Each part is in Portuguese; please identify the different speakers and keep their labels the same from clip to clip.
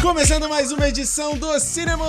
Speaker 1: começando mais uma edição do Cinema,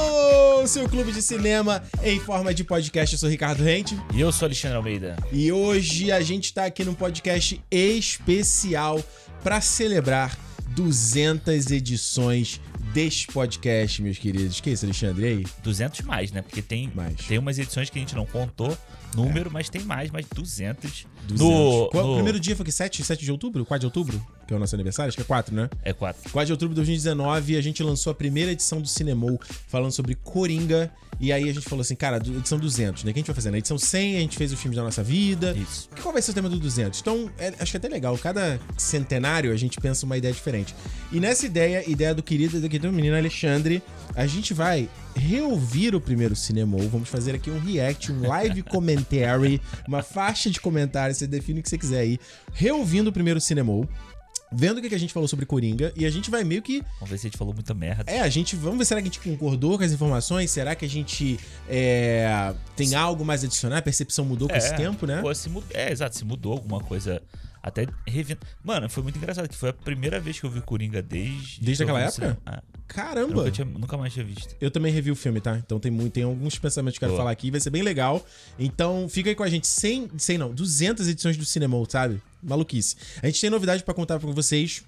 Speaker 1: o seu clube de cinema em forma de podcast. Eu sou Ricardo Rente
Speaker 2: E eu sou Alexandre Almeida.
Speaker 1: e hoje a gente está aqui num podcast especial para celebrar 200 edições deste podcast, meus queridos. Que isso, Alexandre? E aí?
Speaker 2: 200 mais, né? Porque tem,
Speaker 1: Mais.
Speaker 2: tem umas edições que a gente não contou número, mas tem mais, mais 200.
Speaker 1: 200.
Speaker 2: No,
Speaker 1: Qual, é
Speaker 2: no-
Speaker 1: O primeiro dia foi que 7, 7 de outubro? 4 de outubro? Que é o nosso aniversário? Acho que é 4, né?
Speaker 2: É quatro.
Speaker 1: 4 de outubro de 2019, a gente lançou a primeira edição do Cinemou falando sobre Coringa. E aí a gente falou assim, cara, du- edição 200, né? O que a gente vai fazer? Na edição 100 a gente fez os filmes da nossa vida.
Speaker 2: Isso.
Speaker 1: Qual vai ser o tema do 200? Então, é- acho que é até legal. Cada centenário a gente pensa uma ideia diferente. E nessa ideia, ideia do querido, do querido menino Alexandre, a gente vai reouvir o primeiro cinema. Vamos fazer aqui um react, um live commentary, uma faixa de comentários, você define o que você quiser aí. Reouvindo o primeiro cinema. Vendo o que que a gente falou sobre Coringa, e a gente vai meio que
Speaker 2: Vamos ver se a gente falou muita merda.
Speaker 1: é, a gente. Vamos ver, será que a gente concordou com as informações? Será que a gente é, tem algo mais a adicionar? A percepção mudou com esse tempo, né?
Speaker 2: Pô, se mu- é, exato, se mudou alguma coisa. Até revendo. Mano, foi muito engraçado que foi a primeira vez que eu vi Coringa desde.
Speaker 1: Desde
Speaker 2: que eu
Speaker 1: aquela
Speaker 2: vi no
Speaker 1: época?
Speaker 2: cinema. Ah, eu
Speaker 1: Caramba!
Speaker 2: nunca, tinha- nunca mais tinha visto.
Speaker 1: Eu também revi o filme, tá? Então tem, muito, tem alguns pensamentos que eu quero
Speaker 2: Boa.
Speaker 1: falar aqui, vai ser bem legal. Então fica aí com a gente, 100, 100 não, 200 edições do cinema, sabe? Maluquice. A gente tem novidade pra contar pra vocês,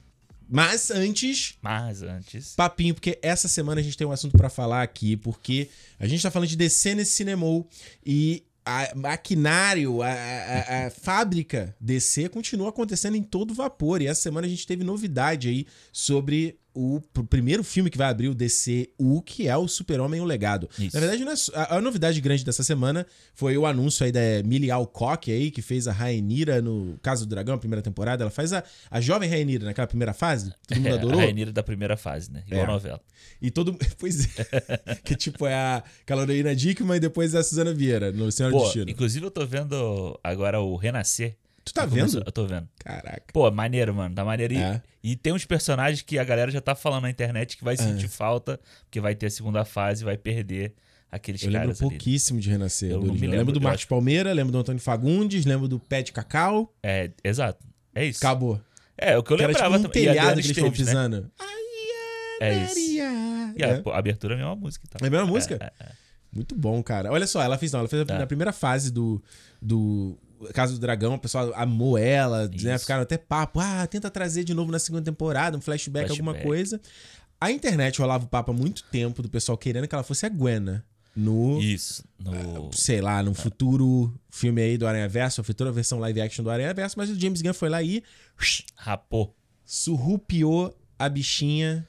Speaker 1: mas antes,
Speaker 2: Mas antes.
Speaker 1: papinho, porque essa semana a gente tem um assunto pra falar aqui, porque a gente tá falando de DC nesse cinemou e a maquinário, a, a- a- a fábrica DC continua acontecendo em todo vapor. E essa semana a gente teve novidade aí sobre o pr- primeiro filme que vai abrir o DCU, que é o Super-Homem e o Legado.
Speaker 2: Isso.
Speaker 1: Na verdade, não é su- a, a novidade grande dessa semana foi o anúncio aí da Millie Alcock aí, que fez a Rainira no Caso do Dragão, a primeira temporada. Ela faz a, a jovem Rainira naquela primeira fase. Todo mundo
Speaker 2: é,
Speaker 1: adorou.
Speaker 2: A Rainira da primeira fase, né? Igual
Speaker 1: É.
Speaker 2: a novela.
Speaker 1: E todo Pois é. que tipo é a Carolina Dickman e depois é a Suzana Vieira no Senhor do
Speaker 2: Pô,
Speaker 1: Destino.
Speaker 2: inclusive eu tô vendo agora o Renascer.
Speaker 1: Tu tá
Speaker 2: Eu começo-
Speaker 1: vendo?
Speaker 2: Eu tô vendo.
Speaker 1: Caraca.
Speaker 2: Pô, maneiro, mano. Tá maneiro. E,
Speaker 1: É.
Speaker 2: e tem uns personagens que a galera já tá falando na internet que vai sentir falta, porque vai ter a segunda fase e vai perder aqueles
Speaker 1: Eu lembro um
Speaker 2: caras ali. né?
Speaker 1: pouquíssimo de Renascer. do
Speaker 2: Eu não me
Speaker 1: original.
Speaker 2: lembro,
Speaker 1: lembro, do
Speaker 2: eu
Speaker 1: Marcos Palmeira, lembro do Antônio Fagundes, lembro do Pé de Cacau.
Speaker 2: É, exato. É isso.
Speaker 1: Acabou.
Speaker 2: É, o que eu
Speaker 1: Que era tipo
Speaker 2: lembrava
Speaker 1: um
Speaker 2: também. E a
Speaker 1: telhado
Speaker 2: Adriana
Speaker 1: que eles foram
Speaker 2: Esteves, né?
Speaker 1: pisando.
Speaker 2: É isso.
Speaker 1: Maria.
Speaker 2: E a, pô, a abertura é a mesma música. Tá?
Speaker 1: É a mesma música?
Speaker 2: É, é.
Speaker 1: Muito bom, cara. Olha só, ela fez não, ela fez na primeira fase do do Casa do Dragão, o pessoal amou ela, né?
Speaker 2: Isso.
Speaker 1: Ficaram até papo, ah, tenta trazer de novo na segunda temporada, um flashback, alguma
Speaker 2: Flashback.
Speaker 1: coisa. A internet rolava o papo há muito tempo do pessoal querendo que ela fosse a Gwenna no
Speaker 2: Isso.
Speaker 1: Ah,
Speaker 2: É. No...
Speaker 1: sei lá, num futuro filme aí do Aranha Verso, a futura versão live action do Aranha Verso, mas o James Gunn foi lá e
Speaker 2: Rapô.
Speaker 1: surrupiou a bichinha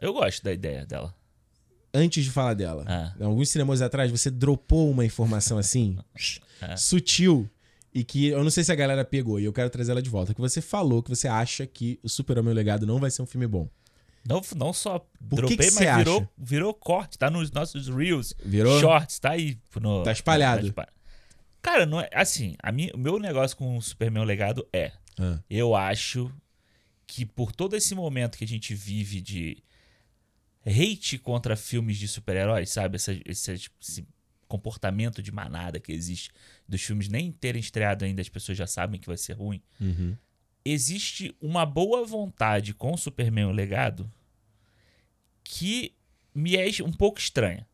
Speaker 2: Eu gosto da ideia dela.
Speaker 1: antes de falar dela.
Speaker 2: Ah.
Speaker 1: Alguns cinemas atrás, você dropou uma informação assim,
Speaker 2: É.
Speaker 1: sutil, e que eu não sei se a galera pegou, e eu quero trazer ela de volta. Que você falou que você acha que o Super-Homem e o Legado não vai ser um filme bom.
Speaker 2: Não, não só
Speaker 1: que
Speaker 2: dropei,
Speaker 1: que você
Speaker 2: mas virou, virou corte. Tá nos nossos Reels.
Speaker 1: Virou?
Speaker 2: Shorts, tá aí. no-
Speaker 1: Tá espalhado.
Speaker 2: espa- Cara, não é, assim, a mi- o meu negócio com o Superman o Legado é.
Speaker 1: Ah.
Speaker 2: Eu acho que por todo esse momento que a gente vive de hate contra filmes de super-heróis, sabe? Essa, esse, esse comportamento de manada que existe dos filmes nem terem estreado ainda, as pessoas já sabem que vai ser ruim.
Speaker 1: Uhum.
Speaker 2: Existe uma boa vontade com o Superman o Legado que me é um pouco estranha.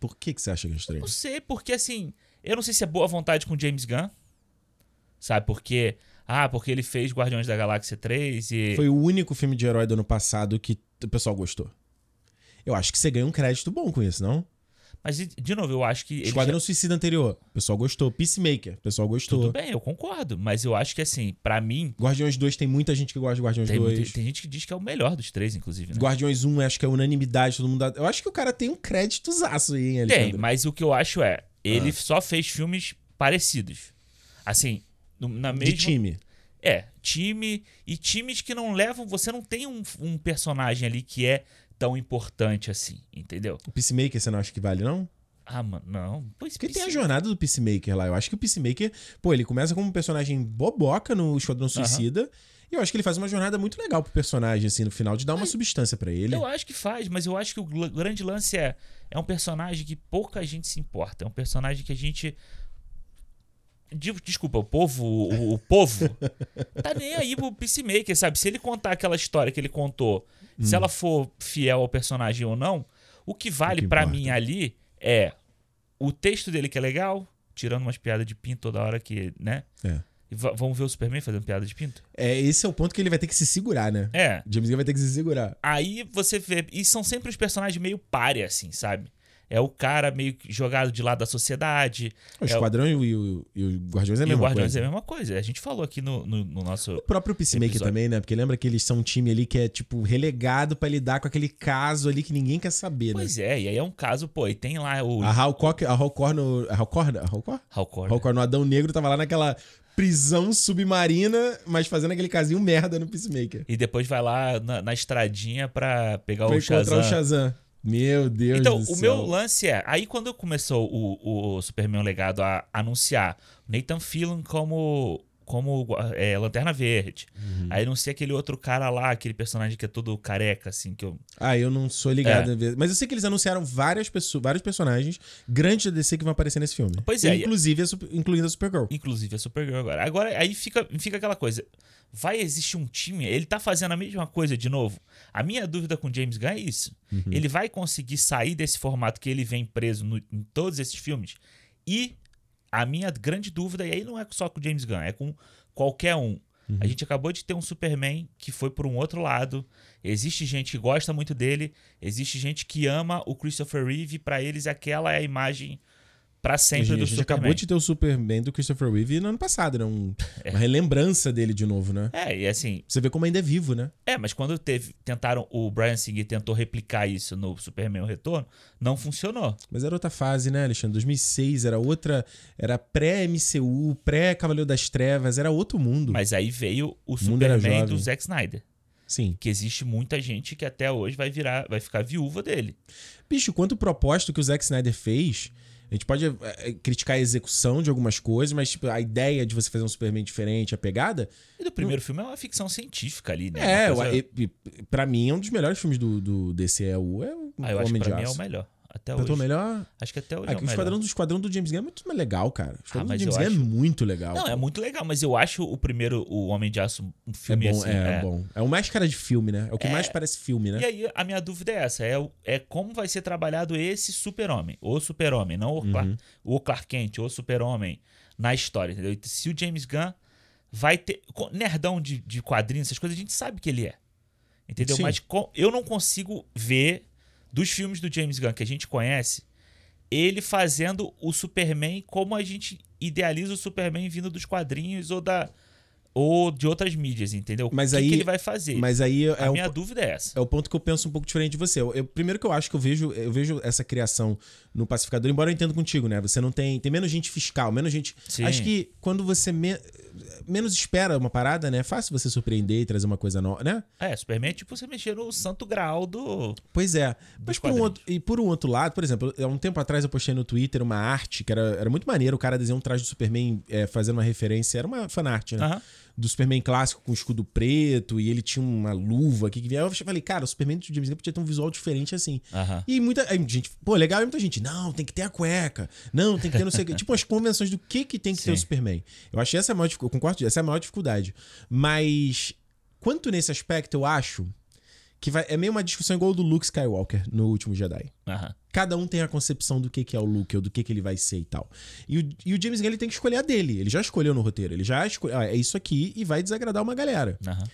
Speaker 1: Por que, que você acha que é estranho?
Speaker 2: Não sei, porque assim, eu não sei se é boa vontade com o James Gunn. Sabe, porque. Ah, porque ele fez Guardiões da Galáxia 3 e.
Speaker 1: Foi o único filme de herói do ano passado que o pessoal gostou. Eu acho que você ganha um crédito bom com isso, não?
Speaker 2: Mas, de- de novo, eu acho que. ele
Speaker 1: Esquadrão
Speaker 2: já-
Speaker 1: Suicida anterior, o pessoal gostou. Peacemaker, o pessoal gostou.
Speaker 2: Tudo bem, eu concordo. Mas eu acho que, assim, pra mim,
Speaker 1: Guardiões 2 tem muita gente que gosta de Guardiões
Speaker 2: tem,
Speaker 1: 2.
Speaker 2: muita- tem gente que diz que é o melhor dos três, inclusive, né?
Speaker 1: Guardiões 1, acho que é unanimidade, todo mundo. Eu acho que o cara tem um crédito zaço aí, hein, Alexandre? Ah.
Speaker 2: Tem, mas o que eu acho é. Ele só fez filmes parecidos. Assim, no- na
Speaker 1: De
Speaker 2: mesma.
Speaker 1: time.
Speaker 2: É, time e times que não levam. Você não tem um- um personagem ali que é tão importante assim, entendeu?
Speaker 1: O Peacemaker você não acha que vale, não?
Speaker 2: Ah, mano, não. Pois
Speaker 1: Porque tem a
Speaker 2: precisa.
Speaker 1: jornada do Peacemaker lá. Eu acho que o Peacemaker, pô, ele começa como um personagem boboca no Esquadrão Suicida. E eu acho que ele faz uma jornada muito legal pro personagem, assim, no final, de dar uma substância pra ele.
Speaker 2: Eu acho que faz, mas eu acho que o gl- grande lance é é um personagem que pouca gente se importa. É um personagem que a gente De- Desculpa, o povo, o, o povo tá nem aí pro Peacemaker, sabe? Se ele contar aquela história que ele contou Se
Speaker 1: Hum.
Speaker 2: ela for fiel ao personagem ou não, o que vale
Speaker 1: que
Speaker 2: pra
Speaker 1: importa.
Speaker 2: mim ali é o texto dele que é legal, tirando umas piadas de pinto toda hora que, né?
Speaker 1: É.
Speaker 2: E va- vamos ver o Superman fazendo piada de pinto?
Speaker 1: É, esse é o ponto que ele vai ter que se segurar, né?
Speaker 2: É.
Speaker 1: James Gunn vai ter que se segurar.
Speaker 2: Aí você vê. E são sempre os personagens meio pare, assim, sabe? É o cara meio que jogado de lado da sociedade.
Speaker 1: O
Speaker 2: É,
Speaker 1: Esquadrão e, o, e o- e o Guardiões é a
Speaker 2: e o
Speaker 1: mesma
Speaker 2: Guardiões
Speaker 1: coisa.
Speaker 2: é a mesma coisa. A gente falou aqui no, no, no nosso.
Speaker 1: O próprio Peacemaker
Speaker 2: episódio.
Speaker 1: também, né? Porque lembra que eles são um time ali que é, tipo, relegado pra lidar com aquele caso ali que ninguém quer saber, né? Ah,
Speaker 2: Pois é, e aí é um caso, pô, e tem lá o
Speaker 1: A Halcor, a Halcor no... A Halcor? A Halcor?
Speaker 2: Halcor.
Speaker 1: Halcor no Adão Negro tava lá naquela prisão submarina, mas fazendo aquele casinho merda no Peacemaker.
Speaker 2: E depois vai lá na, na estradinha pra pegar
Speaker 1: pra
Speaker 2: o
Speaker 1: encontrar
Speaker 2: Shazam.
Speaker 1: o Shazam. Meu Deus
Speaker 2: Então,
Speaker 1: do
Speaker 2: o
Speaker 1: céu.
Speaker 2: meu lance é. Aí quando começou o, o Superman Legado a anunciar Nathan Fillion como. Como é, Lanterna Verde.
Speaker 1: Uhum.
Speaker 2: Aí anuncia aquele outro cara lá, aquele personagem que é todo careca, assim, que eu.
Speaker 1: Ah, eu não sou
Speaker 2: É.
Speaker 1: ligado. a ver. Mas eu sei que eles anunciaram várias pessoas, vários personagens grandes da DC que vão aparecer nesse filme.
Speaker 2: Pois é, e-
Speaker 1: Inclusive, a Sup- incluindo a Supergirl.
Speaker 2: Inclusive a Supergirl agora. Agora, aí fica, fica aquela coisa. Vai existir um time? Ele tá fazendo a mesma coisa de novo? A minha dúvida com James Gunn é isso.
Speaker 1: Uhum.
Speaker 2: Ele vai conseguir sair desse formato que ele vem preso no- em todos esses filmes? E a minha grande dúvida, e aí não é só com James Gunn, é com qualquer um.
Speaker 1: Uhum.
Speaker 2: A gente acabou de ter um Superman que foi por um outro lado. Existe gente que gosta muito dele, existe gente que ama o Christopher Reeve, pra eles aquela é a imagem pra sempre
Speaker 1: a gente
Speaker 2: do
Speaker 1: a gente
Speaker 2: Superman.
Speaker 1: acabou de ter o Superman do Christopher Reeve no ano passado, né? Um- Uma relembrança dele de novo, né?
Speaker 2: É, e assim,
Speaker 1: Você vê como ainda é vivo, né?
Speaker 2: É, mas quando teve, tentaram, o Brian Singer tentou replicar isso no Superman O Retorno, não funcionou.
Speaker 1: Mas era outra fase, né, Alexandre? 2006 era outra. Era pré-MCU, pré-Cavaleiro das Trevas, era outro mundo.
Speaker 2: Mas aí veio o
Speaker 1: mundo era
Speaker 2: Superman do
Speaker 1: jovem.
Speaker 2: Zack Snyder,
Speaker 1: Sim.
Speaker 2: que existe muita gente que até hoje vai virar, vai ficar viúva dele.
Speaker 1: Bicho, quanto propósito que o Zack Snyder fez. A gente pode eh, criticar a execução de algumas coisas, mas tipo, a ideia de você fazer um Superman diferente, a pegada.
Speaker 2: E do primeiro filme é uma ficção científica ali, né?
Speaker 1: Hum. É,
Speaker 2: Uma
Speaker 1: eu-
Speaker 2: coisa-
Speaker 1: e- e- pra mim é um dos melhores filmes do, do DCEU. É o
Speaker 2: Ah, eu acho que
Speaker 1: Homem de
Speaker 2: pra mim é o
Speaker 1: Aço.
Speaker 2: melhor. Até
Speaker 1: Pra tu é
Speaker 2: hoje.
Speaker 1: o melhor.
Speaker 2: Acho que até hoje
Speaker 1: Ah,
Speaker 2: é
Speaker 1: que o,
Speaker 2: o melhor. Ah,
Speaker 1: esquadrão do, esquadrão do James Gunn é muito mais legal, cara. O esquadrão do
Speaker 2: mas
Speaker 1: James
Speaker 2: eu
Speaker 1: Gunn
Speaker 2: acho-
Speaker 1: é muito legal.
Speaker 2: Não,
Speaker 1: pô.
Speaker 2: é muito legal, mas eu acho o primeiro, o Homem de Aço, um
Speaker 1: É
Speaker 2: filme
Speaker 1: bom,
Speaker 2: assim.
Speaker 1: é,
Speaker 2: é.
Speaker 1: bom. É o mais cara de filme, né? É o que mais parece filme, né?
Speaker 2: E aí, a minha dúvida é essa: é, o- é como vai ser trabalhado esse super-homem, ou super-homem, não o, Clark,
Speaker 1: Uhum.
Speaker 2: o Clark Kent, ou super-homem, na história, entendeu? E Se o James Gunn vai ter. co- Nerdão de, de quadrinhos, essas coisas, a gente sabe que ele é. Entendeu?
Speaker 1: Sim.
Speaker 2: Mas co- eu não consigo ver dos filmes do James Gunn que a gente conhece, ele fazendo o Superman como a gente idealiza o Superman vindo dos quadrinhos ou da. Ou de outras mídias, entendeu?
Speaker 1: Mas
Speaker 2: o que
Speaker 1: aí-
Speaker 2: que ele vai fazer?
Speaker 1: Mas aí
Speaker 2: a
Speaker 1: é o,
Speaker 2: minha dúvida é essa.
Speaker 1: é o ponto que eu penso um pouco diferente de você. Eu, eu- primeiro que eu acho que eu vejo, eu vejo essa criação no pacificador, embora eu entenda contigo, né? Você não tem. Tem menos gente fiscal, menos gente.
Speaker 2: Sim.
Speaker 1: Acho que quando você me- menos espera uma parada, né? É fácil você surpreender e trazer uma coisa nova, né?
Speaker 2: É, Superman é tipo você mexer no santo grau do.
Speaker 1: Pois é. Mas
Speaker 2: Dos
Speaker 1: por um,
Speaker 2: quadrinhos.
Speaker 1: outro, e por um outro lado, por exemplo, há um tempo atrás eu postei no Twitter uma arte que era, era muito maneiro. O cara desenhou um traje do Superman é, fazendo uma referência. Era uma fanart, né?
Speaker 2: Aham.
Speaker 1: Do Superman clássico com escudo preto e ele tinha uma luva aqui que vinha. Aí eu falei, cara, o Superman do James Gunn podia ter um visual diferente assim.
Speaker 2: Aham.
Speaker 1: E muita aí gente, pô, legal, e muita gente, não, tem que ter a cueca, não, tem que ter não sei o quê. Tipo, as convenções do que, que tem que ter o
Speaker 2: Sim.
Speaker 1: Superman. Eu achei essa a maior dificuldade, eu concordo, essa é a maior dificuldade. Mas, quanto nesse aspecto, eu acho que vai, é meio uma discussão igual do Luke Skywalker no último Jedi.
Speaker 2: Aham.
Speaker 1: Cada um tem a concepção do que, que é o Luke, ou do que, que ele vai ser e tal. E o, e o James Gunn ele tem que escolher a dele. Ele já escolheu no roteiro. Ele já escolheu. Ah, é isso aqui e vai desagradar uma galera.
Speaker 2: Aham.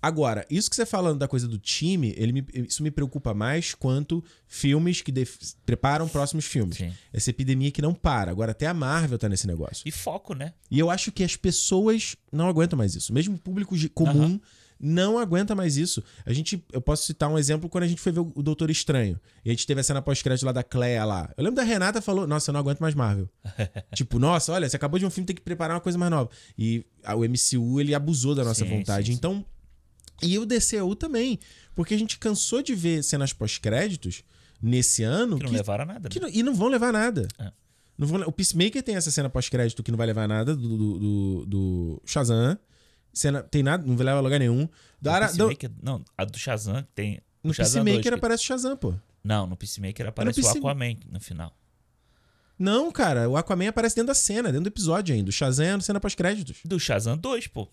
Speaker 1: Agora, isso que você falando da coisa do time, ele me- isso me preocupa mais quanto filmes que def- preparam próximos filmes.
Speaker 2: Sim.
Speaker 1: Essa epidemia que não para. Agora até a Marvel tá nesse negócio.
Speaker 2: E foco, né?
Speaker 1: E eu acho que as pessoas não aguentam mais isso. Mesmo o público ge- comum não aguenta mais isso. A gente, eu posso citar um exemplo quando a gente foi ver o o Doutor Estranho. E a gente teve a cena pós-crédito lá da Cleia lá. Eu lembro da Renata falou: "Nossa, eu não aguento mais Marvel". tipo, nossa, olha, você acabou de um filme tem que preparar uma coisa mais nova. E a- o MCU ele abusou da nossa
Speaker 2: Sim,
Speaker 1: vontade.
Speaker 2: sim, sim.
Speaker 1: Então, e o DCU também, porque a gente cansou de ver cenas pós-créditos nesse ano
Speaker 2: Que não levaram a nada.
Speaker 1: que
Speaker 2: né?
Speaker 1: não- e não vão levar nada.
Speaker 2: É.
Speaker 1: Não vão le- o Peacemaker tem essa cena pós-crédito que não vai levar nada do, do, do- do Shazam. Cena, tem nada, não vai levar a lugar nenhum.
Speaker 2: O
Speaker 1: Da Ara- da-
Speaker 2: Peacemaker- não, a do Shazam que tem. o
Speaker 1: no
Speaker 2: Shazam
Speaker 1: Peacemaker
Speaker 2: dois, que-
Speaker 1: aparece o Shazam, pô.
Speaker 2: Não, no Peacemaker aparece o
Speaker 1: Peace-
Speaker 2: Aquaman no final.
Speaker 1: Não, cara, o Aquaman aparece dentro da cena, dentro do episódio ainda. O Shazam é na cena pós-créditos.
Speaker 2: Do Shazam 2, pô.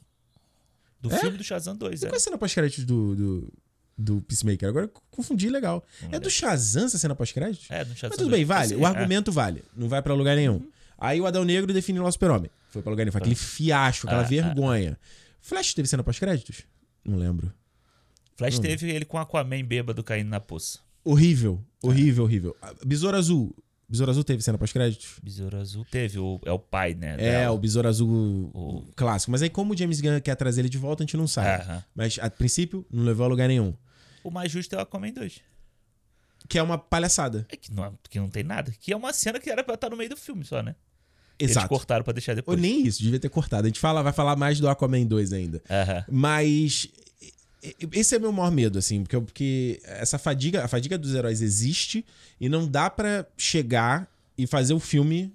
Speaker 2: Do
Speaker 1: É?
Speaker 2: filme do Shazam 2,
Speaker 1: E
Speaker 2: é.
Speaker 1: qual é a cena pós-créditos do, do, do Peacemaker. Agora eu confundi, legal.
Speaker 2: Não
Speaker 1: É do Shazam essa cena pós-crédito?
Speaker 2: É, não tinha
Speaker 1: Mas
Speaker 2: só
Speaker 1: tudo
Speaker 2: dois-
Speaker 1: bem, vale.
Speaker 2: É.
Speaker 1: O argumento vale. Não vai pra lugar nenhum. Aí o Adão Negro define o super-homem. Foi pra lugar nenhum. Foi aquele fiasco, aquela
Speaker 2: Ah, ah.
Speaker 1: vergonha. Flash teve cena pós-créditos? Não lembro.
Speaker 2: Flash teve ele com Aquaman bêbado caindo na poça.
Speaker 1: Horrível. Horrível, horrível. Ah, Besouro Azul. Besouro Azul teve cena pós-créditos?
Speaker 2: Besouro Azul teve, o, é o pai, né?
Speaker 1: É,
Speaker 2: dela.
Speaker 1: o Besouro Azul
Speaker 2: O- É.
Speaker 1: clássico. Mas aí, como o James Gunn quer trazer ele de volta, a gente não sabe.
Speaker 2: Aham.
Speaker 1: Mas, a princípio, não levou a lugar nenhum.
Speaker 2: O mais justo é o Aquaman 2.
Speaker 1: Que é uma palhaçada.
Speaker 2: É que não, é- que não tem nada. Que é uma cena que era pra estar no meio do filme só, né? Eles
Speaker 1: Exato.
Speaker 2: cortaram pra deixar
Speaker 1: Ou
Speaker 2: depois.
Speaker 1: nem isso, devia ter cortado. A gente fala, vai falar mais do Aquaman 2 ainda.
Speaker 2: Aham.
Speaker 1: Mas e- e- esse é meu maior medo, assim, porque, eu- porque essa fadiga, a fadiga dos heróis existe e não dá pra chegar e fazer o filme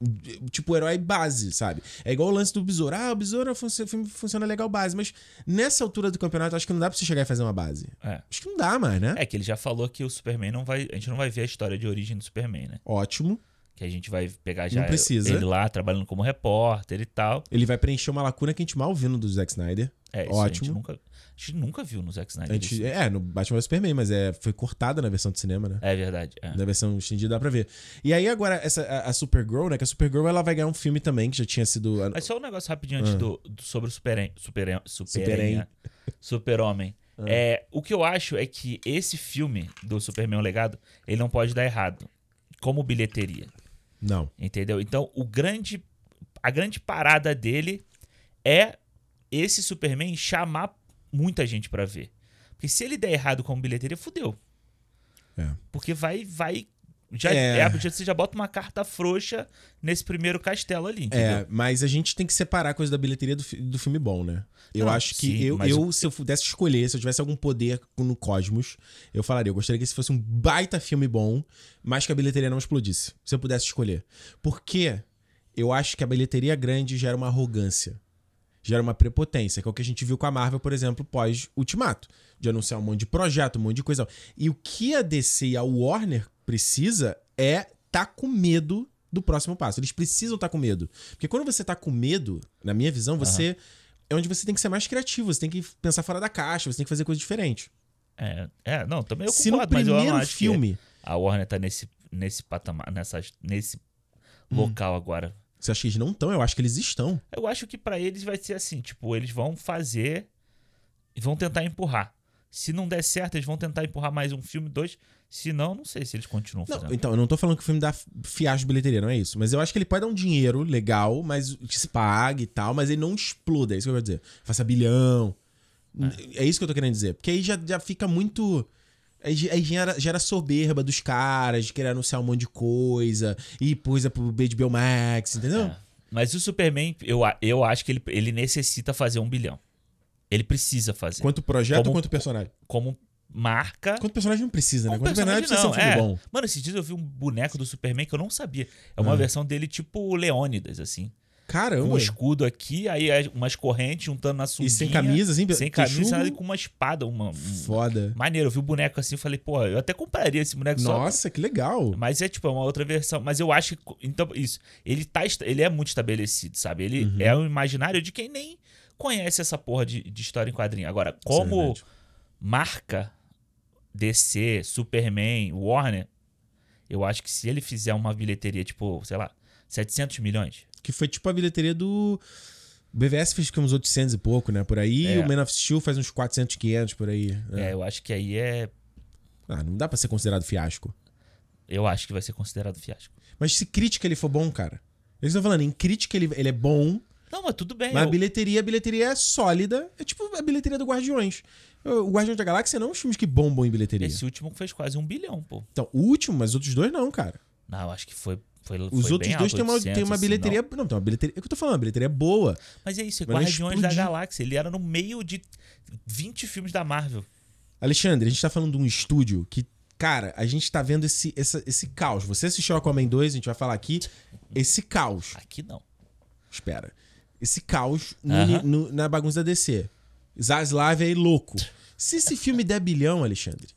Speaker 1: de- tipo herói base, sabe? É igual o lance do Besouro. Ah, o Besouro func- o filme funciona legal base, mas nessa altura do campeonato acho que não dá pra você chegar e fazer uma base.
Speaker 2: É.
Speaker 1: Acho que não dá mais, né?
Speaker 2: É que ele já falou que o Superman não vai. A gente não vai ver a história de origem do Superman, né?
Speaker 1: Ótimo.
Speaker 2: Que a gente vai pegar já
Speaker 1: Não precisa.
Speaker 2: ele lá trabalhando como repórter e tal.
Speaker 1: Ele vai preencher uma lacuna que a gente mal viu no do Zack Snyder.
Speaker 2: É, isso a gente
Speaker 1: Ótimo.
Speaker 2: nunca, a gente nunca viu no
Speaker 1: A
Speaker 2: Zack Snyder.
Speaker 1: gente,
Speaker 2: isso.
Speaker 1: é, no Batman vs Superman, mas é, foi cortada na versão de cinema, né?
Speaker 2: É verdade. é.
Speaker 1: Na versão estendida dá pra ver. E aí agora, essa, a, a Supergirl, né? Que a Supergirl ela vai ganhar um filme também, que já tinha sido.
Speaker 2: Mas só um negócio rapidinho
Speaker 1: Ah.
Speaker 2: antes do, do- sobre o Super Super
Speaker 1: Superem.
Speaker 2: Super Super Homem. né?
Speaker 1: Ah.
Speaker 2: É, o que eu acho é que esse filme do Superman o Legado, ele não pode dar errado, como bilheteria,
Speaker 1: Não.
Speaker 2: entendeu? Então, o grande a grande parada dele é esse Superman chamar muita gente pra ver. Porque se ele der errado como bilheteria, fudeu.
Speaker 1: É.
Speaker 2: Porque vai vai já
Speaker 1: É.
Speaker 2: é, você já bota uma carta frouxa nesse primeiro castelo ali, entendeu?
Speaker 1: É, mas a gente tem que separar a coisa da bilheteria do, fi- do filme bom, né? Eu
Speaker 2: Não,
Speaker 1: acho que
Speaker 2: Ah, sim,
Speaker 1: eu,
Speaker 2: mas
Speaker 1: eu, se eu pudesse escolher, se eu tivesse algum poder no cosmos, eu falaria, eu gostaria que esse fosse um baita filme bom, mas que a bilheteria não explodisse. Se eu pudesse escolher. Porque eu acho que a bilheteria grande gera uma arrogância. Gera uma prepotência, que é o que a gente viu com a Marvel, por exemplo, pós-Ultimato. De anunciar um monte de projeto, um monte de coisa. E o que a DC e a Warner precisa é tá com medo do próximo passo. Eles precisam tá com medo. Porque quando você tá com medo, na minha visão, você. É onde você tem que ser mais criativo, você tem que pensar fora da caixa, você tem que fazer coisa diferente.
Speaker 2: É, é, não, também eu
Speaker 1: Se no
Speaker 2: concordo, mas eu não
Speaker 1: primeiro
Speaker 2: acho
Speaker 1: filme.
Speaker 2: que a Warner tá nesse, nesse patamar, nessa, nesse
Speaker 1: Hum.
Speaker 2: local agora.
Speaker 1: Você acha que eles não estão? Eu acho que eles estão.
Speaker 2: Eu acho que pra eles vai ser assim, tipo, eles vão fazer e vão tentar empurrar. Se não der certo, eles vão tentar empurrar mais um filme, dois. Se não, não sei se eles continuam
Speaker 1: Não,
Speaker 2: fazendo.
Speaker 1: então, eu não tô falando que o filme dá fiasco de bilheteria, não é isso. Mas eu acho que ele pode dar um dinheiro legal, mas que se pague e tal, mas ele não exploda, é isso que eu quero dizer. Faça bilhão. É, isso que eu tô querendo dizer. Porque aí já, já fica muito. Aí, ge- aí gera, gera soberba dos caras de querer anunciar um monte de coisa e coisa pro HBO Max, entendeu?
Speaker 2: É. Mas o Superman, eu, a- eu acho que ele, ele necessita fazer um bilhão. Ele precisa fazer.
Speaker 1: Quanto projeto
Speaker 2: Como-
Speaker 1: ou quanto personagem?
Speaker 2: Como marca.
Speaker 1: Quanto personagem não precisa, né?
Speaker 2: Como
Speaker 1: Quanto personagem precisa ser um filme
Speaker 2: é.
Speaker 1: bom.
Speaker 2: Mano, esses dias eu vi um boneco do Superman que eu não sabia. É uma
Speaker 1: Ah.
Speaker 2: versão dele tipo o Leônidas, assim.
Speaker 1: Caramba.
Speaker 2: um escudo aqui, aí as- umas correntes juntando na sunguinha.
Speaker 1: E sem camisa, assim,
Speaker 2: um Sem
Speaker 1: queixudo?
Speaker 2: camisa, e com uma espada. Uma, um-
Speaker 1: Foda.
Speaker 2: Maneiro, eu vi o boneco assim, eu falei, porra, eu até compraria esse boneco só.
Speaker 1: Nossa, que legal.
Speaker 2: Mas é tipo, é uma outra versão. Mas eu acho que. co- Então, isso. Ele, tá, est- ele é muito estabelecido, sabe? Ele
Speaker 1: Uhum.
Speaker 2: é um imaginário de quem nem conhece essa porra de, de história em quadrinho. Agora,
Speaker 1: Isso é
Speaker 2: como
Speaker 1: verdade.
Speaker 2: marca DC, Superman, Warner, eu acho que se ele fizer uma bilheteria, tipo, sei lá, 700 milhões,
Speaker 1: Que foi tipo a bilheteria do. O BVS fez que uns 800 e pouco, né? Por aí.
Speaker 2: É.
Speaker 1: O Man of Steel faz uns 400, 500 por aí. né?
Speaker 2: é, eu acho que aí é
Speaker 1: Ah, não dá pra ser considerado fiasco.
Speaker 2: Eu acho que vai ser considerado fiasco.
Speaker 1: Mas se crítica ele for bom, cara. Eles estão falando, em crítica ele, ele é bom,
Speaker 2: Não, mas tudo bem.
Speaker 1: mas a
Speaker 2: eu-
Speaker 1: bilheteria, a bilheteria é sólida. É tipo a bilheteria do Guardiões. O Guardiões da Galáxia não é um filme que bombam em bilheteria.
Speaker 2: Esse último fez quase um bilhão, pô.
Speaker 1: Então, o último, mas os outros dois não, cara.
Speaker 2: Não, eu acho que foi. foi
Speaker 1: Os
Speaker 2: foi
Speaker 1: outros
Speaker 2: bem
Speaker 1: dois
Speaker 2: alto,
Speaker 1: têm uma,
Speaker 2: 800,
Speaker 1: tem uma
Speaker 2: assim,
Speaker 1: bilheteria. não. tem uma bilheteria. É o que eu tô falando, uma bilheteria boa.
Speaker 2: não. Mas é isso, é
Speaker 1: Mas não
Speaker 2: Guardiões da
Speaker 1: explodiu.
Speaker 2: Galáxia. Ele era no meio de 20 filmes da Marvel.
Speaker 1: Alexandre, a gente tá falando de um estúdio que, cara, a gente tá vendo esse, essa- esse caos. Você assistiu Aquaman 2, a gente vai falar aqui. Esse caos.
Speaker 2: Aqui não.
Speaker 1: Espera. Esse caos no-
Speaker 2: Aham.
Speaker 1: no- na bagunça da DC. Zaslav é louco. Se esse filme der bilhão, Alexandre,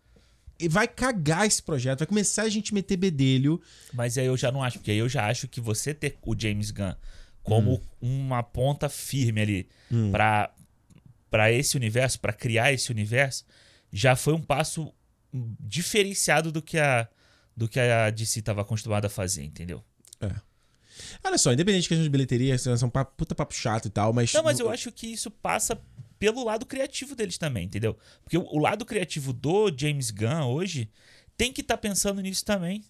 Speaker 1: e vai cagar esse projeto, vai começar a gente meter bedelho.
Speaker 2: Mas aí eu já não acho, porque aí eu já acho que você ter o James Gunn como
Speaker 1: Hum.
Speaker 2: uma ponta firme ali pra para esse universo, pra criar esse universo, já foi um passo diferenciado do que a, do que a DC estava acostumada a fazer, entendeu?
Speaker 1: Olha só, independente de questão de bilheteria, são papo, puta papo chato e tal, mas.
Speaker 2: Não, mas eu acho que isso passa pelo lado criativo deles também, entendeu? Porque o, o lado criativo do James Gunn hoje tem que estar pensando nisso também.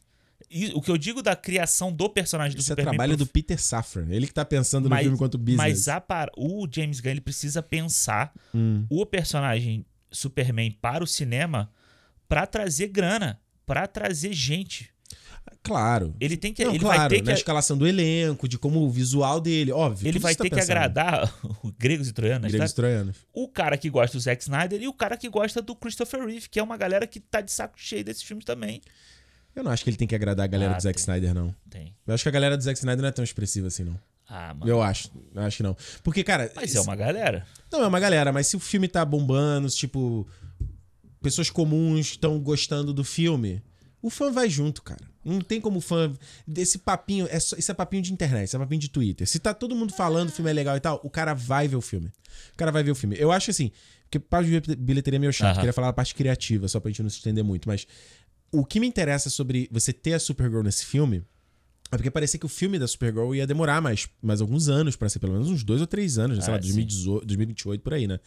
Speaker 2: E o que eu digo da criação do personagem do
Speaker 1: Isso é
Speaker 2: Superman.
Speaker 1: trabalho
Speaker 2: pro-
Speaker 1: do Peter Safran. Ele que tá pensando no
Speaker 2: Mas-
Speaker 1: filme quanto business.
Speaker 2: Mas a par- o James Gunn ele precisa pensar
Speaker 1: Hum.
Speaker 2: o personagem Superman para o cinema para trazer grana, para trazer gente.
Speaker 1: Claro.
Speaker 2: Ele tem que,
Speaker 1: Não,
Speaker 2: ele vai
Speaker 1: claro,
Speaker 2: ter
Speaker 1: na
Speaker 2: que,
Speaker 1: escalação do elenco, de como o visual dele, óbvio.
Speaker 2: ele
Speaker 1: tudo
Speaker 2: vai
Speaker 1: isso tá
Speaker 2: ter que
Speaker 1: pensado.
Speaker 2: agradar o gregos e troianas,
Speaker 1: Gregos
Speaker 2: tá?
Speaker 1: troianos.
Speaker 2: O cara que gosta do Zack Snyder e o cara que gosta do Christopher Reeve, que é uma galera que tá de saco cheio desses filmes também.
Speaker 1: Eu não acho que ele tem que agradar a galera
Speaker 2: Ah,
Speaker 1: do Zack
Speaker 2: tem.
Speaker 1: Snyder, não.
Speaker 2: Tem.
Speaker 1: Eu acho que a galera do Zack Snyder não é tão expressiva assim, não.
Speaker 2: Ah, mano.
Speaker 1: Eu acho. Eu acho que não. Porque, cara.
Speaker 2: Mas
Speaker 1: se-
Speaker 2: é uma galera.
Speaker 1: Não, é uma galera, mas se o filme tá bombando, se, tipo. Pessoas comuns estão gostando do filme. O fã vai junto, cara. Não tem como o fã. Desse papinho. É só- isso é papinho de internet, isso é papinho de Twitter. Se tá todo mundo falando o filme é legal e tal, o cara vai ver o filme. O cara vai ver o filme. Eu acho assim. Porque parte de bilheteria é meio chato.
Speaker 2: Aham.
Speaker 1: Queria falar a parte criativa, só pra gente não se estender muito. Mas o que me interessa sobre você ter a Supergirl nesse filme é porque parecia que o filme da Supergirl ia demorar mais, mais alguns anos pra ser, pelo menos uns dois ou três anos, né? sei
Speaker 2: Ah,
Speaker 1: lá,
Speaker 2: sim.
Speaker 1: 2018, 2028, por aí, né?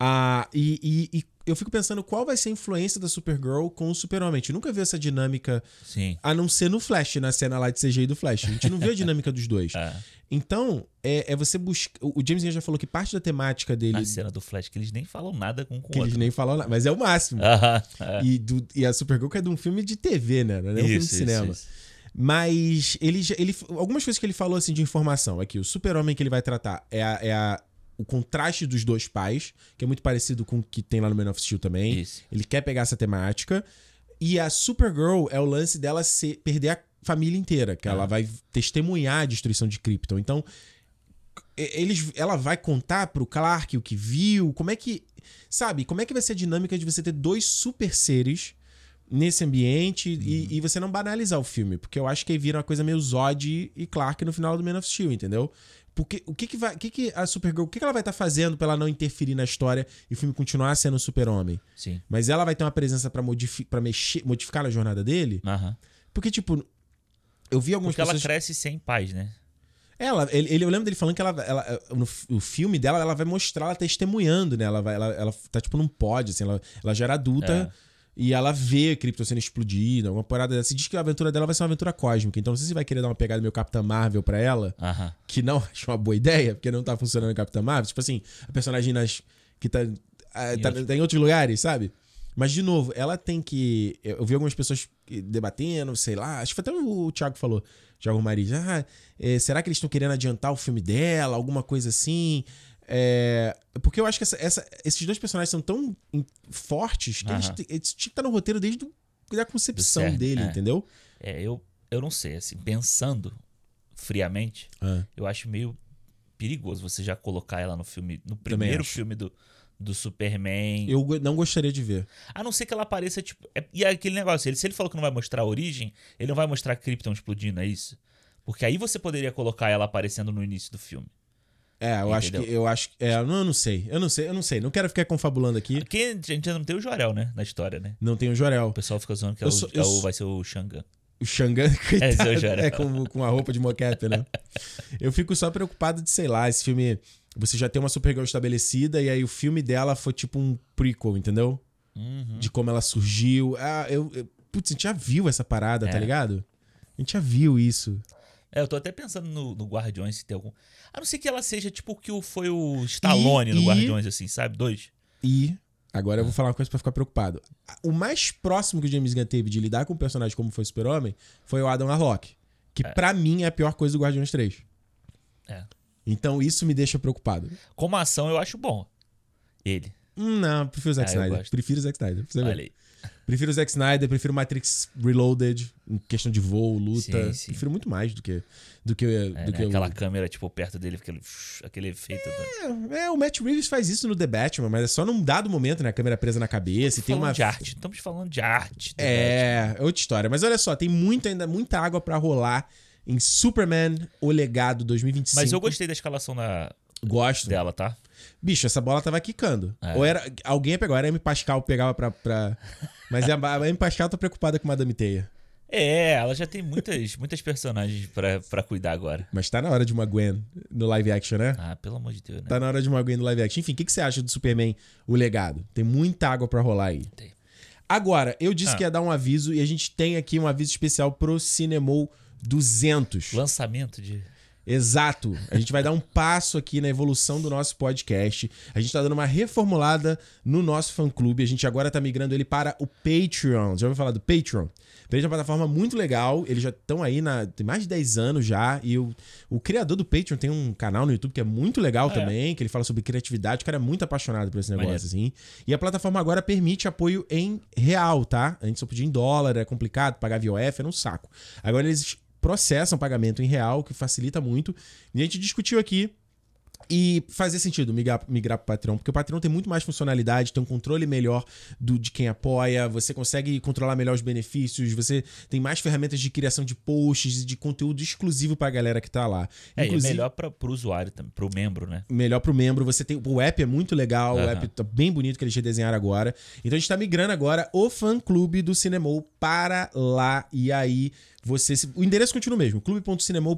Speaker 1: Ah, e, e- e eu fico pensando qual vai ser a influência da Supergirl com o Super-Homem. A gente nunca viu essa dinâmica,
Speaker 2: Sim.
Speaker 1: a não ser no Flash, na cena lá de CGI do Flash. A gente não viu a dinâmica dos dois.
Speaker 2: Ah,
Speaker 1: Então, é, é você buscar. O o James Gunn já falou que parte da temática dele.
Speaker 2: a cena do Flash, que eles nem falam nada com, com
Speaker 1: que eles
Speaker 2: o um outro.
Speaker 1: nem falam nada, mas é o máximo.
Speaker 2: Aham, é.
Speaker 1: E, do- e a Supergirl que é de um filme de TV, né? Não é nem um filme de
Speaker 2: Isso, isso,
Speaker 1: cinema.
Speaker 2: isso.
Speaker 1: Mas ele, já- ele. Algumas coisas que ele falou assim de informação é que o super-homem que ele vai tratar é, a- é a- o contraste dos dois pais, que é muito parecido com o que tem lá no Man of Steel também.
Speaker 2: Isso.
Speaker 1: Ele quer pegar essa temática. E a Supergirl é o lance dela ser, perder a família inteira, que ela
Speaker 2: Ah.
Speaker 1: vai testemunhar a destruição de Krypton. Então, e- eles, ela vai contar pro Clark o que viu, como é que. Sabe, como é que vai ser a dinâmica de você ter dois super seres nesse ambiente e, e você não banalizar o filme? Porque eu acho que aí vira uma coisa meio Zod e Clark no final do Man of Steel, entendeu? Porque o que que vai. O que que a Supergirl. O que que ela vai estar fazendo pra ela não interferir na história e o filme continuar sendo o super-homem?
Speaker 2: Sim.
Speaker 1: Mas ela vai ter uma presença pra modifi pra mexer, modificar na jornada dele?
Speaker 2: Aham.
Speaker 1: Porque, tipo, eu vi algumas
Speaker 2: Porque ela
Speaker 1: pessoas.
Speaker 2: cresce sem paz, né?
Speaker 1: Ela, ele, ele- eu lembro dele falando que ela, ela eh, no f- o filme dela, ela vai mostrar ela testemunhando, né? Ela, vai, ela, ela tá, tipo, num pod, assim, ela, ela já era
Speaker 2: É.
Speaker 1: adulta e ela vê a Krypton sendo explodida, alguma parada dessa. E diz que a aventura dela vai ser uma aventura cósmica. Então, não sei se vai querer dar uma pegada meio Capitã Marvel pra ela,
Speaker 2: Aham.
Speaker 1: que não acho uma boa ideia, porque não tá funcionando o Capitã Marvel. Tipo assim, a personagem nas, que tá, ah,
Speaker 2: Em
Speaker 1: tá,
Speaker 2: outro-
Speaker 1: tá em outros lugares, sabe? Mas, de novo, ela tem que. Eu eu vi algumas pessoas debatendo, sei lá. Acho que foi até o Thiago que falou, Thiago Mariz. Ah, é, será que eles estão querendo adiantar o filme dela? Alguma coisa assim? É, porque eu acho que essa- essa- esses dois personagens são tão in- fortes que eles,
Speaker 2: Aham.
Speaker 1: te- eles tinham que estar no roteiro desde do, da concepção
Speaker 2: cerne,
Speaker 1: dele,
Speaker 2: é.
Speaker 1: entendeu?
Speaker 2: É, eu, eu não sei, assim, pensando friamente,
Speaker 1: Ah,
Speaker 2: eu acho meio perigoso você já colocar ela no filme, no
Speaker 1: Também
Speaker 2: primeiro
Speaker 1: acho.
Speaker 2: filme do, do Superman.
Speaker 1: eu go- não gostaria de ver.
Speaker 2: A não ser que ela apareça, tipo. é- e é aquele negócio, ele, se ele falou que não vai mostrar a origem, ele não vai mostrar a Krypton explodindo, é isso? Porque aí você poderia colocar ela aparecendo no início do filme.
Speaker 1: É, eu acho que.
Speaker 2: Entendeu?
Speaker 1: Eu acho que. É, eu não, eu não sei. Eu não sei, eu não sei. Não quero ficar confabulando aqui.
Speaker 2: Porque a gente ainda não tem o Jorel, né? Na história, né?
Speaker 1: Não tem o Jorel.
Speaker 2: O pessoal fica zoando que é
Speaker 1: Eu
Speaker 2: o,
Speaker 1: sou-
Speaker 2: é
Speaker 1: eu
Speaker 2: o-
Speaker 1: sou-
Speaker 2: vai ser o Xangan.
Speaker 1: O Xangan,
Speaker 2: esse é o
Speaker 1: coitado,
Speaker 2: Jorel.
Speaker 1: é com, com a roupa de mocap, né? Eu fico só preocupado de, sei lá, esse filme. Você já tem uma Supergirl estabelecida e aí o filme dela foi tipo um prequel, entendeu?
Speaker 2: Uhum.
Speaker 1: De como ela surgiu. Ah, eu. eu- putz, a gente já viu essa parada, tá
Speaker 2: É.
Speaker 1: ligado? A gente já viu isso.
Speaker 2: É, eu tô até pensando no, no Guardiões se tem algum. A não ser que ela seja tipo o que o- foi o Stallone no
Speaker 1: e-
Speaker 2: Guardiões, assim, sabe? Dois.
Speaker 1: E. Agora eu vou falar uma coisa pra ficar preocupado. O mais próximo que o James Gunn teve de lidar com um personagem como foi o Super-Homem foi o Adam Arlock. Que pra mim é a pior coisa do Guardiões 3.
Speaker 2: É.
Speaker 1: Então isso me deixa preocupado.
Speaker 2: Como ação, eu acho bom. Ele.
Speaker 1: Hum, Não, eu prefiro o Zack
Speaker 2: Ah, eu
Speaker 1: Snyder.
Speaker 2: gosto.
Speaker 1: Prefiro o Zack Snyder. pra você ver.
Speaker 2: Olha aí.
Speaker 1: Prefiro o Zack Snyder, prefiro Matrix Reloaded, em questão de voo, luta.
Speaker 2: Sim, sim.
Speaker 1: Prefiro muito mais do que. Do que,
Speaker 2: É,
Speaker 1: do
Speaker 2: né?
Speaker 1: que o-
Speaker 2: Aquela câmera, tipo, perto dele, aquele, aquele efeito. da-
Speaker 1: É, é, o Matt Reeves faz isso no The Batman, mas é só num dado momento, né? A câmera presa na cabeça e tem
Speaker 2: falando
Speaker 1: uma.
Speaker 2: de arte. Estamos falando de arte. do Batman.
Speaker 1: É, é outra história. Mas olha só, tem muito ainda, muita água pra rolar em Superman, o legado 2025.
Speaker 2: Mas eu gostei da escalação da,
Speaker 1: Gosto.
Speaker 2: dela, tá?
Speaker 1: Bicho, essa bola tava quicando.
Speaker 2: É.
Speaker 1: Ou era. Alguém pegou, era a M. Pascal, pegava pra. pra... Mas a, a M. Pascal tá preocupada com Madame Teia.
Speaker 2: É, ela já tem muitas, muitas personagens pra, pra cuidar agora.
Speaker 1: Mas tá na hora de uma Gwen no live action, né?
Speaker 2: Ah, pelo amor de Deus, né?
Speaker 1: Tá na hora de uma Gwen no live action. Enfim, o que, que você acha do Superman, o legado? Tem muita água pra rolar aí.
Speaker 2: Tem.
Speaker 1: Agora, eu disse
Speaker 2: Ah.
Speaker 1: que ia dar um aviso e a gente tem aqui um aviso especial pro Cinemol 200.
Speaker 2: Lançamento de.
Speaker 1: Exato. A gente vai dar um passo aqui na evolução do nosso podcast. A gente tá dando uma reformulada no nosso fã-clube. A gente agora tá migrando ele para o Patreon. Já ouviu falar do Patreon? Patreon é uma plataforma muito legal. Eles já estão aí na, tem mais de 10 anos já. E o, o criador do Patreon tem um canal no YouTube que é muito legal
Speaker 2: É.
Speaker 1: também, que ele fala sobre criatividade. O cara é muito apaixonado por esse negócio,
Speaker 2: Maneiro.
Speaker 1: assim. E a plataforma agora permite apoio em real, tá? Antes só podia em dólar, era complicado, pagar VOF, era um saco. Agora eles processam pagamento em real, que facilita muito. E a gente discutiu aqui e fazia sentido migrar, migrar pro Patreon, porque o Patreon tem muito mais funcionalidade, tem um controle melhor do, de quem apoia, você consegue controlar melhor os benefícios, você tem mais ferramentas de criação de posts e de conteúdo exclusivo pra galera que tá lá.
Speaker 2: É, e é melhor pra, pro usuário também, pro membro, né?
Speaker 1: melhor pro membro. Você tem o app é muito legal, o
Speaker 2: Aham.
Speaker 1: app tá bem bonito que eles redesenharam agora. Então a gente tá migrando agora o fã clube do Cinemol para lá e aí você se- o endereço continua o mesmo,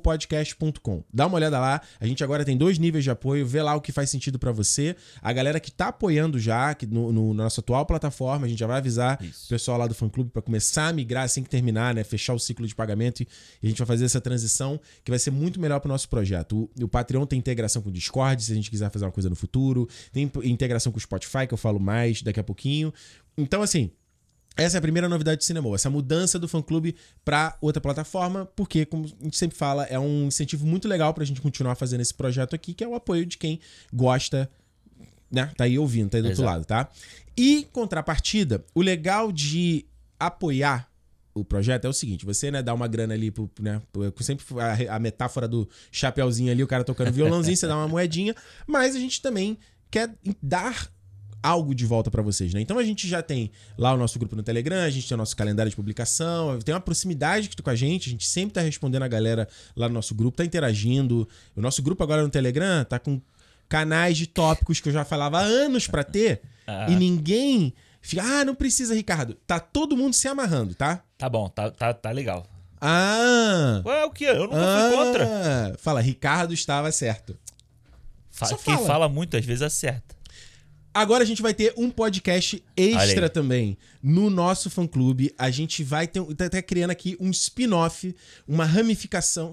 Speaker 1: clube.cinemolpodcast.com. Dá uma olhada lá, a gente agora tem dois níveis de apoio, vê lá o que faz sentido pra você. A galera que tá apoiando já que no, no- na nossa atual plataforma, a gente já vai avisar o
Speaker 2: Isso.
Speaker 1: pessoal lá do fã clube para começar a migrar assim que terminar, né? Fechar o ciclo de pagamento e e a gente vai fazer essa transição que vai ser muito melhor pro nosso projeto. O, o Patreon tem integração com o Discord, se a gente quiser fazer uma coisa no futuro, tem p- integração com o Spotify, que eu falo mais daqui a pouquinho. Então, assim. Essa é a primeira novidade do cinema, essa mudança do fã-clube para outra plataforma, porque, como a gente sempre fala, é um incentivo muito legal pra gente continuar fazendo esse projeto aqui, que é o apoio de quem gosta né? Tá aí ouvindo, tá aí do
Speaker 2: Exato.
Speaker 1: outro lado, tá? E em contrapartida, o legal de apoiar o projeto é o seguinte: você, né, dá uma grana ali pro, né? Eu sempre a, a metáfora do chapeuzinho ali, o cara tocando violãozinho, você dá uma moedinha, mas a gente também quer dar algo de volta pra vocês, né? Então a gente já tem lá o nosso grupo no Telegram, a gente tem o nosso calendário de publicação, tem uma proximidade que tu com a gente, a gente sempre tá respondendo a galera lá no nosso grupo, tá interagindo. O nosso grupo agora no Telegram tá com canais de tópicos que eu já falava há anos pra ter
Speaker 2: Ah,
Speaker 1: e ninguém fica, ah, não precisa, Ricardo. Tá todo mundo se amarrando, tá?
Speaker 2: Tá bom, tá, tá, tá legal.
Speaker 1: Ah!
Speaker 2: Ué, o que? Eu nunca
Speaker 1: ah,
Speaker 2: fui contra.
Speaker 1: Fala, Ricardo estava certo.
Speaker 2: Fa-
Speaker 1: só
Speaker 2: Quem
Speaker 1: fala.
Speaker 2: fala muito, às vezes acerta.
Speaker 1: Agora a gente vai ter um podcast
Speaker 2: Olha
Speaker 1: extra
Speaker 2: aí.
Speaker 1: também no nosso fã clube. A gente vai ter tá, tá criando aqui um spin-off, uma ramificação,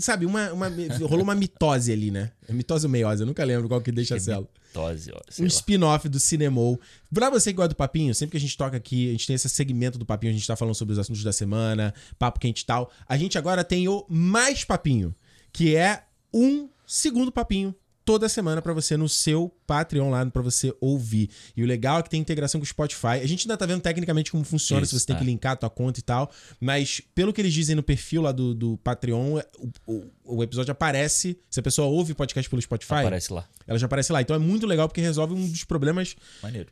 Speaker 1: sabe, uma, uma- rolou uma mitose ali, né? É Mitose ou meiose, eu nunca lembro qual que
Speaker 2: É
Speaker 1: deixa a célula.
Speaker 2: Mitose, ó.
Speaker 1: um
Speaker 2: sei lá.
Speaker 1: spin-off do Cinemol. Pra você que gosta do papinho, sempre que a gente toca aqui, a gente tem esse segmento do papinho, a gente tá falando sobre os assuntos da semana, papo quente e tal. A gente agora tem o mais papinho, que é um segundo papinho toda semana pra você no seu Patreon lá pra você ouvir. E o legal é que tem integração com o Spotify. A gente ainda tá vendo tecnicamente como funciona,
Speaker 2: Isso,
Speaker 1: se você tem
Speaker 2: é.
Speaker 1: que linkar a tua conta e tal, mas pelo que eles dizem no perfil lá do, do Patreon, é, o, o- o episódio aparece, se a pessoa ouve o podcast pelo Spotify,
Speaker 2: Aparece lá.
Speaker 1: ela já aparece lá. Então é muito legal porque resolve um dos problemas,
Speaker 2: Maneiro.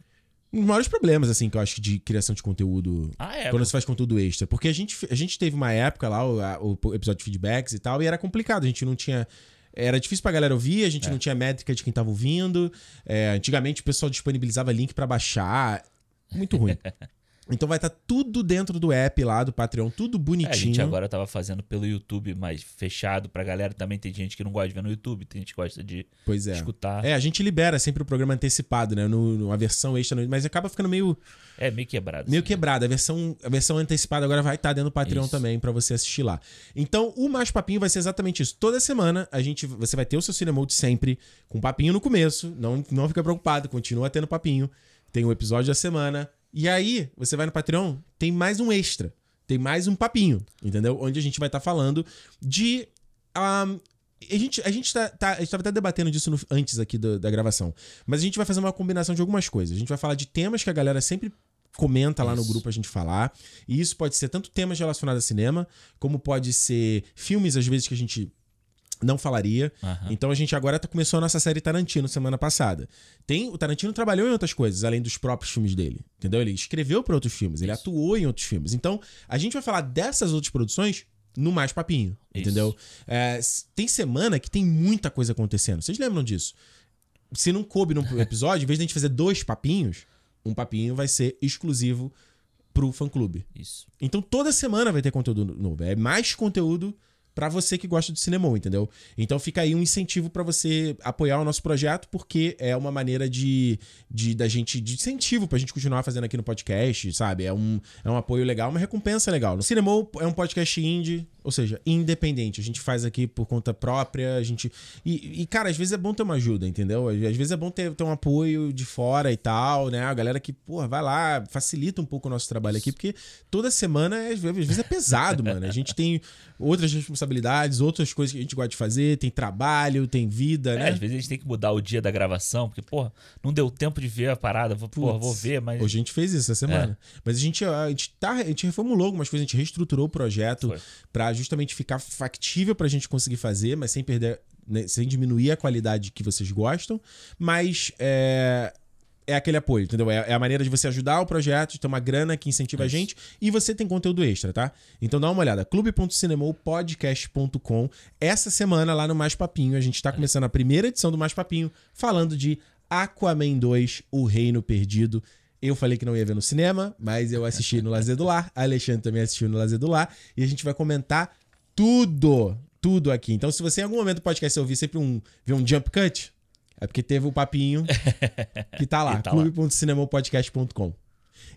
Speaker 1: um dos maiores problemas, assim, que eu acho de criação de conteúdo.
Speaker 2: Ah, é.
Speaker 1: quando você faz conteúdo extra. Porque a gente, a gente teve uma época lá, o, a- o episódio de feedbacks e tal, e era complicado. A gente não tinha. Era difícil pra galera ouvir, a gente
Speaker 2: É.
Speaker 1: não tinha métrica de quem tava ouvindo. É, antigamente o pessoal disponibilizava link pra baixar. Muito ruim. então vai estar tudo dentro do app lá do Patreon, tudo
Speaker 2: É, a
Speaker 1: bonitinho.
Speaker 2: gente agora tava fazendo pelo YouTube, mas fechado pra galera. Também tem gente que não gosta de ver no YouTube, tem gente que gosta de
Speaker 1: Pois é.
Speaker 2: escutar. É.
Speaker 1: É, a gente libera sempre o programa antecipado, né? No, numa versão extra, mas acaba ficando meio.
Speaker 2: meio quebrado.
Speaker 1: Meio
Speaker 2: assim, né?
Speaker 1: quebrada. A versão, a versão antecipada agora vai estar dentro do Patreon
Speaker 2: Isso.
Speaker 1: também pra você assistir lá. Então, o Mais Papinho vai ser exatamente isso. Toda semana a gente, você vai ter o seu cinema de sempre com papinho no começo. Não, não fica preocupado, continua tendo papinho. Tem o episódio da semana. E aí, você vai no Patreon, tem mais um extra. Tem mais um papinho, entendeu? Onde a gente vai estar falando de Ahn, a gente, a gente tá, tá- a gente tava até debatendo disso no- antes aqui do- da gravação. Mas a gente vai fazer uma combinação de algumas coisas. A gente vai falar de temas que a galera sempre comenta lá no
Speaker 2: Isso.
Speaker 1: grupo a gente falar. E isso pode ser tanto temas relacionados a cinema, como pode ser filmes, às vezes, que a gente não falaria.
Speaker 2: Aham.
Speaker 1: Então a gente agora tá, começou a nossa série Tarantino semana passada. Tem, o Tarantino trabalhou em outras coisas, além dos próprios filmes dele. Entendeu? Ele escreveu para outros filmes, ele
Speaker 2: Isso.
Speaker 1: atuou em outros filmes. Então, a gente vai falar dessas outras produções no mais papinho,
Speaker 2: Isso.
Speaker 1: entendeu? É, s- tem semana que tem muita coisa acontecendo. Vocês lembram disso? Se não coube num episódio, em vez de a gente fazer dois papinhos, um papinho vai ser exclusivo pro fã clube.
Speaker 2: Isso.
Speaker 1: Então toda semana vai ter conteúdo novo. É mais conteúdo pra você que gosta de cinema, entendeu? Então fica aí um incentivo pra você apoiar o nosso projeto, porque é uma maneira de, de da gente de incentivo pra gente continuar fazendo aqui no podcast, sabe? É um, é um apoio legal, uma recompensa legal. No Cinema é um podcast indie, ou seja, independente. A gente faz aqui por conta própria, a gente e, e, cara, às vezes é bom ter uma ajuda, entendeu? Às às vezes é bom ter, ter um apoio de fora e tal, né? A galera que, porra, vai lá, facilita um pouco o nosso trabalho aqui, porque toda semana, é- às vezes, é pesado, mano. A gente tem outras responsabilidades, outras coisas que a gente gosta de fazer, tem trabalho, tem vida,
Speaker 2: É,
Speaker 1: né?
Speaker 2: às vezes a gente tem que mudar o dia da gravação, porque, porra, não deu tempo de ver a parada. Vou- Porra,
Speaker 1: Putz.
Speaker 2: vou ver, mas.
Speaker 1: Hoje a gente fez isso essa semana.
Speaker 2: É.
Speaker 1: Mas a gente, a, gente tá, a gente reformulou algumas coisas, a gente reestruturou o projeto
Speaker 2: Foi.
Speaker 1: pra justamente ficar factível pra gente conseguir fazer, mas sem perder, né, sem diminuir a qualidade que vocês gostam. Mas é, é aquele apoio, entendeu? É, é a maneira de você ajudar o projeto, de ter uma grana que incentiva
Speaker 2: Isso.
Speaker 1: a gente e você tem conteúdo extra, tá? Então dá uma olhada, clube.cinemopodcast.com. Essa semana lá no Mais Papinho, a gente tá começando a primeira edição do Mais Papinho falando de Aquaman 2, O Reino Perdido. Eu falei que não ia ver no cinema, mas eu assisti no Lazer do Lar, a Alexandre também assistiu no Lazer do Lar e a gente vai comentar tudo, tudo aqui. Então se você em algum momento do podcast ouvir sempre um, ver um jump cut, é porque teve o papinho que tá lá,
Speaker 2: Que tá lá.
Speaker 1: clube.cinemopodcast.com.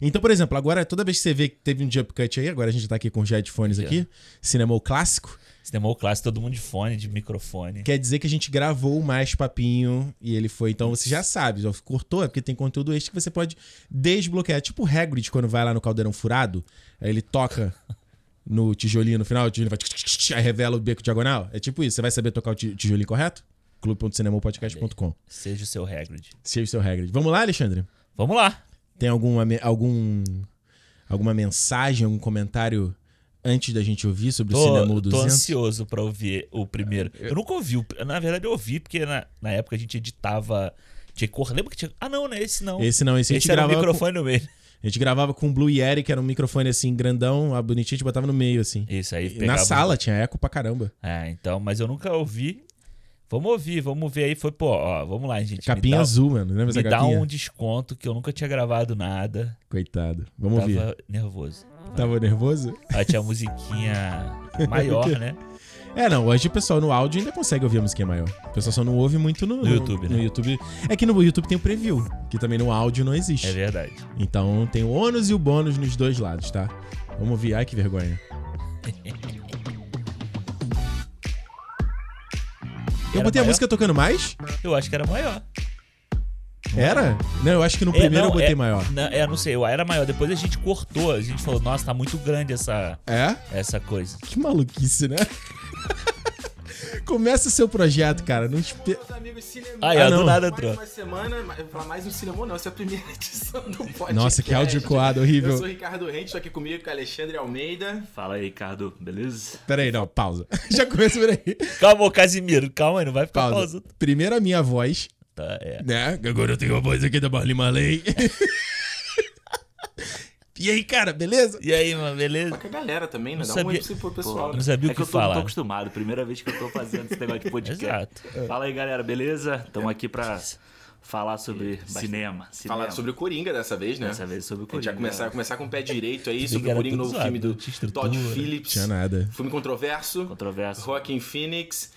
Speaker 1: Então, por exemplo, agora toda vez que você vê que teve um jump cut aí, agora a gente tá aqui com os headphones
Speaker 2: Aqui,
Speaker 1: aqui, cinema clássico,
Speaker 2: Cinema ou clássico, todo mundo de fone, de microfone.
Speaker 1: quer dizer que a gente gravou mais papinho e ele foi. Então você já sabe, ó, cortou, é porque tem conteúdo extra que você pode desbloquear. Tipo o Hagrid quando vai lá no caldeirão furado, aí ele toca no tijolinho no final, o tijolinho vai tch, tch, tch, tch, aí revela o beco diagonal. É tipo isso, você vai saber tocar o ti- tijolinho correto? clube.cinemopodcast.com.
Speaker 2: Seja o seu Hagrid.
Speaker 1: Seja o seu Hagrid. Vamos lá, Alexandre?
Speaker 2: Vamos lá.
Speaker 1: Tem alguma, me- algum, alguma mensagem, algum comentário antes da gente ouvir sobre o É,
Speaker 2: Tô,
Speaker 1: Cinema
Speaker 2: tô
Speaker 1: 200?
Speaker 2: ansioso pra ouvir o primeiro. Eu nunca ouvi. o pr- Na verdade, eu ouvi, porque na, na época a gente editava. Tinha que cor... Lembra que tinha. Ah, não, não é esse não.
Speaker 1: Esse não, esse, a gente
Speaker 2: esse era o
Speaker 1: gravava
Speaker 2: microfone no meio.
Speaker 1: com, A gente gravava com o Blue Yeti, que era um microfone assim, grandão, a bonitinha, a gente botava no meio, assim.
Speaker 2: Isso aí.
Speaker 1: E
Speaker 2: Pegava... um
Speaker 1: Na sala tinha eco pra caramba.
Speaker 2: Ah, então, mas eu nunca ouvi. Vamos ouvir, vamos ver aí. Foi, pô, ó, vamos lá, gente.
Speaker 1: Capinha
Speaker 2: me dá, um-
Speaker 1: azul, mano. Lembra essa
Speaker 2: Me dá
Speaker 1: capinha?
Speaker 2: um desconto que eu nunca tinha gravado nada.
Speaker 1: Coitado. Vamos ouvir.
Speaker 2: Tava nervoso.
Speaker 1: Tava nervoso?
Speaker 2: Aí tinha a musiquinha maior, né?
Speaker 1: É, não. Hoje o pessoal no áudio ainda consegue ouvir a musiquinha maior. O pessoal só não ouve muito no,
Speaker 2: No YouTube,
Speaker 1: no
Speaker 2: né?
Speaker 1: YouTube. É que no YouTube tem o preview, que também no áudio não existe.
Speaker 2: É verdade.
Speaker 1: Então tem o ônus e o bônus nos dois lados, tá? Vamos ouvir. Ai, que vergonha. Eu
Speaker 2: Era
Speaker 1: botei a
Speaker 2: maior?
Speaker 1: música tocando mais?
Speaker 2: Eu acho que era maior.
Speaker 1: Era? Não, eu acho que no
Speaker 2: É,
Speaker 1: primeiro
Speaker 2: não,
Speaker 1: eu botei
Speaker 2: é-
Speaker 1: maior.
Speaker 2: Não, é, não sei, eu era maior. Depois a gente cortou, a gente falou, nossa, tá muito grande essa,
Speaker 1: É?
Speaker 2: essa coisa.
Speaker 1: Que maluquice, né? Começa o seu projeto, cara. Não espe...
Speaker 3: Meus amigos cinema.
Speaker 2: Aí,
Speaker 1: Ah,
Speaker 2: ó,
Speaker 1: não.
Speaker 2: do nada
Speaker 3: mais
Speaker 2: entrou.
Speaker 3: uma semana, ma- eu vou falar mais um cinema não, essa é a primeira edição do podcast.
Speaker 1: Nossa, que áudio coado
Speaker 3: Eu
Speaker 1: horrível.
Speaker 3: sou o Ricardo Rente, estou aqui comigo com o Alexandre Almeida.
Speaker 4: Fala aí, Ricardo, beleza?
Speaker 1: Pera aí, não, pausa. Já começa por aí.
Speaker 2: Calma, ô, Casimiro, calma aí, não vai ficar
Speaker 1: Pausa.
Speaker 2: pausando.
Speaker 1: Primeiro a minha voz,
Speaker 2: Tá, é.
Speaker 1: né? Que Agora eu tenho a voz aqui da Marley Marley. E aí, cara, beleza?
Speaker 2: E aí, mano, beleza?
Speaker 3: Só que Tá a galera também, né? Dá um
Speaker 2: sabia-
Speaker 3: oi pro- pro pessoal.
Speaker 2: Eu
Speaker 3: né?
Speaker 2: não sabia
Speaker 4: é
Speaker 2: o que,
Speaker 4: eu tô,
Speaker 2: falar.
Speaker 4: tô acostumado, primeira vez que eu tô fazendo esse negócio de podcast.
Speaker 2: Exato.
Speaker 4: Fala aí, galera, beleza? Estamos aqui pra falar sobre cinema. cinema.
Speaker 3: Falar sobre o Coringa dessa vez, né?
Speaker 4: Dessa vez sobre o
Speaker 3: A gente
Speaker 4: Coringa.
Speaker 3: vai começar, começar com o pé direito aí,
Speaker 2: Esse
Speaker 3: sobre o
Speaker 2: cara é
Speaker 3: Coringa,
Speaker 2: todo
Speaker 3: novo
Speaker 2: zoado,
Speaker 3: filme
Speaker 2: não
Speaker 3: do
Speaker 2: tinha estrutura.
Speaker 3: Todd Phillips.
Speaker 1: Tinha nada.
Speaker 3: Filme controverso.
Speaker 4: Controverso.
Speaker 3: Joaquim Phoenix.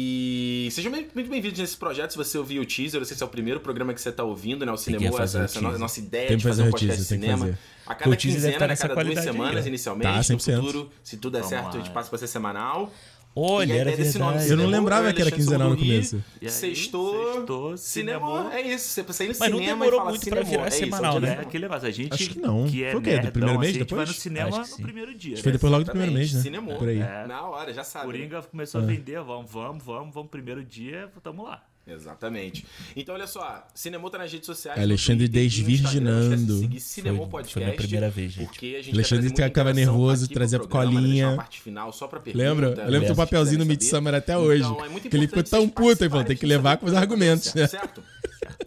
Speaker 3: E sejam bem- muito bem-vindos nesse projeto. Se você ouviu o teaser, eu sei se é o primeiro programa que você está ouvindo, né? O cinema,
Speaker 2: que fazer
Speaker 3: essa,
Speaker 2: o
Speaker 3: essa no-
Speaker 2: teaser.
Speaker 3: nossa ideia
Speaker 1: Tem que
Speaker 3: de
Speaker 1: fazer
Speaker 3: fazer um
Speaker 1: o teaser,
Speaker 3: podcast de
Speaker 1: tem que
Speaker 3: cinema.
Speaker 1: fazer.
Speaker 3: A cada
Speaker 2: O teaser deve
Speaker 3: quinzena,
Speaker 2: tá
Speaker 3: a
Speaker 2: nessa
Speaker 3: cada duas
Speaker 2: qualidade aí,
Speaker 3: semanas,
Speaker 2: ó.
Speaker 3: inicialmente,
Speaker 1: Tá,
Speaker 3: no
Speaker 1: 100%.
Speaker 3: futuro, se tudo der
Speaker 4: Vamos
Speaker 3: certo,
Speaker 4: lá,
Speaker 3: a gente
Speaker 4: é.
Speaker 3: passa pra ser semanal.
Speaker 2: Olha, era verdade.
Speaker 1: Eu não
Speaker 3: Cinema,
Speaker 1: lembrava
Speaker 3: eu,
Speaker 1: que era
Speaker 3: Alexandre
Speaker 1: quinzenal no
Speaker 3: Somouri,
Speaker 1: começo.
Speaker 4: E aí,
Speaker 3: Sextou,
Speaker 4: sextou,
Speaker 3: cinema,
Speaker 4: cinemou.
Speaker 3: é isso. Você precisa ir
Speaker 2: Mas
Speaker 3: no
Speaker 2: não
Speaker 3: cinema e
Speaker 2: demorou
Speaker 3: falar
Speaker 2: muito pra
Speaker 3: cinema,
Speaker 2: virar
Speaker 3: é isso,
Speaker 2: semanal,
Speaker 3: é o
Speaker 2: né?
Speaker 4: É
Speaker 3: dia da-
Speaker 4: aquele negócio, a gente
Speaker 1: Acho que não.
Speaker 4: que é
Speaker 1: Foi o quê? Do
Speaker 4: nerdão,
Speaker 1: primeiro mês
Speaker 4: assim, a gente vai no
Speaker 1: depois?
Speaker 4: cinema
Speaker 2: Acho que
Speaker 4: no
Speaker 2: sim.
Speaker 4: primeiro dia.
Speaker 1: Acho que foi
Speaker 4: né?
Speaker 1: depois logo do primeiro
Speaker 3: Exatamente,
Speaker 1: mês, né?
Speaker 3: Cinemou.
Speaker 1: Por aí.
Speaker 4: É.
Speaker 3: Na hora, já sabe. né?
Speaker 4: Coringa
Speaker 1: É.
Speaker 4: começou a vender, vamos, vamos, vamos, vamos, primeiro dia, tamo lá.
Speaker 3: Exatamente. Então, olha só, Cinemô tá nas redes sociais.
Speaker 1: Alexandre
Speaker 3: no Twitter e no Instagram. Não esquece de
Speaker 1: desvirginando.
Speaker 3: seguir Cinemô
Speaker 2: Foi-
Speaker 3: Podcast.
Speaker 2: foi minha primeira vez, gente.
Speaker 3: Porque a
Speaker 1: Alexandre
Speaker 3: gente vai trazer muita
Speaker 1: ficava
Speaker 3: interação
Speaker 1: nervoso,
Speaker 3: aqui pro
Speaker 1: trazia
Speaker 3: programa,
Speaker 1: colinha.
Speaker 3: deixar uma parte final só pra pergunta, né,
Speaker 1: Lembra? Eu lembro do
Speaker 3: se
Speaker 1: papelzinho no
Speaker 3: quiserem
Speaker 1: Midsummer
Speaker 3: saber.
Speaker 1: até hoje.
Speaker 3: Então, é muito
Speaker 1: que ele
Speaker 3: importante
Speaker 1: ficou tão
Speaker 3: vocês
Speaker 1: puto, ele falou,
Speaker 3: participarem
Speaker 1: tem que
Speaker 3: disso,
Speaker 1: levar
Speaker 3: saber
Speaker 1: com os
Speaker 3: como
Speaker 1: argumentos,
Speaker 3: tá
Speaker 1: né?
Speaker 3: certo?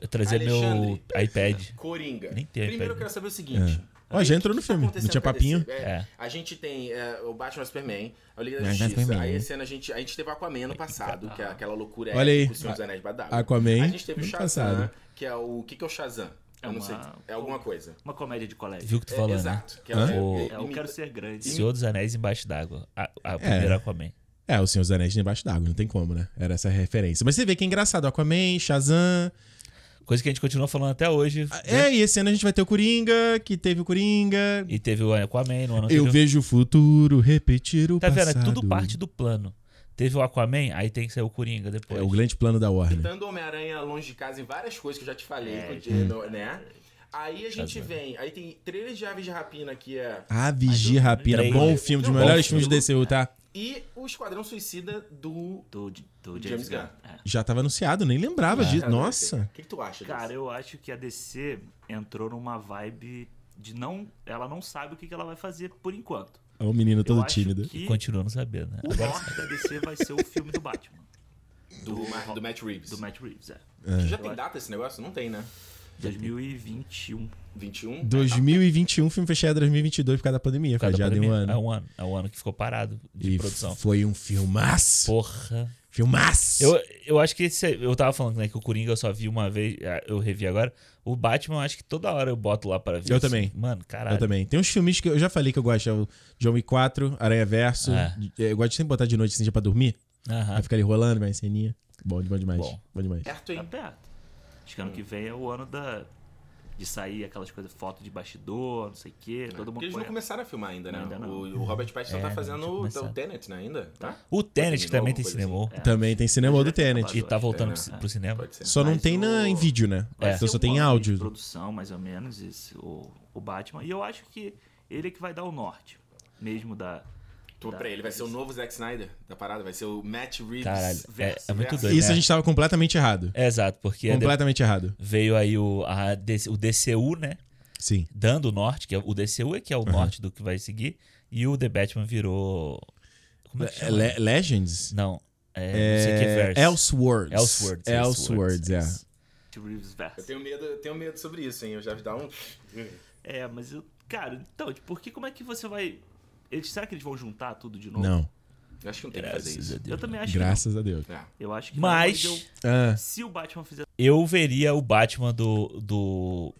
Speaker 2: Eu trazer meu
Speaker 3: Alexandre.
Speaker 2: iPad.
Speaker 3: Coringa.
Speaker 2: Nem tem,
Speaker 3: Primeiro
Speaker 2: peraí.
Speaker 3: eu quero saber o tá seguinte.
Speaker 1: É. Ó, já entrou no filme, não tinha papinho.
Speaker 2: É.
Speaker 3: A gente tem é, o Batman Superman, a Liga da
Speaker 1: Batman,
Speaker 3: Justiça.
Speaker 1: é Superman. né?
Speaker 3: Aí esse ano a gente, a gente teve Aquaman no passado, que é aquela loucura
Speaker 1: Olha aí,
Speaker 3: épica, o Senhor dos Anéis Badava.
Speaker 1: Aquaman,
Speaker 3: A gente teve o
Speaker 1: no
Speaker 3: Shazam,
Speaker 1: passado.
Speaker 3: que é o... O que, que é o Shazam?
Speaker 4: É
Speaker 3: Eu não
Speaker 4: uma-
Speaker 3: sei. É alguma coisa.
Speaker 4: Uma comédia de colégio.
Speaker 2: Viu o que tu falou,
Speaker 3: é,
Speaker 2: né?
Speaker 3: exato. Que é,
Speaker 1: Hã?
Speaker 2: O-
Speaker 3: é,
Speaker 4: É, eu quero ser grande.
Speaker 2: Senhor dos Anéis embaixo d'água. A, a primeira Aquaman.
Speaker 1: É, o Senhor dos Anéis embaixo d'água, não tem como, né? Era essa a referência. Mas você vê que é engraçado, Aquaman, Shazam.
Speaker 2: Coisa que a gente continua falando até hoje. né?
Speaker 1: É, e esse ano a gente vai ter o Coringa, que teve o Coringa.
Speaker 2: E teve o Aquaman no ano
Speaker 1: Eu
Speaker 2: anterior.
Speaker 1: vejo o futuro repetir o
Speaker 2: Tá vendo?
Speaker 1: passado.
Speaker 2: É tudo parte do plano. Teve o Aquaman, aí tem que sair o Coringa depois.
Speaker 1: É o grande plano da Warner.
Speaker 3: Tentando Homem-Aranha longe de casa em várias coisas que eu já te falei,
Speaker 4: É,
Speaker 3: porque, no- né? Aí a gente vem, aí tem trailer de Aves de Rapina, que é...
Speaker 1: Aves de Ah, Rapina,
Speaker 2: Três.
Speaker 1: bom filme, um dos
Speaker 3: Não,
Speaker 1: melhores
Speaker 2: bom
Speaker 1: filmes do DCU, tá?
Speaker 3: E o Esquadrão Suicida do...
Speaker 4: Do, do
Speaker 3: James
Speaker 4: James, Gunn. É.
Speaker 1: Já tava anunciado, nem lembrava disso.
Speaker 3: O
Speaker 1: Nossa.
Speaker 3: que, que tu acha disso?
Speaker 4: Cara, eu acho que a DC entrou numa vibe de não. Ela não sabe o que que ela vai fazer por enquanto.
Speaker 1: É um menino
Speaker 4: eu
Speaker 1: todo
Speaker 4: acho
Speaker 1: tímido.
Speaker 4: que
Speaker 2: Continua não sabendo, né?
Speaker 4: o norte da DC vai ser o filme do Batman.
Speaker 3: Do, Mar- do Matt Reeves.
Speaker 4: Do Matt Reeves, é.
Speaker 3: Já tem data esse negócio? Não tem, né?
Speaker 4: 2021.
Speaker 3: 21?
Speaker 1: 2021, filme fechado em 2022 por causa da pandemia.
Speaker 2: Por causa da
Speaker 1: Foi adiado em um
Speaker 2: pandemia.
Speaker 1: ano.
Speaker 2: É um ano. É um ano que ficou parado de
Speaker 1: E
Speaker 2: produção.
Speaker 1: foi um filmaço.
Speaker 2: Porra.
Speaker 1: Filmaço.
Speaker 2: Eu, eu acho que esse, eu tava falando né, que o Coringa eu só vi uma vez, ah, eu revi agora. O Batman, eu acho que toda hora eu boto lá para ver. assim.
Speaker 1: Eu também.
Speaker 2: Mano,
Speaker 1: Eu
Speaker 2: caralho.
Speaker 1: também. Tem uns filmes que eu já falei que eu gosto. É o John Wick 4, Aranha Verso.
Speaker 2: É.
Speaker 1: Eu gosto de sempre botar de noite assim, já pra dormir.
Speaker 2: Aham.
Speaker 1: Aí fica ali rolando, vai ceninha. Bom, bom demais.
Speaker 2: Bom.
Speaker 1: Bom, demais.
Speaker 3: Certo,
Speaker 4: Tá
Speaker 3: hein?
Speaker 4: perto. Acho que ano que vem é o ano da. De sair aquelas coisas, foto de bastidor, não sei o quê. Todo mundo
Speaker 3: É, Porque eles não
Speaker 4: põe-
Speaker 3: começaram a filmar ainda, né?
Speaker 4: Ainda não.
Speaker 3: O, o Robert Pattinson
Speaker 2: É,
Speaker 3: tá
Speaker 2: não
Speaker 3: fazendo
Speaker 2: tinha
Speaker 3: o, tá, o
Speaker 2: começado.
Speaker 3: Tenet, né? Ainda, tá?
Speaker 2: O Tenet
Speaker 3: Terminou
Speaker 2: também
Speaker 3: alguma
Speaker 2: tem
Speaker 3: coisa
Speaker 2: cinema.
Speaker 4: É.
Speaker 1: Também tem cinema do Tenet.
Speaker 2: E tá voltando
Speaker 3: É,
Speaker 2: pro,
Speaker 4: né?
Speaker 2: pro cinema.
Speaker 3: Pode ser.
Speaker 1: Só não
Speaker 4: Mas
Speaker 1: tem na,
Speaker 4: o-
Speaker 1: em vídeo, né?
Speaker 2: É.
Speaker 4: Vai
Speaker 1: Então
Speaker 4: ser
Speaker 1: só
Speaker 4: um
Speaker 1: tem em
Speaker 4: ano de
Speaker 1: áudio.
Speaker 4: produção, mais ou menos, esse, o, o Batman. E eu acho que ele é que vai dar o norte. Mesmo da.
Speaker 3: Tu,
Speaker 4: da-
Speaker 3: peraí, ele vai
Speaker 4: Tá.
Speaker 3: ser o novo Zack Snyder da parada? Vai ser o Matt Reeves.
Speaker 2: Caralho, é, é muito
Speaker 3: Verso.
Speaker 2: doido.
Speaker 1: Isso
Speaker 2: né?
Speaker 1: a gente tava completamente errado.
Speaker 2: É, Exato, porque de-
Speaker 1: completamente errado.
Speaker 2: veio aí o, a DC o DCU, né?
Speaker 1: Sim.
Speaker 2: Dando o norte, que é, o DCU é que é
Speaker 1: Uhum.
Speaker 2: o norte do que vai seguir. E o The Batman virou. Como é que
Speaker 1: É
Speaker 2: chama?
Speaker 1: Le- Legends?
Speaker 2: Não. É, não sei o que
Speaker 1: É,
Speaker 2: verso.
Speaker 1: Elseworlds. Elsewords,
Speaker 2: Elsewords, Elseworlds,
Speaker 1: é.
Speaker 2: isso.
Speaker 4: Matt Reeves
Speaker 3: Eu
Speaker 4: verso.
Speaker 3: tenho medo, eu tenho medo sobre isso, hein? Eu já vi dar um.
Speaker 4: É, mas eu. Cara, então, tipo, porque como é que você vai. Eles, será que eles vão juntar tudo de novo?
Speaker 1: Não.
Speaker 3: Eu acho que não tem que fazer
Speaker 2: Graças a
Speaker 3: isso.
Speaker 4: Eu
Speaker 2: Deus.
Speaker 4: também acho
Speaker 1: Graças a Deus.
Speaker 3: É.
Speaker 4: que. Não. Eu acho que. não,
Speaker 2: Mas
Speaker 4: eu-
Speaker 1: Ah,
Speaker 4: se o Batman fizer.
Speaker 2: eu veria o Batman do, do,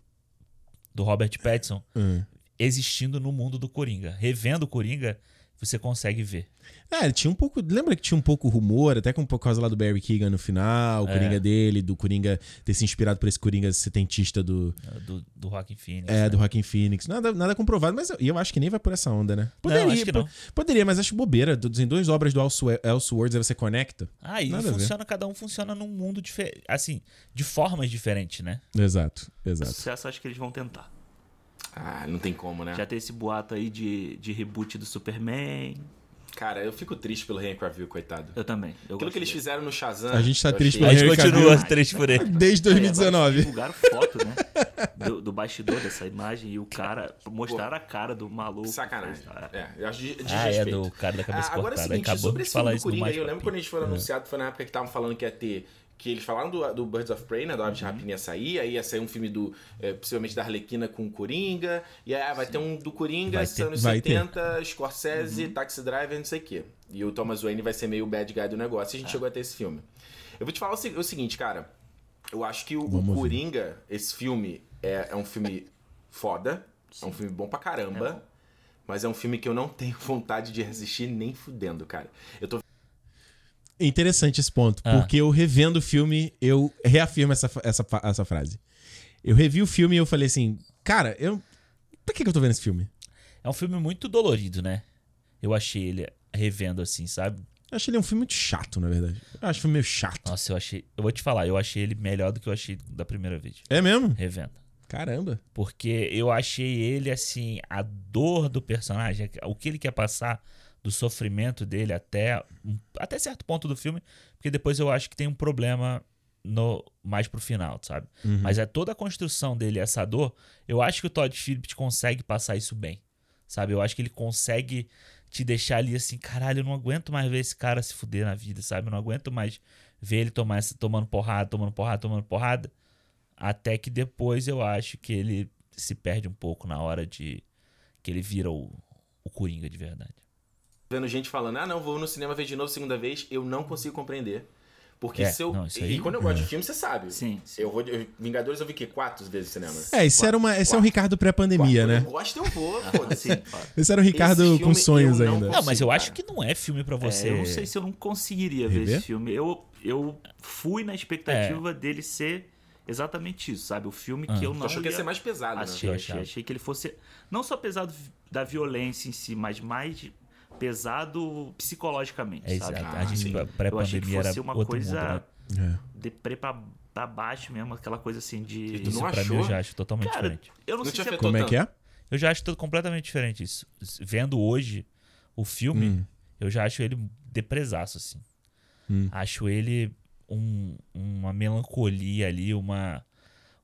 Speaker 2: do Robert Pattinson
Speaker 1: hum.
Speaker 2: existindo no mundo do Coringa. Revendo o Coringa, você consegue ver.
Speaker 1: É, ele tinha um pouco. Lembra que tinha um pouco rumor, até com por causa lá do Barry Keegan no final, o
Speaker 2: É.
Speaker 1: Coringa dele, do Coringa ter se inspirado por esse Coringa setentista do,
Speaker 2: né, Do, do Joaquin Phoenix.
Speaker 1: é,
Speaker 2: né?
Speaker 1: do Joaquin Phoenix. Nada, nada comprovado, mas eu, e eu acho que nem vai por essa onda, né? Poderia,
Speaker 2: acho que não.
Speaker 1: po- poderia, mas acho bobeira. Do- Em duas obras do Elswe- Elseworlds aí você conecta.
Speaker 2: Ah, e
Speaker 1: Nada a ver.
Speaker 2: funciona, cada um funciona num mundo diferente. Assim, de formas diferentes, né?
Speaker 1: Exato, exato.
Speaker 4: Sucesso, acho que eles vão tentar.
Speaker 3: Ah, não tem como, né?
Speaker 4: Já tem esse boato aí de, de reboot do Superman.
Speaker 3: Cara, eu fico triste pelo Henry Cavill, coitado.
Speaker 4: Eu também. Eu
Speaker 3: Aquilo
Speaker 4: gosto
Speaker 3: que eles
Speaker 4: dele.
Speaker 3: fizeram no Shazam.
Speaker 1: A gente tá
Speaker 3: eu
Speaker 1: triste
Speaker 2: A
Speaker 1: pelo
Speaker 3: achei-
Speaker 2: gente
Speaker 1: Henry
Speaker 2: continua
Speaker 4: Cavill.
Speaker 2: as três por aí.
Speaker 1: Desde
Speaker 4: É, agora eles
Speaker 1: 2019.
Speaker 4: divulgaram foto, né? Do, do bastidor dessa imagem e o cara. Mostraram a cara do maluco.
Speaker 3: Sacanagem.
Speaker 4: É.
Speaker 3: É, eu acho de, de
Speaker 2: Ah, é
Speaker 3: respeito.
Speaker 2: do cara da cabeça
Speaker 3: Ah, agora é o
Speaker 2: cortada.
Speaker 3: seguinte,
Speaker 2: Acabou
Speaker 3: sobre
Speaker 2: de
Speaker 3: esse
Speaker 2: falar
Speaker 3: filme do
Speaker 2: isso no É.
Speaker 3: Coringa,
Speaker 2: mais
Speaker 3: eu lembro quando a gente foi anunciado, foi na época que estavam falando que ia ter. Que eles falaram do, do Birds of Prey, né? Do Aves
Speaker 2: Uhum.
Speaker 3: de Rapina ia sair, aí ia sair um filme do. eh, possivelmente da Arlequina com o Coringa. E aí ah, vai ter um do Coringa,
Speaker 2: Vai
Speaker 3: esses
Speaker 2: ter,
Speaker 3: anos
Speaker 1: vai
Speaker 3: 70, Scorsese, Taxi Driver, não sei o quê. E o Thomas Wayne vai ser meio o bad guy do negócio. E a gente chegou até esse filme. Eu vou te falar o, se- o seguinte, cara. Eu acho que o, o
Speaker 1: Vamos ver.
Speaker 3: Coringa, esse filme, é, é um filme foda. É um filme bom pra caramba. Mas é um filme que eu não tenho vontade de assistir nem fudendo, cara. Eu tô
Speaker 1: Interessante esse ponto,
Speaker 2: Ah.
Speaker 1: porque eu revendo o filme, eu reafirmo essa, fa- essa, fa- essa frase. Eu revi o filme e eu falei assim, cara, eu. Pra que, que eu tô vendo esse filme?
Speaker 2: É um filme muito dolorido, né? Eu achei ele revendo assim, sabe?
Speaker 1: Eu achei ele um filme muito chato, na verdade. Eu acho o filme meio chato.
Speaker 2: Nossa, eu achei. Eu vou te falar, eu achei ele melhor do que eu achei da primeira vez.
Speaker 1: É mesmo?
Speaker 2: Revendo.
Speaker 1: Caramba.
Speaker 2: Porque eu achei ele, assim, a dor do personagem, o que ele quer passar do sofrimento dele até, até certo ponto do filme, porque depois eu acho que tem um problema no mais pro final, sabe? Mas é toda a construção dele, essa dor, eu acho que o Todd Phillips consegue passar isso bem, sabe? Eu acho que ele consegue te deixar ali assim, caralho, eu não aguento mais ver esse cara se fuder na vida, sabe? Eu não aguento mais ver ele tomar essa, tomando porrada, tomando porrada, tomando porrada. Até que depois eu acho que ele se perde um pouco na hora de que ele vira o, o Coringa de verdade.
Speaker 3: Vendo gente falando, ah, não, vou no cinema ver de novo segunda vez, eu não consigo compreender. Porque
Speaker 2: É,
Speaker 3: se eu.
Speaker 2: não, isso aí-
Speaker 3: e quando eu gosto de filme, você sabe.
Speaker 4: Sim, sim.
Speaker 3: Eu vou. eu- Vingadores eu vi que quatro vezes no cinema.
Speaker 1: É, esse, era uma, esse é o Ricardo pré-pandemia,
Speaker 3: Quando
Speaker 1: né?
Speaker 3: Eu gosto, eu vou, foda-se.
Speaker 4: Assim, claro.
Speaker 1: Esse era o Ricardo
Speaker 3: filme
Speaker 1: com sonhos
Speaker 3: eu não
Speaker 1: ainda.
Speaker 2: Não, mas eu
Speaker 3: Sim,
Speaker 2: acho
Speaker 3: cara.
Speaker 2: que não é filme pra
Speaker 4: É,
Speaker 2: você.
Speaker 4: eu não sei se eu não conseguiria ver
Speaker 1: rever?
Speaker 4: esse filme. Eu, eu fui na expectativa
Speaker 2: É.
Speaker 4: dele ser exatamente isso, sabe? O filme
Speaker 2: Ah.
Speaker 4: que eu
Speaker 3: Tu
Speaker 4: não
Speaker 3: achou que ia
Speaker 4: ia
Speaker 3: ser mais pesado, né?
Speaker 4: Achei,
Speaker 2: Eu
Speaker 4: achei,
Speaker 2: achava.
Speaker 4: achei que ele fosse não só pesado da violência em si, mas mais pesado psicologicamente,
Speaker 2: É,
Speaker 4: sabe? Ah,
Speaker 2: exato. a gente
Speaker 3: sim.
Speaker 2: pra-
Speaker 4: eu achei que
Speaker 2: pré-pandemia
Speaker 4: fosse
Speaker 2: era
Speaker 4: uma
Speaker 2: outro
Speaker 4: coisa
Speaker 2: mundo, né?
Speaker 1: É.
Speaker 4: deprê pra, pra baixo mesmo, aquela coisa assim de.
Speaker 3: E tu
Speaker 2: Isso
Speaker 3: não
Speaker 2: pra mim eu
Speaker 3: achou?
Speaker 2: já acho totalmente
Speaker 4: Cara,
Speaker 2: diferente.
Speaker 4: eu não,
Speaker 3: Não
Speaker 4: sei
Speaker 3: te
Speaker 4: se é
Speaker 3: afetou?
Speaker 1: Como é que é?
Speaker 2: Eu já acho tudo completamente diferente isso. S- Vendo hoje o filme, eu já acho ele depresaço, assim. Acho ele um- uma melancolia ali, uma,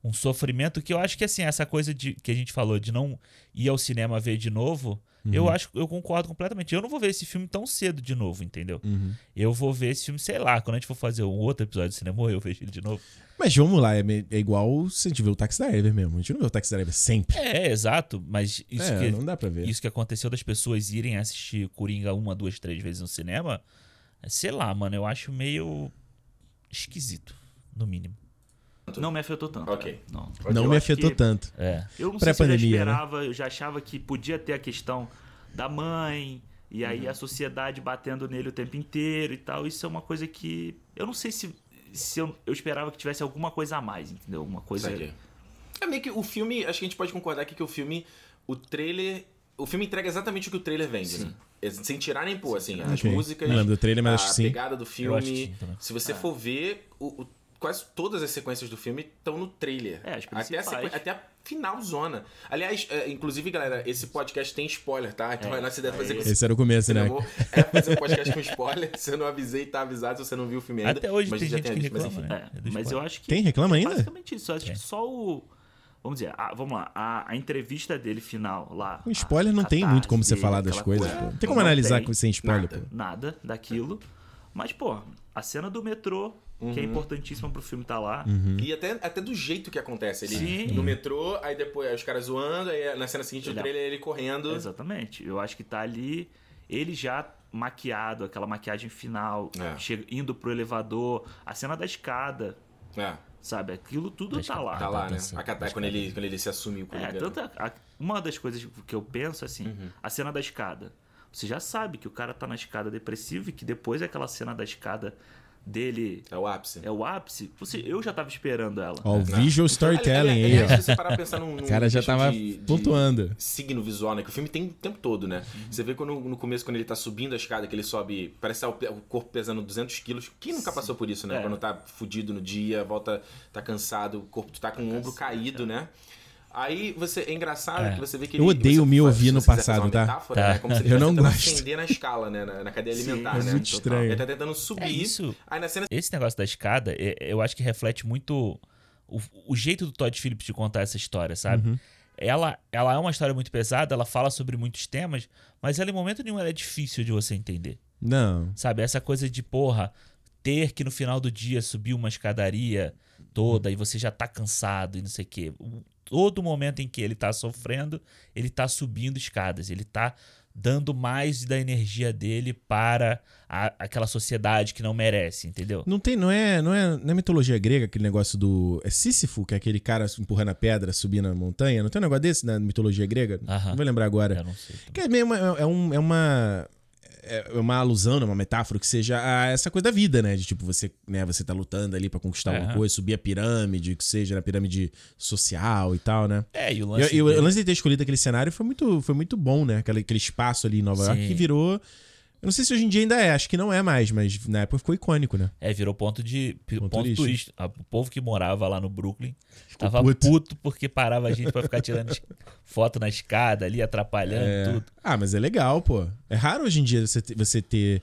Speaker 2: um sofrimento que eu acho que, assim, essa coisa de, que a gente falou de não ir ao cinema ver de novo, eu acho, eu concordo completamente. Eu não vou ver esse filme tão cedo de novo, entendeu? Eu vou ver esse filme, sei lá, quando a gente for fazer um outro episódio de cinema, eu vejo ele de novo.
Speaker 1: Mas vamos lá, é, me- é igual se a gente vê o Taxi Driver mesmo. A gente não vê o Taxi Driver sempre.
Speaker 2: É, exato, mas isso
Speaker 1: é,
Speaker 2: que
Speaker 1: não dá pra ver.
Speaker 2: isso que aconteceu das pessoas irem assistir Coringa uma, duas, três vezes no cinema, sei lá, mano, eu acho meio esquisito, no mínimo.
Speaker 4: tanto. Não me afetou tanto.
Speaker 3: Ok.
Speaker 4: cara. Não.
Speaker 1: não
Speaker 3: Eu
Speaker 1: me
Speaker 3: acho que-
Speaker 1: afetou tanto.
Speaker 2: É.
Speaker 4: Eu não sei se eu já
Speaker 1: Pré-pandemia,
Speaker 4: esperava, eu já achava que podia ter a questão da mãe, e aí a sociedade batendo nele o tempo inteiro e tal. Isso é uma coisa que. Eu não sei se, se eu, eu esperava que tivesse alguma coisa a mais, entendeu? Alguma coisa.
Speaker 3: Saquei. É meio que o filme, acho que a gente pode concordar aqui que o filme, o trailer, o filme entrega exatamente o que o trailer vende, né? É, Sem tirar nem pôr, assim, as
Speaker 1: Ok.
Speaker 3: músicas,
Speaker 1: Não lembro do trailer, mas
Speaker 3: a
Speaker 1: acho que sim.
Speaker 3: pegada do
Speaker 2: acho que
Speaker 3: filme.
Speaker 2: sim também.
Speaker 3: se você for ver, o- o- quase todas as sequências do filme estão no trailer.
Speaker 4: É, as
Speaker 3: até a,
Speaker 4: principais.
Speaker 3: sequen- até a final zona. Aliás, é, inclusive, galera, esse podcast tem spoiler, tá? Então a nossa ideia é fazer com
Speaker 1: Esse era o começo, né?
Speaker 3: cinema é fazer um podcast com spoiler. Se eu não avisei, tá avisado. Se você não viu o filme ainda.
Speaker 2: Até hoje
Speaker 3: mas
Speaker 2: tem
Speaker 3: já
Speaker 2: gente que
Speaker 3: a lista, mas
Speaker 2: reclama,
Speaker 3: enfim.
Speaker 2: né?
Speaker 4: É,
Speaker 2: É do
Speaker 4: mas
Speaker 2: spoiler.
Speaker 4: eu acho que.
Speaker 1: Tem reclama
Speaker 4: é
Speaker 1: ainda?
Speaker 4: Basicamente isso. Eu acho
Speaker 2: É.
Speaker 4: que só o. Vamos dizer, a- vamos lá, a, a entrevista dele final lá.
Speaker 1: O spoiler
Speaker 4: Ah,
Speaker 1: não
Speaker 4: tá,
Speaker 1: tem muito como você falar das coisas, pô. Não tem como analisar
Speaker 4: com
Speaker 1: sem spoiler,
Speaker 3: nada.
Speaker 1: pô.
Speaker 4: nada daquilo. Mas, pô, a cena do metrô, que é
Speaker 3: Uhum.
Speaker 4: importantíssima pro filme tá lá.
Speaker 1: Uhum.
Speaker 3: E até, até do jeito que acontece. Ele
Speaker 4: Sim.
Speaker 3: no metrô, aí depois aí os caras zoando, aí na cena seguinte
Speaker 4: Ele-
Speaker 3: o trailer ele correndo.
Speaker 4: Exatamente. Eu acho que tá ali, ele já maquiado, aquela maquiagem final,
Speaker 3: É.
Speaker 4: chega- indo pro elevador, a cena da escada,
Speaker 3: É,
Speaker 4: sabe? Aquilo tudo tá lá.
Speaker 3: tá lá, né?
Speaker 2: Sim.
Speaker 3: A Katai, quando ele, quando ele se assume o
Speaker 4: É,
Speaker 3: Coringa. né?
Speaker 4: tanto a- a- uma das coisas que eu penso assim,
Speaker 2: Uhum.
Speaker 4: a cena da escada. Você já sabe que o cara tá na escada depressivo e que depois aquela cena da escada dele
Speaker 3: É o ápice.
Speaker 4: é o ápice. Você, eu já tava esperando ela.
Speaker 1: Ó, o
Speaker 3: Não.
Speaker 1: visual storytelling
Speaker 3: Ali- ali-
Speaker 1: aí,
Speaker 3: Então, aliás,
Speaker 1: ó.
Speaker 3: se você parar pra pensar num, num
Speaker 1: O cara já
Speaker 3: questão
Speaker 1: tava
Speaker 3: de- de
Speaker 1: pontuando.
Speaker 3: Signo visual, né? Que o filme tem o tempo todo, né? Você vê quando, no começo, quando ele tá subindo a escada, que ele sobe, parece que tá o o corpo pesando 200 quilos. Quem nunca passou por isso, né?
Speaker 4: É.
Speaker 3: Quando tá fudido no dia, volta, tá cansado, o corpo tá com o ombro caído, né? Aí você é engraçado
Speaker 2: É.
Speaker 3: que você vê que
Speaker 1: Eu odeio
Speaker 3: você
Speaker 1: me
Speaker 3: faz-
Speaker 1: ouvir
Speaker 3: se
Speaker 1: no
Speaker 3: você quiser
Speaker 1: passado,
Speaker 3: fazer uma
Speaker 1: tá?
Speaker 3: metáfora,
Speaker 2: Tá.
Speaker 3: Né? Como se ele
Speaker 1: Eu não
Speaker 3: estivesse tentando
Speaker 1: gosto.
Speaker 3: ascender na escala, né? Na, na cadeia
Speaker 4: Sim,
Speaker 3: alimentar,
Speaker 4: é
Speaker 3: né?
Speaker 1: muito
Speaker 3: Total.
Speaker 1: estranho.
Speaker 3: Ele tá tentando subir.
Speaker 2: É isso.
Speaker 3: Aí na cena
Speaker 2: Esse negócio da escada, é- eu acho que reflete muito o, o jeito do Todd Phillips de contar essa história, sabe?
Speaker 4: Uhum.
Speaker 2: Ela, ela é uma história muito pesada, ela fala sobre muitos temas, mas ela em momento nenhum ela é difícil de você entender.
Speaker 1: Não.
Speaker 2: Sabe, essa coisa de, porra, ter que no final do dia subir uma escadaria toda e você já tá cansado e não sei o quê. O- Todo momento em que ele tá sofrendo, ele tá subindo escadas, ele tá dando mais da energia dele para a- aquela sociedade que não merece, entendeu?
Speaker 1: Não tem, não é, não é, não é mitologia grega aquele negócio do é Sísifo, que é aquele cara empurrando a pedra, subindo a montanha. Não tem um negócio desse na mitologia grega?
Speaker 2: Aham.
Speaker 1: Não vou lembrar agora.
Speaker 2: Eu não sei.
Speaker 1: Que é, meio uma, é, um- é uma. É uma alusão, né, uma metáfora que seja a essa coisa da vida, né? De tipo, você, né, você tá lutando ali pra
Speaker 4: É.
Speaker 1: conquistar alguma
Speaker 2: Aham.
Speaker 1: coisa, subir a pirâmide, que seja na pirâmide social e tal, né?
Speaker 2: É, e o
Speaker 1: E
Speaker 2: lance.
Speaker 1: eu, eu,
Speaker 2: dele-
Speaker 1: antes de ter escolhido aquele cenário, foi muito, foi muito bom, né? Aquele, aquele espaço ali em Nova
Speaker 2: Sim.
Speaker 1: York que virou. Eu não sei se hoje em dia ainda é, acho que não é mais, mas na época ficou icônico, né?
Speaker 2: É, virou ponto de pi-
Speaker 1: Ponto
Speaker 2: ponto,
Speaker 1: turístico.
Speaker 2: turista. Ah, O povo que morava lá no Brooklyn tava
Speaker 1: puto.
Speaker 2: puto. porque parava a gente pra ficar tirando es- foto na escada ali, atrapalhando tudo.
Speaker 1: Ah, mas é legal, pô. É raro hoje em dia você ter, você ter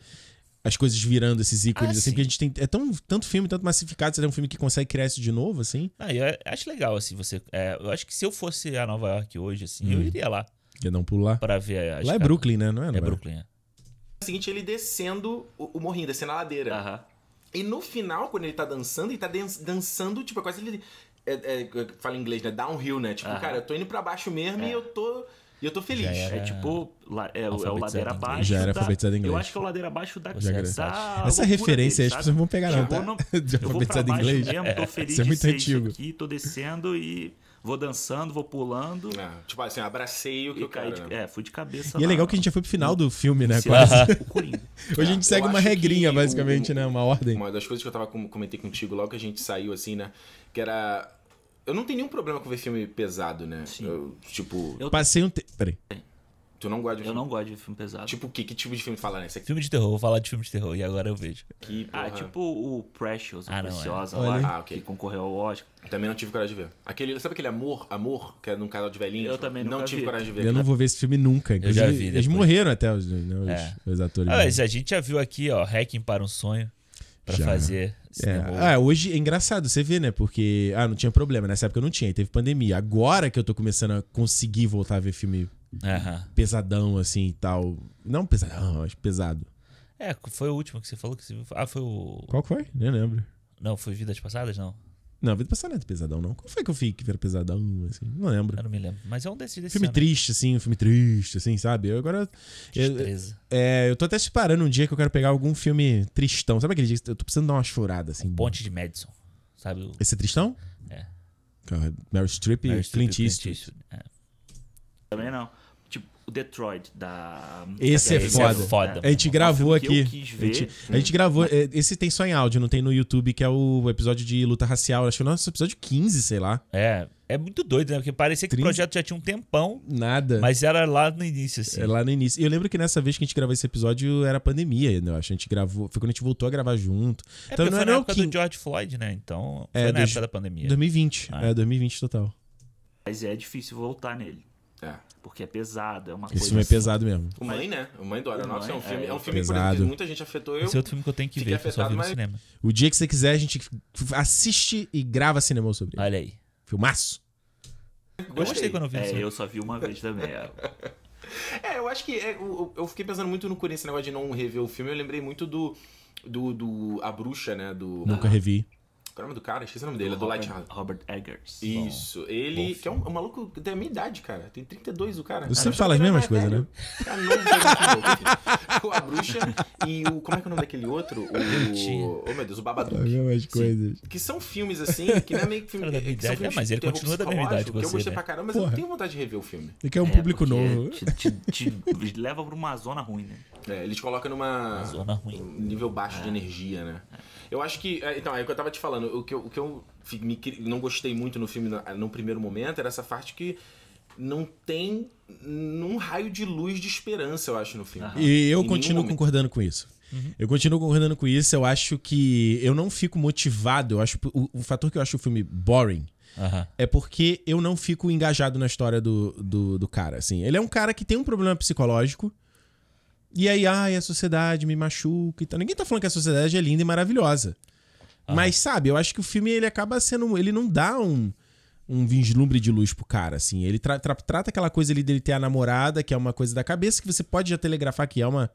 Speaker 1: as coisas virando esses ícones,
Speaker 2: Ah,
Speaker 1: assim,
Speaker 2: sim.
Speaker 1: porque a gente tem. É tão, tanto filme, tanto massificado, você tem um filme que consegue criar isso de novo, assim.
Speaker 2: Ah, eu acho legal, assim, você. é, eu acho que se eu fosse a Nova York hoje, assim, eu iria lá
Speaker 1: Eu não pulo lá.
Speaker 2: pra ver a.
Speaker 1: Hum. Lá é Brooklyn, né? Não é?
Speaker 2: É
Speaker 1: Nova York?
Speaker 2: Brooklyn, é.
Speaker 3: seguinte, ele descendo o, o morrinho, descendo a ladeira.
Speaker 4: Aham.
Speaker 3: E no final, quando ele tá dançando, ele tá dan- dançando, tipo, é quase ele é, é, fala em inglês, né? Downhill, né? Tipo,
Speaker 4: Aham.
Speaker 3: cara, eu tô indo pra baixo mesmo e eu tô. E eu tô feliz.
Speaker 2: Já era.
Speaker 4: É tipo, la- é, o- é o
Speaker 2: alfabetizado
Speaker 4: ladeira
Speaker 2: em inglês.
Speaker 4: abaixo.
Speaker 1: Já era
Speaker 4: da-
Speaker 1: alfabetizado em
Speaker 4: Eu
Speaker 1: inglês.
Speaker 4: acho que é o ladeira abaixo da.
Speaker 2: Você é
Speaker 4: da
Speaker 1: Essa
Speaker 4: loucura
Speaker 1: referência aí
Speaker 4: dele,
Speaker 1: as
Speaker 4: sabe?
Speaker 1: pessoas não vão pegar, não,
Speaker 4: Chegou
Speaker 1: tá?
Speaker 4: no-
Speaker 1: De
Speaker 4: eu vou pra
Speaker 1: alfabetizado em
Speaker 4: baixo
Speaker 1: inglês.
Speaker 4: Mesmo, tô feliz
Speaker 1: Isso é
Speaker 4: de
Speaker 1: muito
Speaker 4: ser
Speaker 1: antigo.
Speaker 4: Isso aqui, tô descendo e vou dançando, vou pulando.
Speaker 3: É, tipo assim, eu abracei o que
Speaker 4: E
Speaker 3: eu
Speaker 4: caí
Speaker 3: quero.
Speaker 4: de,
Speaker 3: né?
Speaker 4: é, fui de cabeça.
Speaker 1: E é
Speaker 4: lá.
Speaker 1: legal que a gente já foi pro final do filme, né?
Speaker 4: Sim,
Speaker 1: Quase.
Speaker 4: O Coringa.
Speaker 1: Hoje a gente
Speaker 3: Eu
Speaker 1: segue uma
Speaker 3: acho
Speaker 1: regrinha,
Speaker 3: que
Speaker 1: basicamente,
Speaker 3: o-
Speaker 1: né? Uma ordem.
Speaker 3: Uma das coisas que eu tava com- comentei contigo logo que a gente saiu, assim, né? Que era. Eu não tenho nenhum problema com ver filme pesado, né?
Speaker 4: Sim.
Speaker 3: Eu, tipo,
Speaker 4: Eu-
Speaker 1: Passei um tempo. Peraí.
Speaker 3: tu não gosta de
Speaker 4: Eu
Speaker 3: filme.
Speaker 4: não gosto de filme pesado.
Speaker 3: Tipo, o que, que tipo de filme fala, né? Esse aqui,
Speaker 2: Filme de terror, vou falar de filme de terror e agora eu vejo.
Speaker 4: ah,
Speaker 3: porra.
Speaker 4: tipo o Precious,
Speaker 2: Ah,
Speaker 4: o
Speaker 2: não, é.
Speaker 4: Preciosa
Speaker 1: Olha
Speaker 4: lá,
Speaker 1: aí.
Speaker 3: Ah, ok.
Speaker 4: que concorreu ao Oscar.
Speaker 3: Também não tive coragem de ver. Aquele, sabe aquele amor, amor, que é num casal de velhinhos?
Speaker 4: Eu também
Speaker 3: Não
Speaker 4: nunca
Speaker 3: tive
Speaker 4: vi.
Speaker 3: coragem de ver.
Speaker 1: Eu não vou ver esse filme nunca.
Speaker 2: já
Speaker 1: Inclusive,
Speaker 2: vi
Speaker 1: eles
Speaker 2: depois.
Speaker 1: morreram até os, né, os-
Speaker 2: É.
Speaker 1: os atores.
Speaker 2: Ah, mas a gente já viu aqui, ó, Hacking para um sonho pra
Speaker 1: Já.
Speaker 2: fazer
Speaker 1: É.
Speaker 2: cinema.
Speaker 1: Ah, hoje é engraçado você vê, né? Porque, ah, não tinha problema. Nessa época eu não tinha, aí teve pandemia. Agora que eu tô começando a conseguir voltar a ver filme
Speaker 2: Aham.
Speaker 1: pesadão, assim e tal. Não pesadão, mas pesado.
Speaker 2: É, foi o último que você falou que você viu. Ah, foi o.
Speaker 1: Qual que foi? Nem lembro.
Speaker 2: Não, foi Vidas Passadas? Não.
Speaker 1: Não, vida passada não é pesadão, não. Qual foi que eu vi que era pesadão, assim? Não lembro.
Speaker 2: Eu não me lembro. Mas é um desses desse
Speaker 1: Filme
Speaker 2: ano.
Speaker 1: triste, assim, um filme triste, assim, sabe? Eu agora. Eu,
Speaker 2: Destreza.
Speaker 1: é, eu tô até se parando um dia que eu quero pegar algum filme tristão. Sabe aquele dia que eu tô precisando dar uma chorada, assim?
Speaker 2: Ponte de Madison. Sabe? O
Speaker 1: Esse é tristão?
Speaker 2: É.
Speaker 1: Cara, Meryl Streep e
Speaker 2: Meryl Streep e
Speaker 1: Clint
Speaker 2: Clint
Speaker 1: Eastwood.
Speaker 2: Eastwood. É.
Speaker 4: Também não. Tipo, o Detroit, da.
Speaker 1: Esse é
Speaker 4: da-
Speaker 1: foda.
Speaker 2: foda.
Speaker 1: A gente
Speaker 4: É um
Speaker 1: gravou
Speaker 4: filme que
Speaker 1: aqui.
Speaker 4: eu quis
Speaker 1: A gente,
Speaker 4: ver.
Speaker 1: a gente gravou. é, Esse tem só em áudio, não tem no YouTube, que é o episódio de luta racial. Acho que é o nosso episódio 15, sei lá.
Speaker 2: É, é muito doido, né? Porque parecia que
Speaker 1: Trinta.
Speaker 2: o projeto já tinha um tempão,
Speaker 1: Nada.
Speaker 2: mas era lá no início, assim.
Speaker 1: É lá no início. E eu lembro que nessa vez que a gente gravou esse episódio era pandemia, né? eu acho. A gente gravou. Foi quando a gente voltou a gravar junto.
Speaker 2: É
Speaker 1: então
Speaker 2: porque
Speaker 1: não
Speaker 2: foi
Speaker 1: era
Speaker 2: na
Speaker 1: o
Speaker 2: época
Speaker 1: quin-
Speaker 2: do George Floyd, né? Então,
Speaker 1: É,
Speaker 2: foi na
Speaker 1: dois-
Speaker 2: época da pandemia.
Speaker 1: 2020.
Speaker 2: Ah.
Speaker 1: É, 2020 total.
Speaker 4: Mas é difícil voltar nele.
Speaker 3: É.
Speaker 4: Porque é pesado, é uma coisa.
Speaker 1: Esse filme é
Speaker 4: assim.
Speaker 1: pesado mesmo.
Speaker 3: O Mãe, né? O Mãe do Ara
Speaker 4: O
Speaker 3: Nossa é um
Speaker 4: Mãe,
Speaker 3: filme,
Speaker 4: é,
Speaker 3: é um filme por
Speaker 1: pesado.
Speaker 3: exemplo, que muita gente afetou eu.
Speaker 2: Esse é outro filme que eu tenho que
Speaker 3: Fiquei
Speaker 2: ver, que eu só
Speaker 3: afetado,
Speaker 2: vi no
Speaker 3: mas-
Speaker 2: cinema.
Speaker 1: O dia que você quiser, a gente assiste e grava cinema sobre ele.
Speaker 2: Olha aí.
Speaker 1: Filmaço.
Speaker 2: Eu gostei quando eu vi no
Speaker 4: É,
Speaker 2: cinema.
Speaker 4: eu só vi uma vez também. é.
Speaker 3: É, eu acho que é, eu, eu fiquei pensando muito no Corinthians, esse negócio de não rever o filme. Eu lembrei muito do. Do, do A Bruxa, né? Do.
Speaker 1: Nunca revi.
Speaker 3: Qual é o nome do cara? Esqueci o nome dele, é do
Speaker 4: Robert,
Speaker 3: Lighthouse.
Speaker 4: Robert Eggers.
Speaker 3: Isso,
Speaker 2: Bom
Speaker 3: ele.
Speaker 2: filme.
Speaker 3: Que é um, um maluco da minha idade, cara. Tem 32 o cara.
Speaker 1: Você
Speaker 3: Ah,
Speaker 1: fala as
Speaker 3: não,
Speaker 1: mesmas
Speaker 3: é
Speaker 1: coisas,
Speaker 3: velho.
Speaker 1: né?
Speaker 3: Ah, não, não, não, não. O A Bruxa e o. Como é que é o nome daele outro? O. Oh, meu Deus, o Babadook.
Speaker 1: As coisas.
Speaker 3: Que são filmes assim, que não é meio que filme.
Speaker 2: Cara, da minha
Speaker 3: que são
Speaker 2: idade.
Speaker 3: filmes
Speaker 2: É, mas ele
Speaker 3: de terror
Speaker 2: continua da minha idade
Speaker 3: psicológico, Que eu
Speaker 2: você,
Speaker 3: gostei
Speaker 2: né?
Speaker 3: pra caramba, mas eu
Speaker 1: Porra.
Speaker 3: não tenho vontade de rever o filme.
Speaker 1: E que é um
Speaker 4: É,
Speaker 1: público
Speaker 4: porque
Speaker 1: novo.
Speaker 4: Te, te- te leva pra uma zona ruim, né?
Speaker 3: É, eles colocam numa.
Speaker 2: Uma zona ruim.
Speaker 3: um nível baixo de energia, né? Eu acho que. é, Então, é o que eu tava te falando. O que eu, o que eu fi- me cri- não gostei muito no filme na- no primeiro momento era essa parte que não tem num raio de luz de esperança, eu acho, no filme.
Speaker 1: E eu
Speaker 3: Em
Speaker 1: continuo
Speaker 3: nenhum momento.
Speaker 1: concordando com isso. Eu continuo concordando com isso. Eu acho que eu não fico motivado. Eu acho o, o fator que eu acho o filme boring
Speaker 2: Aham.
Speaker 1: é porque eu não fico engajado na história do, do, do cara. Assim, ele é um cara que tem um problema psicológico. E aí, ai, a sociedade me machuca e tal. Ninguém tá falando que a sociedade é linda e maravilhosa. Mas, sabe, eu acho que o filme ele acaba sendo. Ele não dá um, um vislumbre de luz pro cara, assim. Ele tra- tra- trata aquela coisa ali dele ter a namorada, que é uma coisa da cabeça, que você pode já telegrafar que é uma.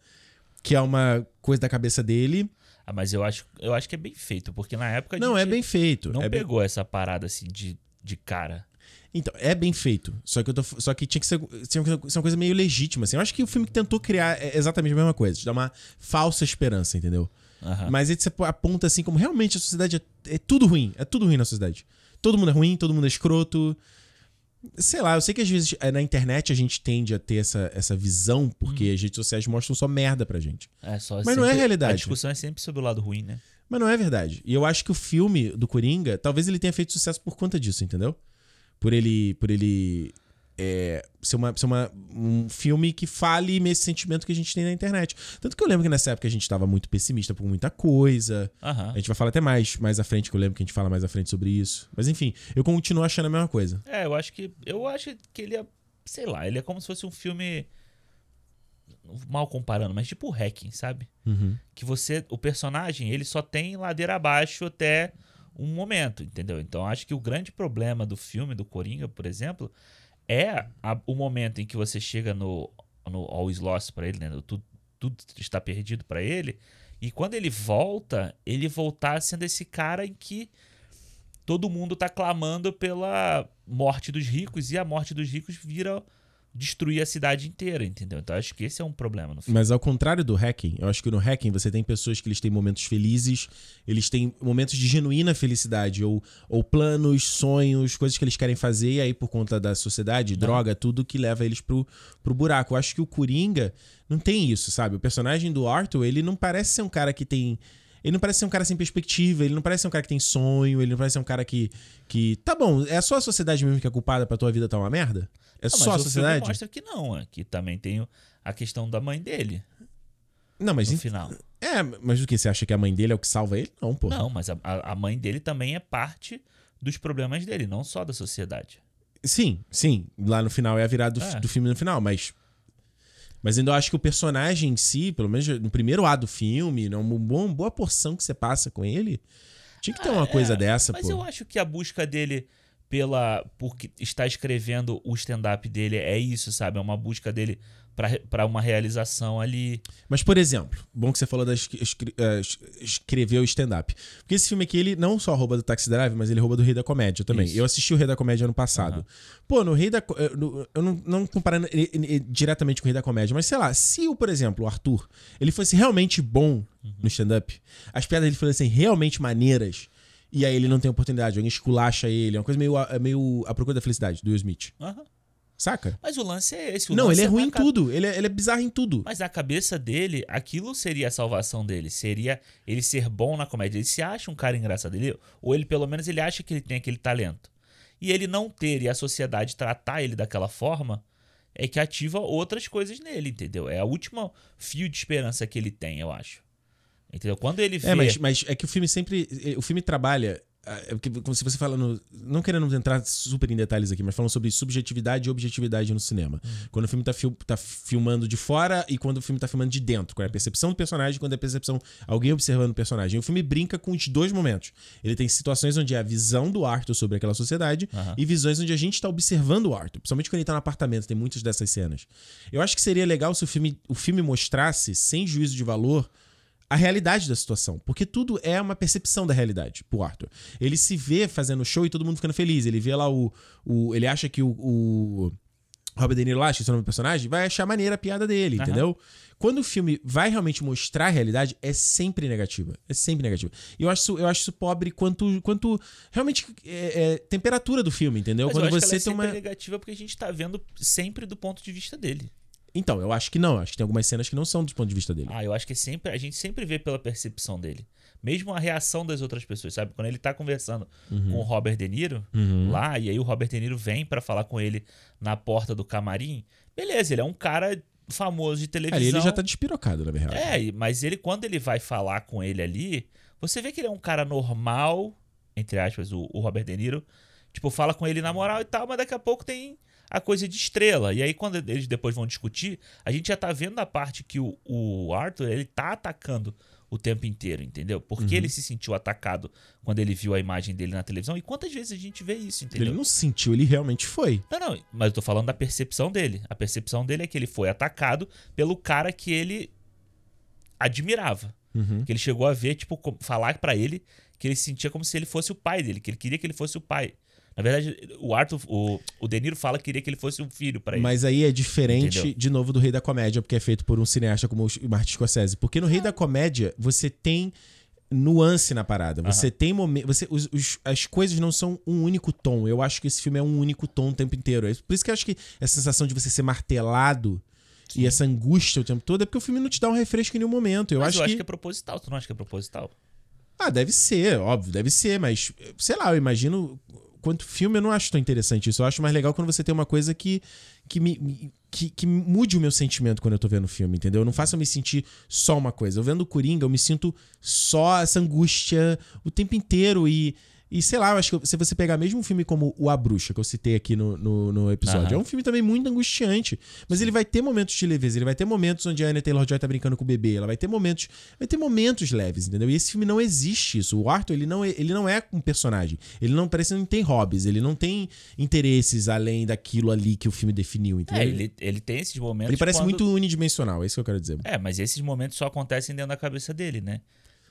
Speaker 1: Que é uma coisa da cabeça dele.
Speaker 2: Ah, mas eu acho, eu acho que é bem feito, porque na época a
Speaker 1: Não, é
Speaker 2: gente
Speaker 1: bem feito.
Speaker 2: não
Speaker 1: é bem-
Speaker 2: pegou essa parada assim de, de cara.
Speaker 1: Então, é bem feito. Só que, eu tô, f- só que tinha que ser, tinha que ser uma coisa meio legítima, assim. Eu acho que o filme tentou criar é exatamente a mesma coisa. Te dar uma falsa esperança, entendeu?
Speaker 2: Aham.
Speaker 1: Mas aí você pô- aponta, assim, como realmente a sociedade é, é tudo ruim. É tudo ruim na sociedade. Todo mundo é ruim, todo mundo é escroto. Sei lá, eu sei que às vezes é, na internet a gente tende a ter essa, essa visão porque as redes sociais mostram só merda pra gente.
Speaker 2: É só
Speaker 1: Mas não é realidade.
Speaker 2: A discussão é sempre sobre o lado ruim, né?
Speaker 1: Mas não é verdade. E eu acho que o filme do Coringa, talvez ele tenha feito sucesso por conta disso, entendeu? Por ele. Por ele. é, ser uma, ser uma- um filme que fale nesse sentimento que a gente tem na internet. Tanto que eu lembro que nessa época a gente tava muito pessimista por muita coisa.
Speaker 2: Aham.
Speaker 1: A gente vai falar até mais, mais à frente, que eu lembro que a gente fala mais à frente sobre isso. Mas enfim, eu continuo achando a mesma coisa.
Speaker 2: É, eu acho que. Eu acho que ele é. Sei lá, ele é como se fosse um filme. Mal comparando, mas tipo o hacking, sabe? Que você. O personagem, ele só tem ladeira abaixo até um momento, entendeu? Então acho que o grande problema do filme, do Coringa, por exemplo, é a- o momento em que você chega no, no Always Lost pra ele, né? No tudo, tudo está perdido pra ele. E quando ele volta, ele voltar sendo esse cara em que todo mundo tá clamando pela morte dos ricos e a morte dos ricos vira destruir a cidade inteira, entendeu? Então acho que esse é um problema no filme.
Speaker 1: Mas ao contrário do hacking, eu acho que no hacking você tem pessoas que eles têm momentos felizes, eles têm momentos de genuína felicidade, ou, ou planos, sonhos, coisas que eles querem fazer, e aí por conta da sociedade, droga, tudo que leva eles pro, pro buraco. Eu acho que o Coringa não tem isso, sabe? O personagem do Arthur, ele não parece ser um cara que tem. Ele não parece ser um cara sem perspectiva, ele não parece ser um cara que tem sonho, ele não parece ser um cara que. que tá bom, é só a sociedade mesmo que é culpada pra tua vida tá uma merda? É
Speaker 2: Não,
Speaker 1: só a
Speaker 2: Ah, mas o filme
Speaker 1: sociedade?
Speaker 2: mostra que não, é que também tem o- a questão da mãe dele
Speaker 1: Não, mas
Speaker 2: no
Speaker 1: em-
Speaker 2: final.
Speaker 1: É, mas o que? Você acha que a mãe dele é o que salva ele? Não, pô.
Speaker 2: Não, mas a, a- a mãe dele também é parte dos problemas dele, não só da sociedade.
Speaker 1: Sim, sim. Lá no final é a virada do,
Speaker 2: É.
Speaker 1: do filme no final, mas. Mas ainda eu acho que o personagem em si, pelo menos no primeiro A do filme, né, uma boa, uma boa porção que você passa com ele. Tinha que ter uma
Speaker 2: Ah,
Speaker 1: coisa
Speaker 2: é,
Speaker 1: dessa,
Speaker 2: mas
Speaker 1: pô.
Speaker 2: eu acho que a busca dele pela porque está escrevendo o stand-up dele é isso, sabe? É uma busca dele pra re- pra uma realização ali.
Speaker 1: Mas, por exemplo, bom que você falou da es- escre- eh, es- escrever o stand-up. Porque esse filme aqui, ele não só rouba do Taxi Drive, mas ele rouba do Rei da Comédia também.
Speaker 2: Isso.
Speaker 1: Eu assisti o Rei da Comédia ano passado. Pô, no Rei da. Co- eh, no- Eu não, não comparando eh, eh, diretamente com o Rei da Comédia, mas sei lá, se o, por exemplo, o Arthur, ele fosse realmente bom
Speaker 2: Uhum.
Speaker 1: no stand-up, as piadas dele fossem realmente maneiras. E aí ele não tem oportunidade, alguém esculacha ele, é uma coisa meio, a- meio a procura da felicidade, do Will Smith.
Speaker 2: Aham.
Speaker 1: Saca?
Speaker 2: Mas o lance é esse. o
Speaker 1: não,
Speaker 2: lance
Speaker 1: ele é
Speaker 2: na
Speaker 1: ruim em
Speaker 2: ca-
Speaker 1: tudo, ele é, ele é bizarro em tudo.
Speaker 2: Mas na cabeça dele, aquilo seria a salvação dele. Seria ele ser bom na comédia. Ele se acha um cara engraçado. Ele, ou ele, pelo menos, ele acha que ele tem aquele talento. E ele não ter e a sociedade tratar ele daquela forma é que ativa outras coisas nele, entendeu? É a última fio de esperança que ele tem, eu acho. Entendeu? Quando ele vê.
Speaker 1: É, mas, mas é que o filme sempre. eh, O filme trabalha. ah, é porque Como se você falando. Não querendo entrar super em detalhes aqui, mas falando sobre subjetividade e objetividade no cinema. Quando o filme tá, fil- tá filmando de fora e quando o filme tá filmando de dentro. Quando é a percepção do personagem, quando é a percepção. Alguém observando o personagem. O filme brinca com os dois momentos. Ele tem situações onde é a visão do Arthur sobre aquela sociedade
Speaker 2: Aham.
Speaker 1: e visões onde a gente tá observando o Arthur. Principalmente quando ele tá no apartamento, tem muitas dessas cenas. Eu acho que seria legal se o filme, o filme mostrasse, sem juízo de valor, a realidade da situação. Porque tudo é uma percepção da realidade pro Arthur. Ele se vê fazendo show e todo mundo ficando feliz. Ele vê lá o. o ele acha que o. o Robert De Niro lá, acho que esse é o nome do personagem, vai achar maneira a piada dele,
Speaker 2: Aham.
Speaker 1: entendeu? Quando o filme vai realmente mostrar a realidade, é sempre negativa. É sempre negativa. E eu acho, isso- eu acho isso pobre quanto, quanto realmente é, é, temperatura do filme, entendeu?
Speaker 2: Mas eu
Speaker 1: Quando
Speaker 2: acho que ela
Speaker 1: você
Speaker 2: é
Speaker 1: tem
Speaker 2: sempre
Speaker 1: uma.
Speaker 2: negativa porque a gente tá vendo sempre do ponto de vista dele.
Speaker 1: Então, eu acho que não. eu Acho que tem algumas cenas que não são do ponto de vista dele.
Speaker 2: Ah, eu acho que é sempre a gente sempre vê pela percepção dele. Mesmo a reação das outras pessoas, sabe? Quando ele tá conversando
Speaker 1: Uhum.
Speaker 2: com o Robert De Niro lá, e aí o Robert De Niro vem pra falar com ele na porta do camarim, beleza, ele é um cara famoso de televisão.
Speaker 1: Ali ele já tá despirocado, na verdade.
Speaker 2: É, e- mas ele quando ele vai falar com ele ali, você vê que ele é um cara normal, entre aspas, o, o Robert De Niro. Tipo, fala com ele na moral e tal, mas daqui a pouco tem a coisa de estrela. E aí, quando eles depois vão discutir, a gente já tá vendo a parte que o, o Arthur, ele tá atacando o tempo inteiro, entendeu? Porque ele se sentiu atacado quando ele viu a imagem dele na televisão. E quantas vezes a gente vê isso, entendeu?
Speaker 1: Ele não sentiu, ele realmente foi.
Speaker 2: Não, não, mas eu tô falando da percepção dele. A percepção dele é que ele foi atacado pelo cara que ele admirava.
Speaker 1: Uhum.
Speaker 2: Que ele chegou a ver, tipo, co- falar pra ele que ele se sentia como se ele fosse o pai dele, que ele queria que ele fosse o pai. Na verdade, o Arthur, o, o De Niro fala que queria que ele fosse um filho pra ele.
Speaker 1: Mas aí é diferente,
Speaker 2: Entendeu?
Speaker 1: de novo, do Rei da Comédia, porque é feito por um cineasta como o Martin Scorsese. Porque no Rei da Comédia, você tem nuance na parada. Você tem momento. Você, os- os- as coisas não são um único tom. Eu acho que esse filme é um único tom o tempo inteiro. É por isso que eu acho que essa sensação de você ser martelado e essa angústia o tempo todo é porque o filme não te dá um refresco em nenhum momento. Eu,
Speaker 2: Mas
Speaker 1: acho,
Speaker 2: eu acho que...
Speaker 1: que
Speaker 2: é proposital. Tu não acha que é proposital?
Speaker 1: Ah, deve ser, óbvio, deve ser, mas sei lá, eu imagino. Quanto filme, eu não acho tão interessante isso. Eu acho mais legal quando você tem uma coisa que, que me. me- Que, que mude o meu sentimento quando eu tô vendo o filme, entendeu? Não faça eu me sentir só uma coisa. Eu vendo o Coringa, eu me sinto só essa angústia o tempo inteiro. E, e sei lá, eu acho que se você pegar mesmo um filme como O A Bruxa, que eu citei aqui no, no, no episódio,
Speaker 2: Aham.
Speaker 1: é um filme também muito angustiante. Mas ele vai ter momentos de leveza, ele vai ter momentos onde a Anna Taylor-Joy tá brincando com o bebê, ela vai ter momentos, vai ter momentos leves, entendeu? E esse filme não existe isso. O Arthur, ele não é, ele não é um personagem. Ele não parece que não tem hobbies, ele não tem interesses além daquilo ali que o filme definiu, entendeu?
Speaker 2: É,
Speaker 1: ele,
Speaker 2: ele, ele tem esses momentos.
Speaker 1: parece é
Speaker 2: quando-
Speaker 1: muito unidimensional, é isso que eu quero dizer.
Speaker 2: É, mas esses momentos só acontecem dentro da cabeça dele, né?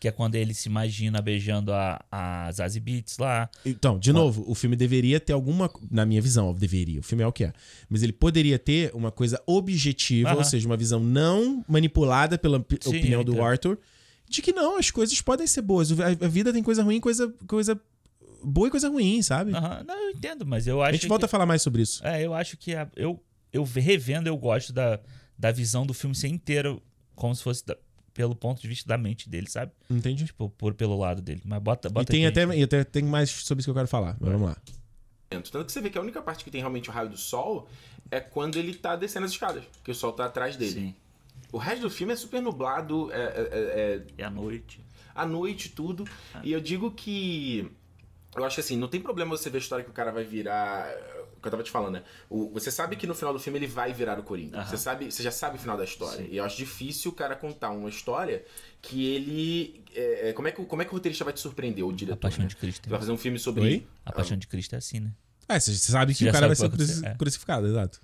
Speaker 2: que é quando ele se imagina beijando a, a Zazie Beetz lá.
Speaker 1: Então, de novo, o filme deveria ter alguma. Na minha visão, ó, deveria. O filme é o que é. Mas ele poderia ter uma coisa objetiva,
Speaker 2: Aham.
Speaker 1: ou seja, uma visão não manipulada pela pi-
Speaker 2: Sim,
Speaker 1: opinião
Speaker 2: eu
Speaker 1: do
Speaker 2: entendo.
Speaker 1: Arthur, de que não, as coisas podem ser boas. A, a vida tem coisa ruim, coisa, coisa boa e coisa ruim, sabe?
Speaker 2: Aham, Não, eu entendo, mas eu acho
Speaker 1: a gente volta a falar mais sobre isso.
Speaker 2: Ah, que... É, eu acho que a- eu, eu revendo, eu gosto da, da visão do filme ser inteiro, como se fosse da- pelo ponto de vista da mente dele, sabe?
Speaker 1: Entende?
Speaker 2: Tipo, por pelo lado dele. Mas bota,
Speaker 1: E
Speaker 2: bota
Speaker 1: tem
Speaker 2: aqui.
Speaker 1: até, e até tem mais sobre isso que eu quero falar. Mas vamos lá.
Speaker 3: Tanto que você vê que a única parte que tem realmente o raio do sol é quando ele tá descendo as escadas, que o sol tá atrás dele.
Speaker 4: Sim.
Speaker 3: O resto do filme é super nublado, é, é- é- é
Speaker 4: É à noite.
Speaker 3: à noite tudo.
Speaker 2: Ah.
Speaker 3: E eu digo que. Eu acho que assim, não tem problema você ver a história que o cara vai virar. é, O que eu tava te falando, né? O- você sabe que no final do filme ele vai virar o Coringa.
Speaker 4: Aham.
Speaker 3: Você, sabe, você já sabe o final da história.
Speaker 4: Sim.
Speaker 3: E eu acho difícil o cara contar uma história que ele. é, é, como, é que, o- como é que o roteirista vai te surpreender, o
Speaker 2: A
Speaker 3: diretor?
Speaker 2: Paixão
Speaker 3: né?
Speaker 2: de Cristo.
Speaker 3: Você vai fazer um filme sobre.
Speaker 1: Oi?
Speaker 2: A Paixão de Cristo é assim, né?
Speaker 1: É, você sabe que
Speaker 2: Você já
Speaker 1: o cara
Speaker 2: sabe
Speaker 1: vai ser
Speaker 2: qual vai ser,
Speaker 1: cruci-
Speaker 2: é.
Speaker 1: crucificado, exato.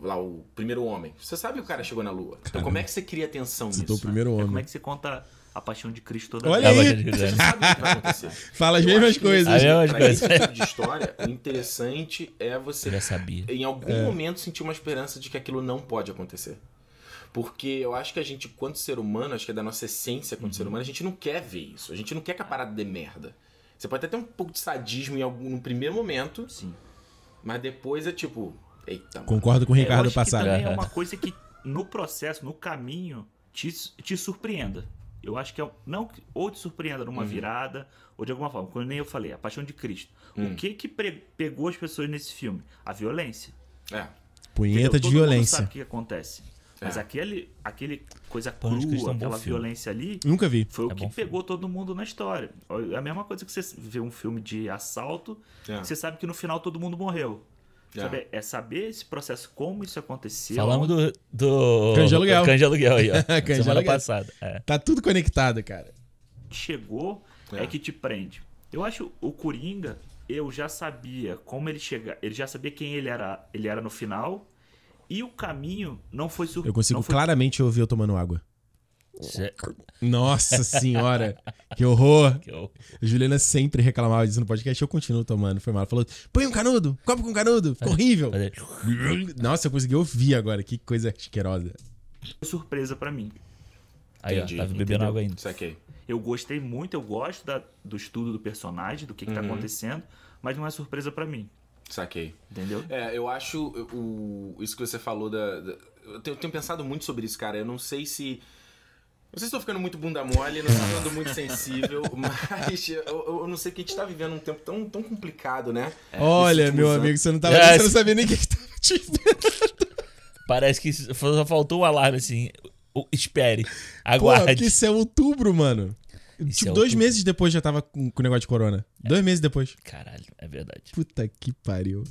Speaker 3: lá o primeiro homem. Você sabe que o cara chegou na lua. Então como é que você cria atenção
Speaker 1: Citou o
Speaker 3: nisso? né?
Speaker 1: primeiro
Speaker 4: Como é
Speaker 1: homem.
Speaker 4: que você conta a paixão de Cristo toda
Speaker 1: Olha
Speaker 2: É a
Speaker 1: aí.
Speaker 4: vez?
Speaker 2: Paixão de Cristo,
Speaker 3: Você
Speaker 2: né?
Speaker 3: sabe o que vai acontecer.
Speaker 1: Fala as
Speaker 3: Eu
Speaker 1: mesmas
Speaker 3: acho que
Speaker 1: coisas.
Speaker 2: As mesmas
Speaker 3: pra
Speaker 2: coisas.
Speaker 3: Esse tipo de história, o interessante é você
Speaker 2: Eu já sabia.
Speaker 3: em algum momento sentir uma esperança de que aquilo não pode acontecer. Porque eu acho que a gente, quanto ser humano, acho que é da nossa essência quanto ser humano, a gente não quer ver isso. A gente não quer que a parada dê merda. Você pode até ter um pouco de sadismo em algum no primeiro momento,
Speaker 4: Sim.
Speaker 3: mas depois é tipo, eita, mano.
Speaker 1: Concordo com o
Speaker 4: eu
Speaker 1: Ricardo
Speaker 4: acho que
Speaker 1: Passaro.
Speaker 4: também é uma coisa que no processo, no caminho, te, te surpreenda. Eu acho que é. um- Não, que- ou te surpreenda numa virada, ou de alguma forma. Como nem eu falei, a paixão de Cristo.
Speaker 3: Hum.
Speaker 4: O que que pre- pegou as pessoas nesse filme? A violência.
Speaker 3: É.
Speaker 4: entendeu?
Speaker 1: Punheta de
Speaker 4: Todo mundo
Speaker 1: violência.
Speaker 4: sabe o que acontece.
Speaker 3: É.
Speaker 4: Mas aquele, aquele coisa
Speaker 2: Paixão de Cristo é um
Speaker 4: crua,
Speaker 2: bom
Speaker 4: aquela
Speaker 2: filme.
Speaker 4: violência ali,
Speaker 1: Nunca vi.
Speaker 4: foi o
Speaker 2: É
Speaker 4: que
Speaker 2: bom filme.
Speaker 4: pegou todo mundo na história. É a mesma coisa que você vê um filme de assalto,
Speaker 3: É.
Speaker 4: você sabe que no final todo mundo morreu.
Speaker 3: É.
Speaker 4: Sabe? É saber esse processo, como isso aconteceu.
Speaker 2: Falamos do. do...
Speaker 1: Canja aluguel.
Speaker 2: Canja aluguel aí, ó.
Speaker 1: Canja
Speaker 2: semana
Speaker 1: aluguel.
Speaker 2: passada. É.
Speaker 1: Tá tudo conectado, cara.
Speaker 4: chegou
Speaker 3: É.
Speaker 4: é. que te prende. Eu acho o Coringa, eu já sabia como ele chegar, ele já sabia quem ele era, ele era no final. E o caminho não foi surpresa.
Speaker 1: Eu consigo
Speaker 4: não foi...
Speaker 1: claramente ouvir eu tomando água.
Speaker 2: Cê-
Speaker 1: Nossa senhora, que horror.
Speaker 2: que eu-
Speaker 1: A Juliana sempre reclamava disso no podcast. Eu continuo tomando, foi mal. Ela Falou, põe um canudo, copo com canudo, ficou horrível.
Speaker 2: fazer-
Speaker 1: Nossa, eu consegui ouvir agora, que coisa asquerosa.
Speaker 4: surpresa pra mim.
Speaker 2: Aí, ó,
Speaker 3: Entendi,
Speaker 2: tava bebendo
Speaker 4: entendeu?
Speaker 2: água ainda.
Speaker 3: Saquei.
Speaker 4: Eu gostei muito, eu gosto da- do estudo do personagem, do que, que tá acontecendo, mas não é surpresa pra mim,
Speaker 3: Saquei.
Speaker 4: entendeu?
Speaker 3: É, eu acho o, isso que você falou da. da- eu, tenho, eu tenho pensado muito sobre isso, cara. Eu não sei se. Não sei se tô ficando muito bunda mole, não sei se tô ficando muito sensível, mas eu, eu- eu não sei que a gente tá vivendo um tempo tão, tão complicado, né?
Speaker 1: Olha,
Speaker 3: Esses últimos
Speaker 1: meu
Speaker 3: anos.
Speaker 1: amigo, você não tava.
Speaker 2: É,
Speaker 1: Você não
Speaker 2: esse-
Speaker 1: sabia nem o que, que tava te
Speaker 2: Parece que só só faltou o alarme assim. o- Espere.
Speaker 1: Pô,
Speaker 2: Aguarde.
Speaker 1: porque isso é outubro, mano.
Speaker 2: Isso
Speaker 1: tipo,
Speaker 2: é
Speaker 1: dois
Speaker 2: outubro.
Speaker 1: meses depois já tava com, com o negócio de corona. Dois meses depois.
Speaker 2: Caralho, é verdade.
Speaker 1: Puta que pariu.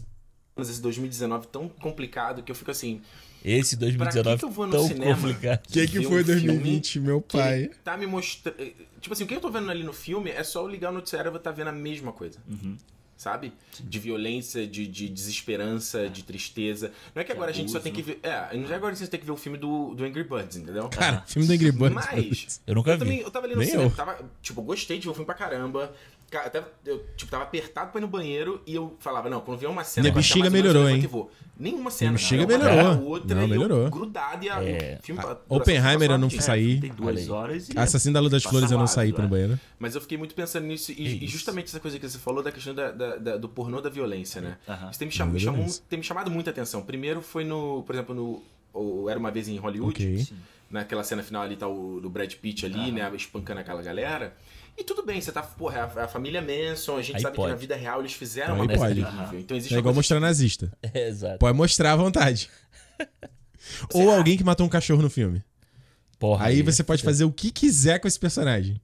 Speaker 3: Mas esse 2019 tão complicado que eu fico assim.
Speaker 2: Esse
Speaker 3: pra que
Speaker 2: 2019
Speaker 3: que eu vou no
Speaker 2: tão
Speaker 3: cinema?
Speaker 2: complicado.
Speaker 1: O que, que
Speaker 3: ver
Speaker 1: foi
Speaker 3: um filme
Speaker 1: 2020, meu
Speaker 3: que
Speaker 1: pai?
Speaker 3: ele Tá me mostrando. Tipo assim, o que eu tô vendo ali no filme é só eu ligar o noticiário e eu vou tá vendo a mesma coisa.
Speaker 1: Uhum.
Speaker 3: Sabe? De violência, de, de desesperança, de tristeza. Não é que agora a gente só
Speaker 4: abuso.
Speaker 3: tem que ver. É, não é agora que a gente tem que ver o filme do, do Angry Birds, entendeu?
Speaker 1: Cara, filme do Angry Birds.
Speaker 3: Mas.
Speaker 2: Eu nunca
Speaker 3: Eu também,
Speaker 2: vi.
Speaker 3: eu tava ali no
Speaker 1: Nem
Speaker 3: cinema,
Speaker 1: eu.
Speaker 3: tava, tipo, gostei de ver o filme pra caramba. Ca- Até, eu, tipo, tava apertado pra ir no banheiro e eu falava, não, quando vier uma cena...
Speaker 1: Minha
Speaker 3: vai achar
Speaker 1: bexiga
Speaker 3: mais ou menos
Speaker 1: melhorou,
Speaker 3: onde
Speaker 1: hein?
Speaker 3: eu vou. Nenhuma cena.
Speaker 1: Minha bexiga
Speaker 3: cara. Uma
Speaker 1: melhorou.
Speaker 3: cara, Outra,
Speaker 1: Não,
Speaker 3: e eu
Speaker 1: melhorou.
Speaker 3: Grudado e a,
Speaker 2: É,
Speaker 3: o filme...
Speaker 1: a-
Speaker 3: a duração
Speaker 1: Oppenheimer
Speaker 3: passou
Speaker 1: eu não
Speaker 3: rapidinho.
Speaker 1: fui sair.
Speaker 4: Tem
Speaker 2: Olha
Speaker 4: duas
Speaker 2: aí.
Speaker 4: horas e.
Speaker 1: Assassino da Lua das
Speaker 4: Passa
Speaker 1: Flores eu não
Speaker 4: rápido,
Speaker 1: saí pro
Speaker 4: é.
Speaker 1: banheiro.
Speaker 3: Mas eu fiquei muito pensando nisso e,
Speaker 2: É
Speaker 3: e
Speaker 2: isso.
Speaker 3: justamente essa coisa que você falou da questão da- da- da- do pornô da violência, né?
Speaker 4: Aham.
Speaker 3: Isso tem me, cham-
Speaker 1: Da
Speaker 3: me chamou-
Speaker 1: violência.
Speaker 3: tem me chamado muita atenção. Primeiro foi no, por exemplo, no o Era Uma Vez em Hollywood,
Speaker 1: Ok. É
Speaker 4: Sim.
Speaker 3: naquela cena final ali tá o do Brad Pitt ali, né, espancando aquela galera. E tudo bem, você tá, porra, é a, a família Manson, a gente
Speaker 2: Aí
Speaker 3: sabe
Speaker 2: pode.
Speaker 3: que na vida real eles fizeram
Speaker 1: Aí
Speaker 3: uma coisa
Speaker 1: pode.
Speaker 3: terrível. Então existe
Speaker 1: É
Speaker 3: uma
Speaker 1: igual
Speaker 3: coisa-
Speaker 1: mostrar nazista.
Speaker 2: É, exato.
Speaker 1: Pode mostrar à vontade. Ou alguém que matou um cachorro no filme.
Speaker 2: Porra. é
Speaker 1: Aí você pode fazer o que quiser com esse personagem.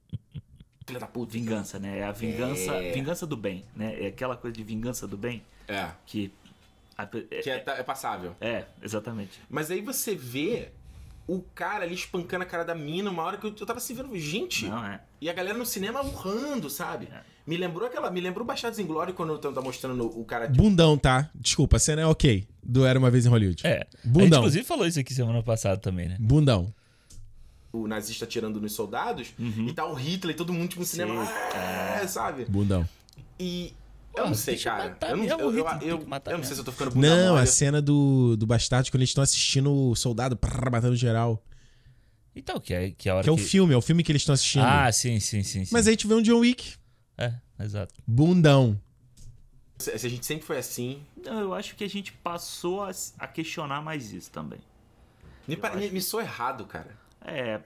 Speaker 3: filha da puta.
Speaker 4: Vingança, né? É a vingança, vingança do bem, né? É aquela coisa de vingança do bem
Speaker 3: É,
Speaker 4: que. a pe- é-
Speaker 3: que é, tá- é passável.
Speaker 4: é, exatamente.
Speaker 3: Mas aí você vê o cara ali espancando a cara da mina, uma hora que eu, eu tava assim vendo, gente,
Speaker 4: Não é.
Speaker 3: E a galera no cinema urrando, sabe? Me lembrou aquela. Me lembrou Baixados em Glória quando eu tá mostrando no- o cara.
Speaker 1: Bundão, tá? Desculpa, a cena é ok. Do Era Uma Vez em Hollywood.
Speaker 2: É. A gente,
Speaker 1: Bundão.
Speaker 2: inclusive, falou isso aqui semana passada também, né?
Speaker 1: Bundão.
Speaker 3: o nazista atirando nos soldados, e tá o Hitler e todo mundo tipo no cinema,
Speaker 4: Uhum. Sim, É.
Speaker 3: "Ah", sabe?
Speaker 1: Bundão.
Speaker 3: E eu
Speaker 2: Mano,
Speaker 3: não sei,
Speaker 2: deixa
Speaker 3: cara.
Speaker 2: matar
Speaker 3: Eu não, eu,
Speaker 2: mesmo, o
Speaker 3: eu,
Speaker 2: Hitler tem
Speaker 3: eu-
Speaker 2: que matar
Speaker 3: eu não
Speaker 2: mesmo.
Speaker 3: sei se eu tô ficando bunda
Speaker 1: Não,
Speaker 3: mole.
Speaker 1: a cena do, do Bastardo, quando eles estão assistindo o soldado prrr, batendo geral.
Speaker 2: Então, que é, que é a hora
Speaker 1: Que é o filme, é o filme que eles estão assistindo.
Speaker 2: Ah, sim, sim, sim. sim.
Speaker 1: Mas aí tiver um John Wick.
Speaker 2: É, exato.
Speaker 1: Bundão.
Speaker 4: é
Speaker 3: Se se a gente sempre foi assim.
Speaker 4: Não, eu acho que a gente passou a, a questionar mais isso também.
Speaker 3: Me, pare-
Speaker 4: acho
Speaker 3: me, me soa errado, cara.
Speaker 4: É.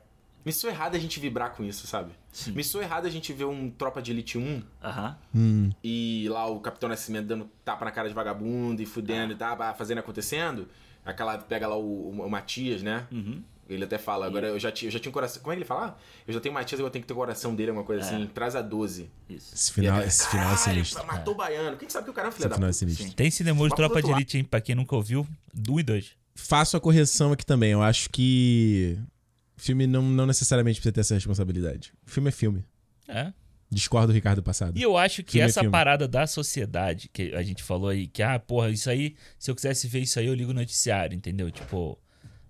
Speaker 3: Me soa errado a gente vibrar com isso, sabe?
Speaker 4: Sim.
Speaker 3: Me soa errado a gente ver um Tropa de Elite 1
Speaker 4: Aham.
Speaker 1: Hum.
Speaker 3: e lá o Capitão Nascimento dando tapa na cara de vagabundo e fudendo e tá, bah, fazendo acontecendo. Aquela pega lá o, o Matias, né?
Speaker 4: Uhum.
Speaker 3: Ele até fala, agora eu já, ti- eu já tinha um coração. Como é que ele fala? Ah, Eu já tenho o Matias, agora eu tenho que ter o coração dele, uma coisa assim. Traz a 12.
Speaker 4: Isso.
Speaker 1: Esse
Speaker 3: E a
Speaker 1: final,
Speaker 3: galera,
Speaker 1: esse final é
Speaker 3: "Caralho,
Speaker 1: sinistro.
Speaker 3: Matou o baiano. Quem sabe que o cara é um filho
Speaker 1: Esse
Speaker 3: da
Speaker 1: final é
Speaker 3: puta?
Speaker 1: sinistro.
Speaker 4: Sim.
Speaker 2: Tem cinema de
Speaker 3: Mas por
Speaker 2: Tropa
Speaker 3: outro
Speaker 2: de Elite, hein? Pra quem nunca ouviu, do e dois.
Speaker 1: Faço a correção aqui também. Eu acho que. Filme não, não necessariamente precisa ter essa responsabilidade. Filme é filme.
Speaker 2: É.
Speaker 1: Discordo do Ricardo Passado.
Speaker 2: E eu acho que
Speaker 1: Filme é
Speaker 2: essa
Speaker 1: filme.
Speaker 2: parada da sociedade, que a gente falou aí, que, ah, porra, isso aí, se eu quisesse ver isso aí, eu ligo o noticiário, entendeu? Tipo,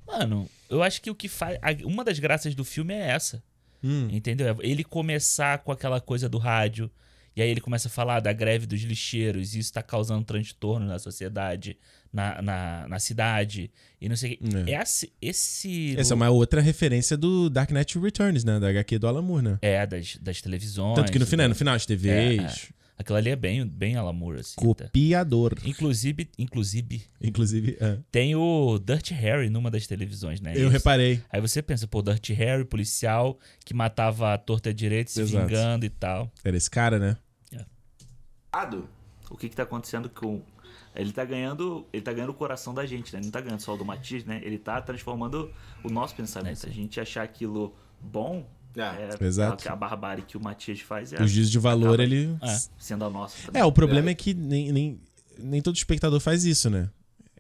Speaker 2: mano, eu acho que o que faz. a- Uma das graças do filme é essa.
Speaker 1: Hum.
Speaker 2: Entendeu? É Ele começar com aquela coisa do rádio, e aí ele começa a falar da greve dos lixeiros, e isso tá causando transtorno na sociedade, na, na, na cidade, e não sei o quê.
Speaker 1: É.
Speaker 2: Esse, esse.
Speaker 1: Essa é uma outra referência do Dark Knight Returns, né? Da HQ do Alan Moore, né?
Speaker 2: É, das, das televisões.
Speaker 1: Tanto que no final,
Speaker 2: né?
Speaker 1: no final de TVs.
Speaker 2: Aquilo ali é bem, bem Alamur, assim. tá?
Speaker 1: Copiador.
Speaker 2: Inclusive, inclusive,
Speaker 1: Inclusive, é.
Speaker 2: tem o Dirty Harry numa das televisões, né?
Speaker 1: eu
Speaker 2: Isso.
Speaker 1: reparei.
Speaker 2: Aí você pensa, pô, Dirty Harry, policial, que matava a torta e a direita, se
Speaker 1: Exato.
Speaker 2: vingando e tal.
Speaker 1: Era esse cara, né?
Speaker 3: Errado?
Speaker 4: O que que tá acontecendo com. Ele tá ganhando. Ele tá ganhando o coração da gente, né? Ele não tá ganhando só o do Matiz, né? Ele tá transformando o nosso
Speaker 2: É,
Speaker 4: pensamento.
Speaker 2: sim.
Speaker 4: a gente achar aquilo bom.
Speaker 3: É.
Speaker 4: É,
Speaker 1: Ah, Exato.
Speaker 4: A, a barbárie que o Matias faz é
Speaker 1: O juízo de valor,
Speaker 4: acaba
Speaker 1: ele.
Speaker 2: É.
Speaker 4: sendo a nossa. também.
Speaker 1: É, o problema é, que nem, nem, nem todo espectador faz isso, né?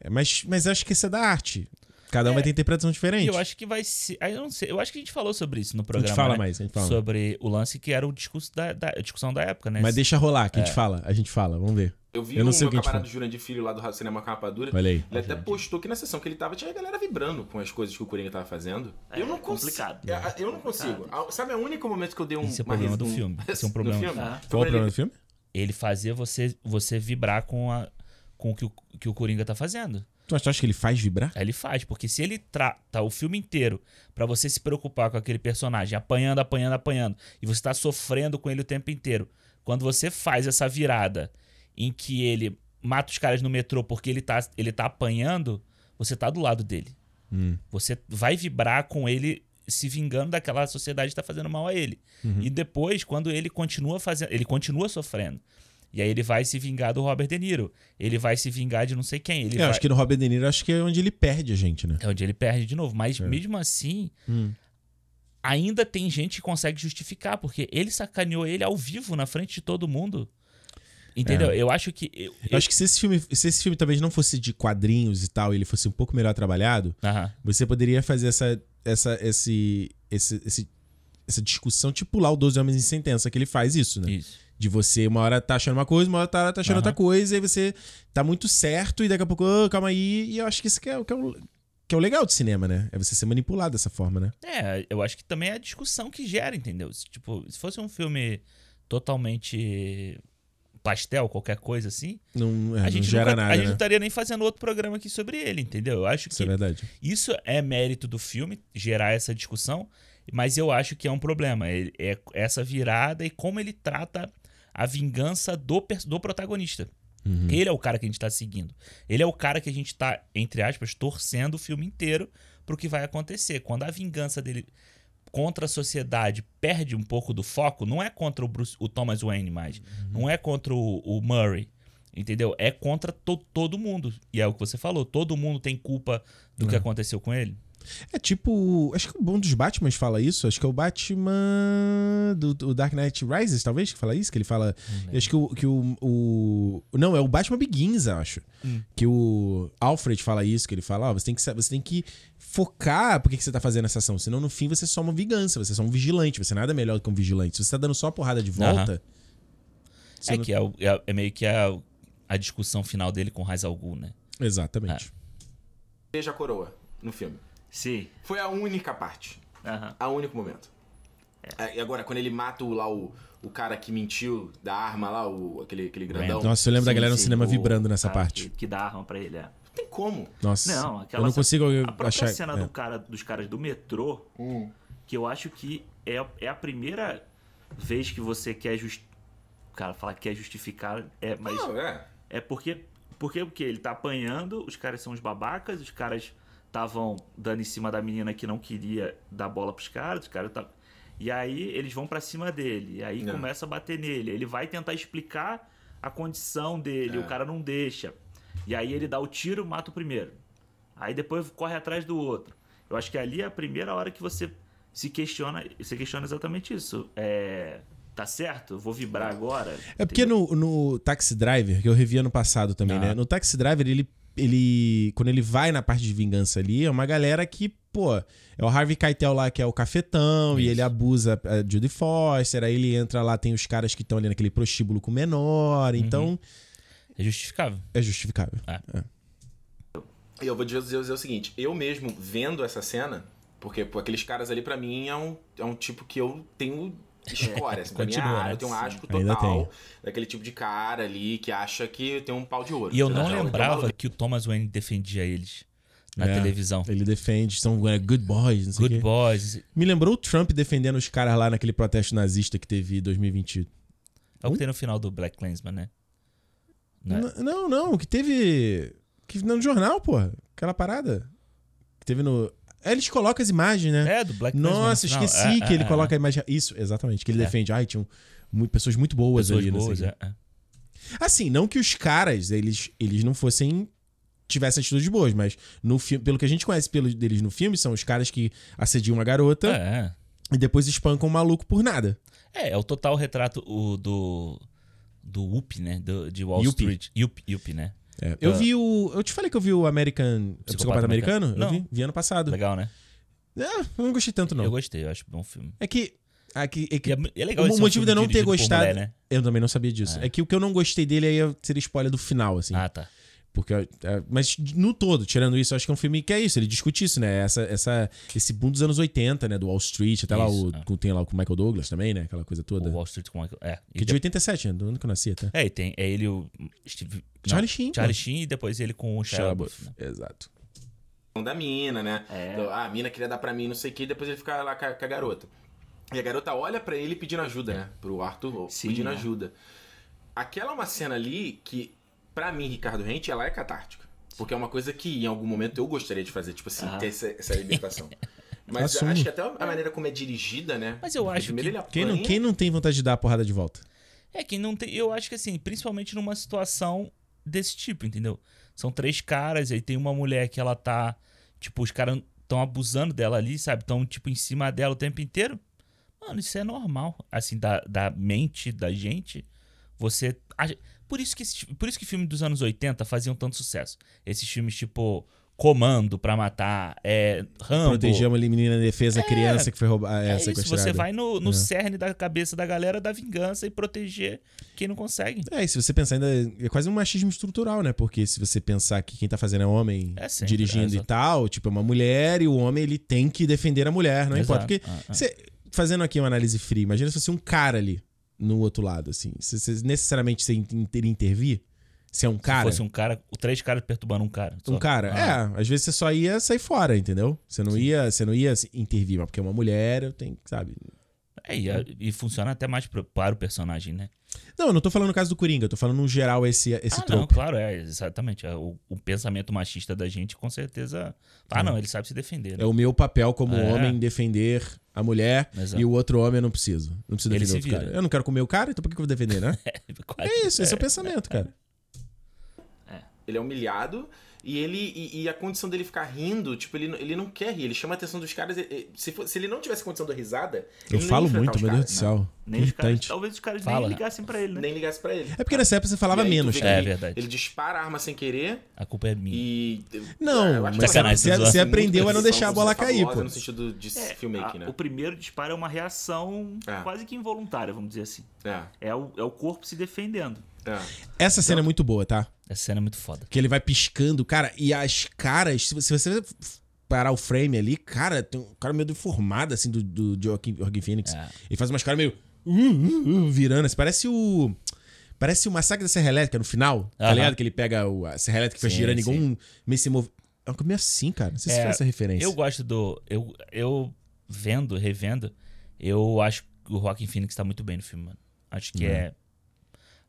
Speaker 1: É, Mas, mas acho que isso é da arte. Cada um vai ter interpretação
Speaker 2: É. E
Speaker 1: diferente.
Speaker 2: eu acho que vai ser. aí Eu não sei. Eu acho que a gente falou sobre isso no
Speaker 1: a
Speaker 2: programa.
Speaker 1: gente fala
Speaker 2: né?
Speaker 1: mais, a gente fala.
Speaker 2: Sobre o lance que era o discurso da, da- a discussão da época, né?
Speaker 1: Mas É. deixa rolar, que a gente fala. A gente fala, vamos ver.
Speaker 3: Eu vi
Speaker 1: Eu
Speaker 3: o
Speaker 1: não
Speaker 3: meu
Speaker 1: sei o que a gente
Speaker 3: camarada Jurandir Filho lá do Rádio Cinema Capa Dura.
Speaker 1: Olha aí.
Speaker 3: Ele até postou que na sessão que ele tava tinha a galera vibrando com as coisas que o Coringa tava fazendo.
Speaker 4: É,
Speaker 3: eu não
Speaker 4: é
Speaker 3: consigo.
Speaker 4: complicado.
Speaker 3: É, eu não consigo. A- Sabe, é o único momento que eu dei um.
Speaker 2: Esse é o
Speaker 3: uma
Speaker 2: problema do
Speaker 3: res- um-
Speaker 2: filme. Esse é um problema.
Speaker 3: Do filme?
Speaker 1: Qual
Speaker 3: Foi
Speaker 4: Ah.
Speaker 1: o
Speaker 3: quando
Speaker 1: problema
Speaker 3: ele-
Speaker 1: do filme?
Speaker 2: Ele fazia você, você vibrar com, a, com o que o, que o Coringa tá fazendo.
Speaker 1: Tu acha tu acha que ele faz vibrar?
Speaker 2: Aí ele faz, porque se ele trata o filme inteiro pra você se preocupar com aquele personagem, apanhando, apanhando, apanhando, e você tá sofrendo com ele o tempo inteiro. Quando você faz essa virada em que ele mata os caras no metrô porque ele tá, ele tá apanhando, você tá do lado dele.
Speaker 1: Hum.
Speaker 2: Você vai vibrar com ele se vingando daquela sociedade que está fazendo mal a ele. E depois, quando ele continua fazendo, ele continua sofrendo. E aí ele vai se vingar do Robert De Niro. Ele vai se vingar de não sei quem. Ele
Speaker 1: É, Eu
Speaker 2: vai-
Speaker 1: acho que no Robert De Niro, acho que é onde ele perde a gente, né?
Speaker 2: É onde ele perde de novo. Mas mesmo assim,
Speaker 1: É. Hum.
Speaker 2: ainda tem gente que consegue justificar, porque ele sacaneou ele ao vivo na frente de todo mundo. Entendeu? Eu acho que. Eu,
Speaker 1: É. Eu acho que se esse filme, se esse filme talvez não fosse de quadrinhos e tal, e ele fosse um pouco melhor trabalhado,
Speaker 2: Aham.
Speaker 1: você poderia fazer essa, essa, esse, esse, esse- essa discussão, tipo lá o 12 Homens em Sentença, que ele faz isso, né?
Speaker 2: Isso.
Speaker 1: De você, uma hora tá achando uma coisa, uma hora tá, tá achando
Speaker 2: Aham.
Speaker 1: outra coisa, e aí você tá muito certo, e daqui a pouco, "Ah, calma aí. E eu acho que isso que é, o- que, é o, que é o legal do cinema, né? É você ser manipulado dessa forma, né?
Speaker 2: É, eu acho que também é a discussão que gera, entendeu? Se, tipo, se fosse um filme totalmente pastel, qualquer coisa assim,
Speaker 1: Não, é,
Speaker 2: a
Speaker 1: não
Speaker 2: gente,
Speaker 1: gera
Speaker 2: nunca- a
Speaker 1: nada,
Speaker 2: gente não
Speaker 1: né?
Speaker 2: estaria nem fazendo outro programa aqui sobre ele, entendeu? Eu acho
Speaker 1: Isso é
Speaker 2: que
Speaker 1: verdade.
Speaker 2: isso é mérito do filme, gerar essa discussão, mas eu acho que é um problema. Ele- É essa virada e como ele trata a vingança do, pers- do protagonista.
Speaker 1: Uhum.
Speaker 2: Ele é o cara que a gente tá seguindo. Ele é o cara que a gente tá, entre aspas, torcendo o filme inteiro pro que vai acontecer. Quando a vingança dele contra a sociedade perde um pouco do foco, não é contra o, Bruce- o Thomas Wayne mais. Não é contra o, o Murray. Entendeu? É contra to- todo mundo. E é o que você falou. Todo mundo tem culpa do que aconteceu com ele.
Speaker 1: É tipo. Acho que o bom dos Batman fala isso. Acho que é o Batman. Do, do Dark Knight Rises, talvez, que fala isso. Que ele fala. Acho que o. Que o, o- não, é o Batman Begins, eu acho. Que o Alfred fala isso. Que ele fala: ó, você, tem que, sa- você tem que focar por que que você tá fazendo essa ação. Senão, no fim, você é só uma vingança. Você é só um vigilante. Você é nada melhor do que um vigilante. Se você tá dando só a porrada de volta. você
Speaker 2: É
Speaker 1: não-
Speaker 2: que é, o- é- é meio que a, a discussão final dele com Raiz Algu, né?
Speaker 1: Exatamente.
Speaker 3: Beija a coroa no filme.
Speaker 4: Sim.
Speaker 3: Foi a única parte.
Speaker 4: Aham.
Speaker 3: A único momento. É, E agora, quando ele mata o, lá o, o cara que mentiu da arma lá, o, aquele, aquele grandão.
Speaker 1: Nossa, eu lembro da
Speaker 4: Sim,
Speaker 1: galera no
Speaker 4: sim,
Speaker 1: cinema
Speaker 4: o-
Speaker 1: vibrando nessa
Speaker 4: cara
Speaker 1: parte.
Speaker 4: Ah, Que, que dá arma pra ele, é.
Speaker 3: Não tem como.
Speaker 1: Nossa.
Speaker 4: Não, aquela
Speaker 1: eu não consigo
Speaker 4: a própria
Speaker 1: achar.
Speaker 4: cena
Speaker 1: é.
Speaker 4: do cara, dos caras do metrô, que eu acho que é, é a primeira vez que você quer just... Cara, falar que quer justificar, é, mas
Speaker 3: Não, é.
Speaker 4: é porque, porque o quê? Ele tá apanhando, os caras são os babacas, os caras estavam dando em cima da menina que não queria dar bola pros caras, os caras tá... E aí eles vão pra cima dele, e aí
Speaker 3: É.
Speaker 4: começa a bater nele. Ele vai tentar explicar a condição dele,
Speaker 3: É.
Speaker 4: o cara não deixa. E aí ele dá o tiro, mata o primeiro. Aí depois corre atrás do outro. Eu acho que ali é a primeira hora que você se questiona, você questiona exatamente isso. É, tá certo? Eu Vou vibrar agora.
Speaker 1: É porque no, no Taxi Driver, que eu revi ano passado também,
Speaker 2: Ah.
Speaker 1: né? No Taxi Driver, ele, ele. Quando ele vai na parte de vingança ali, é uma galera que, pô, é o Harvey Keitel lá que é o cafetão, e
Speaker 2: Isso.
Speaker 1: ele abusa a Judy Foster, aí ele entra lá, tem os caras que estão ali naquele prostíbulo com
Speaker 2: Uhum.
Speaker 1: menor, então
Speaker 2: É justificável.
Speaker 1: é justificável.
Speaker 3: E eu vou dizer, dizer- dizer o seguinte: eu mesmo vendo essa cena, porque pô, aqueles caras ali pra mim é um, é um tipo que eu tenho escória. assim, pra mim é
Speaker 2: Continua,
Speaker 3: área,
Speaker 2: né?
Speaker 3: eu tenho um
Speaker 2: Sim.
Speaker 3: asco
Speaker 1: Ainda
Speaker 3: total daquele tipo de cara ali que acha que tem um pau de ouro.
Speaker 2: E eu
Speaker 3: Você
Speaker 2: não
Speaker 3: acha? é um
Speaker 2: lembrava
Speaker 3: maluco.
Speaker 2: que o Thomas Wayne defendia eles na
Speaker 1: É.
Speaker 2: televisão.
Speaker 1: Ele defende, são é, good boys, não sei o
Speaker 2: Good
Speaker 1: quê.
Speaker 2: Boys.
Speaker 1: Me lembrou o Trump defendendo os caras lá naquele protesto nazista que teve em 2020.
Speaker 2: É o que tem no final do Black Clansman, né? Não é?
Speaker 1: N- Não, não, que teve. Que no jornal, porra. Aquela parada. Que teve no. É, Eles colocam as imagens, né?
Speaker 2: É, do Black Clansman.
Speaker 1: Nossa,
Speaker 2: no final.
Speaker 1: esqueci
Speaker 2: É,
Speaker 1: que
Speaker 2: é,
Speaker 1: ele
Speaker 2: é,
Speaker 1: coloca a imagem. Isso, exatamente. Que ele
Speaker 2: É.
Speaker 1: defende. Ai, tinham mu- pessoas muito boas
Speaker 2: pessoas
Speaker 1: ali, né, não sei o
Speaker 2: boas,
Speaker 1: quê.
Speaker 2: é, é.
Speaker 1: Assim, não que os caras, eles, eles não fossem. tivessem atitudes boas, mas no filme, pelo que a gente conhece pelo, deles no filme, são os caras que assediam uma garota
Speaker 2: É, é.
Speaker 1: e depois espancam um maluco por nada.
Speaker 2: É, é o total retrato o, do. Do UP, né? Do, de Wall
Speaker 1: Yuppie.
Speaker 2: Street. UP, UP, né?
Speaker 1: É, eu vi o. Eu te falei que eu vi o American. é Psicopata, americano?
Speaker 2: Americano?
Speaker 1: Eu
Speaker 2: Não.
Speaker 1: vi, vi ano passado.
Speaker 2: Legal, né?
Speaker 1: É, eu não gostei tanto, não.
Speaker 2: Eu gostei, eu acho bom filme.
Speaker 1: É que. É que, é que-
Speaker 2: E é, e é legal
Speaker 1: o
Speaker 2: ele ser um
Speaker 1: motivo de eu não
Speaker 2: filme
Speaker 1: ter
Speaker 2: dirigido por
Speaker 1: gostado-
Speaker 2: mulher, né?
Speaker 1: Eu também não sabia disso. É. que o que eu não gostei dele aí seria spoiler do final, assim.
Speaker 2: Ah, tá.
Speaker 1: Porque, é, mas no todo, tirando isso, eu acho que é um filme que é isso. Ele discute isso, né? Essa, essa, esse boom dos anos 80, né? Do Wall Street, até lá o.
Speaker 2: Isso, é.
Speaker 1: com- Tem lá com o Michael Douglas também, né? Aquela coisa
Speaker 2: O
Speaker 1: toda.
Speaker 2: Wall Street com Michael. É. E
Speaker 1: Que é de 87, né? Do ano que eu nasci, tá?
Speaker 2: de- É, e tem. É ele o. Steve... não,
Speaker 1: Charlie Sheen. pô.
Speaker 2: Charlie Sheen e depois ele com o
Speaker 1: Shia
Speaker 2: Shia LaBeouf,
Speaker 1: LaBeouf.
Speaker 2: né?
Speaker 1: Exato.
Speaker 3: da mina, né?
Speaker 4: É.
Speaker 3: Do, ah, a mina queria dar pra mim, não sei o que, e depois ele fica lá com a, com a garota. E a garota olha pra ele pedindo ajuda, né? Pro Arthur
Speaker 4: Sim,
Speaker 3: pedindo
Speaker 2: né?
Speaker 4: é.
Speaker 3: ajuda. Aquela é uma cena ali que, pra mim, Ricardo Rente, ela é catártica. Porque é uma coisa que em algum momento eu gostaria de fazer, tipo assim,
Speaker 4: Ah.
Speaker 3: ter essa, essa libertação. Mas
Speaker 1: Assumo.
Speaker 3: acho que até a maneira como é dirigida, né?
Speaker 2: Mas eu
Speaker 3: Porque
Speaker 2: acho
Speaker 3: primeiro
Speaker 2: que-
Speaker 3: ele
Speaker 1: Quem não,
Speaker 3: apanha-
Speaker 1: quem não tem vontade de dar a porrada de volta?
Speaker 2: É, quem não tem. Eu acho que assim, principalmente numa situação desse tipo, entendeu? São três caras, aí tem uma mulher que ela tá. Tipo, os caras estão abusando dela ali, sabe? Estão, tipo, em cima dela o tempo inteiro. Mano, isso é normal. Assim, da, da mente da gente. Você. acha- Por isso, que, esse- por isso que filmes dos anos 80 faziam tanto sucesso. Esses filmes, tipo, Comando pra Matar, é, Rambo.
Speaker 1: Proteger uma menina de defesa, criança que foi roubada.
Speaker 2: É
Speaker 1: É,
Speaker 2: isso,
Speaker 1: sequestrada.
Speaker 2: você vai no, no
Speaker 1: É.
Speaker 2: cerne da cabeça da galera da vingança e proteger quem não consegue.
Speaker 1: É, e se você pensar ainda. É quase um machismo estrutural, né? Porque se você pensar que quem tá fazendo é homem
Speaker 2: É sempre, é,
Speaker 1: dirigindo e
Speaker 2: exato.
Speaker 1: tal, tipo, é uma mulher e o homem ele tem que defender a mulher, não importa.
Speaker 2: Exato.
Speaker 1: Porque
Speaker 2: Ah, ah.
Speaker 1: você- fazendo aqui uma análise fria, imagina se fosse um cara ali no outro lado, assim. Se você necessariamente você in- teria que intervir, se é um
Speaker 2: Se
Speaker 1: cara.
Speaker 2: fosse um cara, o três caras perturbando um cara.
Speaker 1: Um
Speaker 2: só.
Speaker 1: cara,
Speaker 2: Ah,
Speaker 1: é, às vezes você só ia sair fora, entendeu? Você não ia, você não ia se intervir, mas porque é uma mulher, eu tenho, que, sabe?
Speaker 2: é, e, e funciona até mais pro- para o personagem, né?
Speaker 1: Não, eu não tô falando no caso do Coringa, eu tô falando no geral esse esse
Speaker 2: ah, não,
Speaker 1: troco.
Speaker 2: claro, é, exatamente. É, o, o pensamento machista da gente, com certeza. Ah, não, ele sabe se defender. né?
Speaker 1: É o meu papel como
Speaker 2: É.
Speaker 1: homem defender a mulher
Speaker 2: Exato.
Speaker 1: e o outro homem eu não preciso. Eu Não preciso
Speaker 2: Ele
Speaker 1: defender
Speaker 2: se
Speaker 1: outro
Speaker 2: vira.
Speaker 1: cara. Eu não quero comer o cara, então por que que eu vou defender, né?
Speaker 2: Quase.
Speaker 1: É isso, esse é o pensamento, cara.
Speaker 3: Ele é humilhado e ele e, e a condição dele ficar rindo, tipo, ele, não- ele não quer rir, ele chama a atenção dos caras. e- e- se, for- se ele não tivesse condição da risada,
Speaker 1: Eu
Speaker 3: ele não ia
Speaker 1: falo
Speaker 3: enfrentar
Speaker 1: muito,
Speaker 3: os
Speaker 1: meu Deus
Speaker 3: caras,
Speaker 1: do
Speaker 3: né?
Speaker 1: céu.
Speaker 4: Nem os caras,
Speaker 1: Irritante.
Speaker 4: talvez os caras
Speaker 2: Fala.
Speaker 4: nem ligassem pra ele, né?
Speaker 3: Nem ligasse pra ele.
Speaker 1: É porque nessa época você falava
Speaker 3: E aí tu
Speaker 1: menos, né?
Speaker 3: vê
Speaker 1: cara.
Speaker 2: É,
Speaker 3: que ele-
Speaker 2: verdade.
Speaker 3: Ele dispara a arma sem querer
Speaker 2: A culpa é minha.
Speaker 3: e. Ah,
Speaker 1: Não,
Speaker 3: eu acho
Speaker 1: mas
Speaker 3: que essa-
Speaker 2: Sacanagem,
Speaker 1: você,
Speaker 2: zoando.
Speaker 1: você
Speaker 3: essa
Speaker 1: aprendeu a não
Speaker 3: edição
Speaker 1: deixar a bola
Speaker 3: fabulosa
Speaker 1: cair, pô.
Speaker 3: No sentido de
Speaker 4: É,
Speaker 3: filmmaking,
Speaker 4: a-
Speaker 3: né?
Speaker 4: O primeiro disparo é uma reação
Speaker 3: É.
Speaker 4: quase que involuntária, vamos dizer assim.
Speaker 3: É,
Speaker 4: É o, é o corpo se defendendo.
Speaker 3: é.
Speaker 1: Essa cena é muito boa, tá?
Speaker 2: Essa cena é muito foda.
Speaker 1: Que ele vai piscando, cara, e as caras, se você se você parar o frame ali, cara, tem um cara meio deformado, assim, do, do Joaquin Joaquin Phoenix.
Speaker 2: É.
Speaker 1: Ele faz umas caras meio. uh, uh, uh, virando, assim, parece o. Parece o Massacre da Serra Elétrica no final, tá
Speaker 2: Aham.
Speaker 1: ligado? Que ele pega o, a Serra Elétrica e faz
Speaker 2: Sim,
Speaker 1: girando igual
Speaker 2: sim.
Speaker 1: um. meio se move. É um meio assim, cara. Não sei se
Speaker 2: É,
Speaker 1: foi essa referência.
Speaker 2: Eu gosto do. Eu, eu vendo, revendo, eu acho que o Joaquin Phoenix tá muito bem no filme, mano. Acho
Speaker 1: Uhum.
Speaker 2: que é.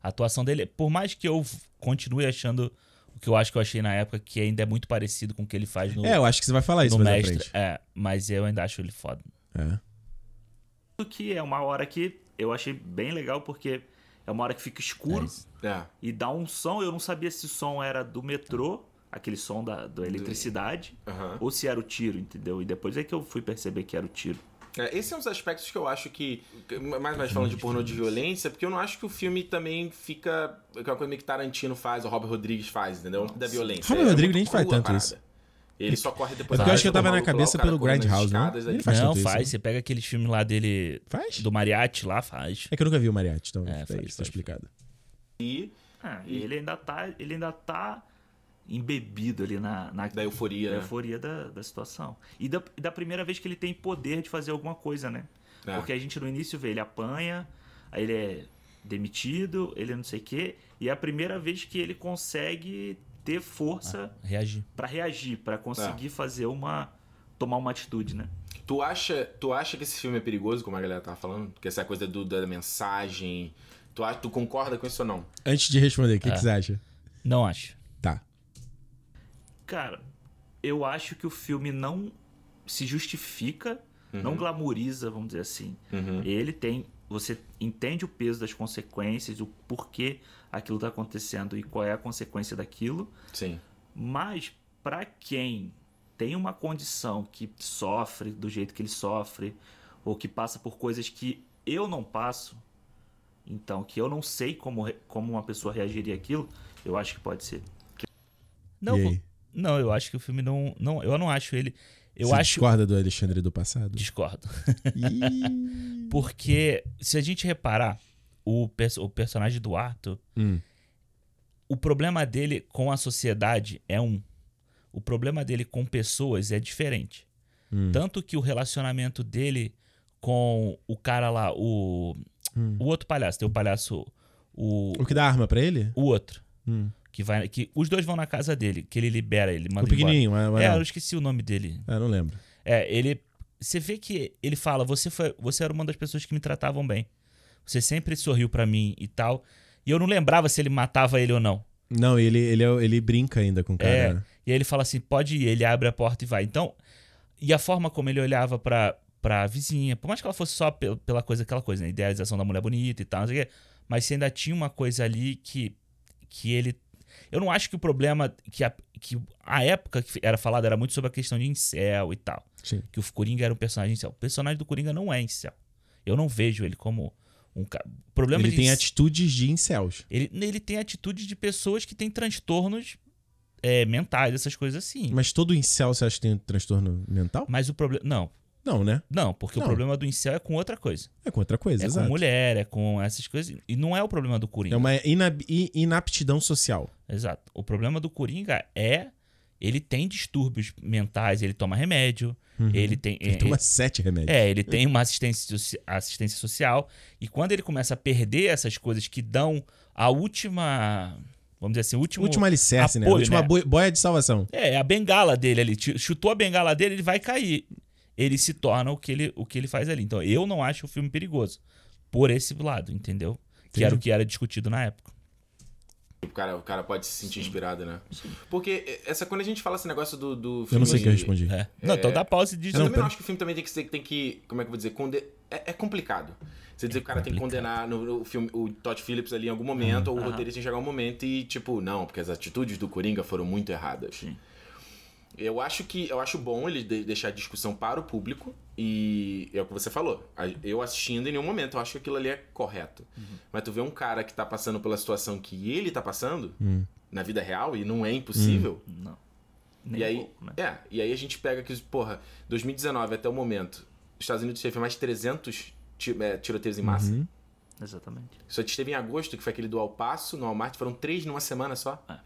Speaker 2: A atuação dele, por mais que eu continue achando o que eu acho que eu achei na época, que ainda é muito parecido com o que ele faz no,
Speaker 1: É, eu acho que você vai falar isso
Speaker 2: no
Speaker 1: mais à
Speaker 2: mestre.
Speaker 1: frente.
Speaker 2: É, mas eu ainda acho ele foda.
Speaker 1: É.
Speaker 4: Tanto que é uma hora que eu achei bem legal, porque é uma hora que fica escuro
Speaker 3: É.
Speaker 4: e dá um som. Eu não sabia se o som era do metrô, aquele som da, da eletricidade,
Speaker 3: Aham.
Speaker 4: ou se era o tiro, entendeu? E depois é que eu fui perceber que era o tiro.
Speaker 3: É, esse é um dos aspectos que eu acho que. que- Mais, mais falando de pornô de violência, porque eu não acho que o filme também fica. que é uma coisa meio que Tarantino faz, ou Robert Rodrigues faz, entendeu? Da violência.
Speaker 1: Robert
Speaker 3: É
Speaker 1: Rodrigues nem
Speaker 3: muito
Speaker 1: faz
Speaker 3: crua a
Speaker 1: tanto isso.
Speaker 3: parada. Ele só corre
Speaker 1: É
Speaker 3: depois
Speaker 1: porque eu acho que eu
Speaker 3: do
Speaker 1: tava na
Speaker 3: maluco lá, o
Speaker 1: cabeça
Speaker 3: cara
Speaker 1: pelo
Speaker 3: correndo nas
Speaker 1: Grindhouse, não?
Speaker 3: escadas, aí-
Speaker 1: Ele faz
Speaker 2: não,
Speaker 1: tanto isso,
Speaker 2: faz.
Speaker 1: né?
Speaker 2: Você pega aquele filme lá dele.
Speaker 1: Faz?
Speaker 2: Do Mariachi lá, faz.
Speaker 1: É que eu nunca vi o Mariachi, então
Speaker 2: É,
Speaker 1: é,
Speaker 2: faz,
Speaker 1: isso tá
Speaker 2: faz.
Speaker 1: explicado.
Speaker 4: Ah, e ele ainda tá, ele ainda tá embebido ali na, na
Speaker 3: Da euforia,
Speaker 4: da,
Speaker 3: né?
Speaker 4: euforia da, da situação. E da, da primeira vez que ele tem poder de fazer alguma coisa, né?
Speaker 3: É.
Speaker 4: Porque a gente no início vê ele apanha, aí ele é demitido, ele não sei o quê, e é a primeira vez que ele consegue ter
Speaker 3: É.
Speaker 4: força
Speaker 2: Reagir.
Speaker 4: pra reagir, pra conseguir fazer uma tomar uma atitude, né?
Speaker 3: Tu acha, tu acha que esse filme é perigoso, como a galera tava falando? Que essa coisa do, da mensagem. Tu, acha, tu concorda com isso ou não?
Speaker 1: Antes de responder, o
Speaker 2: É.
Speaker 1: que, que você acha?
Speaker 2: Não acho.
Speaker 1: Tá.
Speaker 4: Cara, eu acho que o filme não se justifica, não glamoriza, vamos dizer assim.
Speaker 3: Uhum.
Speaker 4: Ele tem. Você entende o peso das consequências, o porquê aquilo tá acontecendo e qual é a consequência daquilo.
Speaker 3: Sim.
Speaker 4: Mas para quem tem uma condição que sofre do jeito que ele sofre ou que passa por coisas que eu não passo, então que eu não sei como re- como uma pessoa reagiria àquilo, eu acho que pode ser.
Speaker 2: Não,
Speaker 1: e aí?
Speaker 2: não, eu acho que o filme não. não eu não acho ele. Eu
Speaker 1: Você
Speaker 2: acho.
Speaker 1: discorda do Alexandre do passado?
Speaker 2: Discordo.
Speaker 1: Ih.
Speaker 2: Porque se a gente reparar, o, perso- o personagem do Arthur,
Speaker 1: Hum.
Speaker 2: o problema dele com a sociedade é um. O problema dele com pessoas é diferente.
Speaker 1: Hum.
Speaker 2: Tanto que o relacionamento dele com o cara lá, o.
Speaker 1: Hum.
Speaker 2: O outro palhaço, tem o palhaço. O,
Speaker 1: O que dá arma pra ele?
Speaker 2: o outro.
Speaker 1: Hum.
Speaker 2: Que vai. Que os dois vão na casa dele, que ele libera, ele manda
Speaker 1: O pequenininho, né? mas,
Speaker 2: embora.
Speaker 1: mas
Speaker 2: É,
Speaker 1: não.
Speaker 2: eu esqueci o nome dele.
Speaker 1: Ah, não lembro.
Speaker 2: É, ele. Você vê que ele fala: você, foi, você era uma das pessoas que me tratavam bem. Você sempre sorriu pra mim e tal. E eu não lembrava se ele matava ele ou não.
Speaker 1: Não, ele, ele, é o- ele brinca ainda com o cara.
Speaker 2: É.
Speaker 1: né?
Speaker 2: E aí ele fala assim: pode ir. Ele abre a porta e vai. Então. E a forma como ele olhava pra, pra vizinha, por mais que ela fosse só pe- pela coisa, aquela coisa, né? Idealização da mulher bonita e tal, não sei o quê. Mas você ainda tinha uma coisa ali que. Que ele. Eu não acho que o problema. Que a, que a época que era falada era muito sobre a questão de incel e tal.
Speaker 1: Sim.
Speaker 2: que o Coringa era um personagem incel. O personagem do Coringa não é incel. Eu não vejo ele como um cara. O problema
Speaker 1: Ele
Speaker 2: de
Speaker 1: tem
Speaker 2: inc-
Speaker 1: atitudes de incels.
Speaker 2: ele, ele tem atitude de pessoas que têm transtornos é, mentais, essas coisas assim. Mas,
Speaker 1: Mas todo incel você acha que tem um transtorno mental?
Speaker 2: o problema. Não,
Speaker 1: Não, né?
Speaker 2: não, porque
Speaker 1: Não.
Speaker 2: o problema do incel é com outra coisa.
Speaker 1: É com outra coisa,
Speaker 2: é
Speaker 1: exato.
Speaker 2: com mulher, é com essas coisas. E não é o problema do Coringa.
Speaker 1: É uma inab- i- inaptidão social.
Speaker 2: Exato. O problema do Coringa é. Ele tem distúrbios mentais, ele toma remédio, ele tem.
Speaker 1: Uhum. Ele
Speaker 2: é-
Speaker 1: toma sete remédios.
Speaker 2: É, ele tem uma assistência, soci- assistência social. E quando ele começa a perder essas coisas que dão a última. Vamos dizer assim, o último.
Speaker 1: Última alicerce, né?
Speaker 2: apoio,
Speaker 1: Última
Speaker 2: né?
Speaker 1: boi- boia de salvação.
Speaker 2: É, a bengala dele ali. Ti- Chutou a bengala dele, ele vai cair. Ele se torna o que ele, o que ele faz ali. Então, eu não acho o filme perigoso. Por esse lado, entendeu? Que era o que era discutido na época.
Speaker 3: O cara, o cara pode se sentir inspirado, né? Porque essa, quando a gente fala esse negócio do, do
Speaker 1: Eu não sei o que eu
Speaker 3: de-
Speaker 1: respondi.
Speaker 2: É. Não, então dá pausa e diz.
Speaker 3: Eu também não acho que o filme também tem que, ser- tem que como é que eu vou dizer, conde... é, é complicado. Você dizer que o cara tem que condenar no, no filme, o Todd Phillips ali em algum momento, ou o roteirista chegar um momento e tipo, não, porque as atitudes do Coringa foram muito erradas.
Speaker 4: Sim.
Speaker 3: Eu acho que eu acho bom ele de- deixar a discussão para o público e é o que você falou. A- Eu assistindo em nenhum momento eu acho que aquilo ali é correto. Mas tu vê um cara que tá passando pela situação que ele tá passando na vida real e não é impossível.
Speaker 4: Não.
Speaker 3: E
Speaker 4: Nem um
Speaker 3: aí,
Speaker 4: pouco, né?
Speaker 3: é, e aí a gente pega que, porra, 2019 até o momento, os Estados Unidos teve mais 300 ti- é, tiroteios em massa.
Speaker 1: Uhum.
Speaker 4: Exatamente.
Speaker 3: Só teve em agosto, que foi aquele do Al Paso, no Walmart, foram três numa semana só.
Speaker 4: É.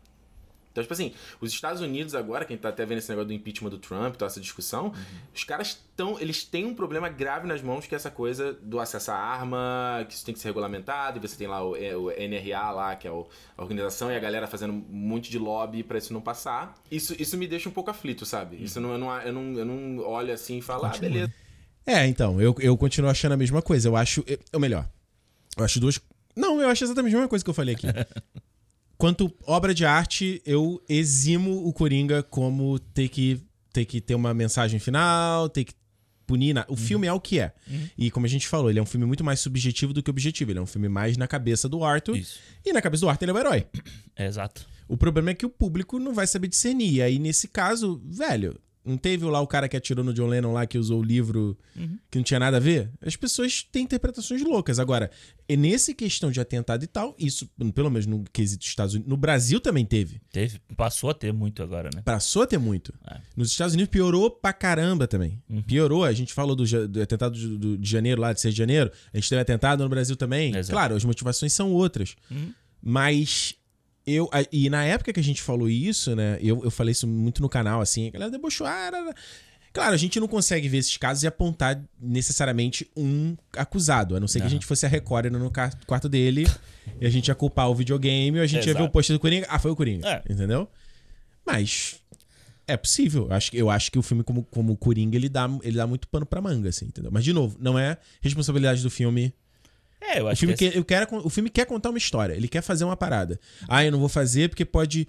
Speaker 3: Então, tipo assim, os Estados Unidos agora, quem tá até vendo esse negócio do impeachment do Trump, toda essa discussão, os caras estão. Eles têm um problema grave nas mãos, que é essa coisa do acesso à arma, que isso tem que ser regulamentado, e você tem lá o, é, o NRA lá, que é o- a organização, e a galera fazendo um monte de lobby pra isso não passar. Isso, isso me deixa um pouco aflito, sabe? Isso não, eu, não, eu, não, eu não olho assim e falo, ah,
Speaker 1: Continua.
Speaker 3: beleza.
Speaker 1: É, então, eu, eu continuo achando a mesma coisa. Eu acho. eu- Ou melhor, eu acho duas. Não, eu acho exatamente a mesma coisa que eu falei aqui. Quanto obra de arte, eu eximo o Coringa como ter que, ter que ter uma mensagem final, ter que punir. na- O filme é o que é. E como a gente falou, ele é um filme muito mais subjetivo do que objetivo. Ele é um filme mais na cabeça do Arthur.
Speaker 2: Isso.
Speaker 1: E na cabeça do Arthur ele é o herói.
Speaker 2: É, exato.
Speaker 1: O problema é que o público não vai saber discernir. E aí, nesse caso, velho, não teve lá o cara que atirou no John Lennon lá, que usou o livro que não tinha nada a ver? As pessoas têm interpretações loucas. Agora, e nesse questão de atentado e tal, isso, pelo menos no quesito Estados Unidos, no Brasil também teve.
Speaker 2: Teve, passou a ter muito agora, né?
Speaker 1: Passou a ter muito.
Speaker 2: É. Uhum.
Speaker 1: Nos Estados Unidos piorou pra caramba também. Piorou, a gente falou do, ja- do atentado de, do- de janeiro lá, de 6 de janeiro. A gente teve atentado no Brasil também.
Speaker 2: Exato. Uhum.
Speaker 1: Claro, as motivações são outras. Mas eu. a- E na época que a gente falou isso, né? Eu, eu falei isso muito no canal, assim. A galera debochou. "Ah, era- era." Claro, a gente não consegue ver esses casos e apontar necessariamente um acusado. A não ser que a
Speaker 2: Aham.
Speaker 1: gente fosse a Record e no ca- quarto dele e a gente ia culpar o videogame ou a gente ia ver
Speaker 2: Exato.
Speaker 1: o post do Coringa. Ah, foi o Coringa.
Speaker 2: É.
Speaker 1: Entendeu? Mas é possível. Eu acho, que- eu acho que o filme como, como Coringa, ele dá, ele dá muito pano pra manga, assim, entendeu? Mas, de novo, não é responsabilidade do filme.
Speaker 2: É, eu
Speaker 1: O
Speaker 2: acho
Speaker 1: filme,
Speaker 2: que,
Speaker 1: que, eu quero, o filme quer contar uma história. Ele quer fazer uma parada. Ah, eu não vou fazer porque pode...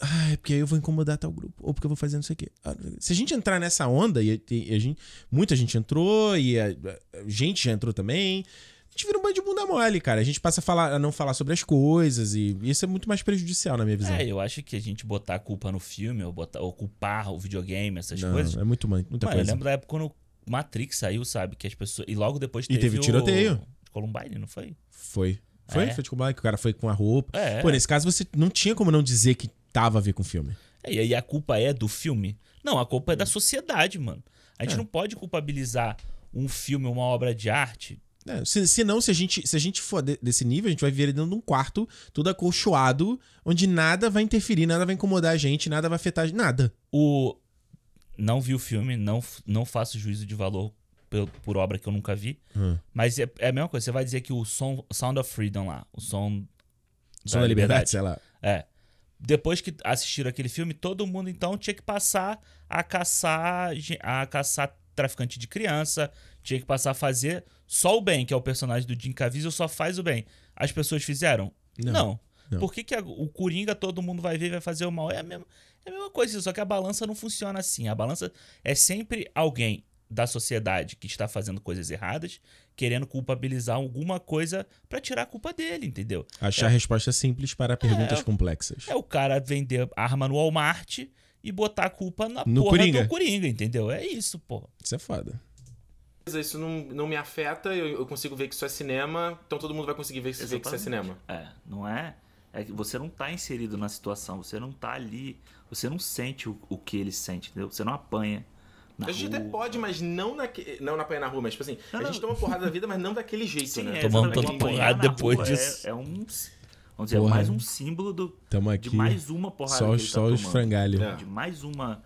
Speaker 1: Ah, é porque aí eu vou incomodar tal grupo. Ou porque eu vou fazer não sei o quê. Ah, Se a gente entrar nessa onda, e, e- e a gente, muita gente entrou, e a, a gente já entrou também... A gente vira um bando de bunda mole, cara. A gente passa a, falar, a não falar sobre as coisas e isso é muito mais prejudicial, na minha visão.
Speaker 2: É, eu acho que a gente botar a culpa no filme, ou, botar, ou culpar o videogame, essas
Speaker 1: Não,
Speaker 2: coisas. né?
Speaker 1: é muito, man- muita
Speaker 2: Mano, eu
Speaker 1: coisa.
Speaker 2: lembro da época quando Matrix saiu, sabe? Que as pessoas. E logo depois
Speaker 1: E
Speaker 2: teve.
Speaker 1: teve tiroteio.
Speaker 2: O... Columbine, não foi?
Speaker 1: Foi. Foi?
Speaker 2: É.
Speaker 1: Foi de combate que o cara foi com a roupa.
Speaker 2: É.
Speaker 1: Pô, nesse caso você não tinha como não dizer que tava a ver com o filme.
Speaker 2: É, E aí a culpa é do filme? Não, a culpa é da sociedade, mano. A gente
Speaker 1: É.
Speaker 2: não pode culpabilizar um filme, uma obra de arte.
Speaker 1: É, se, se não, se a gente, se a gente for de- desse nível, a gente vai viver dentro de um quarto todo acolchoado, onde nada vai interferir, nada vai incomodar a gente, nada vai afetar a gente, nada.
Speaker 2: O. Não vi o filme, não, f- não faço juízo de valor pel- por, obra que eu nunca vi.
Speaker 1: Hum.
Speaker 2: Mas é, é a mesma coisa. Você vai dizer que o som, Sound of Freedom lá, o som
Speaker 1: Só
Speaker 2: É,
Speaker 1: na Tá, liberdade,
Speaker 2: liberdade.
Speaker 1: sei lá.
Speaker 2: É. Depois que assistiram aquele filme, todo mundo então tinha que passar a caçar ge- a caçar traficante de criança, tinha que passar a fazer só o bem, que é o personagem do Jim Caviezel só faz o bem. As pessoas fizeram?
Speaker 1: Não.
Speaker 2: Não.
Speaker 1: Não.
Speaker 2: Por que, que a- o Coringa todo mundo vai ver e vai fazer o mal? É a, mesma, é a mesma coisa, só que a balança não funciona assim. A balança é sempre alguém da sociedade que está fazendo coisas erradas, querendo culpabilizar alguma coisa pra tirar a culpa dele, entendeu?
Speaker 1: Achar respostas simples para perguntas
Speaker 2: eu-
Speaker 1: complexas.
Speaker 2: É o cara vender arma no Walmart e botar a culpa na
Speaker 1: No
Speaker 2: porra
Speaker 1: Coringa.
Speaker 2: do Coringa, entendeu? É isso, pô.
Speaker 1: Isso é foda.
Speaker 3: Isso não, não me afeta, eu, eu consigo ver que isso é cinema, então todo mundo vai conseguir ver, ver que isso é
Speaker 4: Exatamente.
Speaker 3: cinema.
Speaker 4: É, não é? é que você não tá inserido na situação, você não tá ali, você não sente o, o que ele sente, entendeu? Você não apanha. Na
Speaker 3: A gente
Speaker 4: rua.
Speaker 3: até pode, mas não na, não na apanha na rua, mas tipo assim,
Speaker 4: Não,
Speaker 3: a
Speaker 4: não.
Speaker 3: gente toma porrada da vida, mas não daquele jeito,
Speaker 4: Sim,
Speaker 3: né?
Speaker 4: é,
Speaker 2: Tomamos
Speaker 4: exatamente.
Speaker 2: tanta
Speaker 4: Apanhar
Speaker 2: porrada
Speaker 4: na
Speaker 2: depois
Speaker 4: rua é-
Speaker 2: disso.
Speaker 4: É, um. Vamos dizer,
Speaker 1: Porra.
Speaker 4: mais um símbolo do,
Speaker 1: Tamo aqui.
Speaker 4: de mais uma porrada
Speaker 1: Só,
Speaker 4: que
Speaker 1: os-
Speaker 4: ele tá
Speaker 1: só os
Speaker 4: tomando.
Speaker 1: frangalhos.
Speaker 3: É.
Speaker 4: De mais uma.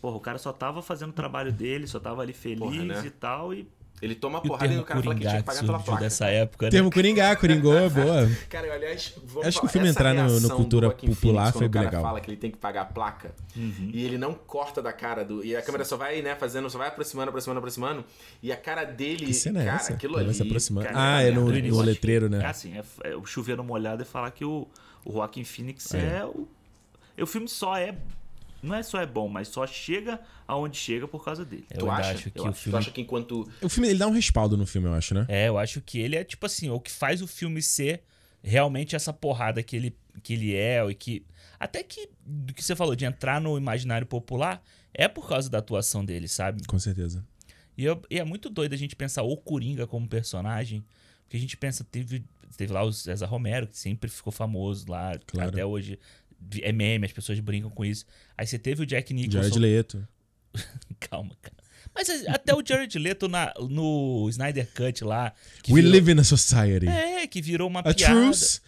Speaker 4: Porra, o cara só tava fazendo o trabalho dele, só tava ali feliz
Speaker 3: Porra, né?
Speaker 4: e tal, e
Speaker 3: Ele
Speaker 2: E
Speaker 3: toma
Speaker 2: o
Speaker 3: porrada e
Speaker 2: termo
Speaker 3: o cara fala que tinha
Speaker 2: Coringa
Speaker 3: que
Speaker 2: que
Speaker 3: pagar pela
Speaker 2: surgiu
Speaker 3: placa.
Speaker 2: dessa época, né?
Speaker 1: Termo Coringá, Coringô, boa.
Speaker 3: Cara, aliás, vamos
Speaker 1: Acho que o
Speaker 3: falar,
Speaker 1: filme
Speaker 3: essa
Speaker 1: entrar no- no
Speaker 3: reação do
Speaker 1: cultura
Speaker 3: Joaquin Phoenix
Speaker 1: popular
Speaker 3: quando
Speaker 1: foi
Speaker 3: o cara
Speaker 1: legal. Uhum.
Speaker 3: fala que ele tem que pagar a placa e ele não corta da cara do. E a câmera só vai, né, fazendo, só vai aproximando, aproximando, aproximando. E a cara dele.
Speaker 1: Que cena é
Speaker 3: cara,
Speaker 1: essa?
Speaker 3: aquilo
Speaker 1: Ele vai
Speaker 3: ali.
Speaker 1: se aproximando.
Speaker 3: cara,
Speaker 1: Ah, é no,
Speaker 4: merda,
Speaker 1: no
Speaker 4: eu acho.
Speaker 1: letreiro,
Speaker 4: tá É
Speaker 1: né?
Speaker 4: assim, é, é o chover no molhado é falar que o, o Joaquin Phoenix é, o. e O filme só é. Não é só é bom, mas só chega aonde chega por causa dele.
Speaker 2: Eu
Speaker 3: Tu
Speaker 2: ainda
Speaker 3: acha?
Speaker 2: acho que
Speaker 4: Eu
Speaker 2: o
Speaker 4: acho.
Speaker 3: Tu
Speaker 2: filme.
Speaker 3: acha que enquanto.
Speaker 1: O filme, ele dá um respaldo no filme, eu acho, né?
Speaker 2: É, eu acho que ele é tipo assim, o que faz o filme ser realmente essa porrada que ele, que ele é, e que. Até que do que você falou, de entrar no imaginário popular, é por causa da atuação dele, sabe?
Speaker 1: Com certeza.
Speaker 2: E, eu- e é muito doido a gente pensar o Coringa como personagem, porque a gente pensa, teve, teve lá o César Romero, que sempre ficou famoso lá,
Speaker 1: Claro.
Speaker 2: até hoje é meme, as pessoas brincam com isso. Aí você teve o Jack Nicholson.
Speaker 1: Jared Leto.
Speaker 2: Calma, cara. Mas a- até o Jared Leto na, no Snyder Cut lá. que
Speaker 1: We
Speaker 2: virou-
Speaker 1: live in a society.
Speaker 2: É, que virou uma
Speaker 1: A
Speaker 2: piada.
Speaker 1: truce.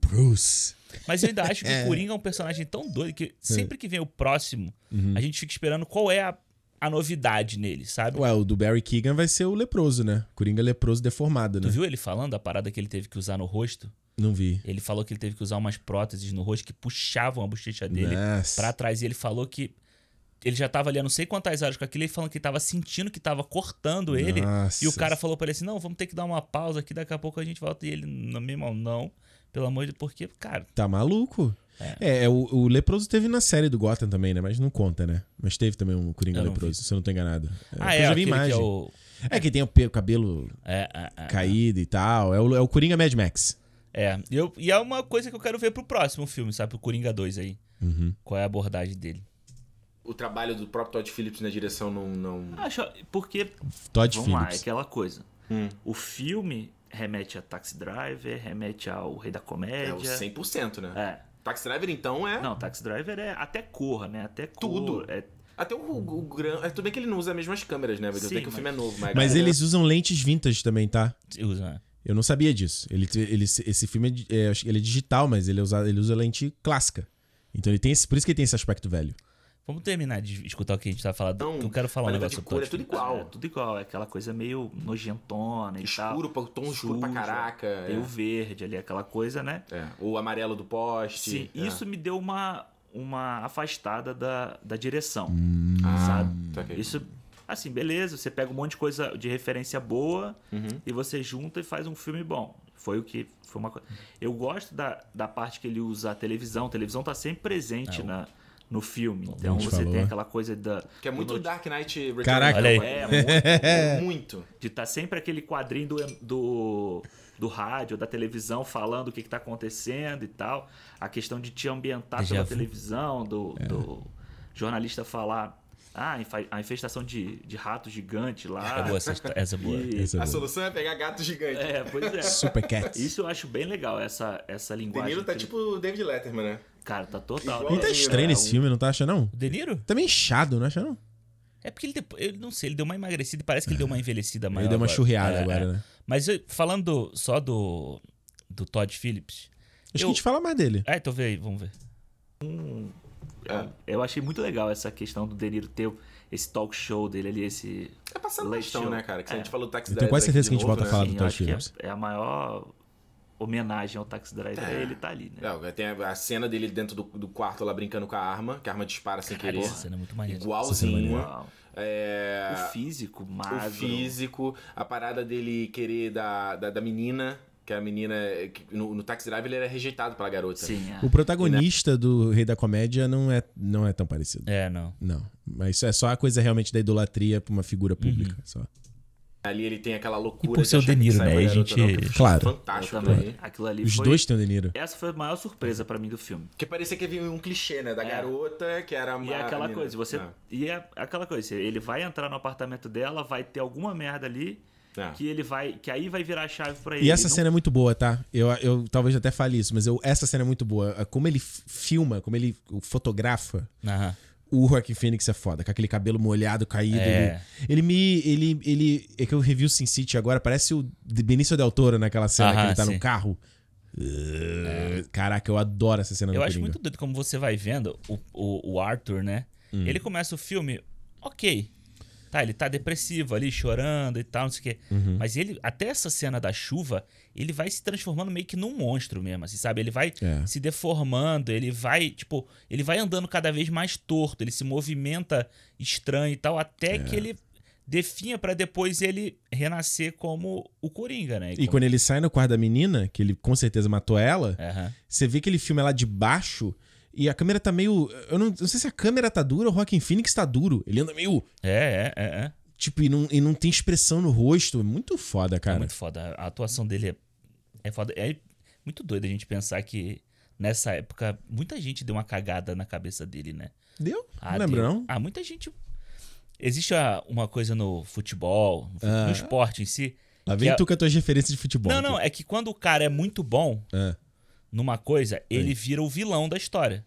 Speaker 1: Bruce.
Speaker 2: Mas eu ainda acho que o Coringa é um personagem tão doido que sempre que vem o próximo, a gente fica esperando qual é a, a novidade nele, sabe?
Speaker 1: Ué, o do Barry Keegan vai ser o leproso, né? Coringa leproso deformado,
Speaker 2: Tu
Speaker 1: né?
Speaker 2: viu ele falando a parada que ele teve que usar no rosto?
Speaker 1: Não vi.
Speaker 2: Ele falou que ele teve que usar umas próteses no rosto que puxavam a bochecha dele
Speaker 1: Nossa.
Speaker 2: pra trás. E ele falou que ele já tava ali há não sei quantas horas com aquilo, ele falando que tava sentindo que tava cortando ele.
Speaker 1: Nossa.
Speaker 2: E o cara falou pra ele assim: não, vamos ter que dar uma pausa aqui, daqui a pouco a gente volta. E ele, não, meu irmão, não. Pelo amor de Deus, porque, cara,
Speaker 1: Tá maluco. É, é, o, o leproso teve na série do Gotham também, né? Mas não conta, né? Mas teve também um Coringa
Speaker 2: Eu não
Speaker 1: leproso, se eu não tô enganado.
Speaker 2: Ah,
Speaker 1: porque
Speaker 2: é,
Speaker 1: eu já vi
Speaker 2: aquele
Speaker 1: imagem.
Speaker 2: que é o.
Speaker 1: É que tem o pe- cabelo
Speaker 2: É, é, é.
Speaker 1: caído e tal. É o, é o Coringa Mad Max.
Speaker 2: É, e eu- e é uma coisa que eu quero ver pro próximo filme, sabe? Pro Coringa 2 aí. Qual é a abordagem dele?
Speaker 3: O trabalho do próprio Todd Phillips na direção não. não...
Speaker 4: Acho, porque,
Speaker 1: Todd
Speaker 4: vamos lá, é
Speaker 1: Phillips.
Speaker 4: aquela coisa.
Speaker 3: Hum.
Speaker 4: O filme remete a Taxi Driver, remete ao Rei da
Speaker 3: É,
Speaker 4: Comédia.
Speaker 3: o 100%, né?
Speaker 4: É.
Speaker 3: Taxi Driver, então, é.
Speaker 4: Não, Taxi Driver é até corra, né? Até cor,
Speaker 3: Tudo.
Speaker 4: É,
Speaker 3: Até o, o, gran- é, Tudo bem que ele não usa as mesmas câmeras, né? Mas
Speaker 4: Sim,
Speaker 3: até que o
Speaker 4: mas-
Speaker 3: filme é novo, mas.
Speaker 1: Mas eles usam lentes vintage também, tá?
Speaker 2: Você usa, né?
Speaker 1: Eu não sabia disso. Ele, ele- esse filme é di- é, acho que ele é digital, mas ele, é usado- ele usa lente clássica. Então ele tem esse. Por isso que ele tem esse aspecto velho.
Speaker 2: Vamos terminar de escutar o que a gente tá falando.
Speaker 3: Não,
Speaker 2: que eu quero falar um
Speaker 3: mas
Speaker 2: negócio
Speaker 3: de cor, é
Speaker 2: sobre
Speaker 3: tudo igual.
Speaker 4: é tudo igual. É aquela coisa meio nojentona e
Speaker 3: Escuro,
Speaker 4: tal.
Speaker 3: pra- tom escuro pra
Speaker 4: Suja.
Speaker 3: caraca. é.
Speaker 4: Tem o verde ali, aquela coisa, né?
Speaker 3: É, o amarelo do poste.
Speaker 4: Sim,
Speaker 3: é.
Speaker 4: isso me deu uma, uma afastada da, da direção,
Speaker 1: Hum.
Speaker 3: Ah,
Speaker 4: sabe?
Speaker 3: saquei.
Speaker 4: Isso, assim, beleza, você pega um monte de coisa de referência boa
Speaker 1: Uhum.
Speaker 4: e você junta e faz um filme bom. Foi o que foi uma coisa. Eu gosto da, da parte que ele usa a televisão. A televisão tá sempre
Speaker 1: É,
Speaker 4: presente na, no filme. Então
Speaker 1: gente
Speaker 4: você
Speaker 1: falou,
Speaker 4: tem
Speaker 1: né?
Speaker 4: aquela coisa da
Speaker 3: Que é muito
Speaker 4: do-
Speaker 3: Dark Knight Returns.
Speaker 1: Caraca.
Speaker 2: Olha aí.
Speaker 4: É,
Speaker 3: É, muito. muito.
Speaker 4: de estar sempre aquele quadrinho do, do, do rádio, da televisão, falando o que está acontecendo e tal. A questão de te ambientar
Speaker 2: Déjà
Speaker 4: pela
Speaker 2: vu. É.
Speaker 4: televisão, do, do jornalista falar. Ah, infa- a infestação de, de rato gigante
Speaker 2: É
Speaker 4: lá.
Speaker 2: boa essa, histó- essa é boa.
Speaker 4: E-
Speaker 1: Essa é
Speaker 3: A
Speaker 1: boa.
Speaker 3: solução é pegar gato gigante.
Speaker 4: é, pois é.
Speaker 1: Super Cats.
Speaker 4: Isso eu acho bem legal, essa, essa
Speaker 3: O
Speaker 4: linguagem.
Speaker 3: Danilo tá
Speaker 4: que-
Speaker 3: tipo o David Letterman, né?
Speaker 4: Cara, tá total.
Speaker 3: Igual-
Speaker 1: Ele tá
Speaker 3: É,
Speaker 1: estranho
Speaker 2: né?
Speaker 4: é,
Speaker 1: nesse
Speaker 4: o-
Speaker 1: filme, não tá achando, não?
Speaker 2: O De Niro?
Speaker 1: Tá meio inchado, não acha, não?
Speaker 2: É porque ele, depois, eu não sei, ele deu uma emagrecida e parece
Speaker 1: É.
Speaker 2: que ele deu é uma envelhecida maior.
Speaker 1: Ele deu uma
Speaker 2: agora.
Speaker 1: churreada
Speaker 2: É, é.
Speaker 1: agora, né?
Speaker 2: Mas eu- falando só do, do Todd Phillips.
Speaker 1: Acho que
Speaker 2: eu-
Speaker 1: a gente fala mais dele.
Speaker 2: Ah, então vê aí, vamos ver.
Speaker 4: Hum, é, Eu achei muito legal essa questão do Deniro ter esse talk show dele ali, esse.
Speaker 3: É passando
Speaker 4: Leite
Speaker 3: questão,
Speaker 4: show. É.
Speaker 3: né, cara? Que se a gente falou do Taxi
Speaker 1: Eu
Speaker 3: Driver.
Speaker 1: tenho quase certeza que a
Speaker 3: aqui
Speaker 1: gente
Speaker 3: de novo,
Speaker 1: volta
Speaker 3: né?
Speaker 1: a falar
Speaker 4: Sim,
Speaker 1: do
Speaker 4: eu acho
Speaker 1: Todd
Speaker 4: que é,
Speaker 1: Phillips.
Speaker 4: é a maior homenagem ao Taxi Driver, é ele tá ali, né?
Speaker 3: né? É, tem a, a cena dele dentro do, do quarto lá brincando com a arma, que a arma dispara sem
Speaker 2: Cara,
Speaker 3: querer.
Speaker 2: essa cena é muito maneira.
Speaker 3: Igualzinho.
Speaker 4: Uau.
Speaker 3: É,
Speaker 4: O físico,
Speaker 3: o
Speaker 4: magro.
Speaker 3: físico, a parada dele querer da, da, da menina, que a menina. é, que no, no Taxi Driver ele era rejeitado pela garota.
Speaker 4: Sim, é.
Speaker 1: O protagonista do Rei da Comédia não é, não é tão parecido.
Speaker 2: É, não.
Speaker 1: Não. Mas isso é só a coisa realmente da idolatria pra uma
Speaker 2: Uhum.
Speaker 1: figura pública. Só.
Speaker 3: Ali ele tem aquela loucura.
Speaker 2: E por ser o
Speaker 3: achar
Speaker 2: De
Speaker 3: que
Speaker 2: Niro,
Speaker 3: sai
Speaker 2: né?
Speaker 3: com
Speaker 2: E a
Speaker 3: garota,
Speaker 2: gente-
Speaker 3: não, que eu achei
Speaker 1: Claro.
Speaker 3: Fantástico né?
Speaker 4: Eu
Speaker 3: aquilo
Speaker 4: também.
Speaker 3: ali.
Speaker 4: Aquilo ali
Speaker 1: Os
Speaker 4: foi...
Speaker 1: dois têm o De Niro.
Speaker 4: Essa foi a maior surpresa pra mim do filme.
Speaker 3: Porque parecia que havia um clichê, né? Da
Speaker 4: É.
Speaker 3: garota, que era
Speaker 4: E é
Speaker 3: a
Speaker 4: aquela
Speaker 3: menina.
Speaker 4: coisa, você...
Speaker 3: É.
Speaker 4: E é aquela coisa, ele vai entrar no apartamento dela, vai ter alguma merda ali,
Speaker 3: É.
Speaker 4: que ele vai... Que aí vai virar a chave pra ele.
Speaker 1: E essa
Speaker 4: Não-
Speaker 1: cena é muito boa, tá? Eu, eu talvez até fale isso, mas eu, essa cena é muito boa. É Como ele f- filma, como ele fotografa,
Speaker 2: Aham.
Speaker 1: o Joaquim Phoenix é foda, com aquele cabelo molhado, caído.
Speaker 2: É.
Speaker 1: Ele, ele me. Ele, ele. É que eu revi o Sin City agora, parece o de Benício Del Toro naquela cena
Speaker 2: Aham,
Speaker 1: que ele tá
Speaker 2: sim. É.
Speaker 1: no carro. Uh, Caraca, eu adoro essa cena
Speaker 2: Eu
Speaker 1: do
Speaker 2: acho
Speaker 1: Coringa.
Speaker 2: muito doido como você vai vendo o, o, o Arthur, né? Ele começa o filme, ok. Tá, ele tá depressivo ali, chorando e tal, não sei o quê. Mas ele, até essa cena da chuva, ele vai se transformando meio que num monstro mesmo, assim, sabe? Ele vai
Speaker 1: É.
Speaker 2: se deformando, ele vai, tipo, ele vai andando cada vez mais torto, ele se movimenta estranho e tal, até que ele definha pra depois ele renascer como o Coringa, né?
Speaker 1: E
Speaker 2: Como-
Speaker 1: quando ele sai no quarto da menina, que ele com certeza matou ela,
Speaker 2: Aham.
Speaker 1: você vê que ele filma lá de baixo. E a câmera tá meio. Eu não, eu não sei se a câmera tá dura ou o Joaquim Phoenix tá duro. Ele anda meio.
Speaker 2: É, é, é, é.
Speaker 1: Tipo, e não, e não tem expressão no rosto. É muito foda,
Speaker 2: É
Speaker 1: cara.
Speaker 2: muito foda. A atuação dele é, é foda. É muito doido a gente pensar que nessa época muita gente deu uma cagada na cabeça dele, né?
Speaker 1: Deu?
Speaker 2: Ah,
Speaker 1: não lembro,
Speaker 2: deu.
Speaker 1: não?
Speaker 2: Ah, muita gente. Existe a- uma coisa no futebol, no, fu- no
Speaker 1: Ah.
Speaker 2: esporte em si.
Speaker 1: Lá vem
Speaker 2: que é-
Speaker 1: tu com as tuas referências de futebol.
Speaker 2: não, não, é que quando o cara é muito bom
Speaker 1: Ah,
Speaker 2: numa coisa, ele vira o vilão da história.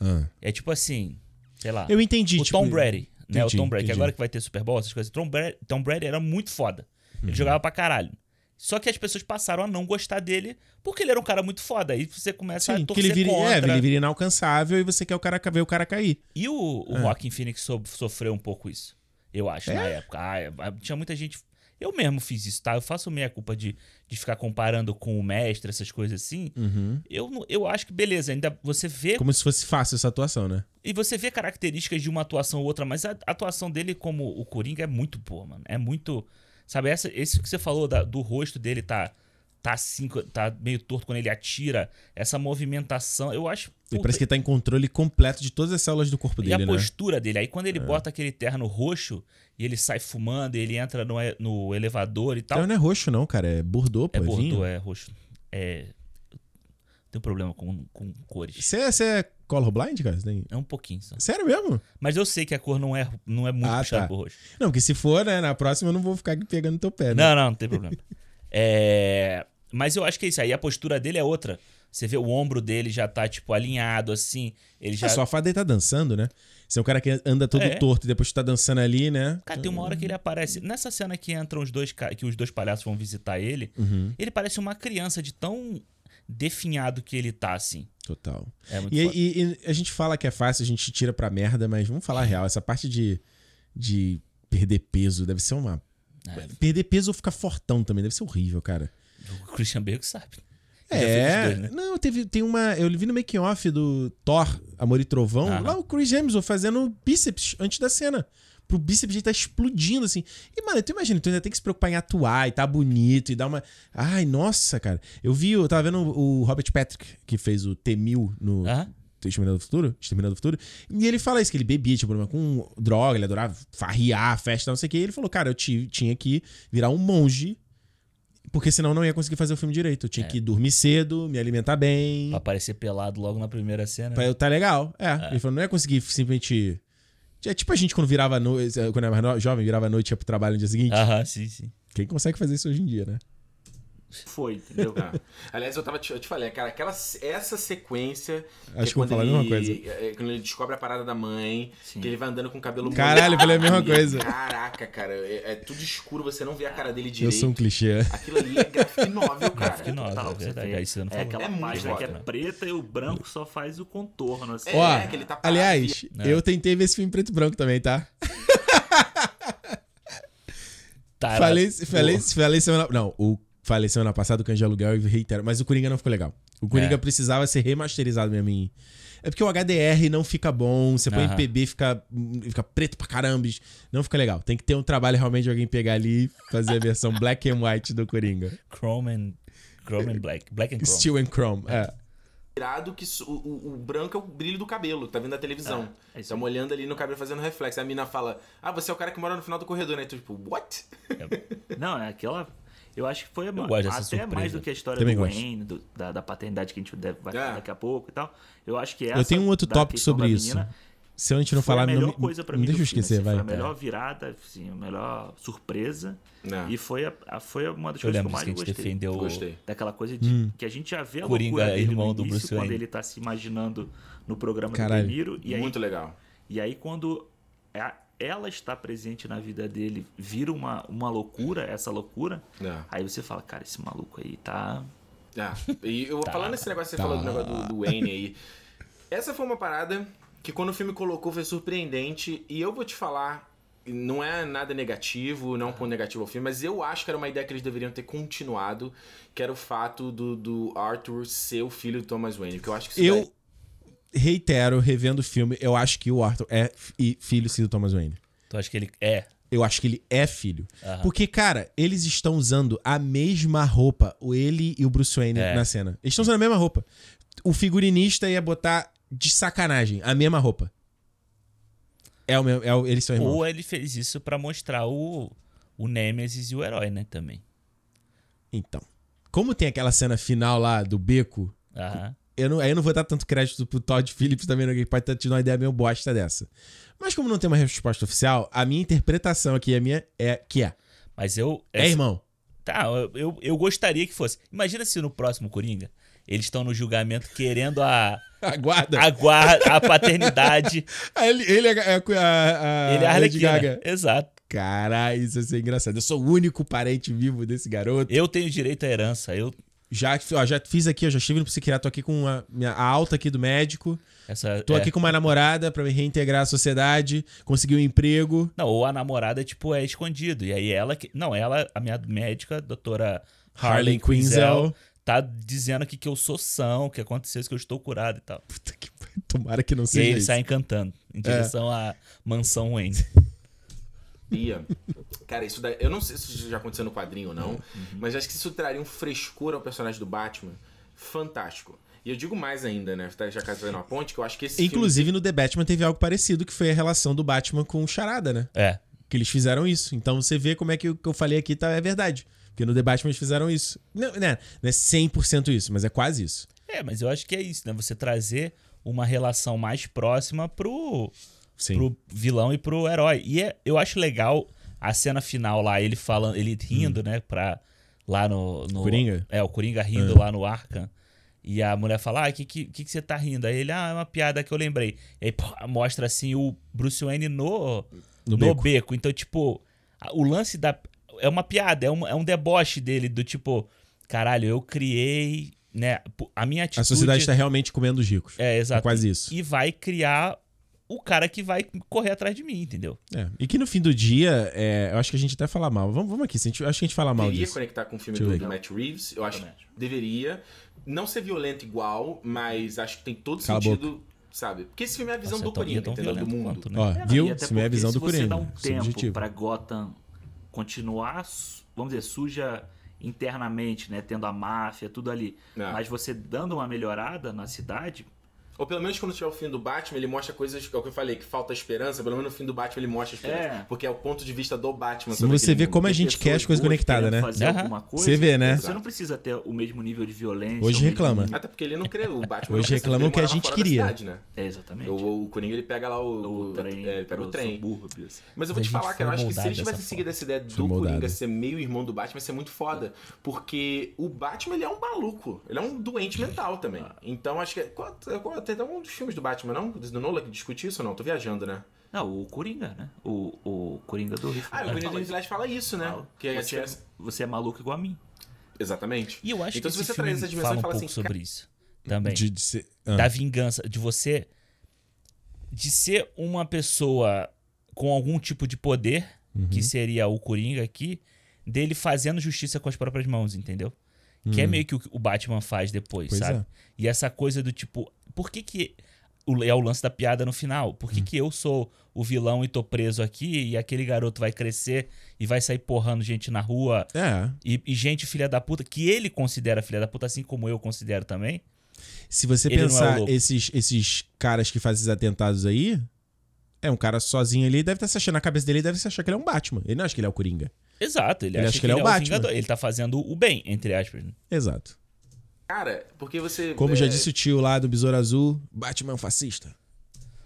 Speaker 1: ah.
Speaker 2: É tipo assim, sei lá.
Speaker 1: Eu entendi,
Speaker 2: o
Speaker 1: tipo.
Speaker 2: Tom Brady, né? O
Speaker 1: entendi,
Speaker 2: Tom Brady, que
Speaker 1: entendi. Uhum.
Speaker 2: agora que vai ter Super Bowl, essas coisas. Tom Brady, Tom Brady era muito foda. Ele jogava pra caralho. Só que as pessoas passaram a não gostar dele porque ele era um cara muito foda. Aí você começa
Speaker 1: Sim,
Speaker 2: a
Speaker 1: que
Speaker 2: torcer
Speaker 1: ele vira,
Speaker 2: contra.
Speaker 1: é, ele vira inalcançável e você quer o cara ver o cara cair.
Speaker 2: E o,
Speaker 1: É.
Speaker 2: o Joaquin Phoenix so- sofreu um pouco isso, eu acho, na época. Ah, é- ah, tinha muita gente. Eu mesmo fiz isso, tá? Eu faço meia culpa de, de ficar comparando com o mestre, essas coisas assim. Eu, não- eu acho que, beleza, ainda você vê.
Speaker 1: Como se fosse fácil essa atuação, né?
Speaker 2: E você vê características de uma atuação ou outra, mas a atuação dele como o Coringa é muito boa, mano. É muito. Sabe, essa, esse que você falou da- do rosto dele tá. Tá assim, tá meio torto quando ele atira. Essa movimentação, eu acho.
Speaker 1: Ele
Speaker 2: puta,
Speaker 1: parece que ele tá em controle completo de todas as células do corpo
Speaker 2: e
Speaker 1: dele,
Speaker 2: a
Speaker 1: né?
Speaker 2: postura dele. Aí quando ele bota aquele terno roxo e ele sai fumando, e ele entra no, e- no elevador e tal.
Speaker 1: Não, não é roxo, não, cara. É bordô, pô.
Speaker 2: é
Speaker 1: É
Speaker 2: bordô,
Speaker 1: vinho.
Speaker 2: é roxo. É. Tem um problema com, com cores.
Speaker 1: Você você é colorblind, cara? Você tem-
Speaker 2: É um pouquinho só.
Speaker 1: Sério mesmo?
Speaker 2: Mas eu sei que a cor não é, não é muito
Speaker 1: Ah,
Speaker 2: puxada
Speaker 1: tá.
Speaker 2: pro roxo.
Speaker 1: Não, porque se for, né, na próxima eu não vou ficar pegando teu pé, né?
Speaker 2: Não, não, não tem problema. É, Mas eu acho que é isso. Aí a postura dele é outra. Você vê o ombro dele já tá, tipo, alinhado assim. Ele já.
Speaker 1: É só a fada ele tá dançando, né? Você é um cara que anda todo
Speaker 2: É.
Speaker 1: torto e depois tu tá dançando ali, né?
Speaker 2: Cara, tem uma hora que ele aparece. Nessa cena que entram os dois ca- que os dois palhaços vão visitar ele, ele parece uma criança de tão definhado que ele tá, assim.
Speaker 1: Total.
Speaker 2: É muito
Speaker 1: E,
Speaker 2: foda.
Speaker 1: e- e a gente fala que é fácil, a gente tira pra merda, mas vamos falar a real. Essa parte de, de perder peso deve ser uma.
Speaker 2: É.
Speaker 1: Perder peso ou ficar fortão também, deve ser horrível, cara.
Speaker 2: O Christian Bale que sabe. Já fez os
Speaker 1: É.
Speaker 2: dois, né?
Speaker 1: Não, teve, tem uma. Eu vi no making-off do Thor, Amor e Trovão,
Speaker 2: Aham.
Speaker 1: lá o Chris Hemsworth fazendo bíceps antes da cena. Pro bíceps ele tá explodindo, assim. E, mano, tu imagina, tu ainda tem que se preocupar em atuar e tá bonito e dar uma. Ai, nossa, cara. Eu vi, eu tava vendo o Robert Patrick, que fez o T-1000 no
Speaker 2: Aham.
Speaker 1: Exterminador do Futuro, Exterminador do Futuro, e ele fala isso, que ele bebia, tinha problema com droga, ele adorava farriar, festa, não sei o que, e ele falou, cara, eu ti- tinha que virar um monge, porque senão eu não ia conseguir fazer o filme direito, eu tinha que dormir cedo, me alimentar bem,
Speaker 2: Pra aparecer pelado logo na primeira cena.
Speaker 1: pra eu tá legal, é, ele falou, não ia conseguir simplesmente... É tipo a gente quando virava noite, quando era mais no- jovem, virava à noite e ia pro trabalho no dia seguinte.
Speaker 2: Aham, sim, sim.
Speaker 1: Quem consegue fazer isso hoje em dia, né?
Speaker 4: Foi, entendeu?
Speaker 3: Ah. Aliás, eu, tava te, eu te falei, cara, aquela, essa sequência.
Speaker 1: Acho que
Speaker 3: é
Speaker 1: eu vou
Speaker 3: quando
Speaker 1: falar a
Speaker 3: ele-
Speaker 1: mesma coisa.
Speaker 3: é, é, quando ele descobre a parada da mãe,
Speaker 4: Sim.
Speaker 3: que ele vai andando com o cabelo.
Speaker 1: Caralho, eu falei a mesma coisa.
Speaker 3: Caraca, cara, é, é tudo escuro, você não vê a cara dele
Speaker 1: Eu
Speaker 3: direito.
Speaker 1: sou um clichê.
Speaker 3: Aquilo ali é graphic novel, cara.
Speaker 2: Graphic novel.
Speaker 4: Total,
Speaker 2: é
Speaker 4: você
Speaker 2: verdade,
Speaker 4: vê.
Speaker 2: aí você não
Speaker 4: é
Speaker 2: falou.
Speaker 4: aquela
Speaker 3: É muito
Speaker 4: página que é
Speaker 3: foda.
Speaker 4: preta e o branco só faz o contorno, assim.
Speaker 3: É,
Speaker 1: Ó,
Speaker 3: que ele tá parado.
Speaker 1: aliás,
Speaker 2: É.
Speaker 1: eu tentei ver esse filme em preto e branco também, tá?
Speaker 2: Tá,
Speaker 1: Falei,
Speaker 2: era-
Speaker 1: falei,
Speaker 2: Pô,
Speaker 1: falei semana. Não, o, falei semana passada que eu de aluguel e reitero. Mas o Coringa não ficou legal. O Coringa
Speaker 2: É.
Speaker 1: precisava ser remasterizado mesmo. Em, é porque o HDR não fica bom. Você põe em
Speaker 2: Aham.
Speaker 1: PB, fica, fica preto pra caramba. Não fica legal. Tem que ter um trabalho realmente de alguém pegar ali e fazer a versão black and white do Coringa.
Speaker 2: Chrome and, Chrome and Black. Black and Chrome.
Speaker 1: Steel and Chrome. É.
Speaker 3: virado que su- o, o- o branco é o brilho do cabelo, tá vindo da televisão.
Speaker 4: É, é isso
Speaker 3: Estamos olhando ali no cabelo fazendo reflexo. Aí a mina fala: Ah, você é o cara que mora no final do corredor, né? E tu, tipo, what?
Speaker 4: Não, é aquela. Eu acho que foi uma-
Speaker 2: gosto dessa
Speaker 4: até
Speaker 2: surpresa.
Speaker 4: mais do que a história
Speaker 1: Também
Speaker 4: do
Speaker 1: gosto.
Speaker 4: Wayne, do- da, da paternidade que a gente deve- vai
Speaker 3: É.
Speaker 4: falar daqui a pouco e tal. Eu acho que essa.
Speaker 1: tenho um outro
Speaker 4: da
Speaker 1: tópico
Speaker 4: questão
Speaker 1: sobre
Speaker 4: da
Speaker 1: isso.
Speaker 4: menina
Speaker 1: Se a gente não
Speaker 4: foi
Speaker 1: falar,
Speaker 4: a melhor
Speaker 1: não, me-
Speaker 4: coisa pra
Speaker 1: não
Speaker 4: mim.
Speaker 1: deixa
Speaker 4: do
Speaker 1: eu
Speaker 4: filme,
Speaker 1: esquecer,
Speaker 4: assim,
Speaker 1: vai. é.
Speaker 4: Foi a melhor virada, assim, a melhor surpresa.
Speaker 3: É.
Speaker 4: E foi, a- a- foi
Speaker 1: tipo
Speaker 4: uma
Speaker 2: Eu
Speaker 4: das coisas que
Speaker 2: lembro
Speaker 4: eu
Speaker 2: disso
Speaker 4: mais
Speaker 2: que a gente
Speaker 4: gostei.
Speaker 2: defendeu. o-
Speaker 3: Gostei.
Speaker 4: Daquela coisa de que a gente já vê a
Speaker 2: Coringa
Speaker 4: loucura
Speaker 2: é
Speaker 4: dele
Speaker 2: irmão
Speaker 4: no
Speaker 2: do
Speaker 4: início,
Speaker 2: Bruce
Speaker 4: quando
Speaker 2: Wayne.
Speaker 4: ele tá se imaginando no programa
Speaker 1: Caralho.
Speaker 4: do De Niro. E aí,
Speaker 3: Muito legal.
Speaker 4: e aí quando a- ela está presente na vida dele, vira uma, uma loucura, essa loucura,
Speaker 3: É.
Speaker 4: aí você fala, cara, esse maluco aí tá...
Speaker 3: Ah, e eu
Speaker 1: Tá.
Speaker 3: falando nesse negócio que você falou do negócio do, do Wayne aí. Essa foi uma parada que quando o filme colocou foi surpreendente. E eu vou te falar, não é nada negativo, não é um ponto negativo ao filme, mas eu acho que era uma ideia que eles deveriam ter continuado, que era o fato do, do Arthur ser o filho do Thomas Wayne. Que eu acho que isso daí-
Speaker 1: Eu reitero, revendo o filme, eu acho que o Arthur é fi- filho sim, do Thomas Wayne.
Speaker 2: Tu acha que ele. É.
Speaker 1: Eu acho que ele é filho.
Speaker 2: Aham.
Speaker 1: Porque, cara, eles estão usando a mesma roupa, o ele e o Bruce Wayne
Speaker 2: É.
Speaker 1: na cena. Eles estão usando a mesma roupa. O figurinista ia botar de sacanagem a mesma roupa. É o mesmo, é o- eles são irmãos.
Speaker 2: Ou ele fez isso pra mostrar o, o Nemesis e o herói, né? Também.
Speaker 1: Então, como tem aquela cena final lá do beco,
Speaker 2: Aham.
Speaker 1: eu não, aí eu não vou dar tanto crédito pro Todd Phillips também, não, que pode ter tido uma ideia meio bosta dessa. Mas como não tem uma resposta oficial, a minha interpretação aqui, a minha é que é.
Speaker 2: Mas eu. assim,
Speaker 1: É irmão.
Speaker 2: Tá, eu, eu, eu gostaria que fosse. Imagina se no próximo Coringa eles estão no julgamento querendo a,
Speaker 1: Aguarda.
Speaker 2: a, guarda, a paternidade.
Speaker 1: Ele, ele é a, a, a,
Speaker 2: ele é a
Speaker 1: Lady
Speaker 2: Arlequina.
Speaker 1: Gaga.
Speaker 2: Exato.
Speaker 1: Caralho, isso ia ser engraçado. Eu sou o único parente vivo desse garoto.
Speaker 2: Eu tenho direito à herança. Eu,
Speaker 1: Já, ó, já fiz aqui, eu já estive no psiquiatra, tô aqui com a, minha, a alta aqui do médico.
Speaker 2: essa,
Speaker 1: Tô
Speaker 2: é.
Speaker 1: aqui com uma namorada pra me reintegrar à sociedade, consegui um emprego.
Speaker 2: Não, ou a namorada, tipo, é escondido. E aí ela que. Não, ela, a minha médica, a doutora
Speaker 1: Harley
Speaker 2: Harley
Speaker 1: Quinzel.
Speaker 2: Quinzel, tá dizendo aqui que eu sou são, que aconteceu isso, que eu estou curado e tal.
Speaker 1: Puta que pariu, Tomara que não
Speaker 2: e aí
Speaker 1: seja
Speaker 2: eles É.
Speaker 1: isso.
Speaker 2: saem cantando em direção à mansão Wendy.
Speaker 3: Ia. Cara, isso daí. Eu não sei se isso já aconteceu no quadrinho ou não,
Speaker 1: Uhum.
Speaker 3: mas acho que isso traria um frescor ao personagem do Batman fantástico. E eu digo mais ainda, né? Tá já fazendo uma ponte, que eu acho que esse.
Speaker 1: Inclusive, no The Batman teve algo parecido, que foi a relação do Batman com o Charada, né?
Speaker 2: É.
Speaker 1: Que eles fizeram isso. Então você vê como é que o que eu falei aqui tá, é verdade. Porque no The Batman eles fizeram isso. Não, né, não é 100% isso, mas é quase isso.
Speaker 2: É, mas eu acho que é isso, né? Você trazer uma relação mais próxima pro,
Speaker 1: Sim.
Speaker 2: pro vilão e pro herói. E é- eu acho legal a cena final lá, ele falando, ele rindo, né? Pra, lá no, no.
Speaker 1: Coringa?
Speaker 2: É, o Coringa rindo lá no Arkham. E a mulher fala: Ah, o que, que, que, que você tá rindo? Aí ele, ah, é uma piada que eu lembrei. E aí pô, mostra assim o Bruce Wayne no,
Speaker 1: No
Speaker 2: no,
Speaker 1: beco.
Speaker 2: beco. Então, tipo, a- o lance da. É uma piada, é um, é um deboche dele, do tipo, caralho, eu criei. Né, a minha atitude.
Speaker 1: A sociedade tá realmente comendo os ricos.
Speaker 2: É,
Speaker 1: É
Speaker 2: exato.
Speaker 1: quase isso.
Speaker 2: E vai criar o cara que vai correr atrás de mim, entendeu?
Speaker 1: É. E que no fim do dia, é, eu acho que a gente até fala mal. Vamos, vamos aqui, se a gente, eu acho que a gente fala mal
Speaker 3: Deveria
Speaker 1: disso.
Speaker 3: conectar com o filme
Speaker 1: é Deixa eu
Speaker 3: do,
Speaker 1: ver.
Speaker 3: do Matt Reeves. Eu acho que
Speaker 4: Matt.
Speaker 3: deveria. Não ser violento igual, mas acho que tem todo
Speaker 1: Cala a
Speaker 3: sentido, sabe? Porque esse filme é a visão
Speaker 2: Nossa,
Speaker 3: do
Speaker 2: é tão- e é
Speaker 3: Coringa,
Speaker 2: tão
Speaker 3: entendeu? Do
Speaker 2: violento
Speaker 3: mundo.
Speaker 2: quanto, né?
Speaker 1: Ó,
Speaker 4: É, não,
Speaker 1: viu?
Speaker 4: e até
Speaker 1: Isso não é a
Speaker 4: porque
Speaker 1: visão do
Speaker 4: se você dá
Speaker 1: Coringa.
Speaker 4: um
Speaker 1: Isso é
Speaker 4: tempo
Speaker 1: objetivo.
Speaker 4: pra Gotham continuar, su- vamos dizer, suja internamente, né? Tendo a máfia, tudo ali.
Speaker 3: É.
Speaker 4: Mas você dando uma melhorada na cidade,
Speaker 3: Ou pelo menos quando tiver o fim do Batman, ele mostra coisas, é o que eu falei, que falta esperança. Pelo menos no fim do Batman ele mostra esperança.
Speaker 4: É.
Speaker 3: Porque é o ponto de vista do Batman.
Speaker 1: Se você vê
Speaker 3: vê
Speaker 1: como a
Speaker 4: tem
Speaker 1: gente quer as coisas
Speaker 4: pessoas boas
Speaker 1: conectadas,
Speaker 4: querendo
Speaker 1: né?
Speaker 4: Fazer
Speaker 2: Aham.
Speaker 4: alguma coisa,
Speaker 1: Você vê, né?
Speaker 4: Você não precisa ter o mesmo nível de violência.
Speaker 1: Hoje
Speaker 4: o mesmo
Speaker 1: reclama.
Speaker 4: nível-
Speaker 3: Até porque ele não crê, o Batman
Speaker 1: Hoje
Speaker 3: não crê,
Speaker 1: reclamam
Speaker 3: porque ele
Speaker 1: que a
Speaker 3: morava
Speaker 1: gente
Speaker 3: fora da
Speaker 1: queria.
Speaker 3: cidade, né?
Speaker 4: É, exatamente.
Speaker 3: O, o Coringa ele pega lá o,
Speaker 4: o trem,
Speaker 3: é, ele pega o
Speaker 4: pro
Speaker 3: trem.
Speaker 4: subúrbio, assim.
Speaker 3: Mas eu vou
Speaker 2: Mas
Speaker 3: te
Speaker 2: a gente
Speaker 3: falar, cara,
Speaker 2: foi
Speaker 3: eu acho que se ele
Speaker 2: moldado
Speaker 3: tivesse
Speaker 2: dessa
Speaker 3: seguido essa ideia do
Speaker 1: Foi moldado.
Speaker 3: Coringa ser meio irmão do Batman, ia ser muito foda. Porque o Batman, ele é um maluco. Ele é um doente mental também. Então, acho que... Qual, qual- tem até um dos filmes do Batman, não? Do Nolan que discute isso ou não? Tô viajando, né?
Speaker 4: Não, o Coringa, né? O, o Coringa do Riff.
Speaker 3: Ah, o Coringa do Heath Ledger fala isso, né? Que é a
Speaker 4: você,
Speaker 3: diferença-
Speaker 4: você é maluco igual a mim.
Speaker 3: Exatamente.
Speaker 2: E eu acho
Speaker 3: Então,
Speaker 2: que
Speaker 3: se
Speaker 2: esse
Speaker 3: você
Speaker 2: filme
Speaker 3: traz essa dimensão
Speaker 2: fala
Speaker 3: e
Speaker 2: um
Speaker 3: fala
Speaker 2: pouco
Speaker 3: assim,
Speaker 2: sobre isso também.
Speaker 1: De, de ser- ah.
Speaker 2: Da vingança, de você... De ser uma pessoa com algum tipo de poder,
Speaker 1: Uhum.
Speaker 2: que seria o Coringa aqui, dele fazendo justiça com as próprias mãos, entendeu? Que é meio que o que o Batman faz depois,
Speaker 1: Hum. Pois
Speaker 2: sabe?
Speaker 1: é.
Speaker 2: E essa coisa do tipo, por que que... o- É o lance da piada no final. Por que,
Speaker 1: Hum.
Speaker 2: que eu sou o vilão e tô preso aqui e aquele garoto vai crescer e vai sair porrando gente na rua
Speaker 1: É.
Speaker 2: e, e gente filha da puta, que ele considera filha da puta, assim como eu considero também.
Speaker 1: Se você
Speaker 2: Ele não é o
Speaker 1: pensar
Speaker 2: lobo.
Speaker 1: esses, esses caras que fazem esses atentados aí, é um cara sozinho ali, deve estar se achando na cabeça dele, ele deve se achar que ele é um Batman. Ele não acha que ele é o Coringa.
Speaker 2: Exato, ele,
Speaker 1: Ele acha que ele é o Batman.
Speaker 2: vingador. Ele tá fazendo o bem, entre aspas. né?
Speaker 1: Exato.
Speaker 3: cara, porque você...
Speaker 1: Como
Speaker 3: é,
Speaker 1: já disse o tio lá do Besouro Azul, Batman é um fascista.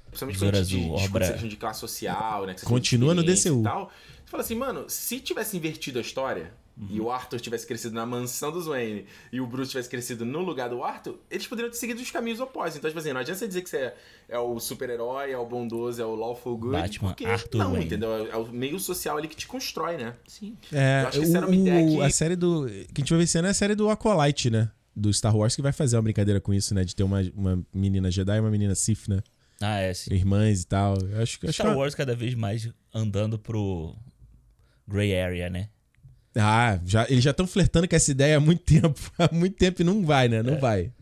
Speaker 3: Principalmente
Speaker 2: Besouro
Speaker 3: quando a gente
Speaker 2: Azul,
Speaker 3: discute
Speaker 2: obra-
Speaker 3: essa questão de classe social, né? que você
Speaker 1: Continua
Speaker 3: tem
Speaker 1: no
Speaker 3: experiência
Speaker 1: DCU.
Speaker 3: E tal, você fala assim, mano, se tivesse invertido a história e
Speaker 2: Uhum.
Speaker 3: o Arthur tivesse crescido na mansão dos Wayne e o Bruce tivesse crescido no lugar do Arthur, eles poderiam ter seguido os caminhos opostos. Então, tipo assim, não adianta você dizer que você é, é o super-herói, é o bondoso, é o lawful good.
Speaker 2: Batman,
Speaker 3: porque
Speaker 2: Arthur
Speaker 3: não,
Speaker 2: Wayne.
Speaker 3: entendeu? É é o meio social ali que te constrói, né?
Speaker 4: Sim.
Speaker 1: É,
Speaker 3: Eu acho que
Speaker 1: o-
Speaker 3: essa era uma ideia
Speaker 1: o-
Speaker 3: que-
Speaker 1: A série do. Que a gente vai ver esse ano é a série do Acolyte, né? Do Star Wars, que vai fazer uma brincadeira com isso, né? De ter uma, uma menina Jedi e uma menina Sith, né?
Speaker 2: Ah, é, sim.
Speaker 1: Irmãs e tal. Eu acho, que- acho que. é
Speaker 2: Star
Speaker 1: uma-
Speaker 2: Wars cada vez mais andando pro Grey Area, né?
Speaker 1: Ah, já, eles já estão flertando com essa ideia há muito tempo. Há muito tempo e não vai, né? Não vai.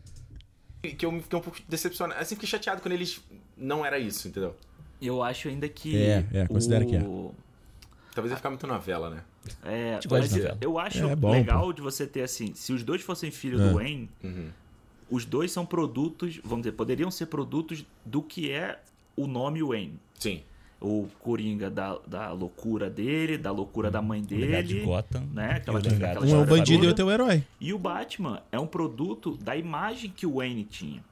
Speaker 3: Que- Que eu me fiquei um pouco decepcionado. Assim, fiquei chateado quando eles... Não era isso, entendeu?
Speaker 4: Eu acho ainda que.
Speaker 1: É, é, considera que é.
Speaker 3: Talvez ia ficar muito novela, né?
Speaker 4: É,
Speaker 2: gente gosta
Speaker 4: mas
Speaker 2: de
Speaker 4: eu,
Speaker 2: novela.
Speaker 4: eu acho
Speaker 1: É, é bom, É.
Speaker 4: legal de você ter assim, se os dois fossem filho do Wayne,
Speaker 2: Uhum.
Speaker 4: os dois são produtos, vamos dizer, poderiam ser produtos do que é o nome Wayne.
Speaker 3: Sim.
Speaker 4: O Coringa da, da loucura dele, da loucura da mãe
Speaker 2: Legado de
Speaker 4: dele.
Speaker 2: Gotham.
Speaker 4: né? Aquela-
Speaker 2: E o legado
Speaker 4: aquela
Speaker 2: de
Speaker 1: Um é um
Speaker 4: história
Speaker 1: bandido e
Speaker 4: toda.
Speaker 1: outro é um herói.
Speaker 4: E o Batman é um produto da imagem que o Wayne tinha.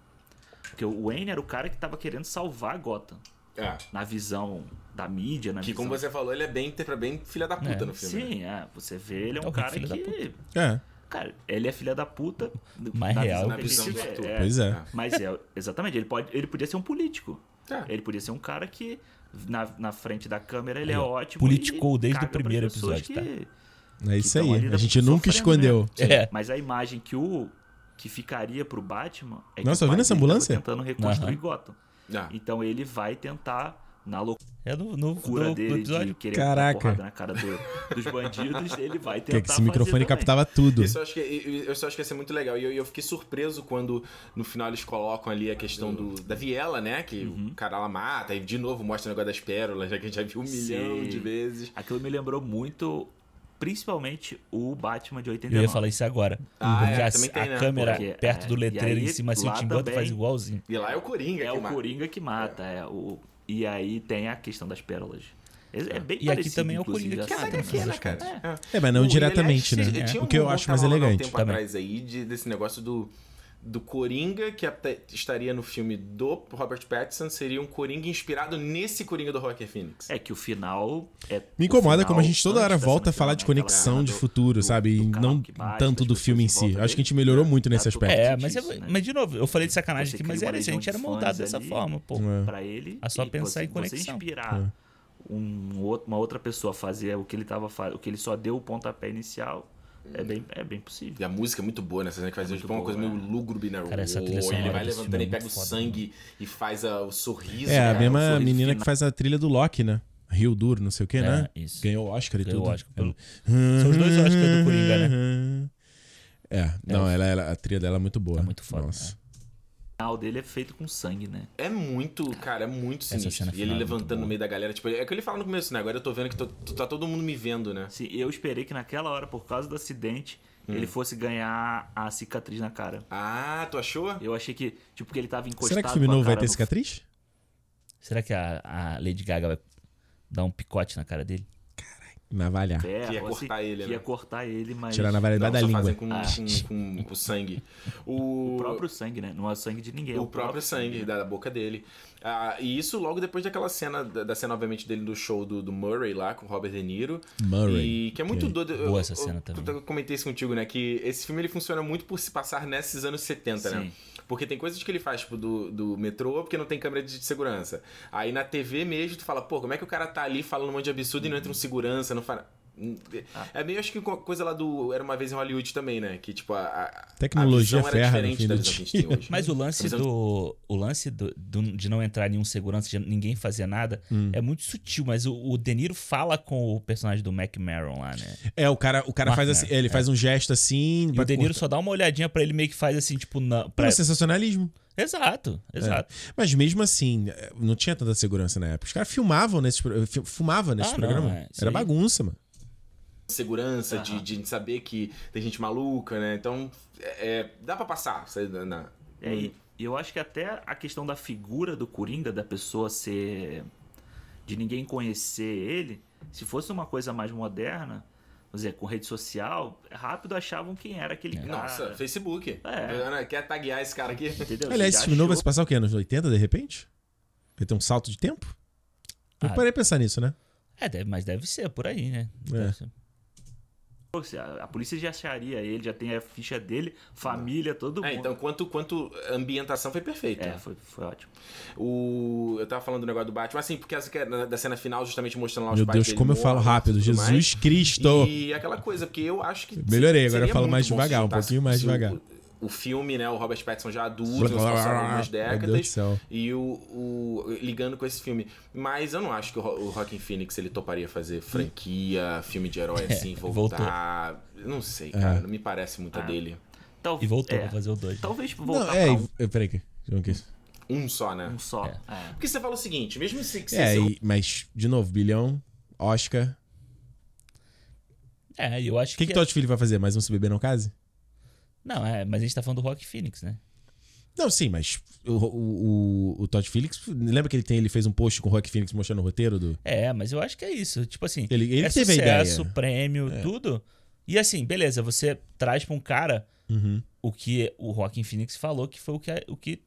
Speaker 4: Porque o Wayne era o cara que tava querendo salvar Gotham.
Speaker 3: É.
Speaker 4: Na visão da mídia, na
Speaker 3: Que
Speaker 4: visão...
Speaker 3: como você falou, ele é bem, interpre- bem filha da puta
Speaker 2: É.
Speaker 3: no filme. né?
Speaker 4: Sim, é. Você vê, ele é um
Speaker 2: É o
Speaker 4: cara
Speaker 2: filho da
Speaker 4: que...
Speaker 1: É.
Speaker 4: Cara, ele é filha da puta.
Speaker 2: Mas
Speaker 4: na
Speaker 2: real.
Speaker 4: visão
Speaker 2: Na
Speaker 4: que
Speaker 3: visão
Speaker 4: ele
Speaker 3: do
Speaker 4: tiver,
Speaker 3: Arthur.
Speaker 4: é.
Speaker 1: Pois é.
Speaker 3: É.
Speaker 4: Mas é, exatamente, ele, pode, ele podia ser um político.
Speaker 3: Tá.
Speaker 4: Ele podia ser um cara que na, na frente da câmera, ele é, ótimo.
Speaker 2: politicou
Speaker 4: e
Speaker 2: desde o
Speaker 4: caga pras
Speaker 2: primeiro
Speaker 4: pessoas
Speaker 2: episódio, tá?
Speaker 4: que-
Speaker 1: É isso
Speaker 4: Então,
Speaker 1: aí.
Speaker 4: ali
Speaker 1: A gente
Speaker 4: sofrendo
Speaker 1: nunca escondeu.
Speaker 4: mesmo.
Speaker 2: É.
Speaker 4: Mas a imagem que o que ficaria pro Batman é que
Speaker 1: Nossa,
Speaker 4: o
Speaker 1: tá
Speaker 4: pai
Speaker 1: vendo essa
Speaker 4: dele
Speaker 1: ambulância?
Speaker 4: tava tentando reconstruir
Speaker 2: Aham.
Speaker 4: Gotham.
Speaker 3: Ah,
Speaker 4: Então ele vai tentar na loucura
Speaker 2: É no, no, no- no
Speaker 4: dele de
Speaker 2: episódio.
Speaker 4: querer
Speaker 1: Caraca.
Speaker 4: dar porrada na cara do- dos bandidos, ele vai tentar
Speaker 1: Que esse microfone
Speaker 4: fazer também.
Speaker 1: captava tudo.
Speaker 3: Isso eu acho que, eu- eu só acho que ia ser muito legal. E eu, eu fiquei surpreso quando no final eles colocam ali a questão do, da viela, né? Que
Speaker 4: Uhum.
Speaker 3: o cara lá mata e de novo mostra o negócio das pérolas, já que a gente já viu um milhão
Speaker 4: Sim.
Speaker 3: de vezes.
Speaker 4: Aquilo me lembrou muito, principalmente o Batman de
Speaker 2: Eu
Speaker 4: 89.
Speaker 2: ia falar isso agora.
Speaker 3: Ah,
Speaker 2: Porque
Speaker 3: é,
Speaker 2: a,
Speaker 3: também tem,
Speaker 2: a
Speaker 3: né?
Speaker 2: câmera
Speaker 4: Porque,
Speaker 2: perto
Speaker 4: é,
Speaker 2: do letreiro
Speaker 4: e aí,
Speaker 2: em cima, assim, o
Speaker 4: lá
Speaker 2: Tim Burton
Speaker 4: também-
Speaker 2: faz igualzinho.
Speaker 3: E lá é o Coringa
Speaker 4: É
Speaker 3: que
Speaker 4: o
Speaker 3: mata.
Speaker 4: Coringa que mata, é. o e aí tem a questão das pérolas. É, é bem
Speaker 2: E aqui
Speaker 4: parecido,
Speaker 2: também é o
Speaker 4: inclusive,
Speaker 2: Coringa que
Speaker 4: assim,
Speaker 2: mata,
Speaker 4: nessas
Speaker 2: né?
Speaker 4: coisas.
Speaker 3: cara? É.
Speaker 1: É, mas não
Speaker 3: Pô, e,
Speaker 1: diretamente,
Speaker 3: aliás,
Speaker 1: né?
Speaker 3: tinha
Speaker 1: O que
Speaker 3: um
Speaker 1: eu
Speaker 3: rumor
Speaker 1: acho mais
Speaker 3: tava rolando há um
Speaker 1: elegante.
Speaker 3: tempo
Speaker 2: Também.
Speaker 3: atrás aí de- desse negócio do, do Coringa, que até estaria no filme do Robert Pattinson, seria um Coringa inspirado nesse Coringa do Rocker Phoenix.
Speaker 4: É que o final é.
Speaker 1: Me
Speaker 4: o
Speaker 1: incomoda
Speaker 4: final,
Speaker 1: como a gente toda
Speaker 4: antes
Speaker 1: hora
Speaker 4: da
Speaker 1: volta a
Speaker 4: cena
Speaker 1: falar
Speaker 4: final,
Speaker 1: de
Speaker 4: né, aquela
Speaker 1: conexão
Speaker 4: do-
Speaker 1: de futuro,
Speaker 4: do-
Speaker 1: sabe?
Speaker 4: do
Speaker 1: E
Speaker 4: carro
Speaker 1: não
Speaker 4: que bate,
Speaker 1: tanto
Speaker 4: das
Speaker 1: do
Speaker 4: pessoas
Speaker 1: filme em
Speaker 4: em
Speaker 1: si.
Speaker 4: volta
Speaker 1: Acho que a gente
Speaker 4: dele.
Speaker 1: melhorou muito nesse
Speaker 4: Tá tudo-
Speaker 1: aspecto.
Speaker 2: É,
Speaker 4: Sentido
Speaker 2: mas, é-
Speaker 4: isso, né?
Speaker 2: mas de novo, eu falei de sacanagem
Speaker 4: Você
Speaker 2: aqui, mas
Speaker 4: cria uma
Speaker 2: era isso, a
Speaker 4: legião
Speaker 2: gente
Speaker 4: de
Speaker 2: era
Speaker 4: fãs
Speaker 2: moldado dessa
Speaker 4: ali.
Speaker 2: forma, pô.
Speaker 1: É.
Speaker 4: Pra ele.
Speaker 2: É só
Speaker 4: e
Speaker 2: pensar
Speaker 4: você-
Speaker 2: em conexão.
Speaker 4: Você inspirar um outro, uma outra pessoa a fazer o que ele tava fazendo, o que ele só deu o pontapé inicial,
Speaker 3: Uhum.
Speaker 4: é bem, é bem possível.
Speaker 3: E a música é muito boa nessa cena que faz
Speaker 4: É
Speaker 3: tipo,
Speaker 4: muito
Speaker 3: uma coisa
Speaker 4: boa,
Speaker 3: meio lúgubre, né?
Speaker 2: Cara, essa trilha
Speaker 3: Uou,
Speaker 2: sonora
Speaker 3: ele vai
Speaker 2: desse filme
Speaker 3: levantando
Speaker 2: é
Speaker 3: e pega o
Speaker 2: muito foda,
Speaker 3: sangue e faz a- o sorriso.
Speaker 1: É, a
Speaker 3: cara.
Speaker 1: mesma
Speaker 4: sorriso
Speaker 1: menina que
Speaker 4: final.
Speaker 1: faz a trilha do Loki, né? Rio Duro, não sei o quê, né?
Speaker 2: É, isso.
Speaker 1: Ganhou o Oscar e
Speaker 2: Ganhou
Speaker 1: tudo.
Speaker 2: o Oscar pelo- São os dois Oscar do Coringa,
Speaker 1: né? É, não, ela, ela- a trilha dela é muito boa.
Speaker 2: É muito foda,
Speaker 1: Nossa.
Speaker 4: O final dele é feito com sangue, né?
Speaker 3: É muito, cara, é muito
Speaker 2: Essa
Speaker 3: sinistro.
Speaker 2: cena
Speaker 3: E ele
Speaker 2: final é muito
Speaker 3: levantando no
Speaker 2: boa.
Speaker 3: meio da galera, tipo, é o que ele fala no começo, né? Agora eu tô vendo que tô- tô- tá todo mundo me vendo, né?
Speaker 4: Assim, eu esperei que naquela hora, por causa do acidente,
Speaker 3: Hum.
Speaker 4: ele fosse ganhar a cicatriz na cara.
Speaker 3: Ah, tu achou?
Speaker 4: Eu achei que, tipo, que ele tava encostado.
Speaker 1: Será que o
Speaker 4: com
Speaker 1: filme
Speaker 4: a
Speaker 1: novo vai
Speaker 4: cara
Speaker 1: ter
Speaker 4: no-
Speaker 1: cicatriz?
Speaker 2: Será que a, a Lady Gaga vai dar um picote na cara dele?
Speaker 1: Navalhar.
Speaker 4: ferro,
Speaker 3: Que ia
Speaker 4: assim,
Speaker 3: cortar ele,
Speaker 4: que
Speaker 3: né?
Speaker 4: ia cortar ele, mas.
Speaker 1: Tirar a navalha
Speaker 3: Não,
Speaker 1: da
Speaker 3: só
Speaker 1: língua.
Speaker 3: fazem
Speaker 2: Ah,
Speaker 3: com, um com- com o sangue. O,
Speaker 4: O próprio sangue, né? Não é o sangue de ninguém. é
Speaker 3: o próprio sangue da, da boca dele. Ah, e isso logo depois daquela cena, da, da cena, obviamente, dele do show do, do Murray lá, com o Robert De Niro.
Speaker 1: Murray.
Speaker 3: E que é muito
Speaker 1: Ok.
Speaker 3: doido. eu-
Speaker 2: Boa essa
Speaker 3: eu-
Speaker 2: cena
Speaker 3: eu,
Speaker 2: também.
Speaker 3: Eu comentei isso contigo, né? Que esse filme ele funciona muito por se passar nesses anos 70, né?
Speaker 4: Sim.
Speaker 3: Porque tem coisas que ele faz, tipo, do, do metrô, porque não tem câmera de segurança. Aí na TV mesmo, tu fala, pô, como é que o cara tá ali falando um monte de absurdo e não entra um segurança, não fala. É meio, acho que co- coisa lá do Era Uma Vez em Hollywood também, né? Que, tipo, a- a... a
Speaker 1: Tecnologia
Speaker 3: visão era
Speaker 1: ferra no
Speaker 3: diferente
Speaker 1: fim
Speaker 3: da
Speaker 1: do
Speaker 3: visão que a gente tem
Speaker 1: dia.
Speaker 3: hoje. né?
Speaker 2: Mas o lance
Speaker 3: Mas eu-
Speaker 2: do. O lance do- do- de não entrar nenhum segurança, de ninguém fazer nada,
Speaker 1: Hum.
Speaker 2: é muito sutil, mas o, o De Niro fala com o personagem do Mac Maron lá, né?
Speaker 1: É, o cara, o cara
Speaker 2: Mark
Speaker 1: faz assim,
Speaker 2: Maron,
Speaker 1: ele
Speaker 2: é.
Speaker 1: faz um gesto assim.
Speaker 2: E
Speaker 1: pra
Speaker 2: o De Niro
Speaker 1: cortar.
Speaker 2: só dá uma olhadinha pra ele meio que faz assim, tipo, na, pra-
Speaker 1: Pelo sensacionalismo.
Speaker 2: Exato,
Speaker 1: É.
Speaker 2: exato.
Speaker 1: Mas mesmo assim, eh, não tinha tanta segurança na época. Os caras filmavam nesses pro- fi- fumava nesse
Speaker 2: Ah, não,
Speaker 1: programa.
Speaker 2: é, isso
Speaker 1: Era
Speaker 2: aí.
Speaker 1: bagunça, mano.
Speaker 3: segurança, de, de saber que tem gente maluca, né? Então, é, é, dá pra passar. sabe, na- na-
Speaker 4: É, e e eu acho que até a questão da figura do Coringa, da pessoa ser. de ninguém conhecer ele, se fosse uma coisa mais moderna, vamos dizer, com rede social, rápido achavam quem era aquele cara.
Speaker 3: É. Nossa, Facebook.
Speaker 4: É.
Speaker 3: Né? Quer taguear esse cara aqui?
Speaker 4: Entendeu?
Speaker 1: Aliás,
Speaker 4: Você
Speaker 1: esse
Speaker 4: já
Speaker 1: filme novo vai
Speaker 4: achou-
Speaker 1: se passar o quê? Anos 80, de repente? Vai ter um salto de tempo? Eu
Speaker 2: Ah.
Speaker 1: parei pra pensar nisso, né?
Speaker 2: É, deve- mas deve ser por aí, né?
Speaker 1: É.
Speaker 2: Deve ser.
Speaker 4: Pô, se A a polícia já acharia ele, já tem a ficha dele, família, todo mundo.
Speaker 3: É, então, tá. quanto, quanto a ambientação foi perfeita.
Speaker 4: É, foi, foi ótimo.
Speaker 3: O, eu tava falando do negócio do Batman, assim, porque essa que é da da cena final, justamente mostrando lá os
Speaker 1: Meu
Speaker 3: pais
Speaker 1: Deus,
Speaker 3: dele
Speaker 1: como eu falo
Speaker 3: mortos e
Speaker 1: rápido.
Speaker 3: tudo mais.
Speaker 1: Jesus Cristo!
Speaker 3: E aquela coisa, porque eu acho que.
Speaker 1: Melhorei, agora
Speaker 3: seria
Speaker 1: eu falo
Speaker 3: muito
Speaker 1: mais
Speaker 3: bom se
Speaker 1: devagar, um
Speaker 3: juntasse-
Speaker 1: pouquinho mais
Speaker 3: se o-
Speaker 1: devagar.
Speaker 3: O filme, né? O Robert Pattinson já
Speaker 1: Blá,
Speaker 3: adulto,
Speaker 1: blá,
Speaker 3: já
Speaker 1: blá, blá,
Speaker 3: passaram
Speaker 1: blá.
Speaker 3: algumas
Speaker 1: "Ah, Meu Deus do
Speaker 3: décadas.
Speaker 1: céu.
Speaker 3: E o, o- ligando com esse filme. Mas eu não acho que o, Ro- o Rockin' Phoenix ele toparia fazer franquia, filme de herói
Speaker 1: É,
Speaker 3: assim, voltar. Eu Não sei, cara. Não me parece muito a dele.
Speaker 4: Tal-
Speaker 2: E voltou né?
Speaker 4: é,
Speaker 2: pra fazer o 2.
Speaker 4: Talvez
Speaker 1: Não,
Speaker 4: voltar
Speaker 1: é,
Speaker 4: pra
Speaker 1: e- eh, peraí. que- João, que isso?
Speaker 3: Um só, né?
Speaker 4: um só.
Speaker 2: É.
Speaker 4: É.
Speaker 3: Porque você fala o seguinte, mesmo se. se
Speaker 1: É,
Speaker 3: se-
Speaker 1: e- mas, de novo, bilhão, Oscar.
Speaker 2: É, eu acho
Speaker 1: O que,
Speaker 2: que.
Speaker 1: que Todd Filho vai fazer? Mais um Se Beber Não Case?
Speaker 2: Não, é, mas a gente tá falando do Rock Phoenix, né?
Speaker 1: Não, sim, mas o, o, o- o Todd Phillips, lembra que ele, tem, ele fez um post com o Rock Phoenix mostrando o roteiro do.
Speaker 2: É, mas eu acho que é isso. Tipo assim,
Speaker 1: Ele- ele
Speaker 2: é
Speaker 1: teve a
Speaker 2: sucesso,
Speaker 1: ideia. É.
Speaker 2: prêmio, tudo. E assim, beleza, você traz pra um cara
Speaker 1: Uhum.
Speaker 2: o que o Rockin' Phoenix falou que foi o que, o que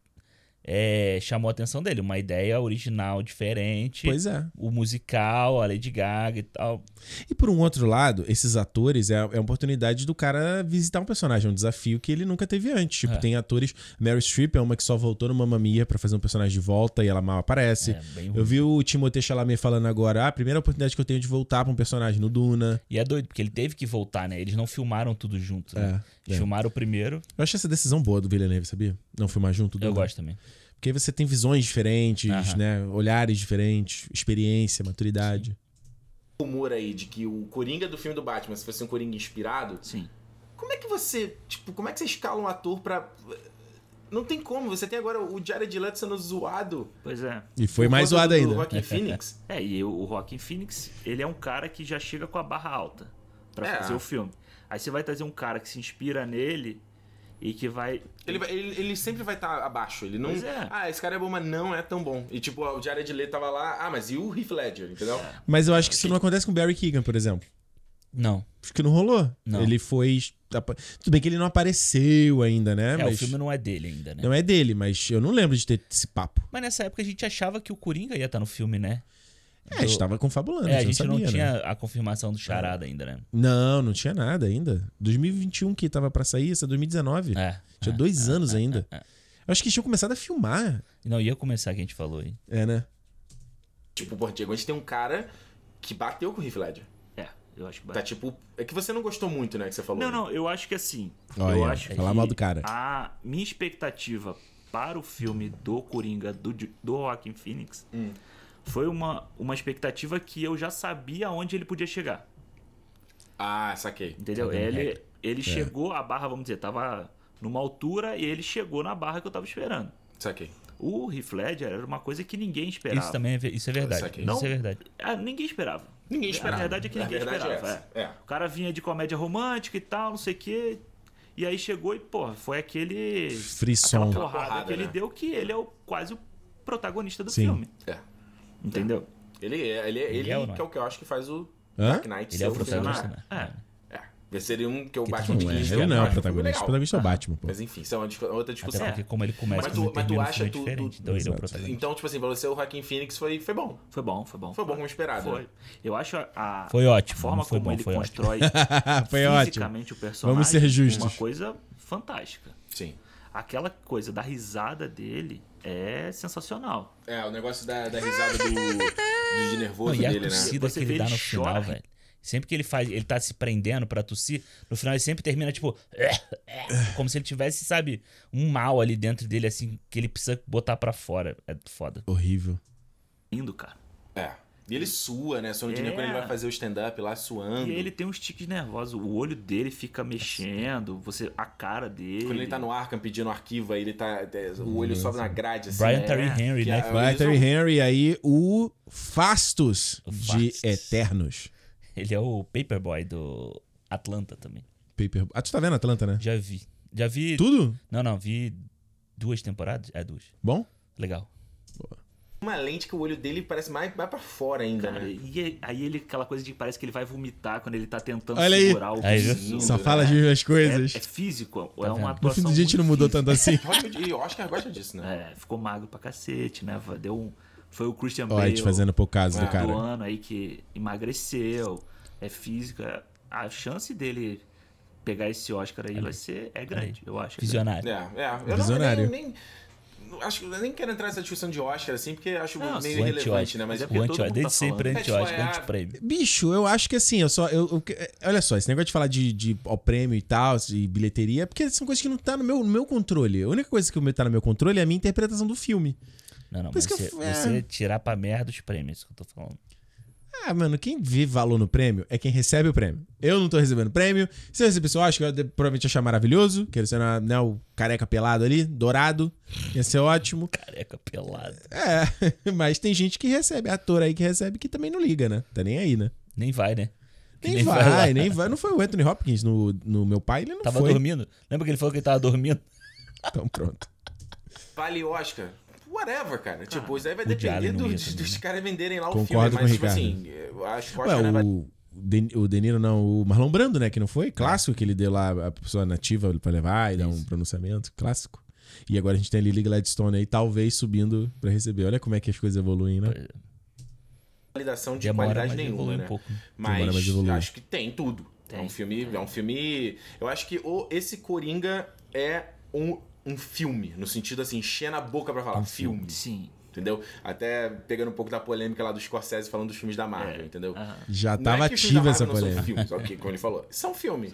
Speaker 2: é, chamou a atenção dele. Uma ideia original, diferente.
Speaker 1: Pois é.
Speaker 2: O musical, a Lady Gaga e tal.
Speaker 1: E por um outro lado, esses atores é, é a oportunidade do cara visitar um personagem, um desafio que ele nunca teve antes. Tipo,
Speaker 2: É.
Speaker 1: tem atores. Mary Streep é uma que só voltou no Mamma Mia pra fazer um personagem de volta e ela mal aparece.
Speaker 2: É, bem
Speaker 1: Eu vi o Timothée Chalamet falando agora, ah, a primeira oportunidade que eu tenho de voltar pra um personagem no Duna.
Speaker 2: E é doido, porque ele teve que voltar, né? Eles não filmaram tudo junto, né?
Speaker 1: É, é.
Speaker 2: Filmaram o primeiro.
Speaker 1: Eu achei essa decisão boa do Villeneuve, sabia? Não filmar junto.
Speaker 2: Eu
Speaker 1: Duna.
Speaker 2: gosto também.
Speaker 1: Porque aí você tem visões diferentes,
Speaker 2: Aham.
Speaker 1: né? Olhares diferentes, experiência, maturidade.
Speaker 3: um rumor aí de que o Coringa do filme do Batman, se fosse um Coringa inspirado,
Speaker 4: Sim.
Speaker 3: como é que você, tipo, como é que você escala um ator pra... Não tem como, você tem agora o Jared Leto sendo zoado.
Speaker 4: Pois é.
Speaker 1: E foi
Speaker 3: por
Speaker 1: mais
Speaker 3: conta
Speaker 1: zoado
Speaker 3: do
Speaker 1: ainda.
Speaker 3: Joaquin Phoenix.
Speaker 4: É, e o Rockin' Phoenix, ele é um cara que já chega com a barra alta pra
Speaker 3: É.
Speaker 4: fazer o filme. Aí você vai trazer um cara que se inspira nele e que vai.
Speaker 3: Ele, vai- ele, ele sempre vai estar abaixo. Ele não.
Speaker 4: Pois é.
Speaker 3: Ah, esse cara é bom, mas não é tão bom. E tipo, o Jared Leto tava lá. Ah, mas e o Heath Ledger, entendeu?
Speaker 4: É.
Speaker 1: Mas eu acho que isso não acontece com o Barry Keegan, por exemplo.
Speaker 2: Não.
Speaker 1: Acho que não rolou.
Speaker 2: Não.
Speaker 1: Ele foi. apa- Tudo bem que ele não apareceu ainda, né?
Speaker 2: É,
Speaker 1: mas
Speaker 2: o filme não é dele ainda, né?
Speaker 1: não é dele, mas eu não lembro de ter esse papo.
Speaker 2: Mas nessa época a gente achava que o Coringa ia estar no filme, né?
Speaker 1: É, a gente tava confabulando,
Speaker 2: É,
Speaker 1: a
Speaker 2: a
Speaker 1: gente
Speaker 2: gente
Speaker 1: não sabia,
Speaker 2: não
Speaker 1: né? É.
Speaker 2: tinha a confirmação do Charada ainda, né?
Speaker 1: Não, não tinha nada ainda. 2021 que tava pra sair, isso é 2019.
Speaker 2: É.
Speaker 1: Tinha
Speaker 2: é.
Speaker 1: dois anos ainda.
Speaker 2: é, é.
Speaker 1: Eu acho que eles tinham começado a filmar.
Speaker 2: Não, ia começar que a gente falou aí.
Speaker 1: É, né?
Speaker 3: Tipo, pô, Diego, a gente tem um cara que bateu com o Heath Ledger.
Speaker 4: É, eu acho que vai.
Speaker 3: Tá tipo. É que você não gostou muito, né? Que você falou.
Speaker 4: Não, não, eu acho que assim.
Speaker 1: Olha,
Speaker 4: eu acho
Speaker 1: falar
Speaker 4: que
Speaker 1: mal do cara.
Speaker 4: A minha expectativa para o filme do Coringa, do, Ju- do Joaquin Phoenix,
Speaker 3: Hum.
Speaker 4: foi uma, uma expectativa que eu já sabia onde ele podia chegar.
Speaker 3: Ah, saquei.
Speaker 4: Entendeu?
Speaker 2: Tá dando
Speaker 4: Ele,
Speaker 2: regra.
Speaker 4: ele chegou, a barra, vamos dizer, tava numa altura e ele chegou na barra que eu tava esperando.
Speaker 3: Saquei.
Speaker 4: O Heath Ledger era uma coisa que ninguém esperava.
Speaker 2: Isso também é, ve- isso é
Speaker 3: Isso aqui.
Speaker 2: verdade.
Speaker 4: Não.
Speaker 2: Isso é verdade.
Speaker 4: Ah, ninguém esperava.
Speaker 3: Ninguém esperava.
Speaker 4: A verdade é que
Speaker 3: A
Speaker 4: ninguém
Speaker 3: verdade é
Speaker 4: esperava.
Speaker 3: essa.
Speaker 4: é.
Speaker 3: É.
Speaker 4: O cara vinha de comédia romântica e tal, não sei o quê. E aí chegou e, porra, foi aquele.
Speaker 1: Frisson.
Speaker 4: Aquela porrada,
Speaker 3: Porrada,
Speaker 4: que ele
Speaker 3: né?
Speaker 4: deu, que ele é o, quase o protagonista do
Speaker 1: Sim.
Speaker 4: filme.
Speaker 3: É.
Speaker 4: Entendeu?
Speaker 3: Ele, é- ele, é- ele,
Speaker 2: Ele é ou não
Speaker 3: que é o que eu acho que faz o
Speaker 1: Hã?
Speaker 3: Dark Knight
Speaker 2: Ele é o
Speaker 3: ser
Speaker 2: protagonista,
Speaker 3: filme.
Speaker 2: né?
Speaker 4: É.
Speaker 3: É. Seria um que o Batman
Speaker 2: não
Speaker 3: de
Speaker 1: Não é,
Speaker 3: 15
Speaker 1: ele não é o
Speaker 3: anos,
Speaker 1: protagonista. O
Speaker 3: legal.
Speaker 1: protagonista é o Batman, pô.
Speaker 3: Mas enfim, isso é uma discu- outra discussão.
Speaker 2: Até porque como ele começa,
Speaker 3: Mas tu-
Speaker 2: como ele
Speaker 3: mas tu
Speaker 2: termina, o
Speaker 3: acha
Speaker 2: filme é
Speaker 3: tu-
Speaker 2: diferente.
Speaker 3: tu-
Speaker 2: Então ele é o
Speaker 1: Exato.
Speaker 2: protagonista.
Speaker 3: Então, tipo assim, pra você, o Joaquin Phoenix foi, foi bom.
Speaker 4: Foi bom, foi bom.
Speaker 3: Foi bom como esperado.
Speaker 4: Foi.
Speaker 3: né?
Speaker 4: Eu acho a,
Speaker 2: Foi ótimo,
Speaker 4: a forma
Speaker 2: não foi
Speaker 4: como
Speaker 2: bom,
Speaker 4: ele
Speaker 2: foi ótimo.
Speaker 4: constrói
Speaker 1: Foi ótimo.
Speaker 4: fisicamente o personagem
Speaker 1: Vamos ser justos.
Speaker 4: uma coisa fantástica.
Speaker 3: Sim.
Speaker 4: Aquela coisa da risada dele é sensacional.
Speaker 3: É, o negócio da, da risada do, do de
Speaker 2: Não,
Speaker 3: nervoso
Speaker 2: e a
Speaker 3: dele, né?
Speaker 2: torcida
Speaker 4: Você
Speaker 2: que ele
Speaker 4: vê
Speaker 2: dá
Speaker 4: ele
Speaker 2: no
Speaker 4: chora.
Speaker 2: final, velho. Sempre que ele faz, ele tá se prendendo pra tossir, no final ele sempre termina tipo, é", como se ele tivesse, sabe, um mal ali dentro dele assim que ele precisa botar pra fora. É foda.
Speaker 1: Horrível.
Speaker 4: Lindo, cara.
Speaker 3: É. E ele sua, né? Sono de
Speaker 4: É.
Speaker 3: Ney, quando ele vai fazer o stand-up lá suando.
Speaker 4: E ele tem uns tiques nervosos. O olho dele fica mexendo, você a cara dele.
Speaker 3: Quando ele tá no Arkham pedindo arquivo, aí ele tá. é, O olho sobe na grade, assim.
Speaker 2: Uhum. Brian
Speaker 3: né?
Speaker 2: Terry Henry,
Speaker 3: Que
Speaker 2: né?
Speaker 3: a-
Speaker 1: Vai,
Speaker 3: eles
Speaker 1: Terry
Speaker 3: não-
Speaker 1: Henry aí, o Fastus
Speaker 2: O
Speaker 1: de
Speaker 2: Fastus.
Speaker 1: Eternos.
Speaker 2: Ele é o Paperboy do Atlanta também.
Speaker 1: Paper... Ah, tu tá vendo Atlanta, né?
Speaker 2: Já vi. Já vi.
Speaker 1: Tudo?
Speaker 2: Não, não, vi duas temporadas. É duas.
Speaker 1: Bom?
Speaker 2: Legal.
Speaker 3: Uma lente que o olho dele parece mais, mais pra fora ainda,
Speaker 4: Cara,
Speaker 3: né?
Speaker 4: e aí ele, aquela coisa de que parece que ele vai vomitar quando ele tá tentando
Speaker 1: Olha aí.
Speaker 4: segurar o
Speaker 2: Aí, viu?
Speaker 4: vizinho,
Speaker 1: Só
Speaker 3: né?
Speaker 1: fala as mesmas
Speaker 4: É,
Speaker 1: coisas.
Speaker 4: é físico, é
Speaker 2: Tá vendo?
Speaker 4: uma
Speaker 1: no
Speaker 4: atuação.
Speaker 1: fim do dia a gente
Speaker 4: muito
Speaker 1: não mudou
Speaker 4: física.
Speaker 1: tanto assim.
Speaker 3: Hollywood e Oscar gosta disso, né?
Speaker 4: É, ficou magro pra cacete, né? Deu um. Foi o Christian
Speaker 1: Ó, a
Speaker 4: Bale né,
Speaker 1: gente fazendo pouco caso do
Speaker 3: Ah,
Speaker 4: do
Speaker 1: cara.
Speaker 4: ano aí que emagreceu, é física. A chance dele pegar esse Oscar aí vai ser é grande, eu acho. é
Speaker 2: Visionário.
Speaker 3: É, é. Eu
Speaker 1: Visionário.
Speaker 3: Não, nem, nem- acho que eu nem quero entrar nessa discussão de Oscar, assim, porque acho
Speaker 1: é
Speaker 4: Não,
Speaker 3: meio
Speaker 2: O
Speaker 3: irrelevante,
Speaker 2: anti-Oscar.
Speaker 3: né? Mas é
Speaker 4: porque
Speaker 2: o
Speaker 4: todo
Speaker 2: anti-Oscar.
Speaker 4: mundo
Speaker 2: Desde
Speaker 4: tá
Speaker 2: sempre
Speaker 4: falando.
Speaker 2: anti-Oscar,
Speaker 3: Mas, tipo, é-
Speaker 2: anti-prêmio.
Speaker 1: Bicho, eu acho que assim, eu só. Eu, eu- é, olha só, esse negócio de falar de, de ó, prêmio e tal, de bilheteria, é porque são coisas que não tá no meu, no meu controle. A única coisa que tá no meu controle é a minha interpretação do filme.
Speaker 2: Não, não,
Speaker 1: Por
Speaker 2: mas
Speaker 1: isso que
Speaker 2: você,
Speaker 1: eu- é.
Speaker 2: você tirar pra merda os prêmios, isso que eu tô falando.
Speaker 1: Ah, mano, quem vê valor no prêmio é quem recebe o prêmio. Eu não tô recebendo prêmio. Se eu receber seu Oscar, eu de- provavelmente ia achar maravilhoso. Quero ser na- né, o careca pelado ali, dourado. Ia ser ótimo.
Speaker 2: Careca pelado.
Speaker 1: É, mas tem gente que recebe, ator aí que recebe, que também não liga, né? Tá nem aí, né?
Speaker 2: Nem vai, né? Que
Speaker 1: Nem,
Speaker 2: nem
Speaker 1: vai,
Speaker 2: vai lá.
Speaker 1: nem vai. Não foi o Anthony Hopkins no, no meu pai, ele não
Speaker 2: Tava
Speaker 1: foi.
Speaker 2: dormindo. Lembra que ele falou que ele tava dormindo?
Speaker 1: Então pronto.
Speaker 4: é-
Speaker 3: vale Oscar. Whatever, cara. Tipo, isso aí vai
Speaker 2: o Diário
Speaker 3: depender
Speaker 2: não
Speaker 3: do-
Speaker 2: ia
Speaker 3: dos,
Speaker 2: também, né?
Speaker 3: dos caras venderem lá o filme.
Speaker 1: Concordo com
Speaker 3: Mas,
Speaker 1: o
Speaker 3: tipo
Speaker 1: Ricardo.
Speaker 3: assim, eu acho que o Oscar
Speaker 1: Ué,
Speaker 3: não vai...
Speaker 1: o, Den, o De Niro não, o Marlon Brando, né? Que não foi? Clássico que ele deu lá a pessoa nativa pra levar e dar um pronunciamento. Clássico. E agora a gente tem a Lily Gladstone aí, talvez subindo pra receber. Olha como é que as coisas evoluem, né?
Speaker 3: validação de
Speaker 2: Demora,
Speaker 3: qualidade
Speaker 2: mas
Speaker 3: nenhuma,
Speaker 2: evolui
Speaker 3: né?
Speaker 2: um pouco.
Speaker 1: Demora, mas
Speaker 3: Mas
Speaker 1: evolui.
Speaker 3: acho que tem tudo. É um filme, é um filme. Eu acho que o, esse Coringa é um, um filme, no sentido assim, encher na boca pra
Speaker 1: Um
Speaker 3: falar filme.
Speaker 4: Sim.
Speaker 3: Entendeu? Até pegando um pouco da polêmica lá do Scorsese falando dos filmes da Marvel, entendeu?
Speaker 4: Aham.
Speaker 1: Já
Speaker 3: Não
Speaker 1: tava
Speaker 3: é que os filmes
Speaker 1: ativa
Speaker 3: da
Speaker 1: essa
Speaker 3: Marvel não
Speaker 1: polêmica.
Speaker 3: São filmes, ok, como ele falou. São filmes.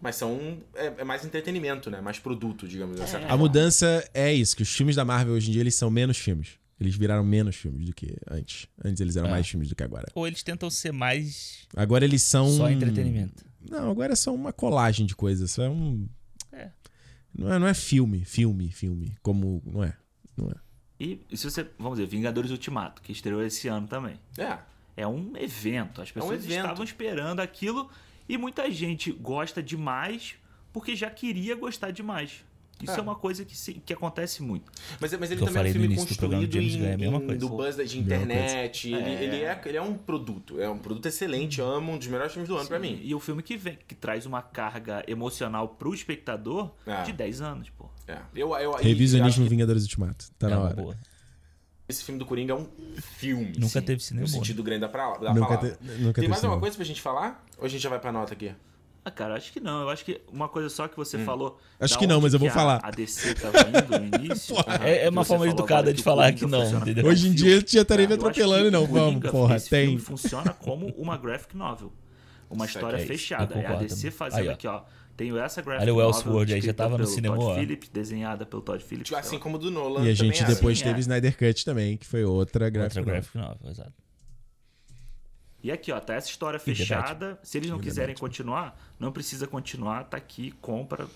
Speaker 3: Mas são. É, é mais entretenimento, né? Mais produto, digamos assim.
Speaker 1: A mudança é isso, que os filmes da Marvel hoje em dia eles são menos filmes. Eles viraram menos filmes do que antes. Antes eles eram mais filmes do que agora.
Speaker 2: Ou eles tentam ser mais
Speaker 1: Agora eles são.
Speaker 2: só entretenimento.
Speaker 1: Não, agora é só uma colagem de coisas. Só é um.
Speaker 2: É.
Speaker 1: Não é, não é filme, filme, filme. Como. Não é. Não é.
Speaker 4: E, e se você, vamos dizer, Vingadores Ultimato, que estreou esse ano também.
Speaker 3: É.
Speaker 4: É um evento. As pessoas
Speaker 3: evento.
Speaker 4: estavam esperando aquilo e muita gente gosta demais porque já queria gostar demais. Isso é,
Speaker 3: É.
Speaker 4: uma coisa que, se- que acontece muito.
Speaker 3: Mas, mas ele
Speaker 2: Que eu
Speaker 3: também é
Speaker 2: falei
Speaker 3: um
Speaker 2: no
Speaker 3: filme
Speaker 2: início do programa,
Speaker 3: construído
Speaker 2: James
Speaker 3: em,
Speaker 2: Gunn é a mesma
Speaker 3: em-
Speaker 2: coisa.
Speaker 3: do buzz da- de
Speaker 1: Mesma coisa.
Speaker 3: internet. Ele ele é. Ele, é, um produto. É um produto excelente. Eu amo um dos melhores filmes do ano pra mim.
Speaker 4: E o filme que vem, que traz uma carga emocional pro espectador
Speaker 3: É.
Speaker 4: de 10 anos, pô.
Speaker 3: É. Eu, eu, e- eu acho
Speaker 1: Revisionismo
Speaker 3: que
Speaker 1: Vingadores Ultimato. Tá
Speaker 2: é
Speaker 1: na
Speaker 2: uma
Speaker 1: hora.
Speaker 2: boa.
Speaker 3: Esse filme do Coringa é um filme.
Speaker 2: Nunca
Speaker 3: sim,
Speaker 2: teve cinema,
Speaker 3: No
Speaker 2: né?
Speaker 3: sentido grande da, pra, da
Speaker 1: Nunca
Speaker 3: palavra.
Speaker 1: te- nunca
Speaker 3: Tem
Speaker 1: teve
Speaker 3: mais alguma
Speaker 1: cinema.
Speaker 3: coisa pra gente falar? Ou a gente já vai pra nota aqui?
Speaker 4: Ah, cara, acho que não. Eu acho que uma coisa só que
Speaker 2: Hum.
Speaker 4: você falou.
Speaker 1: Acho
Speaker 4: da
Speaker 1: que não,
Speaker 4: onde
Speaker 1: mas eu vou
Speaker 4: a-
Speaker 1: falar.
Speaker 4: A DC tava indo no início.
Speaker 1: Porra.
Speaker 4: Aham,
Speaker 2: É- é
Speaker 4: que
Speaker 2: uma
Speaker 4: você
Speaker 2: forma
Speaker 4: falou
Speaker 2: educada
Speaker 4: agora
Speaker 2: de
Speaker 4: o
Speaker 2: falar
Speaker 4: Coringa
Speaker 2: que não,
Speaker 4: funciona
Speaker 2: entendeu?
Speaker 4: como
Speaker 1: Hoje em
Speaker 4: um
Speaker 1: dia eu já estarei me
Speaker 4: Eu acho
Speaker 1: atropelando,
Speaker 4: que
Speaker 1: não.
Speaker 4: o
Speaker 1: Vamos,
Speaker 4: Coringa,
Speaker 1: porra.
Speaker 4: esse
Speaker 1: Tem.
Speaker 4: filme funciona como uma graphic novel. Uma
Speaker 3: Isso
Speaker 4: história
Speaker 3: aqui é isso,
Speaker 4: fechada.
Speaker 2: eu
Speaker 4: É a
Speaker 2: concordo.
Speaker 4: DC fazendo
Speaker 2: Aí, ó.
Speaker 4: aqui, ó. Tenho essa graphic
Speaker 2: Olha o
Speaker 4: novel.
Speaker 2: Elseworld aí, já
Speaker 4: escrita
Speaker 2: tava no
Speaker 4: pelo
Speaker 2: cinema,
Speaker 4: Todd
Speaker 2: ó. Tipo
Speaker 4: Phillips, desenhada pelo Todd Phillips. sei
Speaker 3: Assim
Speaker 4: lá.
Speaker 3: como do Nolan.
Speaker 1: E a
Speaker 3: também assim.
Speaker 1: gente
Speaker 3: acho.
Speaker 1: depois
Speaker 4: é.
Speaker 1: teve Snyder Cut também, que foi outra gráfica.
Speaker 2: Outra graphic novel, exato.
Speaker 4: E aqui, ó, tá essa história
Speaker 2: Batman.
Speaker 4: fechada. Se eles não quiserem continuar, não precisa continuar. Tá aqui, compra,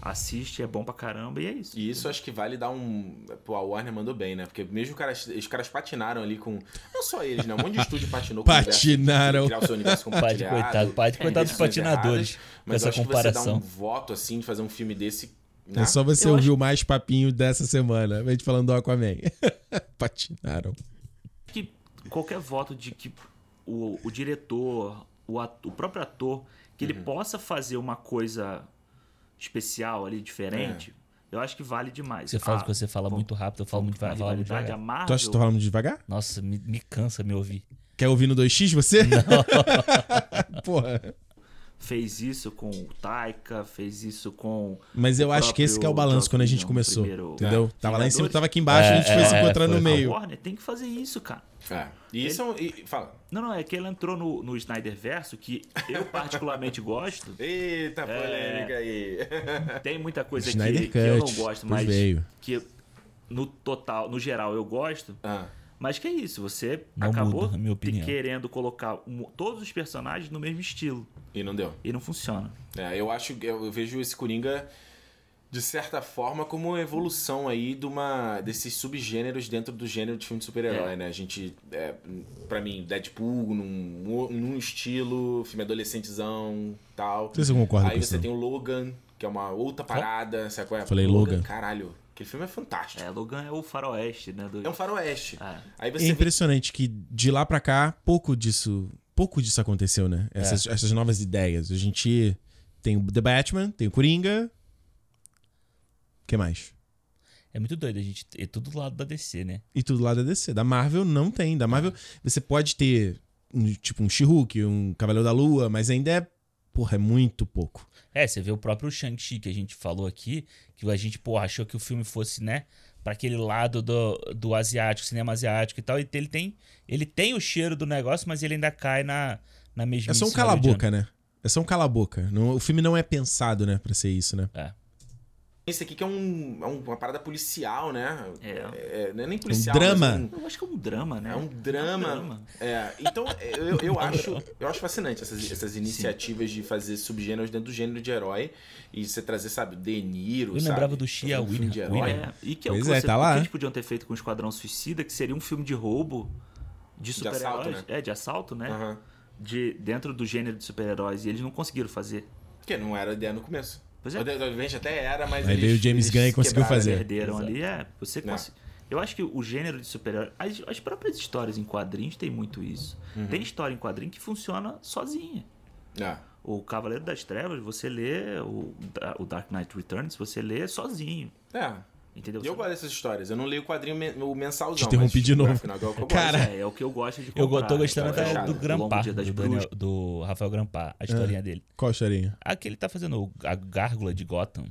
Speaker 4: assiste, é bom pra caramba e é isso.
Speaker 3: E isso acho que vale dar um. Pô, a Warner mandou bem, né? Porque mesmo os caras, os caras patinaram ali com. Não só eles, né? Um monte de estúdio patinou com o universo,
Speaker 1: Patinaram.
Speaker 3: criar o seu universo
Speaker 2: Pai de
Speaker 3: compartilhado. é
Speaker 2: coitado, pai de coitado dos
Speaker 3: decisões
Speaker 2: patinadores.
Speaker 3: erradas,
Speaker 2: com essa
Speaker 3: eu acho que você dar
Speaker 2: comparação.
Speaker 3: um voto assim de fazer um filme desse. né?
Speaker 1: É só você
Speaker 4: Eu
Speaker 1: ouvir o mais papinho dessa semana. A gente falando do Aquaman. Patinaram.
Speaker 4: Acho que qualquer voto de que o, o diretor, o, atu- o próprio ator, que
Speaker 2: Uhum.
Speaker 4: ele possa fazer uma coisa especial ali, diferente, eu acho que vale demais.
Speaker 2: É. Você fala
Speaker 4: Ah,
Speaker 2: que você fala
Speaker 4: vamos-
Speaker 2: muito rápido, eu falo muito
Speaker 4: na
Speaker 2: vai falar muito
Speaker 4: rivalidade, é
Speaker 2: devagar.
Speaker 4: a Marvel,
Speaker 1: Tu acha Então, que eu tô falando devagar?
Speaker 2: Nossa, me, me cansa me ouvir.
Speaker 1: Quer ouvir no 2x você? Não. Porra.
Speaker 4: fez isso com o Taika, fez isso com.
Speaker 1: Mas eu
Speaker 4: o
Speaker 1: acho que esse que é o
Speaker 4: próprio
Speaker 1: balanço quando a gente
Speaker 4: Joss Whedon,
Speaker 1: começou.
Speaker 4: primeiro
Speaker 1: Entendeu? Tava lá em cima,
Speaker 4: Vingadores.
Speaker 1: tava aqui embaixo, a gente
Speaker 2: É,
Speaker 1: foi se
Speaker 2: é,
Speaker 1: encontrando no
Speaker 2: foi.
Speaker 1: meio.
Speaker 4: A Warner tem que fazer isso, cara.
Speaker 3: É. E isso é um. e- fala.
Speaker 4: Não, não, é que ela entrou no, no Snyder Verso, que eu particularmente gosto.
Speaker 3: Eita, polêmica aí.
Speaker 4: Tem muita coisa
Speaker 1: Snyder
Speaker 4: que, que eu não
Speaker 1: Cut,
Speaker 4: gosto,
Speaker 1: pois
Speaker 4: mas
Speaker 1: veio.
Speaker 4: que no total, no geral, eu gosto.
Speaker 3: Ah,
Speaker 4: Mas que é isso, você
Speaker 2: Não
Speaker 4: acabou
Speaker 2: muda, na minha
Speaker 4: te
Speaker 2: opinião.
Speaker 4: querendo colocar um- todos os personagens no mesmo estilo.
Speaker 3: e não deu.
Speaker 4: E não funciona.
Speaker 3: É, eu acho que eu eu vejo esse Coringa de certa forma como uma evolução aí de uma desses subgêneros dentro do gênero de filme de super-herói,
Speaker 4: É.
Speaker 3: né? A gente é, para mim Deadpool num, num estilo, filme adolescentezão, tal.
Speaker 1: Não sei se eu concordo com
Speaker 3: Aí
Speaker 1: isso,
Speaker 3: você
Speaker 1: não.
Speaker 3: tem o Logan, que é uma outra parada, sabe qual é?
Speaker 1: Falei Logan.
Speaker 3: Caralho, aquele filme é fantástico.
Speaker 4: É, Logan é o faroeste, né? do-
Speaker 3: É, um faroeste.
Speaker 4: Ah.
Speaker 3: Aí
Speaker 1: É
Speaker 3: você vê
Speaker 1: impressionante que de lá pra cá, pouco disso, pouco disso aconteceu, né? Essas, essas novas ideias. A gente tem o The Batman, tem o Coringa. O que mais?
Speaker 2: É muito doido, a gente. É tudo do lado da DC, né?
Speaker 1: E tudo lá da DC. Da Marvel não tem. Da Marvel você pode ter um, tipo um She-Hulk, um Cavaleiro da Lua, mas ainda é, porra, é muito pouco.
Speaker 2: É, você vê o próprio Shang-Chi que a gente falou aqui, que a gente, pô, achou que o filme fosse, né, Pra aquele lado do, do asiático, cinema asiático e tal, e ele tem, ele tem o cheiro do negócio, mas ele ainda cai na na mesma
Speaker 1: É só um cala-boca, né? É só um cala-boca. Não- O filme não é pensado, né, pra ser isso, né?
Speaker 2: É.
Speaker 3: esse aqui que é, um, é uma parada policial, né?
Speaker 4: É.
Speaker 3: É, não é nem policial,
Speaker 1: drama.
Speaker 3: mas é um-
Speaker 4: Eu acho que é um drama, né?
Speaker 3: É um drama.
Speaker 4: É um drama.
Speaker 3: É, então, eu, eu acho, eu acho fascinante essas, essas iniciativas de fazer subgêneros dentro do gênero de herói e você trazer, sabe, De Niro,
Speaker 2: Eu
Speaker 3: sabe?
Speaker 2: lembrava do Shia
Speaker 3: Fazer um filme
Speaker 2: Winner-
Speaker 3: de
Speaker 4: Olha,
Speaker 3: herói.
Speaker 2: Winner.
Speaker 4: é, e que é o
Speaker 1: Pois
Speaker 4: que,
Speaker 1: é,
Speaker 4: você-
Speaker 1: tá
Speaker 4: o
Speaker 1: lá,
Speaker 4: que
Speaker 1: né?
Speaker 4: eles podiam ter feito com o Esquadrão Suicida, que seria um filme de roubo de super-heróis.
Speaker 3: assalto, né?
Speaker 4: É, de assalto, né?
Speaker 3: Aham.
Speaker 4: De, dentro do gênero de super-heróis. E eles não conseguiram fazer.
Speaker 3: Porque não era a ideia no começo.
Speaker 4: Pois é.
Speaker 3: O The Advent até era, mas
Speaker 1: Aí
Speaker 3: eles,
Speaker 1: veio o James
Speaker 3: eles
Speaker 1: Gunn e conseguiu
Speaker 3: quebraram,
Speaker 1: fazer.
Speaker 3: né?
Speaker 4: Perderam
Speaker 2: Exato.
Speaker 4: ali, é. Você
Speaker 3: Não.
Speaker 4: consi- Eu acho que o gênero de super-heróis. As, as próprias histórias em quadrinhos tem muito isso.
Speaker 2: Uhum.
Speaker 4: Tem história em quadrinho que funciona sozinha.
Speaker 3: É.
Speaker 4: O Cavaleiro das Trevas, você lê. O, o Dark Knight Returns, você lê sozinho.
Speaker 3: É.
Speaker 4: Entendeu?
Speaker 3: E eu gosto dessas histórias. Eu não leio o quadrinho men- o mensalzão.
Speaker 1: Te interrompi
Speaker 3: mas,
Speaker 1: de novo.
Speaker 3: Afinal, é o que eu gosto.
Speaker 1: Cara,
Speaker 4: É, é o que eu gosto de comprar. então, é
Speaker 2: Eu go- tô gostando
Speaker 3: tá
Speaker 2: até
Speaker 3: fechado.
Speaker 2: do
Speaker 3: O
Speaker 2: Grampar,
Speaker 4: Longo Dia das
Speaker 2: do, Daniel-
Speaker 4: Bruxas. É.
Speaker 2: do Rafael Grampar, a historinha dele.
Speaker 1: Qual historinha?
Speaker 2: Aqui ele tá fazendo o- a gárgula de Gotham.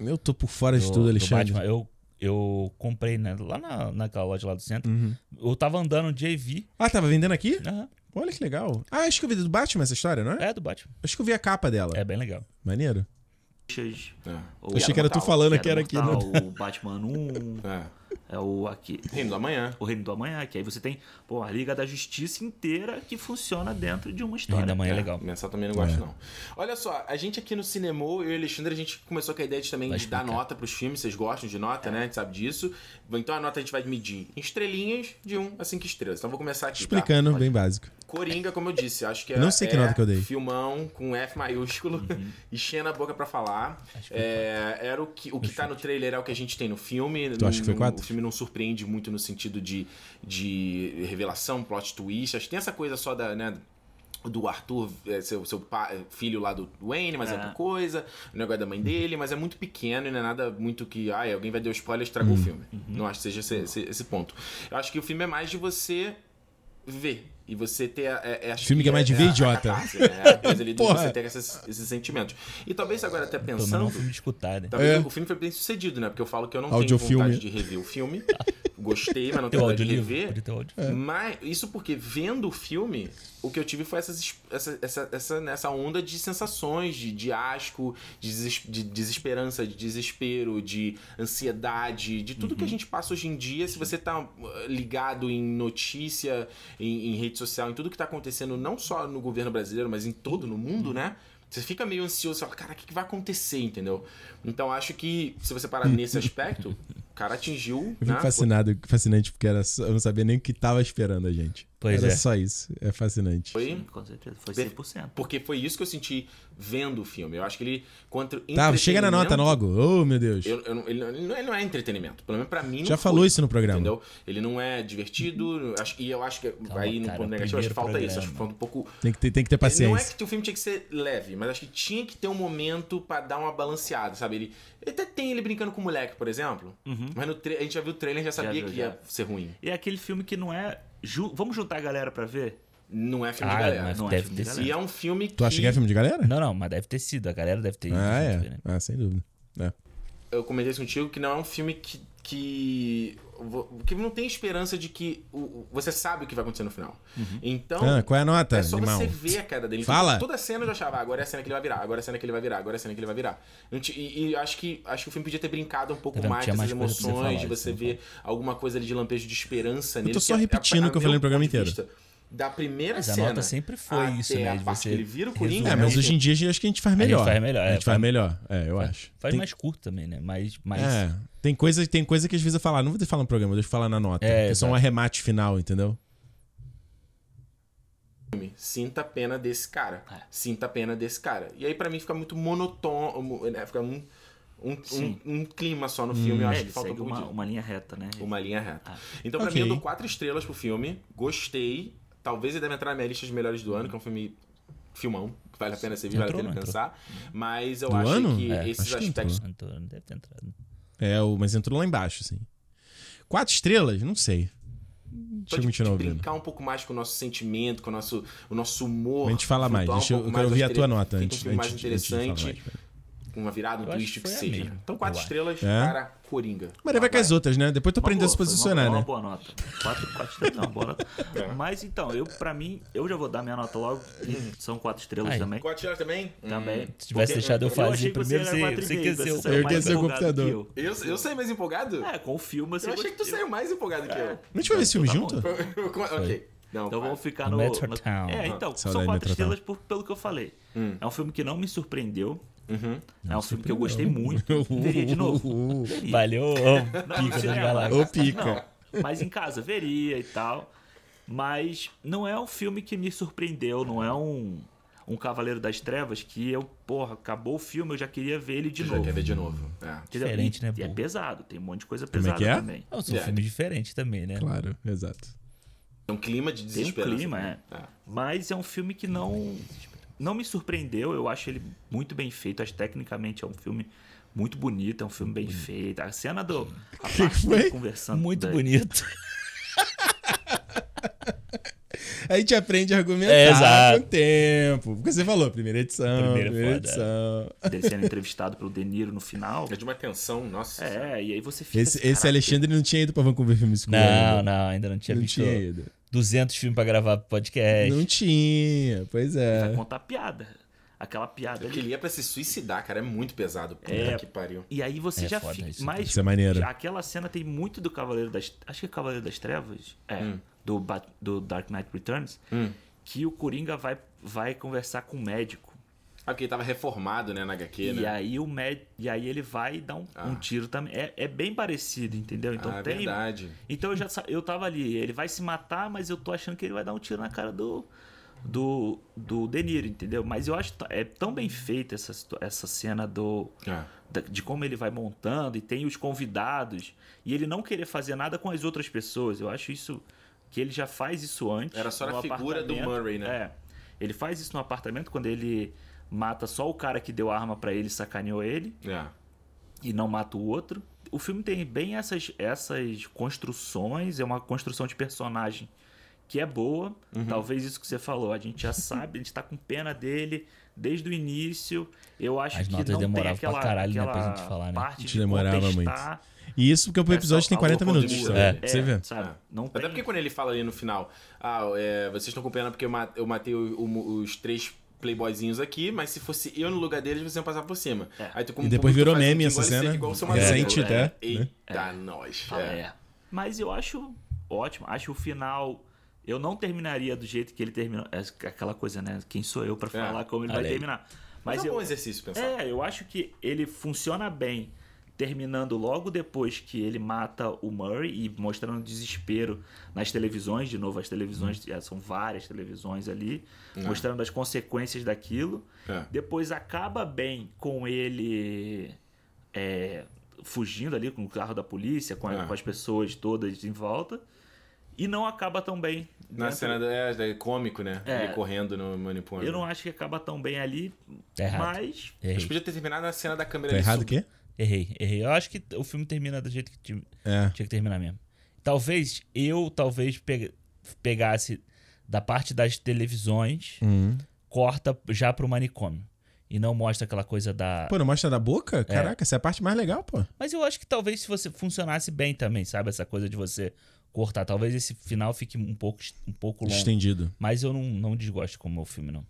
Speaker 1: Eu tô por fora
Speaker 2: do-
Speaker 1: de tudo,
Speaker 2: do
Speaker 1: Alexandre.
Speaker 2: Batman. Eu, eu comprei né, lá na, naquela loja lá do centro.
Speaker 1: Uhum.
Speaker 2: Eu tava andando um dia e vi.
Speaker 1: ah, tava vendendo aqui?
Speaker 2: Aham,
Speaker 1: Olha que legal. Ah, acho que eu vi do Batman essa história, não é?
Speaker 2: é do Batman.
Speaker 1: Acho que eu vi a capa dela.
Speaker 2: É bem legal.
Speaker 1: Maneiro.
Speaker 4: Bruxas,
Speaker 3: É.
Speaker 4: ou
Speaker 1: Achei que era tu
Speaker 3: Mortal,
Speaker 1: falando que era
Speaker 4: Piada
Speaker 1: aqui. né?
Speaker 4: Mortal, O Batman 1,
Speaker 3: É.
Speaker 4: é o aqui.
Speaker 3: Reino da Manhã.
Speaker 4: O Reino do Amanhã, que aí você tem pô, a Liga da Justiça inteira que funciona dentro de uma história.
Speaker 2: Ainda da manhã é
Speaker 3: É,
Speaker 2: legal.
Speaker 3: Mensal também não gosto, não. Olha só, a gente aqui no cinema, eu e o Alexandre, a gente começou com a ideia de também
Speaker 2: Vai
Speaker 3: de dar
Speaker 2: explicar. É.
Speaker 3: nota pros filmes, vocês gostam de nota, né? A gente sabe disso. Então a nota a gente vai medir em estrelinhas de 1 a 5 estrelas. Então vou começar aqui. tá?
Speaker 1: Explicando, bem básico.
Speaker 3: Coringa, como eu disse, acho que é.
Speaker 1: Não sei que
Speaker 3: é
Speaker 1: nota que eu dei.
Speaker 3: Filmão com F maiúsculo, enchendo a boca pra falar.
Speaker 2: Acho que
Speaker 3: É, era o que, o que tá no trailer é o que a gente tem no filme.
Speaker 1: Tu acha que foi
Speaker 3: Não-
Speaker 1: quatro?
Speaker 3: O filme não surpreende muito no sentido de, de revelação, plot twist. Acho que tem essa coisa só da. né, do Arthur, é, seu, seu pa- filho lá do Wayne, mas é.
Speaker 4: É.
Speaker 3: outra coisa, o negócio da mãe dele, mas é muito pequeno e não é nada muito que. Ai, alguém vai dar o spoiler e estragou
Speaker 1: Uhum.
Speaker 3: o filme. Não acho que seja esse, esse- esse ponto. Eu acho que o filme é mais de você ver. E você ter. a- É, é, acho
Speaker 1: Filme que é mais de
Speaker 3: a-
Speaker 1: ver
Speaker 3: a
Speaker 1: idiota.
Speaker 3: catarse, né? É a coisa ali de
Speaker 1: Porra.
Speaker 3: você ter esses, esses sentimentos. E talvez agora, até
Speaker 2: Pelo menos é um
Speaker 3: pensando.
Speaker 2: filme de escutar, né?
Speaker 3: Talvez
Speaker 1: É.
Speaker 3: o filme foi bem sucedido, né? Porque eu falo que eu não
Speaker 1: Audiofilme.
Speaker 3: tenho vontade de rever o filme. Gostei, mas não
Speaker 2: Teu
Speaker 3: tenho vontade de
Speaker 2: audiolivro?
Speaker 3: rever.
Speaker 2: Podia ter áudio.
Speaker 1: É.
Speaker 3: Mas isso porque vendo o filme, o que eu tive foi essas, es- essa, essa, essa, nessa onda de sensações, de, de asco, de, deses- de desesperança, de desespero, de ansiedade, de tudo que a
Speaker 1: Uhum.
Speaker 3: gente passa hoje em dia. Se você tá uh, ligado em notícia, em, em rede social, em tudo que tá acontecendo, não só no governo brasileiro, mas em todo no mundo,
Speaker 1: Uhum.
Speaker 3: né? Você fica meio ansioso, você fala, cara, o que que vai acontecer, entendeu? Então acho que, se você parar nesse aspecto, o cara atingiu.
Speaker 1: Uhum. Eu fico
Speaker 3: né?
Speaker 1: fascinado, fascinante, porque era só- eu não sabia nem o que tava esperando a gente.
Speaker 2: Pois
Speaker 1: era
Speaker 2: é.
Speaker 1: só isso. É fascinante.
Speaker 3: Foi
Speaker 4: Sim, com certeza. Foi
Speaker 3: Perfe-
Speaker 4: 100%.
Speaker 3: Porque foi isso que eu senti vendo o filme. Eu acho que ele. Contra o
Speaker 1: Tá, chega na nota
Speaker 3: entretenimento,
Speaker 1: logo. Oh, meu Deus.
Speaker 3: eu- eu não- ele, não- ele não, ele não é entretenimento. Pelo menos pra mim. Não
Speaker 1: Já
Speaker 3: foi,
Speaker 1: falou isso no programa.
Speaker 3: Entendeu? Ele não é divertido. eu acho- e eu acho que
Speaker 2: Calma,
Speaker 3: aí no
Speaker 2: cara,
Speaker 3: ponto negativo, acho
Speaker 2: primeiro
Speaker 3: que falta isso.
Speaker 2: programa.
Speaker 3: Acho que falta um pouco.
Speaker 1: Tem que ter, tem que ter
Speaker 3: Não é
Speaker 1: paciência.
Speaker 3: que o filme tinha que ser leve, mas acho que tinha que ter um momento pra dar uma balanceada, sabe? Ele, ele até tem ele brincando com o moleque, por exemplo.
Speaker 2: Uhum.
Speaker 3: Mas no tra- a gente já viu o trailer e já sabia
Speaker 4: viu,
Speaker 3: que
Speaker 4: já.
Speaker 3: ia ser ruim.
Speaker 4: E é aquele filme que não é. ju- Vamos juntar a galera pra ver?
Speaker 3: Não é filme
Speaker 2: Ah,
Speaker 3: de galera.
Speaker 2: não
Speaker 4: Não
Speaker 2: é-
Speaker 4: é
Speaker 2: deve
Speaker 4: filme
Speaker 2: ter
Speaker 4: de
Speaker 2: sido.
Speaker 3: E é um filme que.
Speaker 1: Tu acha que é filme de galera?
Speaker 2: Não, não, mas deve ter sido. A galera deve ter ido
Speaker 1: Ah,
Speaker 2: junto,
Speaker 1: é.
Speaker 2: né?
Speaker 1: Ah, sem dúvida. É.
Speaker 3: eu comentei isso contigo, que não é um filme que. que, vo- que não tem esperança de que. o- o- você sabe o que vai acontecer no final. Então.
Speaker 1: Ah, qual é a nota,
Speaker 3: É só
Speaker 1: animal?
Speaker 3: você ver a queda dele.
Speaker 1: Fala.
Speaker 3: Toda cena eu já achava, ah, agora é a cena que ele vai virar, agora é a cena que ele vai virar, agora é a cena que ele vai virar. Não ti- E, e acho, que, acho que o filme podia ter brincado um pouco
Speaker 2: Tá vendo?
Speaker 3: mais
Speaker 2: Tinha
Speaker 3: dessas
Speaker 2: mais coisa pra você
Speaker 3: emoções,
Speaker 2: falar,
Speaker 3: de
Speaker 2: isso né?
Speaker 3: você
Speaker 2: não
Speaker 3: ver alguma coisa ali de lampejo de esperança
Speaker 1: só
Speaker 3: nele. que é a- a-
Speaker 1: repetindo
Speaker 3: a-
Speaker 1: o que eu falei no
Speaker 3: meu
Speaker 1: programa
Speaker 3: ponto de
Speaker 1: inteiro.
Speaker 3: vista, Da primeira
Speaker 2: Mas a
Speaker 3: cena.
Speaker 2: nota sempre foi
Speaker 3: até
Speaker 2: isso, né,
Speaker 3: a
Speaker 2: de
Speaker 3: parte
Speaker 2: você
Speaker 3: que ele vira o Coringa.
Speaker 2: resumir.
Speaker 1: É, mas hoje em dia acho que a gente faz melhor.
Speaker 2: faz melhor,
Speaker 1: A
Speaker 2: é,
Speaker 1: gente faz
Speaker 2: faz-
Speaker 1: melhor. É, eu acho.
Speaker 2: Faz
Speaker 1: Tem-
Speaker 2: mais curto também, né? Mas. mas
Speaker 1: É. Tem coisa, tem coisa que às vezes eu falo, ah, não vou te falar no programa, deixa eu falar na nota.
Speaker 2: É,
Speaker 1: que é só um
Speaker 2: exato.
Speaker 1: arremate final, entendeu?
Speaker 3: filme. Sinta a pena desse cara.
Speaker 4: É.
Speaker 3: Sinta a pena desse cara. E aí, pra mim, fica muito monotônico, né? Fica um, um,
Speaker 4: Sim.
Speaker 3: um- um clima só no filme. Eu
Speaker 4: é,
Speaker 3: acho que
Speaker 4: ele
Speaker 3: falta um
Speaker 4: segue
Speaker 3: pouco
Speaker 4: uma,
Speaker 3: disso.
Speaker 4: uma linha reta, né?
Speaker 3: Uma linha reta.
Speaker 4: Ah.
Speaker 3: Então, pra
Speaker 1: Ok.
Speaker 3: mim, eu dou quatro estrelas pro filme. Gostei. Talvez ele deve entrar na minha lista de melhores do ano, que é um filme filmão. que Vale a pena ser visto, vale a
Speaker 2: Entrou,
Speaker 3: pena
Speaker 2: não entrou?
Speaker 3: pensar. Mas eu
Speaker 1: Do
Speaker 3: acho
Speaker 1: ano?
Speaker 3: que
Speaker 2: É,
Speaker 3: esses
Speaker 1: acho que
Speaker 3: aspectos.
Speaker 1: entrou.
Speaker 2: Antônio não deve ter entrado.
Speaker 1: É, o, mas entrou lá embaixo, assim. Quatro estrelas? Não sei. Deixa eu
Speaker 3: Pode
Speaker 1: continuar ouvindo.
Speaker 3: brincar um pouco mais com o nosso sentimento, com o nosso, o nosso humor.
Speaker 1: A gente fala mais.
Speaker 3: flutuar um
Speaker 1: Deixa eu,
Speaker 3: pouco
Speaker 1: eu quero
Speaker 3: mais,
Speaker 1: ouvir a
Speaker 3: acho que
Speaker 1: tua
Speaker 3: ele
Speaker 1: nota
Speaker 3: fica
Speaker 1: antes.
Speaker 3: Um filme mais
Speaker 1: antes- antes de falar
Speaker 3: interessante.
Speaker 1: mais.
Speaker 3: com uma virada, um
Speaker 2: Eu acho
Speaker 3: twist,
Speaker 2: que
Speaker 3: o que
Speaker 2: foi a
Speaker 3: seja.
Speaker 2: mesma,
Speaker 3: Então, quatro
Speaker 2: eu
Speaker 3: estrelas
Speaker 1: É.
Speaker 3: para Coringa.
Speaker 1: Mas aí vai com as outras, né? Depois tu aprendeu a se posicionar,
Speaker 4: uma,
Speaker 1: né?
Speaker 4: boa- Uma boa nota. Quatro, quatro estrelas é uma boa nota. Mas então, eu, pra mim, eu já vou dar minha nota logo. e São quatro estrelas
Speaker 2: Aí.
Speaker 4: também.
Speaker 3: Quatro estrelas também?
Speaker 4: Também.
Speaker 2: Se tivesse deixado eu
Speaker 4: Eu
Speaker 2: fazer
Speaker 4: achei que você
Speaker 2: primeiro,
Speaker 4: era
Speaker 2: você,
Speaker 4: quatro
Speaker 2: você
Speaker 4: e meio,
Speaker 2: aqueceu.
Speaker 4: você saiu
Speaker 1: Eu
Speaker 4: mais
Speaker 1: aqueci o
Speaker 4: empolgado
Speaker 1: computador.
Speaker 4: que eu.
Speaker 3: Eu, eu saí mais empolgado?
Speaker 4: É, com o filme assim.
Speaker 3: eu achei que tu saiu mais empolgado que eu. é?
Speaker 1: A gente vai ver esse filme
Speaker 4: Tá bom,
Speaker 1: junto?
Speaker 4: então.
Speaker 3: ok. Não,
Speaker 4: Então vamos
Speaker 3: vamos...
Speaker 4: ficar
Speaker 2: No
Speaker 4: no.
Speaker 2: Metro
Speaker 4: no-
Speaker 2: Town.
Speaker 4: É, então,
Speaker 1: Saudade
Speaker 4: são
Speaker 1: do Metro
Speaker 4: quatro
Speaker 1: Town.
Speaker 4: estrelas por- pelo que eu falei.
Speaker 3: Hum.
Speaker 4: É um filme que não me surpreendeu.
Speaker 3: Uhum.
Speaker 4: É um filme que eu gostei muito.
Speaker 1: Uh,
Speaker 4: Veria de novo. Veria.
Speaker 2: Valeu, ô,
Speaker 4: Não,
Speaker 2: pica das
Speaker 4: cinema,
Speaker 2: galáxias.
Speaker 1: Ô, pica.
Speaker 4: não, mas em casa veria e tal. Mas não é um filme que me surpreendeu, não é um, um Cavaleiro das Trevas que eu, porra, acabou o filme, eu já queria ver ele de
Speaker 3: Já
Speaker 4: novo.
Speaker 3: quer ver de novo. É.
Speaker 4: Entendeu?
Speaker 2: Diferente,
Speaker 4: E-
Speaker 2: né,
Speaker 4: e é
Speaker 2: pô?
Speaker 4: pesado, tem um monte de coisa
Speaker 1: é
Speaker 4: pesada
Speaker 1: que é?
Speaker 4: também.
Speaker 2: É um filme
Speaker 3: Yeah.
Speaker 2: diferente também, né?
Speaker 1: Claro, exato.
Speaker 3: É um clima de
Speaker 4: Tem um
Speaker 3: desesperança.
Speaker 4: clima, é. Mas é um filme que não não me surpreendeu, eu acho ele muito bem feito, acho que tecnicamente é um filme muito bonito, é um filme bem feito. A cena do. A
Speaker 1: Que
Speaker 4: parte
Speaker 1: que
Speaker 4: dele
Speaker 1: foi?
Speaker 4: Conversando
Speaker 2: Muito
Speaker 4: daí.
Speaker 2: bonito.
Speaker 1: A gente aprende a argumentar
Speaker 2: É, exato.
Speaker 1: com o tempo. Porque você falou, primeira edição,
Speaker 2: Primeira é
Speaker 1: primeira,
Speaker 2: foda.
Speaker 1: edição.
Speaker 4: Dele sendo entrevistado pelo De Niro no final.
Speaker 3: É de uma tensão, nossa.
Speaker 4: É, e aí você fica.
Speaker 1: Esse,
Speaker 4: assim,
Speaker 1: esse
Speaker 4: "Caraca,
Speaker 1: Alexandre não tinha ido pra Vancouver Film School.
Speaker 2: Não,
Speaker 1: ainda.
Speaker 2: não, ainda não tinha
Speaker 1: Não
Speaker 2: visto É.
Speaker 1: tinha ido.
Speaker 2: 200 filmes pra gravar pro podcast.
Speaker 1: Não tinha, pois
Speaker 4: ele
Speaker 1: é.
Speaker 4: Vai contar piada. Aquela piada
Speaker 3: Eu
Speaker 4: ali.
Speaker 3: queria pra se suicidar, cara. É muito pesado. Puta
Speaker 4: É.
Speaker 3: que pariu.
Speaker 4: E aí você
Speaker 2: É
Speaker 4: já
Speaker 2: foda
Speaker 4: fica.
Speaker 2: isso,
Speaker 4: mas
Speaker 1: Isso é maneiro.
Speaker 4: aquela cena tem muito do Cavaleiro das. Acho que é Cavaleiro das Trevas. É. Do, Bat- do Dark Knight Returns. Que o Coringa vai, vai conversar com o médico.
Speaker 3: Ah, porque ele tava reformado, né, na HQ,
Speaker 4: E
Speaker 3: né?
Speaker 4: aí o médico. E aí ele vai dar um, um tiro também. É, é bem parecido, entendeu? Então
Speaker 3: ah,
Speaker 4: tem.
Speaker 3: verdade.
Speaker 4: Então eu já sa- eu tava ali, ele vai se matar, mas eu tô achando que ele vai dar um tiro na cara do do do De Niro, entendeu? Mas eu acho t- é tão bem feita essa situ- essa cena do
Speaker 3: Ah.
Speaker 4: da- de como ele vai montando e tem os convidados e ele não querer fazer nada com as outras pessoas. Eu acho isso que ele já faz isso antes.
Speaker 3: Era só na
Speaker 4: no
Speaker 3: figura do
Speaker 4: apartamento.
Speaker 3: Murray, né?
Speaker 4: É. Ele faz isso no apartamento quando ele mata só o cara que deu a arma pra ele, e sacaneou ele
Speaker 3: É.
Speaker 4: e não mata o outro. O filme tem bem essas, essas construções, é uma construção de personagem que é boa.
Speaker 2: Uhum.
Speaker 4: Talvez isso que você falou, a gente já sabe, a gente tá com pena dele desde o início. Eu acho
Speaker 2: As
Speaker 4: que
Speaker 2: notas
Speaker 4: não
Speaker 2: demoravam
Speaker 4: tem aquela,
Speaker 2: pra caralho, né,
Speaker 4: aquela
Speaker 2: pra gente falar, né?
Speaker 4: parte
Speaker 1: Gente,
Speaker 4: de
Speaker 1: demorava
Speaker 4: contestar.
Speaker 1: E isso porque o episódio
Speaker 4: essa
Speaker 1: tem 40
Speaker 4: loucura
Speaker 1: minutos.
Speaker 4: de
Speaker 1: Só,
Speaker 4: vida.
Speaker 2: É.
Speaker 1: pra você vê.
Speaker 4: sabe?
Speaker 3: É.
Speaker 4: Não
Speaker 3: Até
Speaker 4: tem...
Speaker 3: porque quando ele fala ali no final, ah, é, vocês estão com pena porque eu ma- eu matei o- o- os três playboyzinhos aqui, mas se fosse eu no lugar deles, vocês iam passar por cima.
Speaker 4: É.
Speaker 3: Aí tu, como
Speaker 1: E depois
Speaker 3: público,
Speaker 1: virou
Speaker 3: faz um
Speaker 1: meme
Speaker 3: que
Speaker 1: essa
Speaker 3: engole seco
Speaker 1: cena.
Speaker 3: Igual o seu
Speaker 1: Recente
Speaker 3: Magrelo,
Speaker 1: até,
Speaker 3: é.
Speaker 1: né?
Speaker 3: Eita, nós.
Speaker 4: Ah,
Speaker 3: é.
Speaker 4: é. Mas eu acho ótimo. Acho o final. Eu não terminaria do jeito que ele terminou. É aquela coisa, né? Quem sou eu pra falar como ele
Speaker 2: É. Olha
Speaker 4: vai
Speaker 2: aí.
Speaker 4: terminar?
Speaker 3: Mas,
Speaker 4: Mas
Speaker 3: é um
Speaker 4: eu,
Speaker 3: bom exercício pensar.
Speaker 4: É, eu acho que ele funciona bem terminando logo depois que ele mata o Murray e mostrando desespero nas televisões, de novo, as
Speaker 3: Hum.
Speaker 4: televisões, eh, são várias televisões ali, mostrando as consequências daquilo.
Speaker 3: É.
Speaker 4: Depois acaba bem com ele eh, fugindo ali com o carro da polícia, com, a-
Speaker 3: É.
Speaker 4: com as pessoas todas em volta. E não acaba tão bem.
Speaker 3: Na
Speaker 4: dentro-
Speaker 3: cena da, é, da- cômico, né?
Speaker 4: É.
Speaker 3: Ele correndo no manipulando.
Speaker 4: Eu não acho que acaba tão bem ali,
Speaker 3: É
Speaker 2: Tá errado.
Speaker 4: mas
Speaker 3: A gente
Speaker 2: Errei,
Speaker 3: podia ter terminado na cena da câmera
Speaker 1: Tá
Speaker 3: ali
Speaker 1: errado o
Speaker 3: sub-
Speaker 1: quê?
Speaker 2: errei, errei. Eu acho que o filme termina do jeito que ti-
Speaker 1: É.
Speaker 2: tinha que terminar mesmo. Talvez, eu talvez pe- pegasse da parte das televisões,
Speaker 1: Uhum.
Speaker 2: corta já pro manicômio. E não mostra aquela coisa da.
Speaker 1: Pô, não mostra da boca? Caraca, essa é a parte mais legal, pô.
Speaker 2: Mas eu acho que talvez se você funcionasse bem também, sabe? Essa coisa de você cortar. Talvez esse final fique um pouco, um pouco longo.
Speaker 1: Estendido.
Speaker 2: Mas eu não, não desgosto como o filme, não.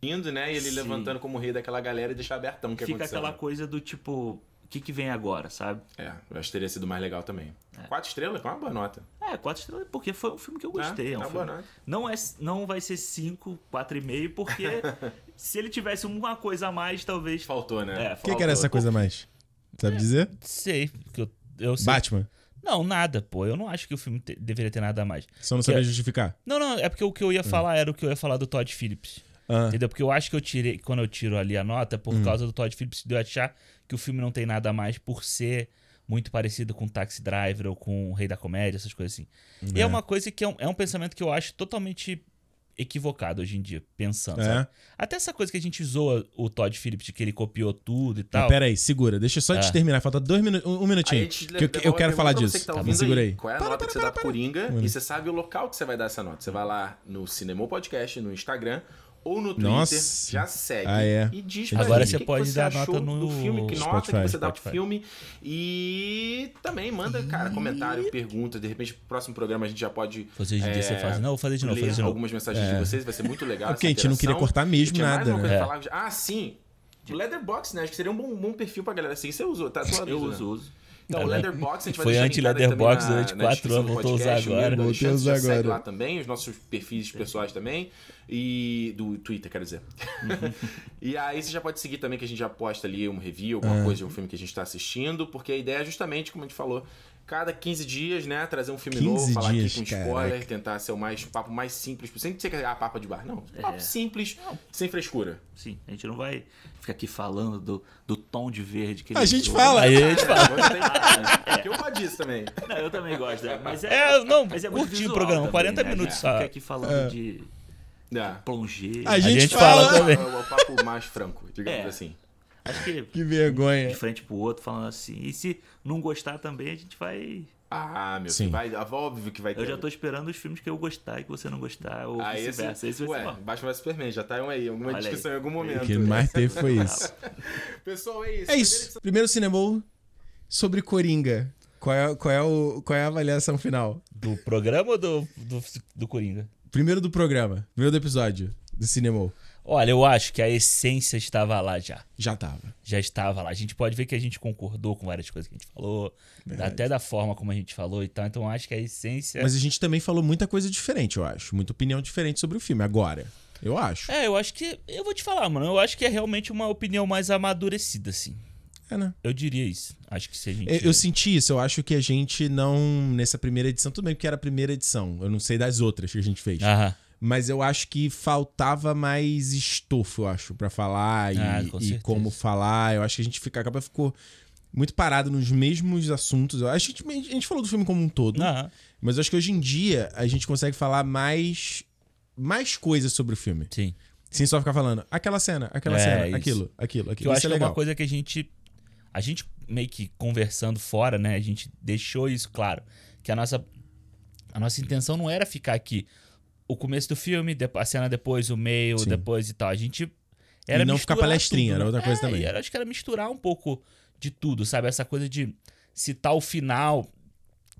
Speaker 3: Indo, né? E ele
Speaker 4: Sim.
Speaker 3: levantando como rei daquela galera e deixar abertão o que
Speaker 4: fica
Speaker 3: aconteceu.
Speaker 4: aquela
Speaker 3: né?
Speaker 4: coisa do tipo, o que, que vem agora, sabe?
Speaker 3: É, eu acho que teria sido mais legal também. Quatro estrelas? É uma boa nota.
Speaker 4: É, quatro estrelas, porque foi um filme que eu gostei.
Speaker 3: É,
Speaker 4: É, um
Speaker 3: tá
Speaker 4: filme-
Speaker 3: boa nota.
Speaker 4: Não, é, não vai ser cinco, quatro e meio, porque se ele tivesse uma coisa a mais, talvez...
Speaker 3: Faltou, né?
Speaker 4: É,
Speaker 1: O que, que era essa coisa mais? Sabe
Speaker 2: É.
Speaker 1: dizer?
Speaker 2: Sei, porque eu, eu sei.
Speaker 1: Batman.
Speaker 2: Não, nada, pô. Eu não acho que o filme te- deveria ter nada a mais.
Speaker 1: Só não saber
Speaker 2: Que- é.
Speaker 1: justificar.
Speaker 2: Não, não, é porque o que eu ia falar era o que eu ia falar do Todd Phillips.
Speaker 1: Ah,
Speaker 2: Entendeu? Porque eu acho que eu tirei, quando eu tiro ali a nota, é por causa do Todd Phillips, de eu achar que o filme não tem nada a mais por ser muito parecido com Taxi Driver ou com o Rei da Comédia, essas coisas assim. E é uma coisa que é um, é um pensamento que eu acho totalmente equivocado hoje em dia, pensando.
Speaker 1: É.
Speaker 2: sabe? Até essa coisa que a gente zoa o Todd Phillips, de que ele copiou tudo e
Speaker 1: Não,
Speaker 2: tal.
Speaker 1: pera aí, segura. Deixa eu só
Speaker 2: Ah.
Speaker 1: te terminar. Falta dois minutos, um, um minutinho.
Speaker 3: Aí a gente
Speaker 1: que eu,
Speaker 3: devolve
Speaker 1: eu
Speaker 3: a
Speaker 1: quero
Speaker 3: pergunta
Speaker 1: falar
Speaker 3: pra
Speaker 1: disso.
Speaker 3: Você que tá
Speaker 1: Tá
Speaker 3: ouvindo
Speaker 1: bom, segura aí.
Speaker 3: Qual é a
Speaker 1: Para,
Speaker 3: nota
Speaker 1: para,
Speaker 3: que você
Speaker 1: para, Um
Speaker 3: dá pro
Speaker 1: para.
Speaker 3: Coringa?
Speaker 1: Mano.
Speaker 3: E você sabe o local que você vai dar essa nota. Você vai lá no Cinema Podcast, no Instagram ou no Twitter,
Speaker 1: Nossa.
Speaker 3: já segue
Speaker 1: Ah, é.
Speaker 3: e diz pra
Speaker 2: Agora
Speaker 3: gente
Speaker 2: você
Speaker 3: o que que
Speaker 2: pode
Speaker 3: você
Speaker 2: dar
Speaker 3: achou
Speaker 2: nota no
Speaker 3: do filme, que nota
Speaker 1: Spotify.
Speaker 3: que você dá pro
Speaker 2: Spotify.
Speaker 3: filme e também manda, cara, comentário, pergunta, de repente no próximo programa a gente já pode
Speaker 2: Fazer hoje em dia
Speaker 3: É,
Speaker 2: você faz, não, vou fazer de novo, vou fazer
Speaker 3: ler
Speaker 2: de novo.
Speaker 3: algumas mensagens de vocês, vai ser muito legal.
Speaker 1: É. Porque
Speaker 3: essa
Speaker 1: a gente não queria
Speaker 3: interação.
Speaker 1: cortar mesmo
Speaker 3: Eu tinha mais
Speaker 1: nada,
Speaker 3: uma
Speaker 1: né?
Speaker 3: coisa
Speaker 2: É.
Speaker 3: pra falar. Ah, sim. O Leatherbox, né? Acho que seria um bom, bom perfil pra galera seguir. Você usou, tá? Tu
Speaker 4: Eu
Speaker 3: usa,
Speaker 4: uso,
Speaker 3: né?
Speaker 4: uso.
Speaker 3: Então, o
Speaker 2: Caraca.
Speaker 3: Leatherbox, a gente vai
Speaker 2: é Foi
Speaker 3: deixar
Speaker 2: anti-Leatherbox
Speaker 3: linkado aí
Speaker 2: durante
Speaker 3: também na- na
Speaker 2: quatro
Speaker 3: descrição
Speaker 2: anos,
Speaker 3: do
Speaker 2: voltou a usar
Speaker 3: podcast, o meu,
Speaker 2: agora.
Speaker 3: do
Speaker 1: Voltei a
Speaker 3: Alexandre,
Speaker 1: usar
Speaker 3: você segue
Speaker 1: agora.
Speaker 3: lá também, os nossos perfis pessoais também. E do Twitter, quero dizer.
Speaker 2: Uhum.
Speaker 3: e aí você já pode seguir também, que a gente já posta ali um review,
Speaker 1: É.
Speaker 3: alguma coisa de um filme que a gente tá assistindo, porque a ideia é justamente, como a gente falou, cada 15 dias, né, trazer um filme
Speaker 1: 15
Speaker 3: novo, falar
Speaker 1: dias,
Speaker 3: aqui com spoiler, tentar ser o mais papo mais simples, sem ser é a papa de bar, não.
Speaker 2: É.
Speaker 3: Papo simples, sem frescura.
Speaker 4: Sim, a gente não vai ficar aqui falando do, do tom de verde que ele
Speaker 1: A gente
Speaker 4: usou.
Speaker 1: fala.
Speaker 2: Aí a gente fala.
Speaker 3: Gostei, cara. Que eu gosto disso também.
Speaker 4: Não, eu também gosto. né? Mas é,
Speaker 2: É, não,
Speaker 4: mas é muito
Speaker 2: curti o
Speaker 4: visual
Speaker 2: programa,
Speaker 4: também,
Speaker 2: 40
Speaker 4: né?
Speaker 2: minutos
Speaker 4: A gente
Speaker 2: só.
Speaker 4: fica aqui falando de
Speaker 3: Dá.
Speaker 4: plongê.
Speaker 1: É. A gente,
Speaker 2: gente
Speaker 1: fala.
Speaker 2: fala também.
Speaker 3: É o papo é mais franco, digamos
Speaker 4: Ah. É.
Speaker 3: assim.
Speaker 4: Acho que
Speaker 1: Que vergonha.
Speaker 4: de frente pro outro, falando assim. E se não gostar também, a gente vai.
Speaker 3: Ah, meu
Speaker 1: Sim.
Speaker 3: filho, vai, óbvio que vai ter.
Speaker 4: Eu já tô esperando os filmes que eu gostar e que você não gostar, ou
Speaker 3: Ah, esse,
Speaker 4: vice-versa. Esse
Speaker 3: ué,
Speaker 4: vai ser bom.
Speaker 3: Batman vs Superman, já tá um aí, alguma
Speaker 4: Olha
Speaker 3: discussão
Speaker 4: aí.
Speaker 3: em algum
Speaker 1: O
Speaker 3: momento.
Speaker 1: que mais teve foi isso.
Speaker 3: Pessoal, é isso.
Speaker 1: É isso. Primeiro cinema sobre Coringa. Qual é, qual, é o, qual é a avaliação final?
Speaker 2: Do programa ou do, do, do Coringa?
Speaker 1: Primeiro do programa, primeiro do episódio do cinema.
Speaker 2: Olha, eu acho que a essência estava lá já.
Speaker 1: Já tava.
Speaker 2: Já estava lá. A gente pode ver que a gente concordou com várias coisas que a gente falou, até da forma como a gente falou e tal. Então eu acho que a essência.
Speaker 1: Mas a gente também falou muita coisa diferente, eu acho. Muita opinião diferente sobre o filme, agora. Eu acho.
Speaker 2: É, eu acho que. Eu vou te falar, mano. Eu acho que é realmente uma opinião mais amadurecida, assim.
Speaker 1: É, né?
Speaker 2: Eu diria isso. Acho que se a gente.
Speaker 1: Eu, eu senti isso, eu acho que a gente não. Nessa primeira edição, tudo bem porque era a primeira edição. Eu não sei das outras que a gente fez.
Speaker 2: Aham.
Speaker 1: Mas eu acho que faltava mais estofo, eu acho, pra falar e,
Speaker 2: Ah, com
Speaker 1: e
Speaker 2: certeza.
Speaker 1: como falar. Eu acho que a gente fica, acaba ficou muito parado nos mesmos assuntos. Eu acho que a gente, a gente falou do filme como um todo,
Speaker 2: Aham.
Speaker 1: mas eu acho que hoje em dia a gente consegue falar mais mais coisas sobre o filme,
Speaker 2: Sim.
Speaker 1: sem só ficar falando aquela cena, aquela
Speaker 2: É,
Speaker 1: cena,
Speaker 2: isso.
Speaker 1: aquilo, aquilo,
Speaker 2: Que eu
Speaker 1: aquilo. Isso
Speaker 2: acho
Speaker 1: é
Speaker 2: que é
Speaker 1: legal.
Speaker 2: uma coisa que a gente. A gente meio que conversando fora, né? A gente deixou isso claro. Que a nossa. A nossa intenção não era ficar aqui o começo do filme, dep- a cena depois, o meio,
Speaker 1: Sim.
Speaker 2: depois e tal. A gente. Era
Speaker 1: E não ficar
Speaker 2: misturar
Speaker 1: palestrinha,
Speaker 2: tudo,
Speaker 1: era
Speaker 2: né?
Speaker 1: outra coisa
Speaker 2: É,
Speaker 1: também.
Speaker 2: e Era, acho que era misturar um pouco de tudo, sabe? Essa coisa de citar o final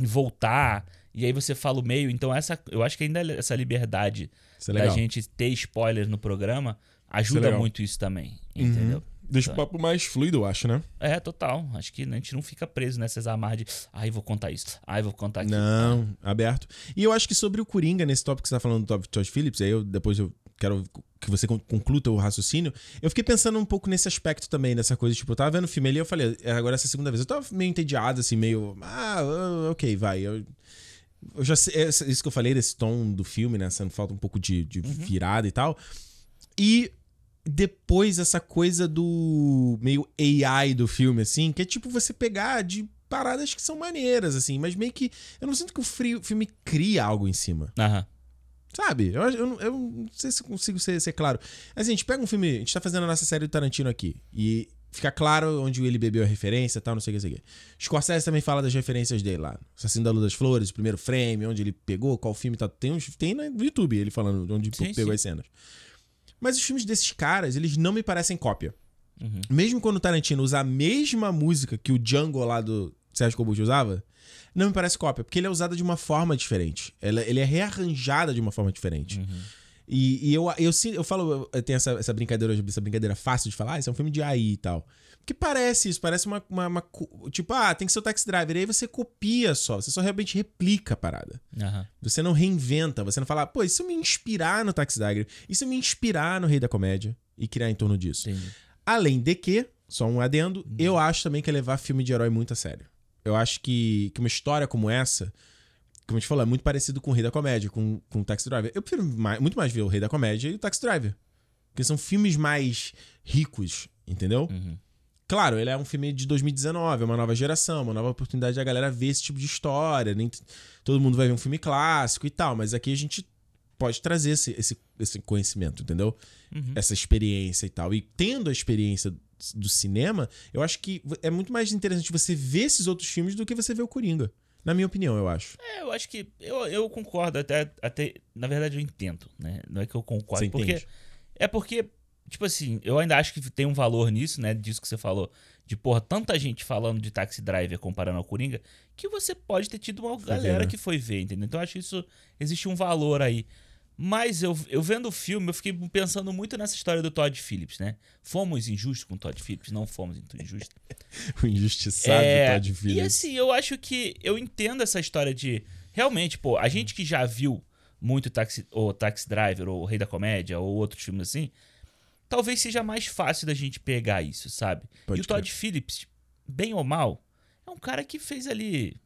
Speaker 2: e voltar. E aí você fala o meio. Então, essa, eu acho que ainda essa liberdade
Speaker 1: Isso é
Speaker 2: da
Speaker 1: legal.
Speaker 2: gente ter spoilers no programa
Speaker 1: Isso é
Speaker 2: ajuda
Speaker 1: legal. Uhum.
Speaker 2: muito isso também, entendeu?
Speaker 1: Deixa o papo mais fluido, eu acho, né?
Speaker 2: É, total. Acho que né, a gente não fica preso nessas amarras de ai, vou contar isso, ai, vou contar aquilo.
Speaker 1: Não, aberto. E eu acho que sobre o Coringa, nesse tópico que você tá falando do Todd- Todd Phillips, aí eu depois eu quero que você con- conclua o raciocínio. Eu fiquei pensando um pouco nesse aspecto também, dessa coisa, tipo, eu tava vendo o filme ali, eu falei, é, agora essa segunda vez, eu tava meio entediado, assim, meio, ah, ah, ok, vai, eu... eu já sei, é, isso que eu falei, desse tom do filme, né? Essa falta um pouco de, de virada e tal. E depois essa coisa do meio AI do filme, assim, que é tipo você pegar de paradas que são maneiras, assim, mas meio que. Eu não sinto que o frio- filme cria algo em cima.
Speaker 2: Aham.
Speaker 1: Sabe? Eu, eu não- eu não sei se eu consigo ser, ser claro. Assim, a gente pega um filme. A gente tá fazendo a nossa série do Tarantino aqui. E fica claro onde ele bebeu a referência e tal, não sei o que, não sei o que. Scorsese também fala das referências dele lá. Assassino da Lua das Flores, o primeiro frame, onde ele pegou, qual filme e tal. Tem, uns, tem no YouTube ele falando de onde
Speaker 2: Sim,
Speaker 1: pegou
Speaker 2: sim.
Speaker 1: as cenas. Mas os filmes desses caras, eles não me parecem cópia.
Speaker 2: Uhum.
Speaker 1: Mesmo quando o Tarantino usa a mesma música que o Django lá do Sérgio Corbucci usava, não me parece cópia, porque ele é usada de uma forma diferente. Ela, ele é rearranjada de uma forma diferente. E, e eu, eu, sin- eu falo, eu tenho essa, essa brincadeira hoje, essa brincadeira fácil de falar, ah, isso é um filme de AI e tal. Porque parece isso, parece uma, uma- uma co- Tipo, ah, tem que ser o Taxi Driver. E aí você copia só, você só realmente replica a parada.
Speaker 2: Aham.
Speaker 1: Você não reinventa, você não fala, pô, e se eu me inspirar no Taxi Driver? E se eu me inspirar no Rei da Comédia? E criar em torno disso.
Speaker 2: Entendi. Uhum.
Speaker 1: Além de que, só um adendo, eu acho também que é levar filme de herói muito a sério. Eu acho que, que uma história como essa, como a gente falou, é muito parecido com o Rei da Comédia, com, com o Taxi Driver. Eu prefiro mais- muito mais ver o Rei da Comédia e o Taxi Driver. Porque são filmes mais ricos, entendeu?
Speaker 2: Uhum.
Speaker 1: Claro, ele é um filme de 2019, é uma nova geração, uma nova oportunidade da galera ver esse tipo de história. Nem t- todo mundo vai ver um filme clássico e tal, mas aqui a gente pode trazer esse, esse, esse conhecimento, entendeu?
Speaker 2: Uhum.
Speaker 1: Essa experiência e tal. E tendo a experiência do cinema, eu acho que é muito mais interessante você ver esses outros filmes do que você ver o Coringa. Na minha opinião, eu acho.
Speaker 2: É, eu acho que. Eu, eu concordo, até, até. Na verdade, eu entendo, né? Não é que eu concordo.
Speaker 1: Você
Speaker 2: porque
Speaker 1: entende?
Speaker 2: É porque, tipo assim, eu ainda acho que tem um valor nisso, né? Disso que você falou. De, porra, tanta gente falando de Taxi Driver comparando ao Coringa, que você pode ter tido uma
Speaker 1: ver,
Speaker 2: galera
Speaker 1: né?
Speaker 2: que foi ver, entendeu? Então eu acho que isso existe um valor aí. Mas eu, eu vendo o filme, eu fiquei pensando muito nessa história do Todd Phillips, né? Fomos injustos com o Todd Phillips? Não fomos então, injustos.
Speaker 1: O injustiçado
Speaker 2: É,
Speaker 1: Todd
Speaker 2: E
Speaker 1: Phillips.
Speaker 2: assim, eu acho que eu entendo essa história de. Realmente, pô, a gente que já viu muito Taxi, ou Taxi Driver, ou Rei da Comédia, ou outros filmes assim, talvez seja mais fácil da gente pegar isso, sabe?
Speaker 1: Pode
Speaker 2: e o Todd Phillips, bem ou mal, é um cara que fez ali.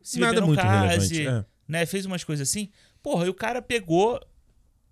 Speaker 2: Se
Speaker 1: Nada
Speaker 2: Beber Não
Speaker 1: muito
Speaker 2: um Case,
Speaker 1: relevante. é.
Speaker 2: né? Fez umas coisas assim. Porra, e o cara pegou,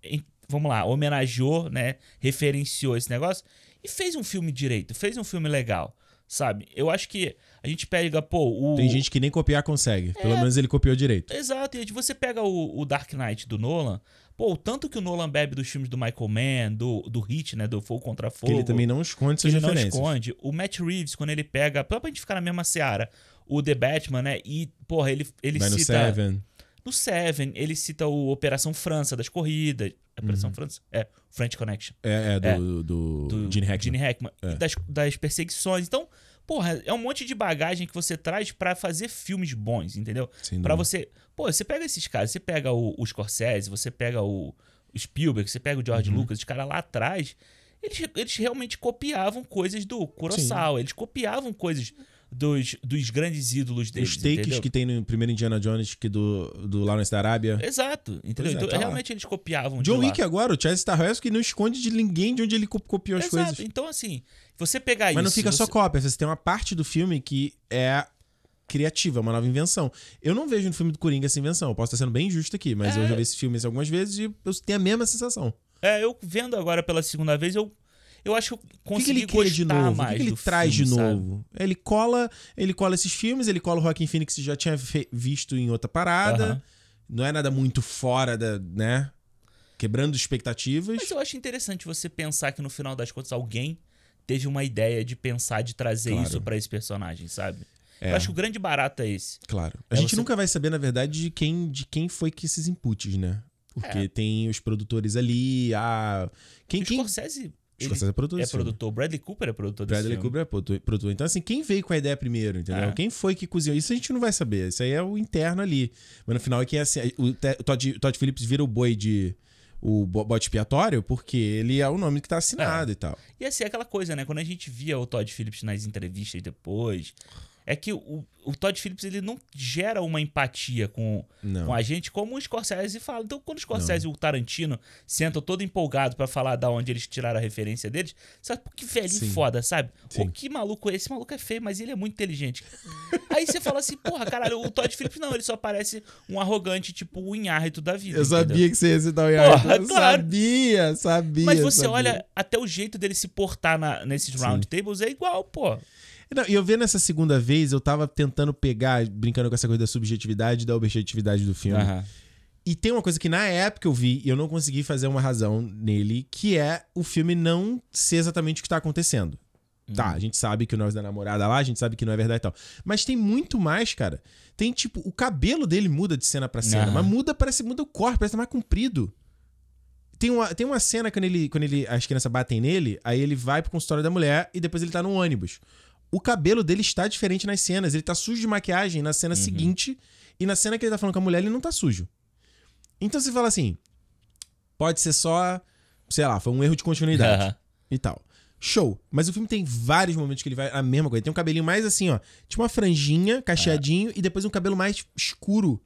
Speaker 2: em- vamos lá, homenageou, né? Referenciou esse negócio e fez um filme direito, fez um filme legal, Sabe? Eu acho que a gente pega, pô, o.
Speaker 1: Tem gente que nem copiar
Speaker 2: É.
Speaker 1: consegue. Pelo menos ele copiou direito.
Speaker 2: Exato, e você pega o, o Dark Knight do Nolan, pô, o tanto que o Nolan bebe dos filmes do Michael Mann, do, do Hit, né? Do Fogo contra Fogo.
Speaker 1: Porque ele também não esconde
Speaker 2: que
Speaker 1: suas
Speaker 2: ele não
Speaker 1: referências.
Speaker 2: esconde. O Matt Reeves, quando ele pega. Pra pra gente ficar na mesma seara, o The Batman, né? E, porra, ele, ele
Speaker 1: Vai no
Speaker 2: cita.
Speaker 1: Seven.
Speaker 2: No Seven, ele cita o Operação França das corridas. Operação
Speaker 1: Uhum.
Speaker 2: França? É, French Connection.
Speaker 1: É, é, do,
Speaker 2: É.
Speaker 1: do, do Gene Hackman.
Speaker 2: Gene Hackman.
Speaker 1: É.
Speaker 2: E das, das perseguições. Então, porra, é um monte de bagagem que você traz pra fazer filmes bons, entendeu?
Speaker 1: Sem
Speaker 2: Pra
Speaker 1: dúvida.
Speaker 2: você. Pô, você pega esses caras, você pega o, o Scorsese, você pega o Spielberg, você pega o George
Speaker 1: Uhum.
Speaker 2: Lucas, os caras lá atrás, eles, eles realmente copiavam coisas do Kurosawa, eles copiavam coisas dos, dos grandes ídolos deles.
Speaker 1: Os takes
Speaker 2: entendeu?
Speaker 1: que tem no primeiro Indiana Jones que do, do Lawrence da Arábia.
Speaker 2: Exato, entendeu?
Speaker 1: Pois é,
Speaker 2: então,
Speaker 1: tá lá.
Speaker 2: realmente eles copiavam
Speaker 1: John
Speaker 2: de lá.
Speaker 1: Wick agora, o Chaz Stahelski não esconde de ninguém de onde ele co- copiou as
Speaker 2: Exato.
Speaker 1: coisas.
Speaker 2: Então, assim, você pegar isso.
Speaker 1: Mas não fica só
Speaker 2: você-
Speaker 1: cópia, você tem uma parte do filme que é criativa, é uma nova invenção. Eu não vejo no filme do Coringa essa invenção, eu posso estar sendo bem justo aqui, mas eu já vi esse filme assim, algumas vezes e eu tenho a mesma sensação.
Speaker 2: É, eu vendo agora pela segunda vez, eu, eu acho que eu
Speaker 1: O que, que
Speaker 2: consegui
Speaker 1: ele cria de
Speaker 2: gostar
Speaker 1: novo? O
Speaker 2: mais
Speaker 1: que, que ele
Speaker 2: do
Speaker 1: traz
Speaker 2: filme,
Speaker 1: de
Speaker 2: sabe?
Speaker 1: novo? Ele cola, ele cola esses filmes, ele cola o Joaquin Phoenix que já tinha fe- visto em outra parada.
Speaker 2: Aham.
Speaker 1: Não é nada muito fora da, né? Quebrando expectativas.
Speaker 2: Mas eu acho interessante você pensar que no final das contas alguém teve uma ideia de pensar de trazer
Speaker 1: Claro.
Speaker 2: isso pra esse personagem, sabe?
Speaker 1: É.
Speaker 2: Eu acho que o grande barato é esse.
Speaker 1: Claro. A
Speaker 2: É,
Speaker 1: gente
Speaker 2: você-
Speaker 1: nunca vai saber, na verdade, de quem, de quem foi que esses inputs, né? Porque
Speaker 2: É.
Speaker 1: tem os produtores ali, a. Quem.
Speaker 2: O
Speaker 1: quem...
Speaker 2: Scorsese ele
Speaker 1: Scorsese é produtor.
Speaker 2: é
Speaker 1: desse filme.
Speaker 2: produtor, o Bradley Cooper é produtor desse
Speaker 1: Bradley
Speaker 2: filme.
Speaker 1: Cooper é produ- produtor. Então, assim, quem veio com a ideia primeiro, entendeu?
Speaker 2: É.
Speaker 1: Quem foi que cozinhou? Isso a gente não vai saber. Isso aí é o interno ali. Mas no final é que é assim, o, Te- o Todd, o Todd Phillips vira o boi de. O bo- bode expiatório, porque ele é o nome que tá assinado e tal.
Speaker 2: E assim, é aquela coisa, né? Quando a gente via o Todd Phillips nas entrevistas depois, é que o, o Todd Phillips ele não gera uma empatia com,
Speaker 1: Não.
Speaker 2: com a gente como o Scorsese fala. Então, quando o Scorsese e o Tarantino sentam todo empolgado pra falar da onde eles tiraram a referência deles, sabe? Pô, Que velhinho
Speaker 1: Sim.
Speaker 2: foda, sabe?
Speaker 1: Sim.
Speaker 2: O que maluco é esse? Esse maluco é feio, mas ele é muito inteligente. Aí você fala assim, porra, caralho, o Todd Phillips não, ele só parece um arrogante, tipo o Inhárito da vida.
Speaker 1: Eu
Speaker 2: entendeu?
Speaker 1: sabia que você ia citar o
Speaker 2: Porra,
Speaker 1: Yard. Eu
Speaker 2: claro.
Speaker 1: Sabia, sabia.
Speaker 2: Mas você
Speaker 1: sabia.
Speaker 2: olha até o jeito dele se portar na- nesses
Speaker 1: Sim.
Speaker 2: round tables é igual, pô.
Speaker 1: Não, e eu vendo essa segunda vez, eu tava tentando pegar, brincando com essa coisa da subjetividade e da objetividade do filme.
Speaker 2: Aham.
Speaker 1: E tem uma coisa que na época eu vi e eu não consegui fazer uma razão nele, que é o filme não ser exatamente o que tá acontecendo. Tá, a gente sabe que o nós da namorada lá, a gente sabe que não é verdade e tal. Mas tem muito mais, cara. Tem tipo, o cabelo dele muda de cena pra cena,
Speaker 2: Aham.
Speaker 1: mas muda, parece muda o corpo, parece mais comprido. Tem uma, tem uma cena quando ele, quando ele as crianças batem nele, aí ele vai pro consultório da mulher e depois ele tá no ônibus. O cabelo dele está diferente nas cenas, ele tá sujo de maquiagem na cena seguinte e na cena que ele tá falando com a mulher ele não tá sujo. Então você fala assim, pode ser só, sei lá, foi um erro de continuidade
Speaker 2: Aham.
Speaker 1: e tal. Show. Mas o filme tem vários momentos que ele vai a mesma coisa. Tem um cabelinho mais assim, ó. Tipo uma franjinha, cacheadinho, e depois um cabelo mais escuro.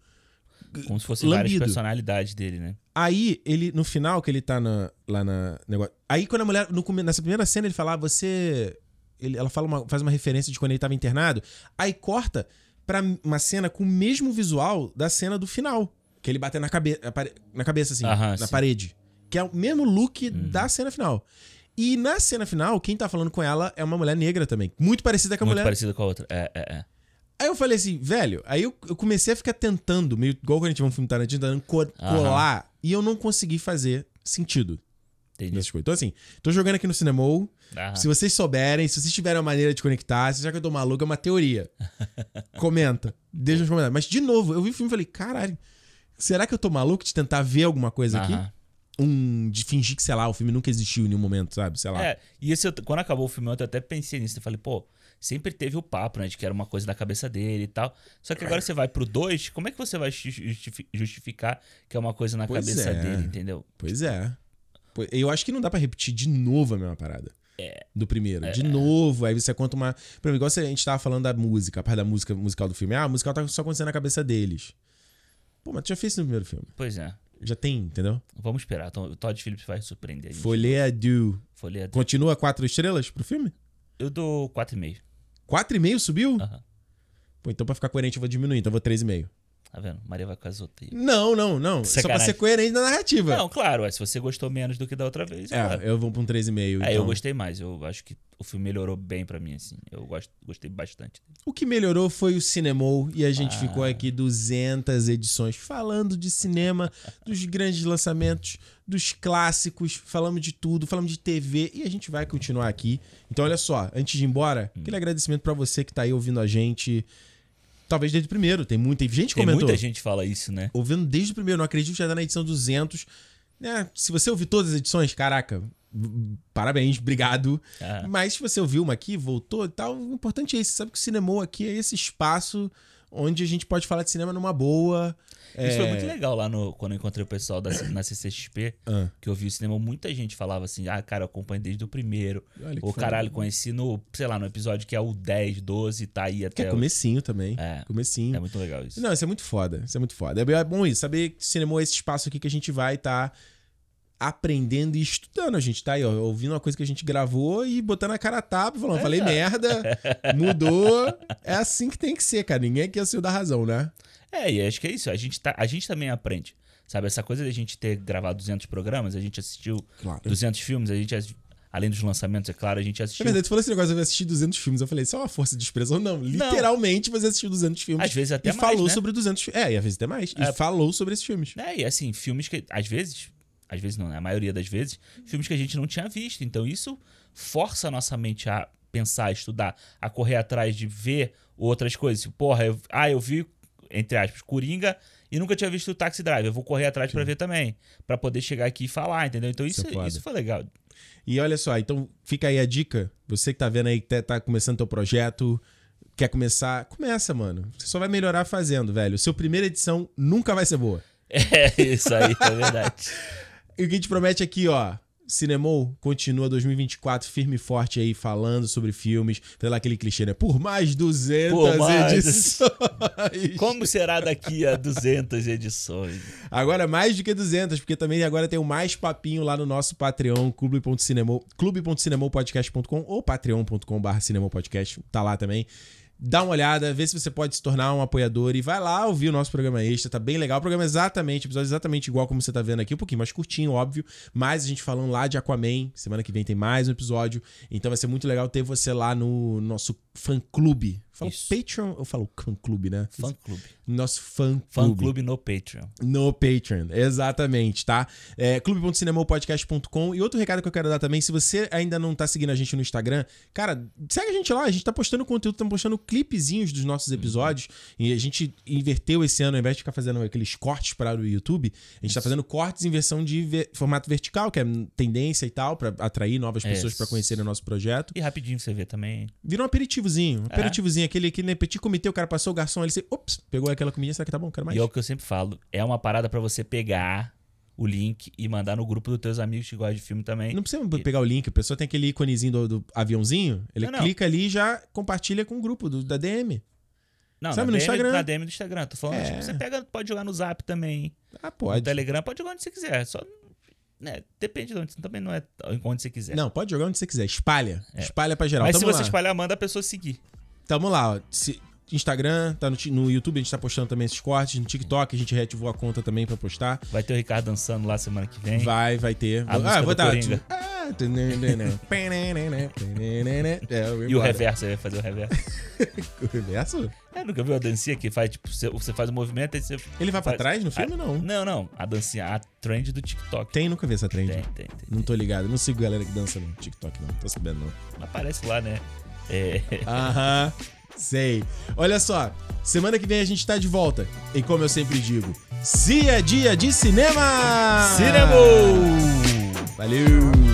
Speaker 2: Como se fossem várias
Speaker 1: Lambido. Então,
Speaker 2: personalidades dele, né?
Speaker 1: Aí, ele, no final, que ele tá na- lá na negócio. Aí, quando a mulher, no, come- nessa primeira cena, ele fala, ah, você. ele- ela fala uma- faz uma referência de quando ele tava internado. Aí corta pra uma cena com o mesmo visual da cena do final. Que ele bate na, cabe apare- na cabeça, assim,
Speaker 2: Aham,
Speaker 1: na
Speaker 2: sim. Uhum.
Speaker 1: parede. Que é o mesmo look da cena final. E na cena final, quem tá falando com ela é uma mulher negra também. Muito parecida com a
Speaker 2: Muito
Speaker 1: mulher
Speaker 2: parecido com a outra. É, é, é.
Speaker 1: Aí eu falei assim, velho, aí eu, eu comecei a ficar tentando, meio igual quando a gente vai um filme Tarantino, tentando co-
Speaker 2: Aham.
Speaker 1: colar, e eu não consegui fazer sentido
Speaker 2: Entendi. Ah.
Speaker 1: nessas coisas. Então assim, tô jogando aqui no Cinemol,
Speaker 2: Aham.
Speaker 1: se vocês souberem, se vocês tiverem uma maneira de conectar, se já que eu tô maluco, é uma teoria. Comenta, deixa nos comentários. Mas de novo, eu vi o filme e falei, caralho, será que eu tô maluco de tentar ver alguma coisa aqui?
Speaker 2: Aham.
Speaker 1: Um, de fingir que, sei lá, o filme nunca existiu em nenhum momento, sabe? Sei lá.
Speaker 2: É, e isso eu t- quando acabou o filme ontem, eu até pensei nisso. Eu falei, pô, sempre teve o papo, né? De que era uma coisa da cabeça dele e tal. Só que agora você vai pro 2, como é que você vai ju- justifi- justificar que é uma coisa na
Speaker 1: Pois
Speaker 2: cabeça
Speaker 1: é.
Speaker 2: dele, entendeu?
Speaker 1: Pois é. Po- Eu acho que não dá pra repetir de novo a mesma parada. É. Do primeiro. De novo. Aí você conta uma. Por exemplo, igual a gente tava falando da música, a parte da música musical do filme. Ah, a musical tá só acontecendo na cabeça deles. Pô, mas tu já fez isso no primeiro filme.
Speaker 2: Pois é.
Speaker 1: Já tem, entendeu?
Speaker 2: Vamos esperar. Então, o Todd Phillips vai surpreender. a gente.
Speaker 1: Folha do.
Speaker 2: Folha.
Speaker 1: Continua quatro estrelas pro filme?
Speaker 2: Eu dou 4,5.
Speaker 1: Quatro e meio subiu?
Speaker 2: Aham.
Speaker 1: Pô, então pra ficar coerente eu vou diminuir, então eu vou três e meio.
Speaker 2: Tá vendo? Maria vai com as outras aí.
Speaker 1: Não, não, não. Só pra
Speaker 2: Sacanagem.
Speaker 1: ser coerente na narrativa.
Speaker 2: Não, claro, ué, se você gostou menos do que da outra vez, claro.
Speaker 1: É, eu vou pra um 3,5.
Speaker 2: É,
Speaker 1: então.
Speaker 2: eu gostei mais. Eu acho que o filme melhorou bem pra mim, assim. Eu gosto, gostei bastante.
Speaker 1: O que melhorou foi o Cinemol e a
Speaker 2: Ah.
Speaker 1: gente ficou aqui 200 edições falando de cinema, dos grandes lançamentos, dos clássicos, falamos de tudo, falamos de TV e a gente vai continuar aqui. Então olha só, antes de ir embora,
Speaker 2: Hum.
Speaker 1: aquele agradecimento pra você que tá aí ouvindo a gente, talvez desde o primeiro, tem muita gente
Speaker 2: Tem
Speaker 1: comentou.
Speaker 2: muita gente que fala isso, né?
Speaker 1: Ouvindo desde o primeiro, não acredito que já tá na edição 200. né? se você ouvir todas as edições, caraca, v- parabéns, obrigado.
Speaker 2: Ah,
Speaker 1: Mas se você ouviu uma aqui, voltou e tal, o importante é isso. Você sabe que o cinema aqui é esse espaço onde a gente pode falar de cinema numa boa.
Speaker 2: Isso
Speaker 1: É.
Speaker 2: foi muito legal lá no, quando eu encontrei o pessoal da, na CCXP,
Speaker 1: Ah.
Speaker 2: que eu vi o cinema, muita gente falava assim, ah, cara, eu acompanho desde o primeiro.
Speaker 1: Olha que
Speaker 2: Ou
Speaker 1: foda.
Speaker 2: caralho, conheci no, sei lá, no episódio que é o 10, 12, tá aí
Speaker 1: Que
Speaker 2: até.
Speaker 1: é
Speaker 2: hoje.
Speaker 1: comecinho também.
Speaker 2: É.
Speaker 1: Comecinho.
Speaker 2: É muito legal isso.
Speaker 1: Não, isso é muito foda. Isso é muito foda. É bom isso, saber que cinema é esse espaço aqui que a gente vai estar aprendendo e estudando. A gente tá aí, ó, ouvindo uma coisa que a gente gravou e botando a cara a tapa, falando,
Speaker 2: É.
Speaker 1: falei merda, mudou. É assim que tem que ser, cara. Ninguém aqui é o seu da razão, né?
Speaker 2: É, e acho que é isso. A gente, tá, a gente também aprende. Sabe, essa coisa da gente ter gravado 200 programas, a gente assistiu
Speaker 1: Claro.
Speaker 2: 200 filmes, a gente, as- além dos lançamentos, é claro, a gente
Speaker 1: É
Speaker 2: assistiu.
Speaker 1: verdade, tu falou esse negócio, eu assisti 200 filmes. Eu falei, isso é uma força de expressão. Não, literalmente você assistiu 200 filmes.
Speaker 2: Às vezes até
Speaker 1: e
Speaker 2: mais,
Speaker 1: falou
Speaker 2: né?
Speaker 1: sobre 200 filmes. É, e às vezes até mais. E
Speaker 2: É.
Speaker 1: falou sobre esses filmes.
Speaker 2: É, e assim, filmes que às vezes, às vezes não, né? A maioria das vezes, filmes que a gente não tinha visto. Então isso força a nossa mente a pensar, a estudar, a correr atrás de ver outras coisas. Tipo, Porra, eu, ah, eu vi, entre aspas, Coringa e nunca tinha visto o Taxi Drive. Eu vou correr atrás pra ver também, Pra poder chegar aqui e falar, entendeu? Então
Speaker 1: Isso é
Speaker 2: isso,
Speaker 1: foda.
Speaker 2: isso foi legal.
Speaker 1: E olha só, então fica aí a dica. Você que tá vendo aí, que tá- tá começando teu projeto, quer começar, começa, mano. Você só vai melhorar fazendo, velho. Seu primeira edição nunca vai ser boa.
Speaker 2: É isso aí, é verdade.
Speaker 1: E o que a gente promete aqui, ó. Cinemol continua 2024 firme e forte aí, falando sobre filmes. Tem lá aquele clichê, né? Por mais 200
Speaker 2: Por mais-
Speaker 1: edições.
Speaker 2: Como será daqui a 200 edições?
Speaker 1: Agora mais do que 200, porque também agora tem o mais papinho lá no nosso Patreon, clube.cinemo, clube.cinemopodcast.com ou patreon.com.br cinemopodcast, tá lá também. Dá uma olhada, vê se você pode se tornar um apoiador e vai lá ouvir o nosso programa extra, tá bem legal. O programa é exatamente, episódio exatamente igual como você tá vendo aqui, um pouquinho mais curtinho, óbvio, mas a gente falando lá de Aquaman, semana que vem tem mais um episódio, então vai ser muito legal ter você lá no nosso fã-clube. Eu Falo
Speaker 2: Isso.
Speaker 1: Patreon, eu falo fã-clube, né?
Speaker 2: Fã clube.
Speaker 1: Nosso fã-clube.
Speaker 2: Fã clube no Patreon.
Speaker 1: No Patreon, exatamente, tá? É, clube.cinemopodcast.com E outro recado que eu quero dar também, se você ainda não tá seguindo a gente no Instagram, cara, segue a gente lá, a gente tá postando conteúdo, estamos postando clipezinhos dos nossos episódios, e a gente inverteu esse ano, ao invés de ficar fazendo aqueles cortes para o YouTube, a gente tá fazendo cortes em versão de ve- formato vertical, que é tendência e tal, pra atrair novas
Speaker 2: É.
Speaker 1: pessoas pra conhecerem o nosso projeto.
Speaker 2: E rapidinho você vê também.
Speaker 1: Vira um aperitivozinho, um
Speaker 2: É.
Speaker 1: aperitivozinho, aquele que nem petit comitê, o cara passou o garçom, ele se, ops, pegou aquela comidinha, será que tá bom? Quero mais.
Speaker 2: E é o que eu sempre falo, é uma parada pra você pegar o link e mandar no grupo dos teus amigos que gostam de filme também.
Speaker 1: Não precisa pegar o link, a pessoa tem aquele íconezinho do, do aviãozinho, ele
Speaker 2: Não, não.
Speaker 1: clica ali e já compartilha com o grupo do- da DM.
Speaker 2: Não,
Speaker 1: Sabe,
Speaker 2: na
Speaker 1: no
Speaker 2: DM,
Speaker 1: Instagram. né?
Speaker 2: Na DM do Instagram. Tô falando,
Speaker 1: É.
Speaker 2: tipo, você pega, pode jogar no Zap também.
Speaker 1: Ah,
Speaker 2: No
Speaker 1: pode.
Speaker 2: Telegram, pode jogar onde você quiser. Só, né, depende de onde, também não é onde você quiser.
Speaker 1: Não, pode jogar onde você quiser. Espalha. Espalha pra geral.
Speaker 2: É. Mas
Speaker 1: Tamo
Speaker 2: se
Speaker 1: lá.
Speaker 2: você espalhar, manda a pessoa seguir.
Speaker 1: Tamo lá, ó. Se- Instagram, tá no, ti- no YouTube, a gente tá postando também esses cortes. No TikTok, a gente reativou a conta também pra postar.
Speaker 2: Vai ter o Ricardo dançando lá semana que vem.
Speaker 1: Vai, vai ter.
Speaker 2: A música do
Speaker 1: dar-
Speaker 2: Coringa.
Speaker 1: Ah, tananana, pananana, pananana. É, eu vou
Speaker 2: E o
Speaker 1: embora.
Speaker 2: reverso, ele vai fazer o reverso.
Speaker 1: O reverso?
Speaker 2: é, nunca viu a dancinha que faz, tipo, você, você faz o movimento e você...
Speaker 1: Ele vai pra
Speaker 2: faz-
Speaker 1: trás no filme?
Speaker 2: Ah,
Speaker 1: Não.
Speaker 2: Não, não. A dancinha, a trend do TikTok.
Speaker 1: Tem, nunca vi essa trend.
Speaker 2: tem, tem. tem.
Speaker 1: Não tô ligado. Não sigo galera que dança no TikTok, não. Tô sabendo, não.
Speaker 2: Aparece lá, né? É...
Speaker 1: Aham, sei. Olha só, semana que vem a gente tá de volta. E como eu sempre digo, se é dia de cinema!
Speaker 2: Cinema!
Speaker 1: Valeu!